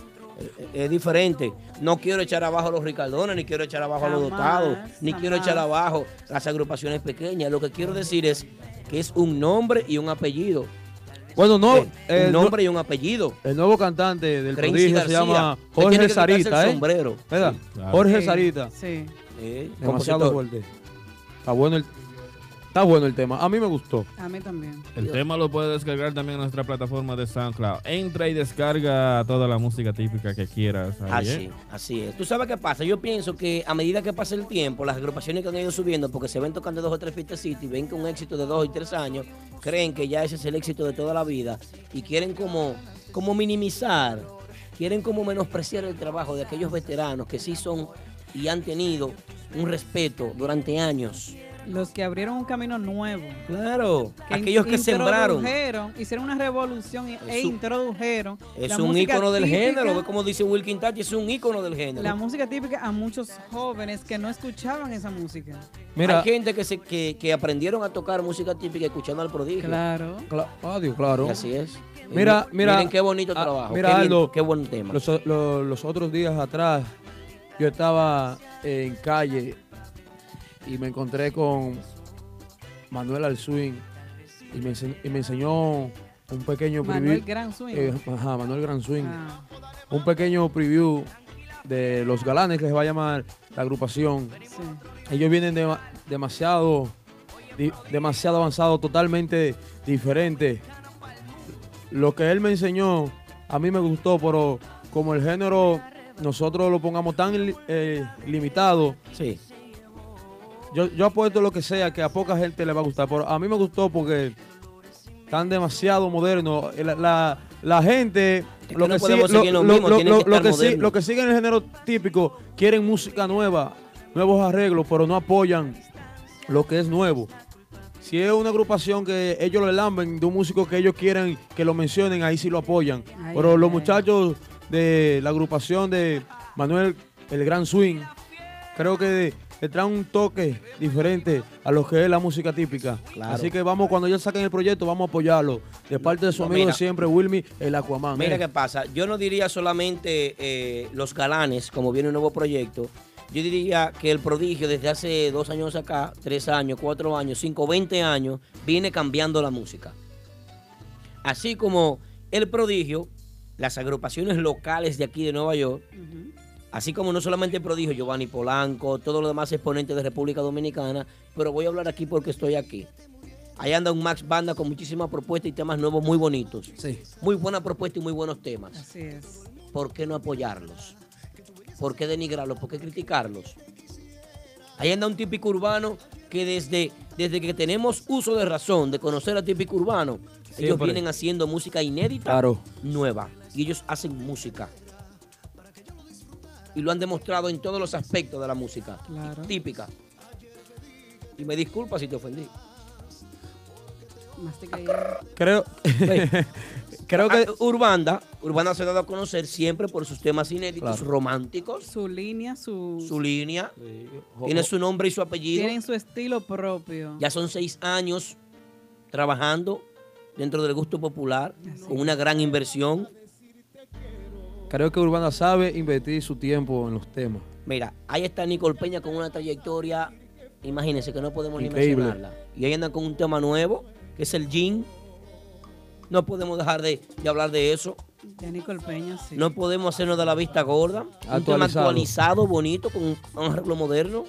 [SPEAKER 6] eh, eh, Es diferente. No quiero echar abajo a los Ricardones, ni quiero echar abajo a los
[SPEAKER 11] Jamás,
[SPEAKER 6] dotados, ni quiero
[SPEAKER 11] jamás.
[SPEAKER 6] echar abajo las agrupaciones pequeñas. Lo que quiero decir es que es un nombre y un apellido.
[SPEAKER 17] Bueno, no.
[SPEAKER 6] Eh,
[SPEAKER 17] eh,
[SPEAKER 6] un
[SPEAKER 17] no- Eh,
[SPEAKER 6] nombre y un apellido.
[SPEAKER 17] El nuevo cantante del
[SPEAKER 6] Crency
[SPEAKER 17] prodigio se
[SPEAKER 6] García.
[SPEAKER 17] llama
[SPEAKER 6] Le tiene que
[SPEAKER 17] Jorge
[SPEAKER 6] quitarse el
[SPEAKER 17] Sarita, ¿eh?
[SPEAKER 6] sombrero.
[SPEAKER 17] ¿Verdad?
[SPEAKER 6] Sí, claro.
[SPEAKER 17] Jorge
[SPEAKER 6] Sí,
[SPEAKER 17] Sarita.
[SPEAKER 5] Sí.
[SPEAKER 6] Eh,
[SPEAKER 17] Demasiado
[SPEAKER 6] compositor.
[SPEAKER 17] fuerte. Está bueno el, está bueno el tema. A mí me gustó.
[SPEAKER 5] A mí también.
[SPEAKER 19] El tema lo puedes descargar también en nuestra plataforma de SoundCloud. Entra y descarga toda la música típica que quieras. ahí,
[SPEAKER 6] Así,
[SPEAKER 19] ¿eh?
[SPEAKER 6] así es. ¿Tú sabes qué pasa? Yo pienso que a medida que pasa el tiempo, las agrupaciones que han ido subiendo, porque se ven tocando dos o tres fiestecitas y ven que un éxito de dos y tres años, creen que ya ese es el éxito de toda la vida y quieren como, como minimizar, quieren como menospreciar el trabajo de aquellos veteranos que sí son y han tenido un respeto durante años.
[SPEAKER 5] Los que abrieron un camino nuevo.
[SPEAKER 6] Claro, aquellos que sembraron.
[SPEAKER 5] introdujeron, Hicieron una revolución y- e
[SPEAKER 6] un-
[SPEAKER 5] introdujeron.
[SPEAKER 6] Es
[SPEAKER 5] la
[SPEAKER 6] un
[SPEAKER 5] música
[SPEAKER 6] ícono del
[SPEAKER 5] típica-
[SPEAKER 6] género, ve como dice Wilkin Tati, es un ícono del género.
[SPEAKER 5] La música típica a muchos jóvenes que no escuchaban esa música.
[SPEAKER 6] Hay gente que, se, que, que aprendieron a tocar música típica escuchando al prodigio.
[SPEAKER 5] Claro.
[SPEAKER 17] Cla- Adiós, claro.
[SPEAKER 6] Así es.
[SPEAKER 17] Mira,
[SPEAKER 6] Miren-
[SPEAKER 17] mira.
[SPEAKER 6] miren qué bonito
[SPEAKER 17] ah,
[SPEAKER 6] trabajo,
[SPEAKER 17] Mira,
[SPEAKER 6] qué bien-
[SPEAKER 17] Aldo,
[SPEAKER 6] qué buen tema.
[SPEAKER 17] Los, lo- los otros días atrás, yo estaba en calle y me encontré con Manuel Alzuín y me, ense- y me enseñó un pequeño
[SPEAKER 5] Manuel
[SPEAKER 17] preview.
[SPEAKER 5] Gran Swing.
[SPEAKER 17] Eh, ajá, Manuel Gran Swing.
[SPEAKER 5] Ah.
[SPEAKER 17] Un pequeño preview de los galanes que se va a llamar la agrupación.
[SPEAKER 5] Sí.
[SPEAKER 17] Ellos vienen dema- demasiado, di- demasiado avanzado, totalmente diferente. Lo que él me enseñó, a mí me gustó, pero como el género nosotros lo pongamos tan li- eh, limitado.
[SPEAKER 6] Sí.
[SPEAKER 17] Yo, yo apuesto lo que sea, que a poca gente le va a gustar, pero a mí me gustó porque tan demasiado moderno. La, la- la gente,
[SPEAKER 6] que
[SPEAKER 17] lo
[SPEAKER 6] no
[SPEAKER 17] que sigue-
[SPEAKER 6] podemos
[SPEAKER 17] lo-
[SPEAKER 6] seguir lo
[SPEAKER 17] lo-
[SPEAKER 6] mismo,
[SPEAKER 17] lo-
[SPEAKER 6] tiene
[SPEAKER 17] lo-
[SPEAKER 6] que
[SPEAKER 17] lo
[SPEAKER 6] estar
[SPEAKER 17] que sí-
[SPEAKER 6] moderno.
[SPEAKER 17] lo que siguen el género típico quieren música nueva, nuevos arreglos, pero no apoyan lo que es nuevo. Si es una agrupación que ellos lo lamben de un músico que ellos quieren que lo mencionen, ahí sí lo apoyan.
[SPEAKER 5] Ay,
[SPEAKER 17] Pero los
[SPEAKER 5] ay.
[SPEAKER 17] muchachos de la agrupación de Manuel el Gran Swing, creo que le traen un toque diferente a lo que es la música típica.
[SPEAKER 6] Claro.
[SPEAKER 17] Así que vamos, cuando ellos saquen el proyecto, vamos a apoyarlo. De parte de su
[SPEAKER 6] No,
[SPEAKER 17] amigo de
[SPEAKER 6] mira.
[SPEAKER 17] siempre, Wilmy, el Aquaman.
[SPEAKER 6] Mira
[SPEAKER 17] eh.
[SPEAKER 6] qué pasa. Yo no diría solamente eh, los galanes, como viene un nuevo proyecto. Yo diría que el prodigio desde hace dos años acá, tres años, cuatro años, cinco, veinte años, viene cambiando la música. Así como el prodigio, las agrupaciones locales de aquí de Nueva York, así como no solamente el prodigio, Giovanni Polanco, todos los demás exponentes de República Dominicana, pero voy a hablar aquí porque estoy aquí. Ahí anda un Max Banda con muchísimas propuestas y temas nuevos muy bonitos. Muy buena propuesta y muy buenos temas.
[SPEAKER 5] Así es.
[SPEAKER 6] ¿Por qué no apoyarlos? ¿Por qué denigrarlos? ¿Por qué criticarlos? Ahí anda un típico urbano que que desde, desde que tenemos uso de razón, de conocer a típico urbano, ellos
[SPEAKER 4] Siempre.
[SPEAKER 6] vienen haciendo música inédita, nueva. Y ellos hacen música. Y lo han demostrado en todos los aspectos de la música.
[SPEAKER 5] Claro.
[SPEAKER 6] Típica. Y me disculpa si te ofendí.
[SPEAKER 5] Mastica ahí.
[SPEAKER 17] Creo, creo que...
[SPEAKER 6] Urbanda, Urbanda se ha dado a conocer siempre por sus temas inéditos,
[SPEAKER 17] Claro.
[SPEAKER 6] románticos,
[SPEAKER 5] Su línea, su...
[SPEAKER 6] su línea. Tiene su nombre y su apellido.
[SPEAKER 5] Tienen su estilo propio.
[SPEAKER 6] Ya son seis años trabajando dentro del gusto popular, con una gran inversión.
[SPEAKER 17] Creo que Urbana sabe invertir su tiempo en los temas.
[SPEAKER 6] Mira, ahí está Nicole Peña con una trayectoria, imagínense que no podemos ni
[SPEAKER 17] Increíble.
[SPEAKER 6] mencionarla. Y ahí andan con un tema nuevo, que es el jean. No podemos dejar de, de hablar de eso.
[SPEAKER 5] De Nicole Peña, sí.
[SPEAKER 6] No podemos hacernos de la vista gorda. Un tema
[SPEAKER 5] Actualizado.
[SPEAKER 6] actualizado, bonito, con un un arreglo moderno.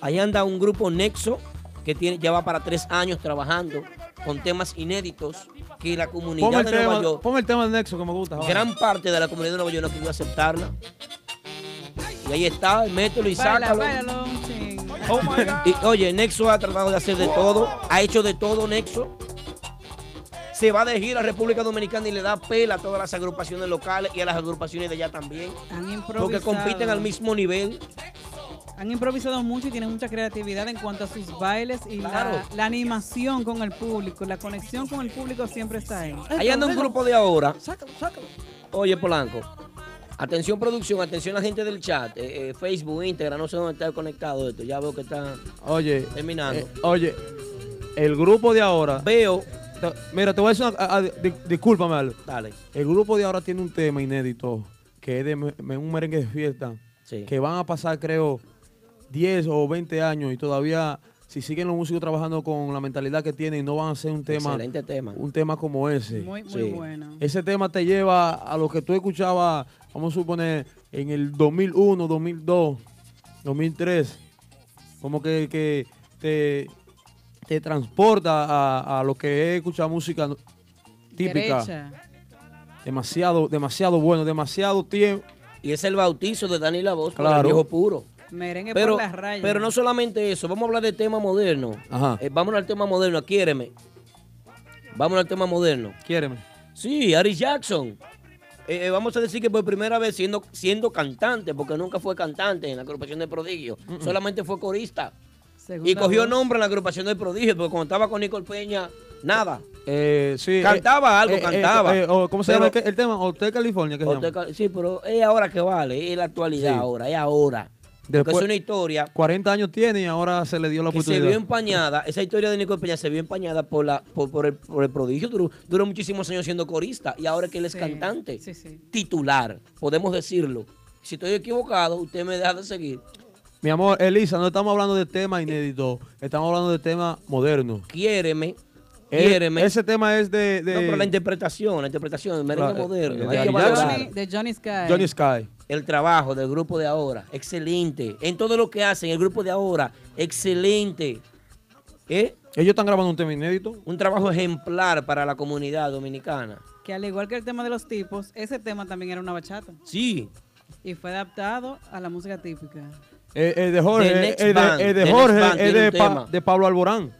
[SPEAKER 6] Ahí anda un grupo Nexo que tiene, ya va para tres años trabajando con temas inéditos que la
[SPEAKER 17] Ponme
[SPEAKER 6] comunidad
[SPEAKER 17] el,
[SPEAKER 6] de Nueva
[SPEAKER 17] tema,
[SPEAKER 6] York,
[SPEAKER 17] ponme el tema de Nexo que me gusta. va.
[SPEAKER 6] gran parte de la comunidad de Nueva York no quería aceptarla. Y ahí está, mételo y
[SPEAKER 5] Baila,
[SPEAKER 6] sácalo.
[SPEAKER 5] bailalo un ching.
[SPEAKER 6] Y, oye, Nexo ha tratado de hacer de todo, ha hecho de todo Nexo. Se va de gira a República Dominicana y le da pela a todas las agrupaciones locales y a las agrupaciones de allá también.
[SPEAKER 5] Han improvisado.
[SPEAKER 6] Porque compiten al mismo nivel.
[SPEAKER 5] Han improvisado mucho y tienen mucha creatividad en cuanto a sus bailes y la-
[SPEAKER 6] Claro.
[SPEAKER 5] la, animación con el público. La conexión con el público siempre está ahí.
[SPEAKER 6] Ahí anda un grupo de ahora.
[SPEAKER 5] Sácalo, sácalo.
[SPEAKER 6] Oye, Polanco. Atención producción, atención a la gente del chat, eh, eh, Facebook, Instagram, no sé dónde está conectado esto, ya veo que está
[SPEAKER 17] Oye,
[SPEAKER 6] terminando.
[SPEAKER 17] eh, oye, el grupo de ahora.
[SPEAKER 6] Veo.
[SPEAKER 17] mira, te voy a decir una. a- a- di- discúlpame, Aldo.
[SPEAKER 6] Dale.
[SPEAKER 17] El grupo de ahora tiene un tema inédito que es de me- me- un merengue de fiesta.
[SPEAKER 6] Sí.
[SPEAKER 17] Que van a pasar, creo, 10 o 20 años y todavía. Si siguen los músicos trabajando con la mentalidad que tienen, no van a hacer un tema,
[SPEAKER 6] Excelente tema.
[SPEAKER 17] un tema como ese.
[SPEAKER 5] Muy, muy Sí. bueno.
[SPEAKER 17] Ese tema te lleva a lo que tú escuchabas, vamos a suponer, en el 2001, 2002, 2003. Como que, que te, te transporta a, a lo que es escuchar música no- típica. Demasiado, demasiado bueno, demasiado tiempo.
[SPEAKER 6] Y es el bautizo de Dani La Voz,
[SPEAKER 17] Claro.
[SPEAKER 6] claro. viejo puro.
[SPEAKER 5] Merengue
[SPEAKER 6] Pero,
[SPEAKER 5] por las rayas.
[SPEAKER 6] pero no solamente eso, vamos a hablar del tema moderno.
[SPEAKER 17] Ajá.
[SPEAKER 6] Eh, vámonos al tema moderno, quiéreme. Vámonos al tema moderno.
[SPEAKER 17] Quiéreme.
[SPEAKER 6] Sí, Ari Jackson. Eh, eh, vamos a decir que por primera vez siendo, siendo cantante, porque nunca fue cantante en la agrupación de prodigio,
[SPEAKER 17] Mm,
[SPEAKER 6] solamente fue corista. y cogió
[SPEAKER 17] voz.
[SPEAKER 6] nombre en la agrupación de prodigio, porque cuando estaba con Nicole Peña, nada.
[SPEAKER 17] Eh, sí, eh,
[SPEAKER 6] Cantaba algo,
[SPEAKER 17] eh, eh,
[SPEAKER 6] cantaba.
[SPEAKER 17] eh, o ¿Cómo se llama el,
[SPEAKER 6] Pero-
[SPEAKER 17] que- el tema? Hotel California. ¿qué se
[SPEAKER 6] Hotel
[SPEAKER 17] llama?
[SPEAKER 6] Cal- Sí, pero es ahora que vale, es la actualidad
[SPEAKER 17] Sí.
[SPEAKER 6] ahora, es ahora.
[SPEAKER 17] Después-
[SPEAKER 6] porque es una historia
[SPEAKER 17] 40 años tiene y ahora se le dio la
[SPEAKER 6] que se
[SPEAKER 17] oportunidad.
[SPEAKER 6] vio empañada, esa historia de Nicole Peña se vio empañada por la por, por el, por el prodigio, duró, duró muchísimos años siendo corista y ahora que él es cantante, titular, podemos decirlo. Si estoy equivocado, usted me deja de seguir.
[SPEAKER 17] Mi amor, Elisa, no estamos hablando de tema inédito, estamos hablando de tema moderno.
[SPEAKER 6] Quiéreme,
[SPEAKER 17] Eh,
[SPEAKER 6] quiéreme.
[SPEAKER 17] Ese tema es de. de-
[SPEAKER 6] No, pero la interpretación, la interpretación, el merengue
[SPEAKER 17] Claro, eh,
[SPEAKER 6] moderno.
[SPEAKER 17] de
[SPEAKER 6] hay que
[SPEAKER 17] Ari Jackson.
[SPEAKER 6] valorar.
[SPEAKER 5] De Johnny Sky.
[SPEAKER 17] Johnny Sky.
[SPEAKER 6] El trabajo del grupo de ahora, excelente. En todo lo que hacen, el grupo de ahora, excelente. ¿Eh?
[SPEAKER 17] Ellos están grabando un tema inédito.
[SPEAKER 6] Un trabajo ejemplar para la comunidad dominicana.
[SPEAKER 5] Que al igual que el tema de los tipos, ese tema también era una bachata.
[SPEAKER 6] Sí.
[SPEAKER 5] Y fue adaptado a la música típica.
[SPEAKER 17] Eh, eh, de Jorge,
[SPEAKER 6] The
[SPEAKER 17] eh,
[SPEAKER 6] Next
[SPEAKER 17] eh, de-
[SPEAKER 6] Band,
[SPEAKER 17] eh, de
[SPEAKER 6] The Next
[SPEAKER 17] Jorge,
[SPEAKER 6] Band
[SPEAKER 17] eh,
[SPEAKER 6] tiene
[SPEAKER 17] de,
[SPEAKER 6] un
[SPEAKER 17] Pa-
[SPEAKER 6] tema.
[SPEAKER 17] de Pablo Alborán.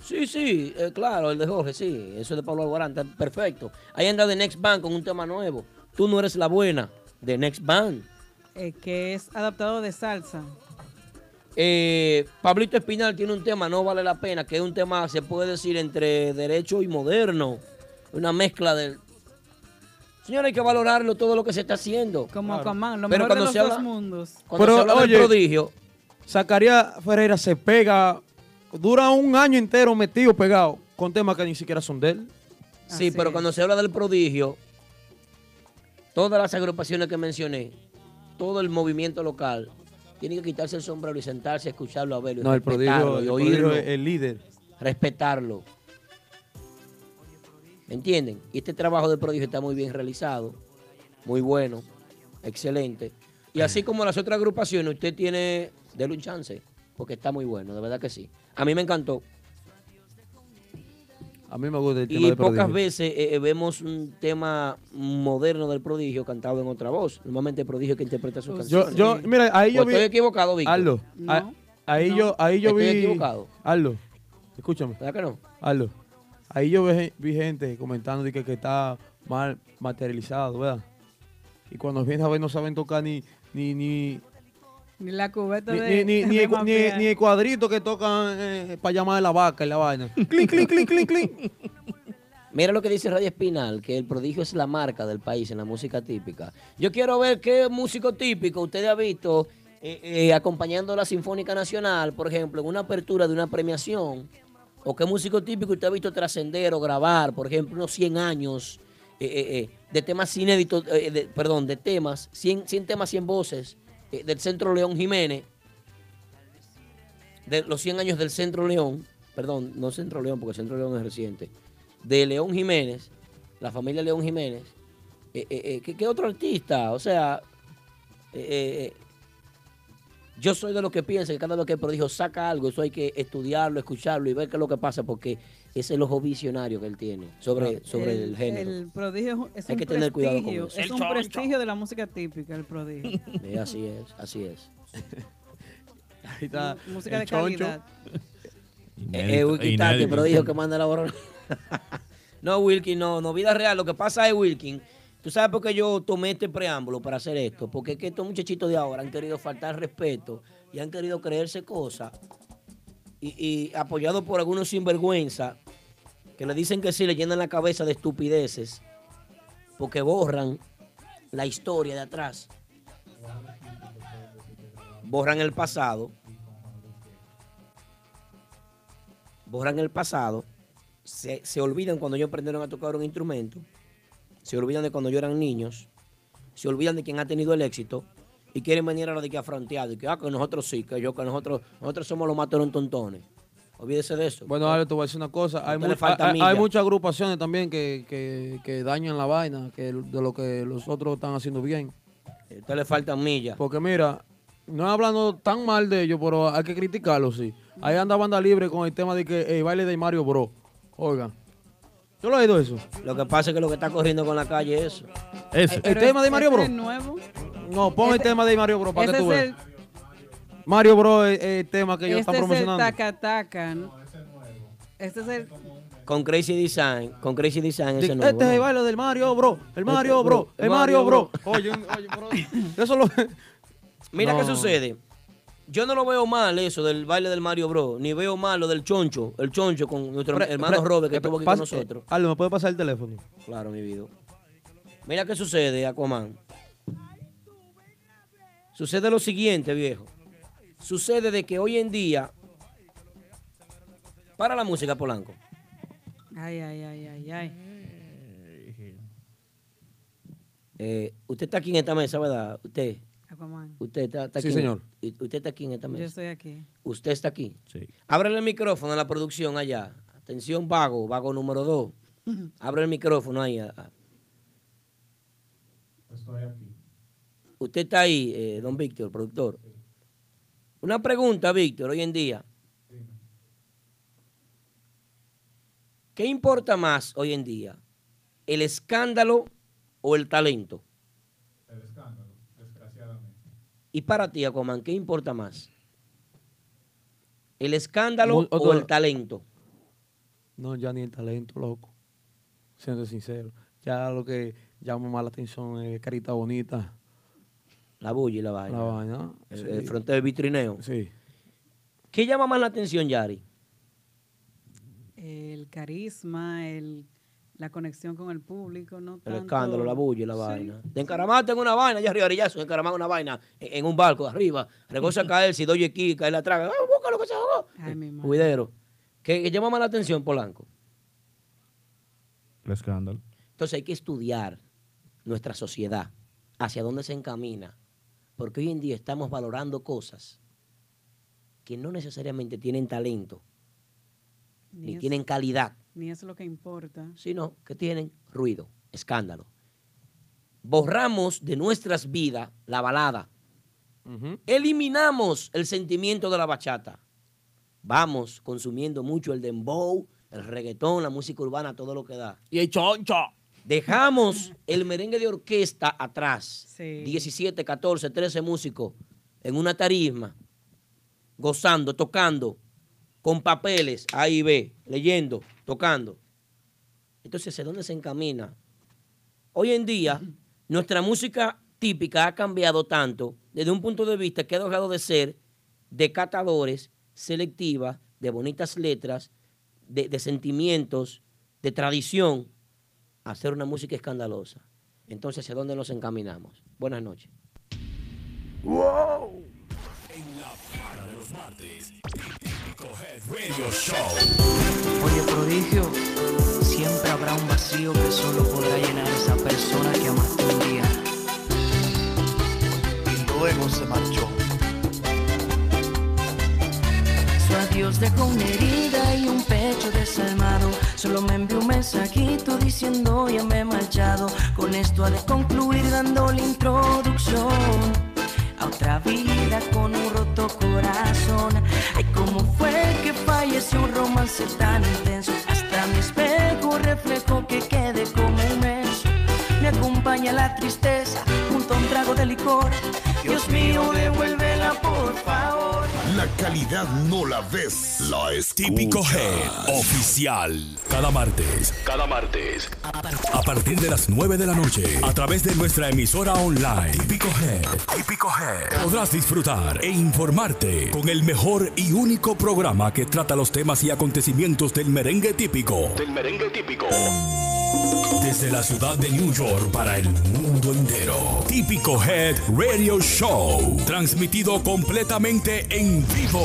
[SPEAKER 6] Sí, sí, eh, claro, el de Jorge, sí. Eso de Pablo Alborán, está perfecto. Ahí anda de Next Band con un tema nuevo. Tú no eres la buena, de Next Band.
[SPEAKER 5] eh, que es adaptado de salsa.
[SPEAKER 6] Eh, Pablito Espinal tiene un tema, no vale la pena, que es un tema, se puede decir, entre derecho y moderno. Una mezcla del... Señores, hay que valorarlo todo lo que se está haciendo.
[SPEAKER 5] Como Aquaman, lo
[SPEAKER 6] Pero
[SPEAKER 5] mejor de
[SPEAKER 6] cuando
[SPEAKER 5] los
[SPEAKER 6] se
[SPEAKER 5] dos
[SPEAKER 6] habla-
[SPEAKER 5] mundos.
[SPEAKER 6] Cuando se habla del prodigio.
[SPEAKER 17] Zacarías Ferreira se pega, dura un año entero metido, pegado, con temas que ni siquiera son de él.
[SPEAKER 6] Sí, pero cuando se habla del prodigio, todas las agrupaciones que mencioné, todo el movimiento local, tienen que quitarse el sombrero y sentarse a escucharlo, a verlo, y
[SPEAKER 17] No, el prodigio,
[SPEAKER 6] respetarlo,
[SPEAKER 17] el
[SPEAKER 6] y
[SPEAKER 17] prodigio
[SPEAKER 6] oírlo,
[SPEAKER 17] es el líder.
[SPEAKER 6] respetarlo. ¿Me entienden? Y este trabajo del prodigio está muy bien realizado, muy bueno, excelente. Y así como las otras agrupaciones, usted tiene, déle un chance, porque está muy bueno, de verdad que sí. A mí me encantó.
[SPEAKER 17] A mí me gusta el tema
[SPEAKER 6] Y
[SPEAKER 17] de
[SPEAKER 6] pocas
[SPEAKER 17] prodigio.
[SPEAKER 6] veces eh, eh, vemos un tema moderno del prodigio cantado en otra voz. Normalmente el prodigio es que interpreta sus
[SPEAKER 17] Yo,
[SPEAKER 6] canciones.
[SPEAKER 17] yo, mira, ahí yo
[SPEAKER 6] ¿O
[SPEAKER 17] vi.
[SPEAKER 6] Estoy equivocado, Víctor.
[SPEAKER 17] Aldo, a- ahí yo, ahí yo vi.
[SPEAKER 6] Estoy equivocado.
[SPEAKER 17] Aldo, escúchame.
[SPEAKER 6] ¿Verdad que no?
[SPEAKER 17] Aldo, ahí yo ve- vi, gente comentando de que, que está mal materializado, ¿verdad? Y cuando vienes a ver no saben tocar ni ni ni
[SPEAKER 5] Ni la cubeta
[SPEAKER 17] ni,
[SPEAKER 5] de.
[SPEAKER 17] ni, ni,
[SPEAKER 5] de
[SPEAKER 17] el, cu- ni-
[SPEAKER 5] Mafiel.
[SPEAKER 17] ni el cuadrito que tocan ¿eh? para llamar a la vaca y la vaina. clic, clic, clic, clic, clic.
[SPEAKER 6] Mira lo que dice Radio Espinal, que el prodigio es la marca del país en la música típica. Yo quiero ver qué músico típico usted ha visto eh, eh, acompañando a la Sinfónica Nacional, por ejemplo, en una apertura de una premiación. O qué músico típico usted ha visto trascender o grabar, por ejemplo, unos 100 años eh, eh, eh, de temas inéditos, eh, de- perdón, de temas, 100, 100 temas, 100 voces eh, del Centro León Jiménez. De los 100 años del Centro León, perdón, no Centro León, porque Centro León es reciente de León Jiménez, la familia León Jiménez, eh, eh, eh, ¿qué, qué otro artista? O sea, eh, eh, yo soy de los que piensa que cada vez que el prodigio saca algo, eso hay que estudiarlo, escucharlo y ver qué es lo que pasa, porque ese es el ojo visionario que él tiene sobre, sobre el, género.
[SPEAKER 5] Ah, El prodigio es
[SPEAKER 6] Hay
[SPEAKER 5] un
[SPEAKER 6] que tener cuidado con
[SPEAKER 5] prestigio,
[SPEAKER 6] eso.
[SPEAKER 5] Es
[SPEAKER 6] El
[SPEAKER 5] un
[SPEAKER 6] choncho.
[SPEAKER 5] prestigio de la música típica, el prodigio.
[SPEAKER 6] Eh, así es, así es.
[SPEAKER 17] Ahí está.
[SPEAKER 5] Mu- música
[SPEAKER 17] el
[SPEAKER 5] de
[SPEAKER 17] choncho.
[SPEAKER 5] calidad.
[SPEAKER 6] Eh, eh, Wilkin
[SPEAKER 17] Inédito,
[SPEAKER 6] Tati,
[SPEAKER 17] inédito.
[SPEAKER 6] pero dijo que manda la borrón. no, Wilkin, no, no, vida real. Lo que pasa es, Wilkin, tú sabes por qué yo tomé este preámbulo para hacer esto. Porque es que estos muchachitos de ahora han querido faltar respeto y han querido creerse cosas. Y, y apoyado por algunos sinvergüenza que le dicen que sí, le llenan la cabeza de estupideces. Porque borran la historia de atrás. Borran el pasado. borran el pasado, se, se olvidan cuando ellos aprendieron a tocar un instrumento, se olvidan de cuando ellos eran niños, se olvidan de quien ha tenido el éxito y quieren venir a la de que afronteado y que, ah, que nosotros sí, que yo, que nosotros, nosotros somos los más tontones. Olvídese de eso.
[SPEAKER 17] Bueno, ahora te voy a decir una cosa. Hay,
[SPEAKER 6] Usted le
[SPEAKER 17] mu-
[SPEAKER 6] falta
[SPEAKER 17] hay-
[SPEAKER 6] milla.
[SPEAKER 17] hay muchas agrupaciones también que, que- que dañan la vaina que de lo que los otros están haciendo bien.
[SPEAKER 6] A usted le faltan millas.
[SPEAKER 17] Porque mira, no hablando tan mal de ellos, pero hay que criticarlos, sí. Ahí anda banda libre con el tema de que el baile de Mario Bro. Oigan. ¿Yo lo he oído eso?
[SPEAKER 6] Lo que pasa es que lo que está corriendo con la calle es eso.
[SPEAKER 17] El, el tema de Mario Bro.
[SPEAKER 5] este nuevo?
[SPEAKER 17] No, pon el tema de Mario Bro para
[SPEAKER 5] Ese
[SPEAKER 17] que tú
[SPEAKER 5] es
[SPEAKER 17] veas.
[SPEAKER 5] el,
[SPEAKER 17] Mario Bro es es el tema que ellos
[SPEAKER 5] este
[SPEAKER 17] están
[SPEAKER 5] es el
[SPEAKER 17] promocionando.
[SPEAKER 5] taca taca. Este es el.
[SPEAKER 6] Con Crazy Design, con Crazy Design ese
[SPEAKER 17] Este
[SPEAKER 6] nuevo. Este
[SPEAKER 17] es el baile del Mario Bro. El Mario Bro. El Mario Bro. Oye, un- oye, bro. Eso lo.
[SPEAKER 6] Mira qué
[SPEAKER 17] No.
[SPEAKER 6] sucede. Yo no lo veo mal eso del baile del Mario Bro, ni veo mal lo del choncho, el choncho con nuestro
[SPEAKER 17] Pre-
[SPEAKER 6] hermano
[SPEAKER 17] pre-
[SPEAKER 6] Robert que
[SPEAKER 17] eh,
[SPEAKER 6] estuvo aquí
[SPEAKER 17] pas-
[SPEAKER 6] con nosotros.
[SPEAKER 17] eh, Aldo, ¿me puede pasar el teléfono?
[SPEAKER 6] Claro, mi vida. Mira qué sucede, Aquaman. Sucede lo siguiente, viejo. Sucede de que hoy en día, para la música, Polanco,
[SPEAKER 5] Ay, ay, ay, ay, ay.
[SPEAKER 6] eh, usted está aquí en esta mesa, ¿verdad? Usted,
[SPEAKER 5] Aquaman.
[SPEAKER 6] usted está, está
[SPEAKER 5] Sí,
[SPEAKER 6] aquí. en- e,
[SPEAKER 5] señor.
[SPEAKER 6] y- Usted está aquí en esta
[SPEAKER 5] Yo
[SPEAKER 6] mesa.
[SPEAKER 5] estoy aquí.
[SPEAKER 6] Usted está aquí. Ábrele el micrófono a la producción allá. Atención, vago, vago número dos. Abre el micrófono ahí. a- a-
[SPEAKER 11] Estoy aquí.
[SPEAKER 6] Usted está ahí, eh, don Víctor, productor. Una pregunta, Víctor, hoy en día. ¿Qué importa más hoy en día? ¿El escándalo o el talento?
[SPEAKER 11] El escándalo, desgraciadamente.
[SPEAKER 6] Y para ti, Aquaman, ¿qué importa más? ¿El escándalo
[SPEAKER 17] Mu-
[SPEAKER 6] o
[SPEAKER 17] otro-
[SPEAKER 6] el talento?
[SPEAKER 17] No, ya ni el talento, loco. Siendo sincero. Ya lo que llama más la atención es carita bonita.
[SPEAKER 6] La bulla y la vaina.
[SPEAKER 17] La vaina.
[SPEAKER 6] El,
[SPEAKER 17] sí.
[SPEAKER 6] el fronteo del vitrineo.
[SPEAKER 17] Sí.
[SPEAKER 6] ¿Qué llama más la atención, Yari?
[SPEAKER 5] El carisma, el, la conexión con el público, no
[SPEAKER 6] El
[SPEAKER 5] tanto-
[SPEAKER 6] escándalo, la bulla y la
[SPEAKER 5] Sí.
[SPEAKER 6] vaina. Te encaramaste en una vaina, allá arriba, orillazo, encaramaste en una vaina, en, en un barco, arriba. Regosa caer, si doy aquí, cae la traga. ¡Ah, busca lo que se ahogó!
[SPEAKER 5] Ay, mi madre.
[SPEAKER 6] Cuidero. ¿Qué qué llama más la atención, Polanco?
[SPEAKER 19] El escándalo.
[SPEAKER 6] Entonces hay que estudiar nuestra sociedad, hacia dónde se encamina, porque hoy en día estamos valorando cosas que no necesariamente tienen talento, ni
[SPEAKER 5] es-
[SPEAKER 6] tienen calidad,
[SPEAKER 5] Ni es lo que importa.
[SPEAKER 6] sino que tienen ruido, escándalo. Borramos de nuestras vidas la balada. Eliminamos el sentimiento de la bachata. Vamos consumiendo mucho el dembow el reggaetón, la música urbana, todo lo que da.
[SPEAKER 8] Y el choncho.
[SPEAKER 6] Dejamos el merengue de orquesta atrás.
[SPEAKER 5] Sí.
[SPEAKER 6] 17, 14, 13 músicos en una tarima, gozando, tocando, con papeles, A y B, leyendo, tocando. Entonces, ¿hacia dónde se encamina? Hoy en día, nuestra música típica ha cambiado tanto desde un punto de vista que ha dejado de ser de catadores, selectiva, de bonitas letras, de, de sentimientos, de tradición, a hacer una música escandalosa. Entonces, ¿hacia dónde nos encaminamos? Buenas noches.
[SPEAKER 2] ¡Wow!
[SPEAKER 1] En la para de los martes, típico Head Radio Show.
[SPEAKER 21] Oye, prodigio, siempre habrá un vacío que solo podrá llenar esa persona que amaste un día. Y luego se marchó. Su adiós dejó una herida y un pecho desalmado. Solo me envió un mensajito diciendo ya me he marchado. Con esto ha de concluir dando la introducción a otra vida con un roto corazón. Ay, cómo fue que falleció un romance tan intenso. Hasta mi espejo reflejo que quede como un beso. Me acompaña la tristeza junto a un trago de licor. Dios mío, devuélvela por favor.
[SPEAKER 14] La calidad no la ves, la escuchas.
[SPEAKER 1] Típico Head Oficial. Cada martes. Cada martes. A partir de las 9 de la noche. A través de nuestra emisora online. Típico Head. Típico Head. Podrás disfrutar e informarte con el mejor y único programa que trata los temas y acontecimientos del merengue típico.
[SPEAKER 12] Del merengue típico.
[SPEAKER 1] Desde la ciudad de New York para el mundo entero. Típico Head Radio Show. Transmitido completamente en vivo.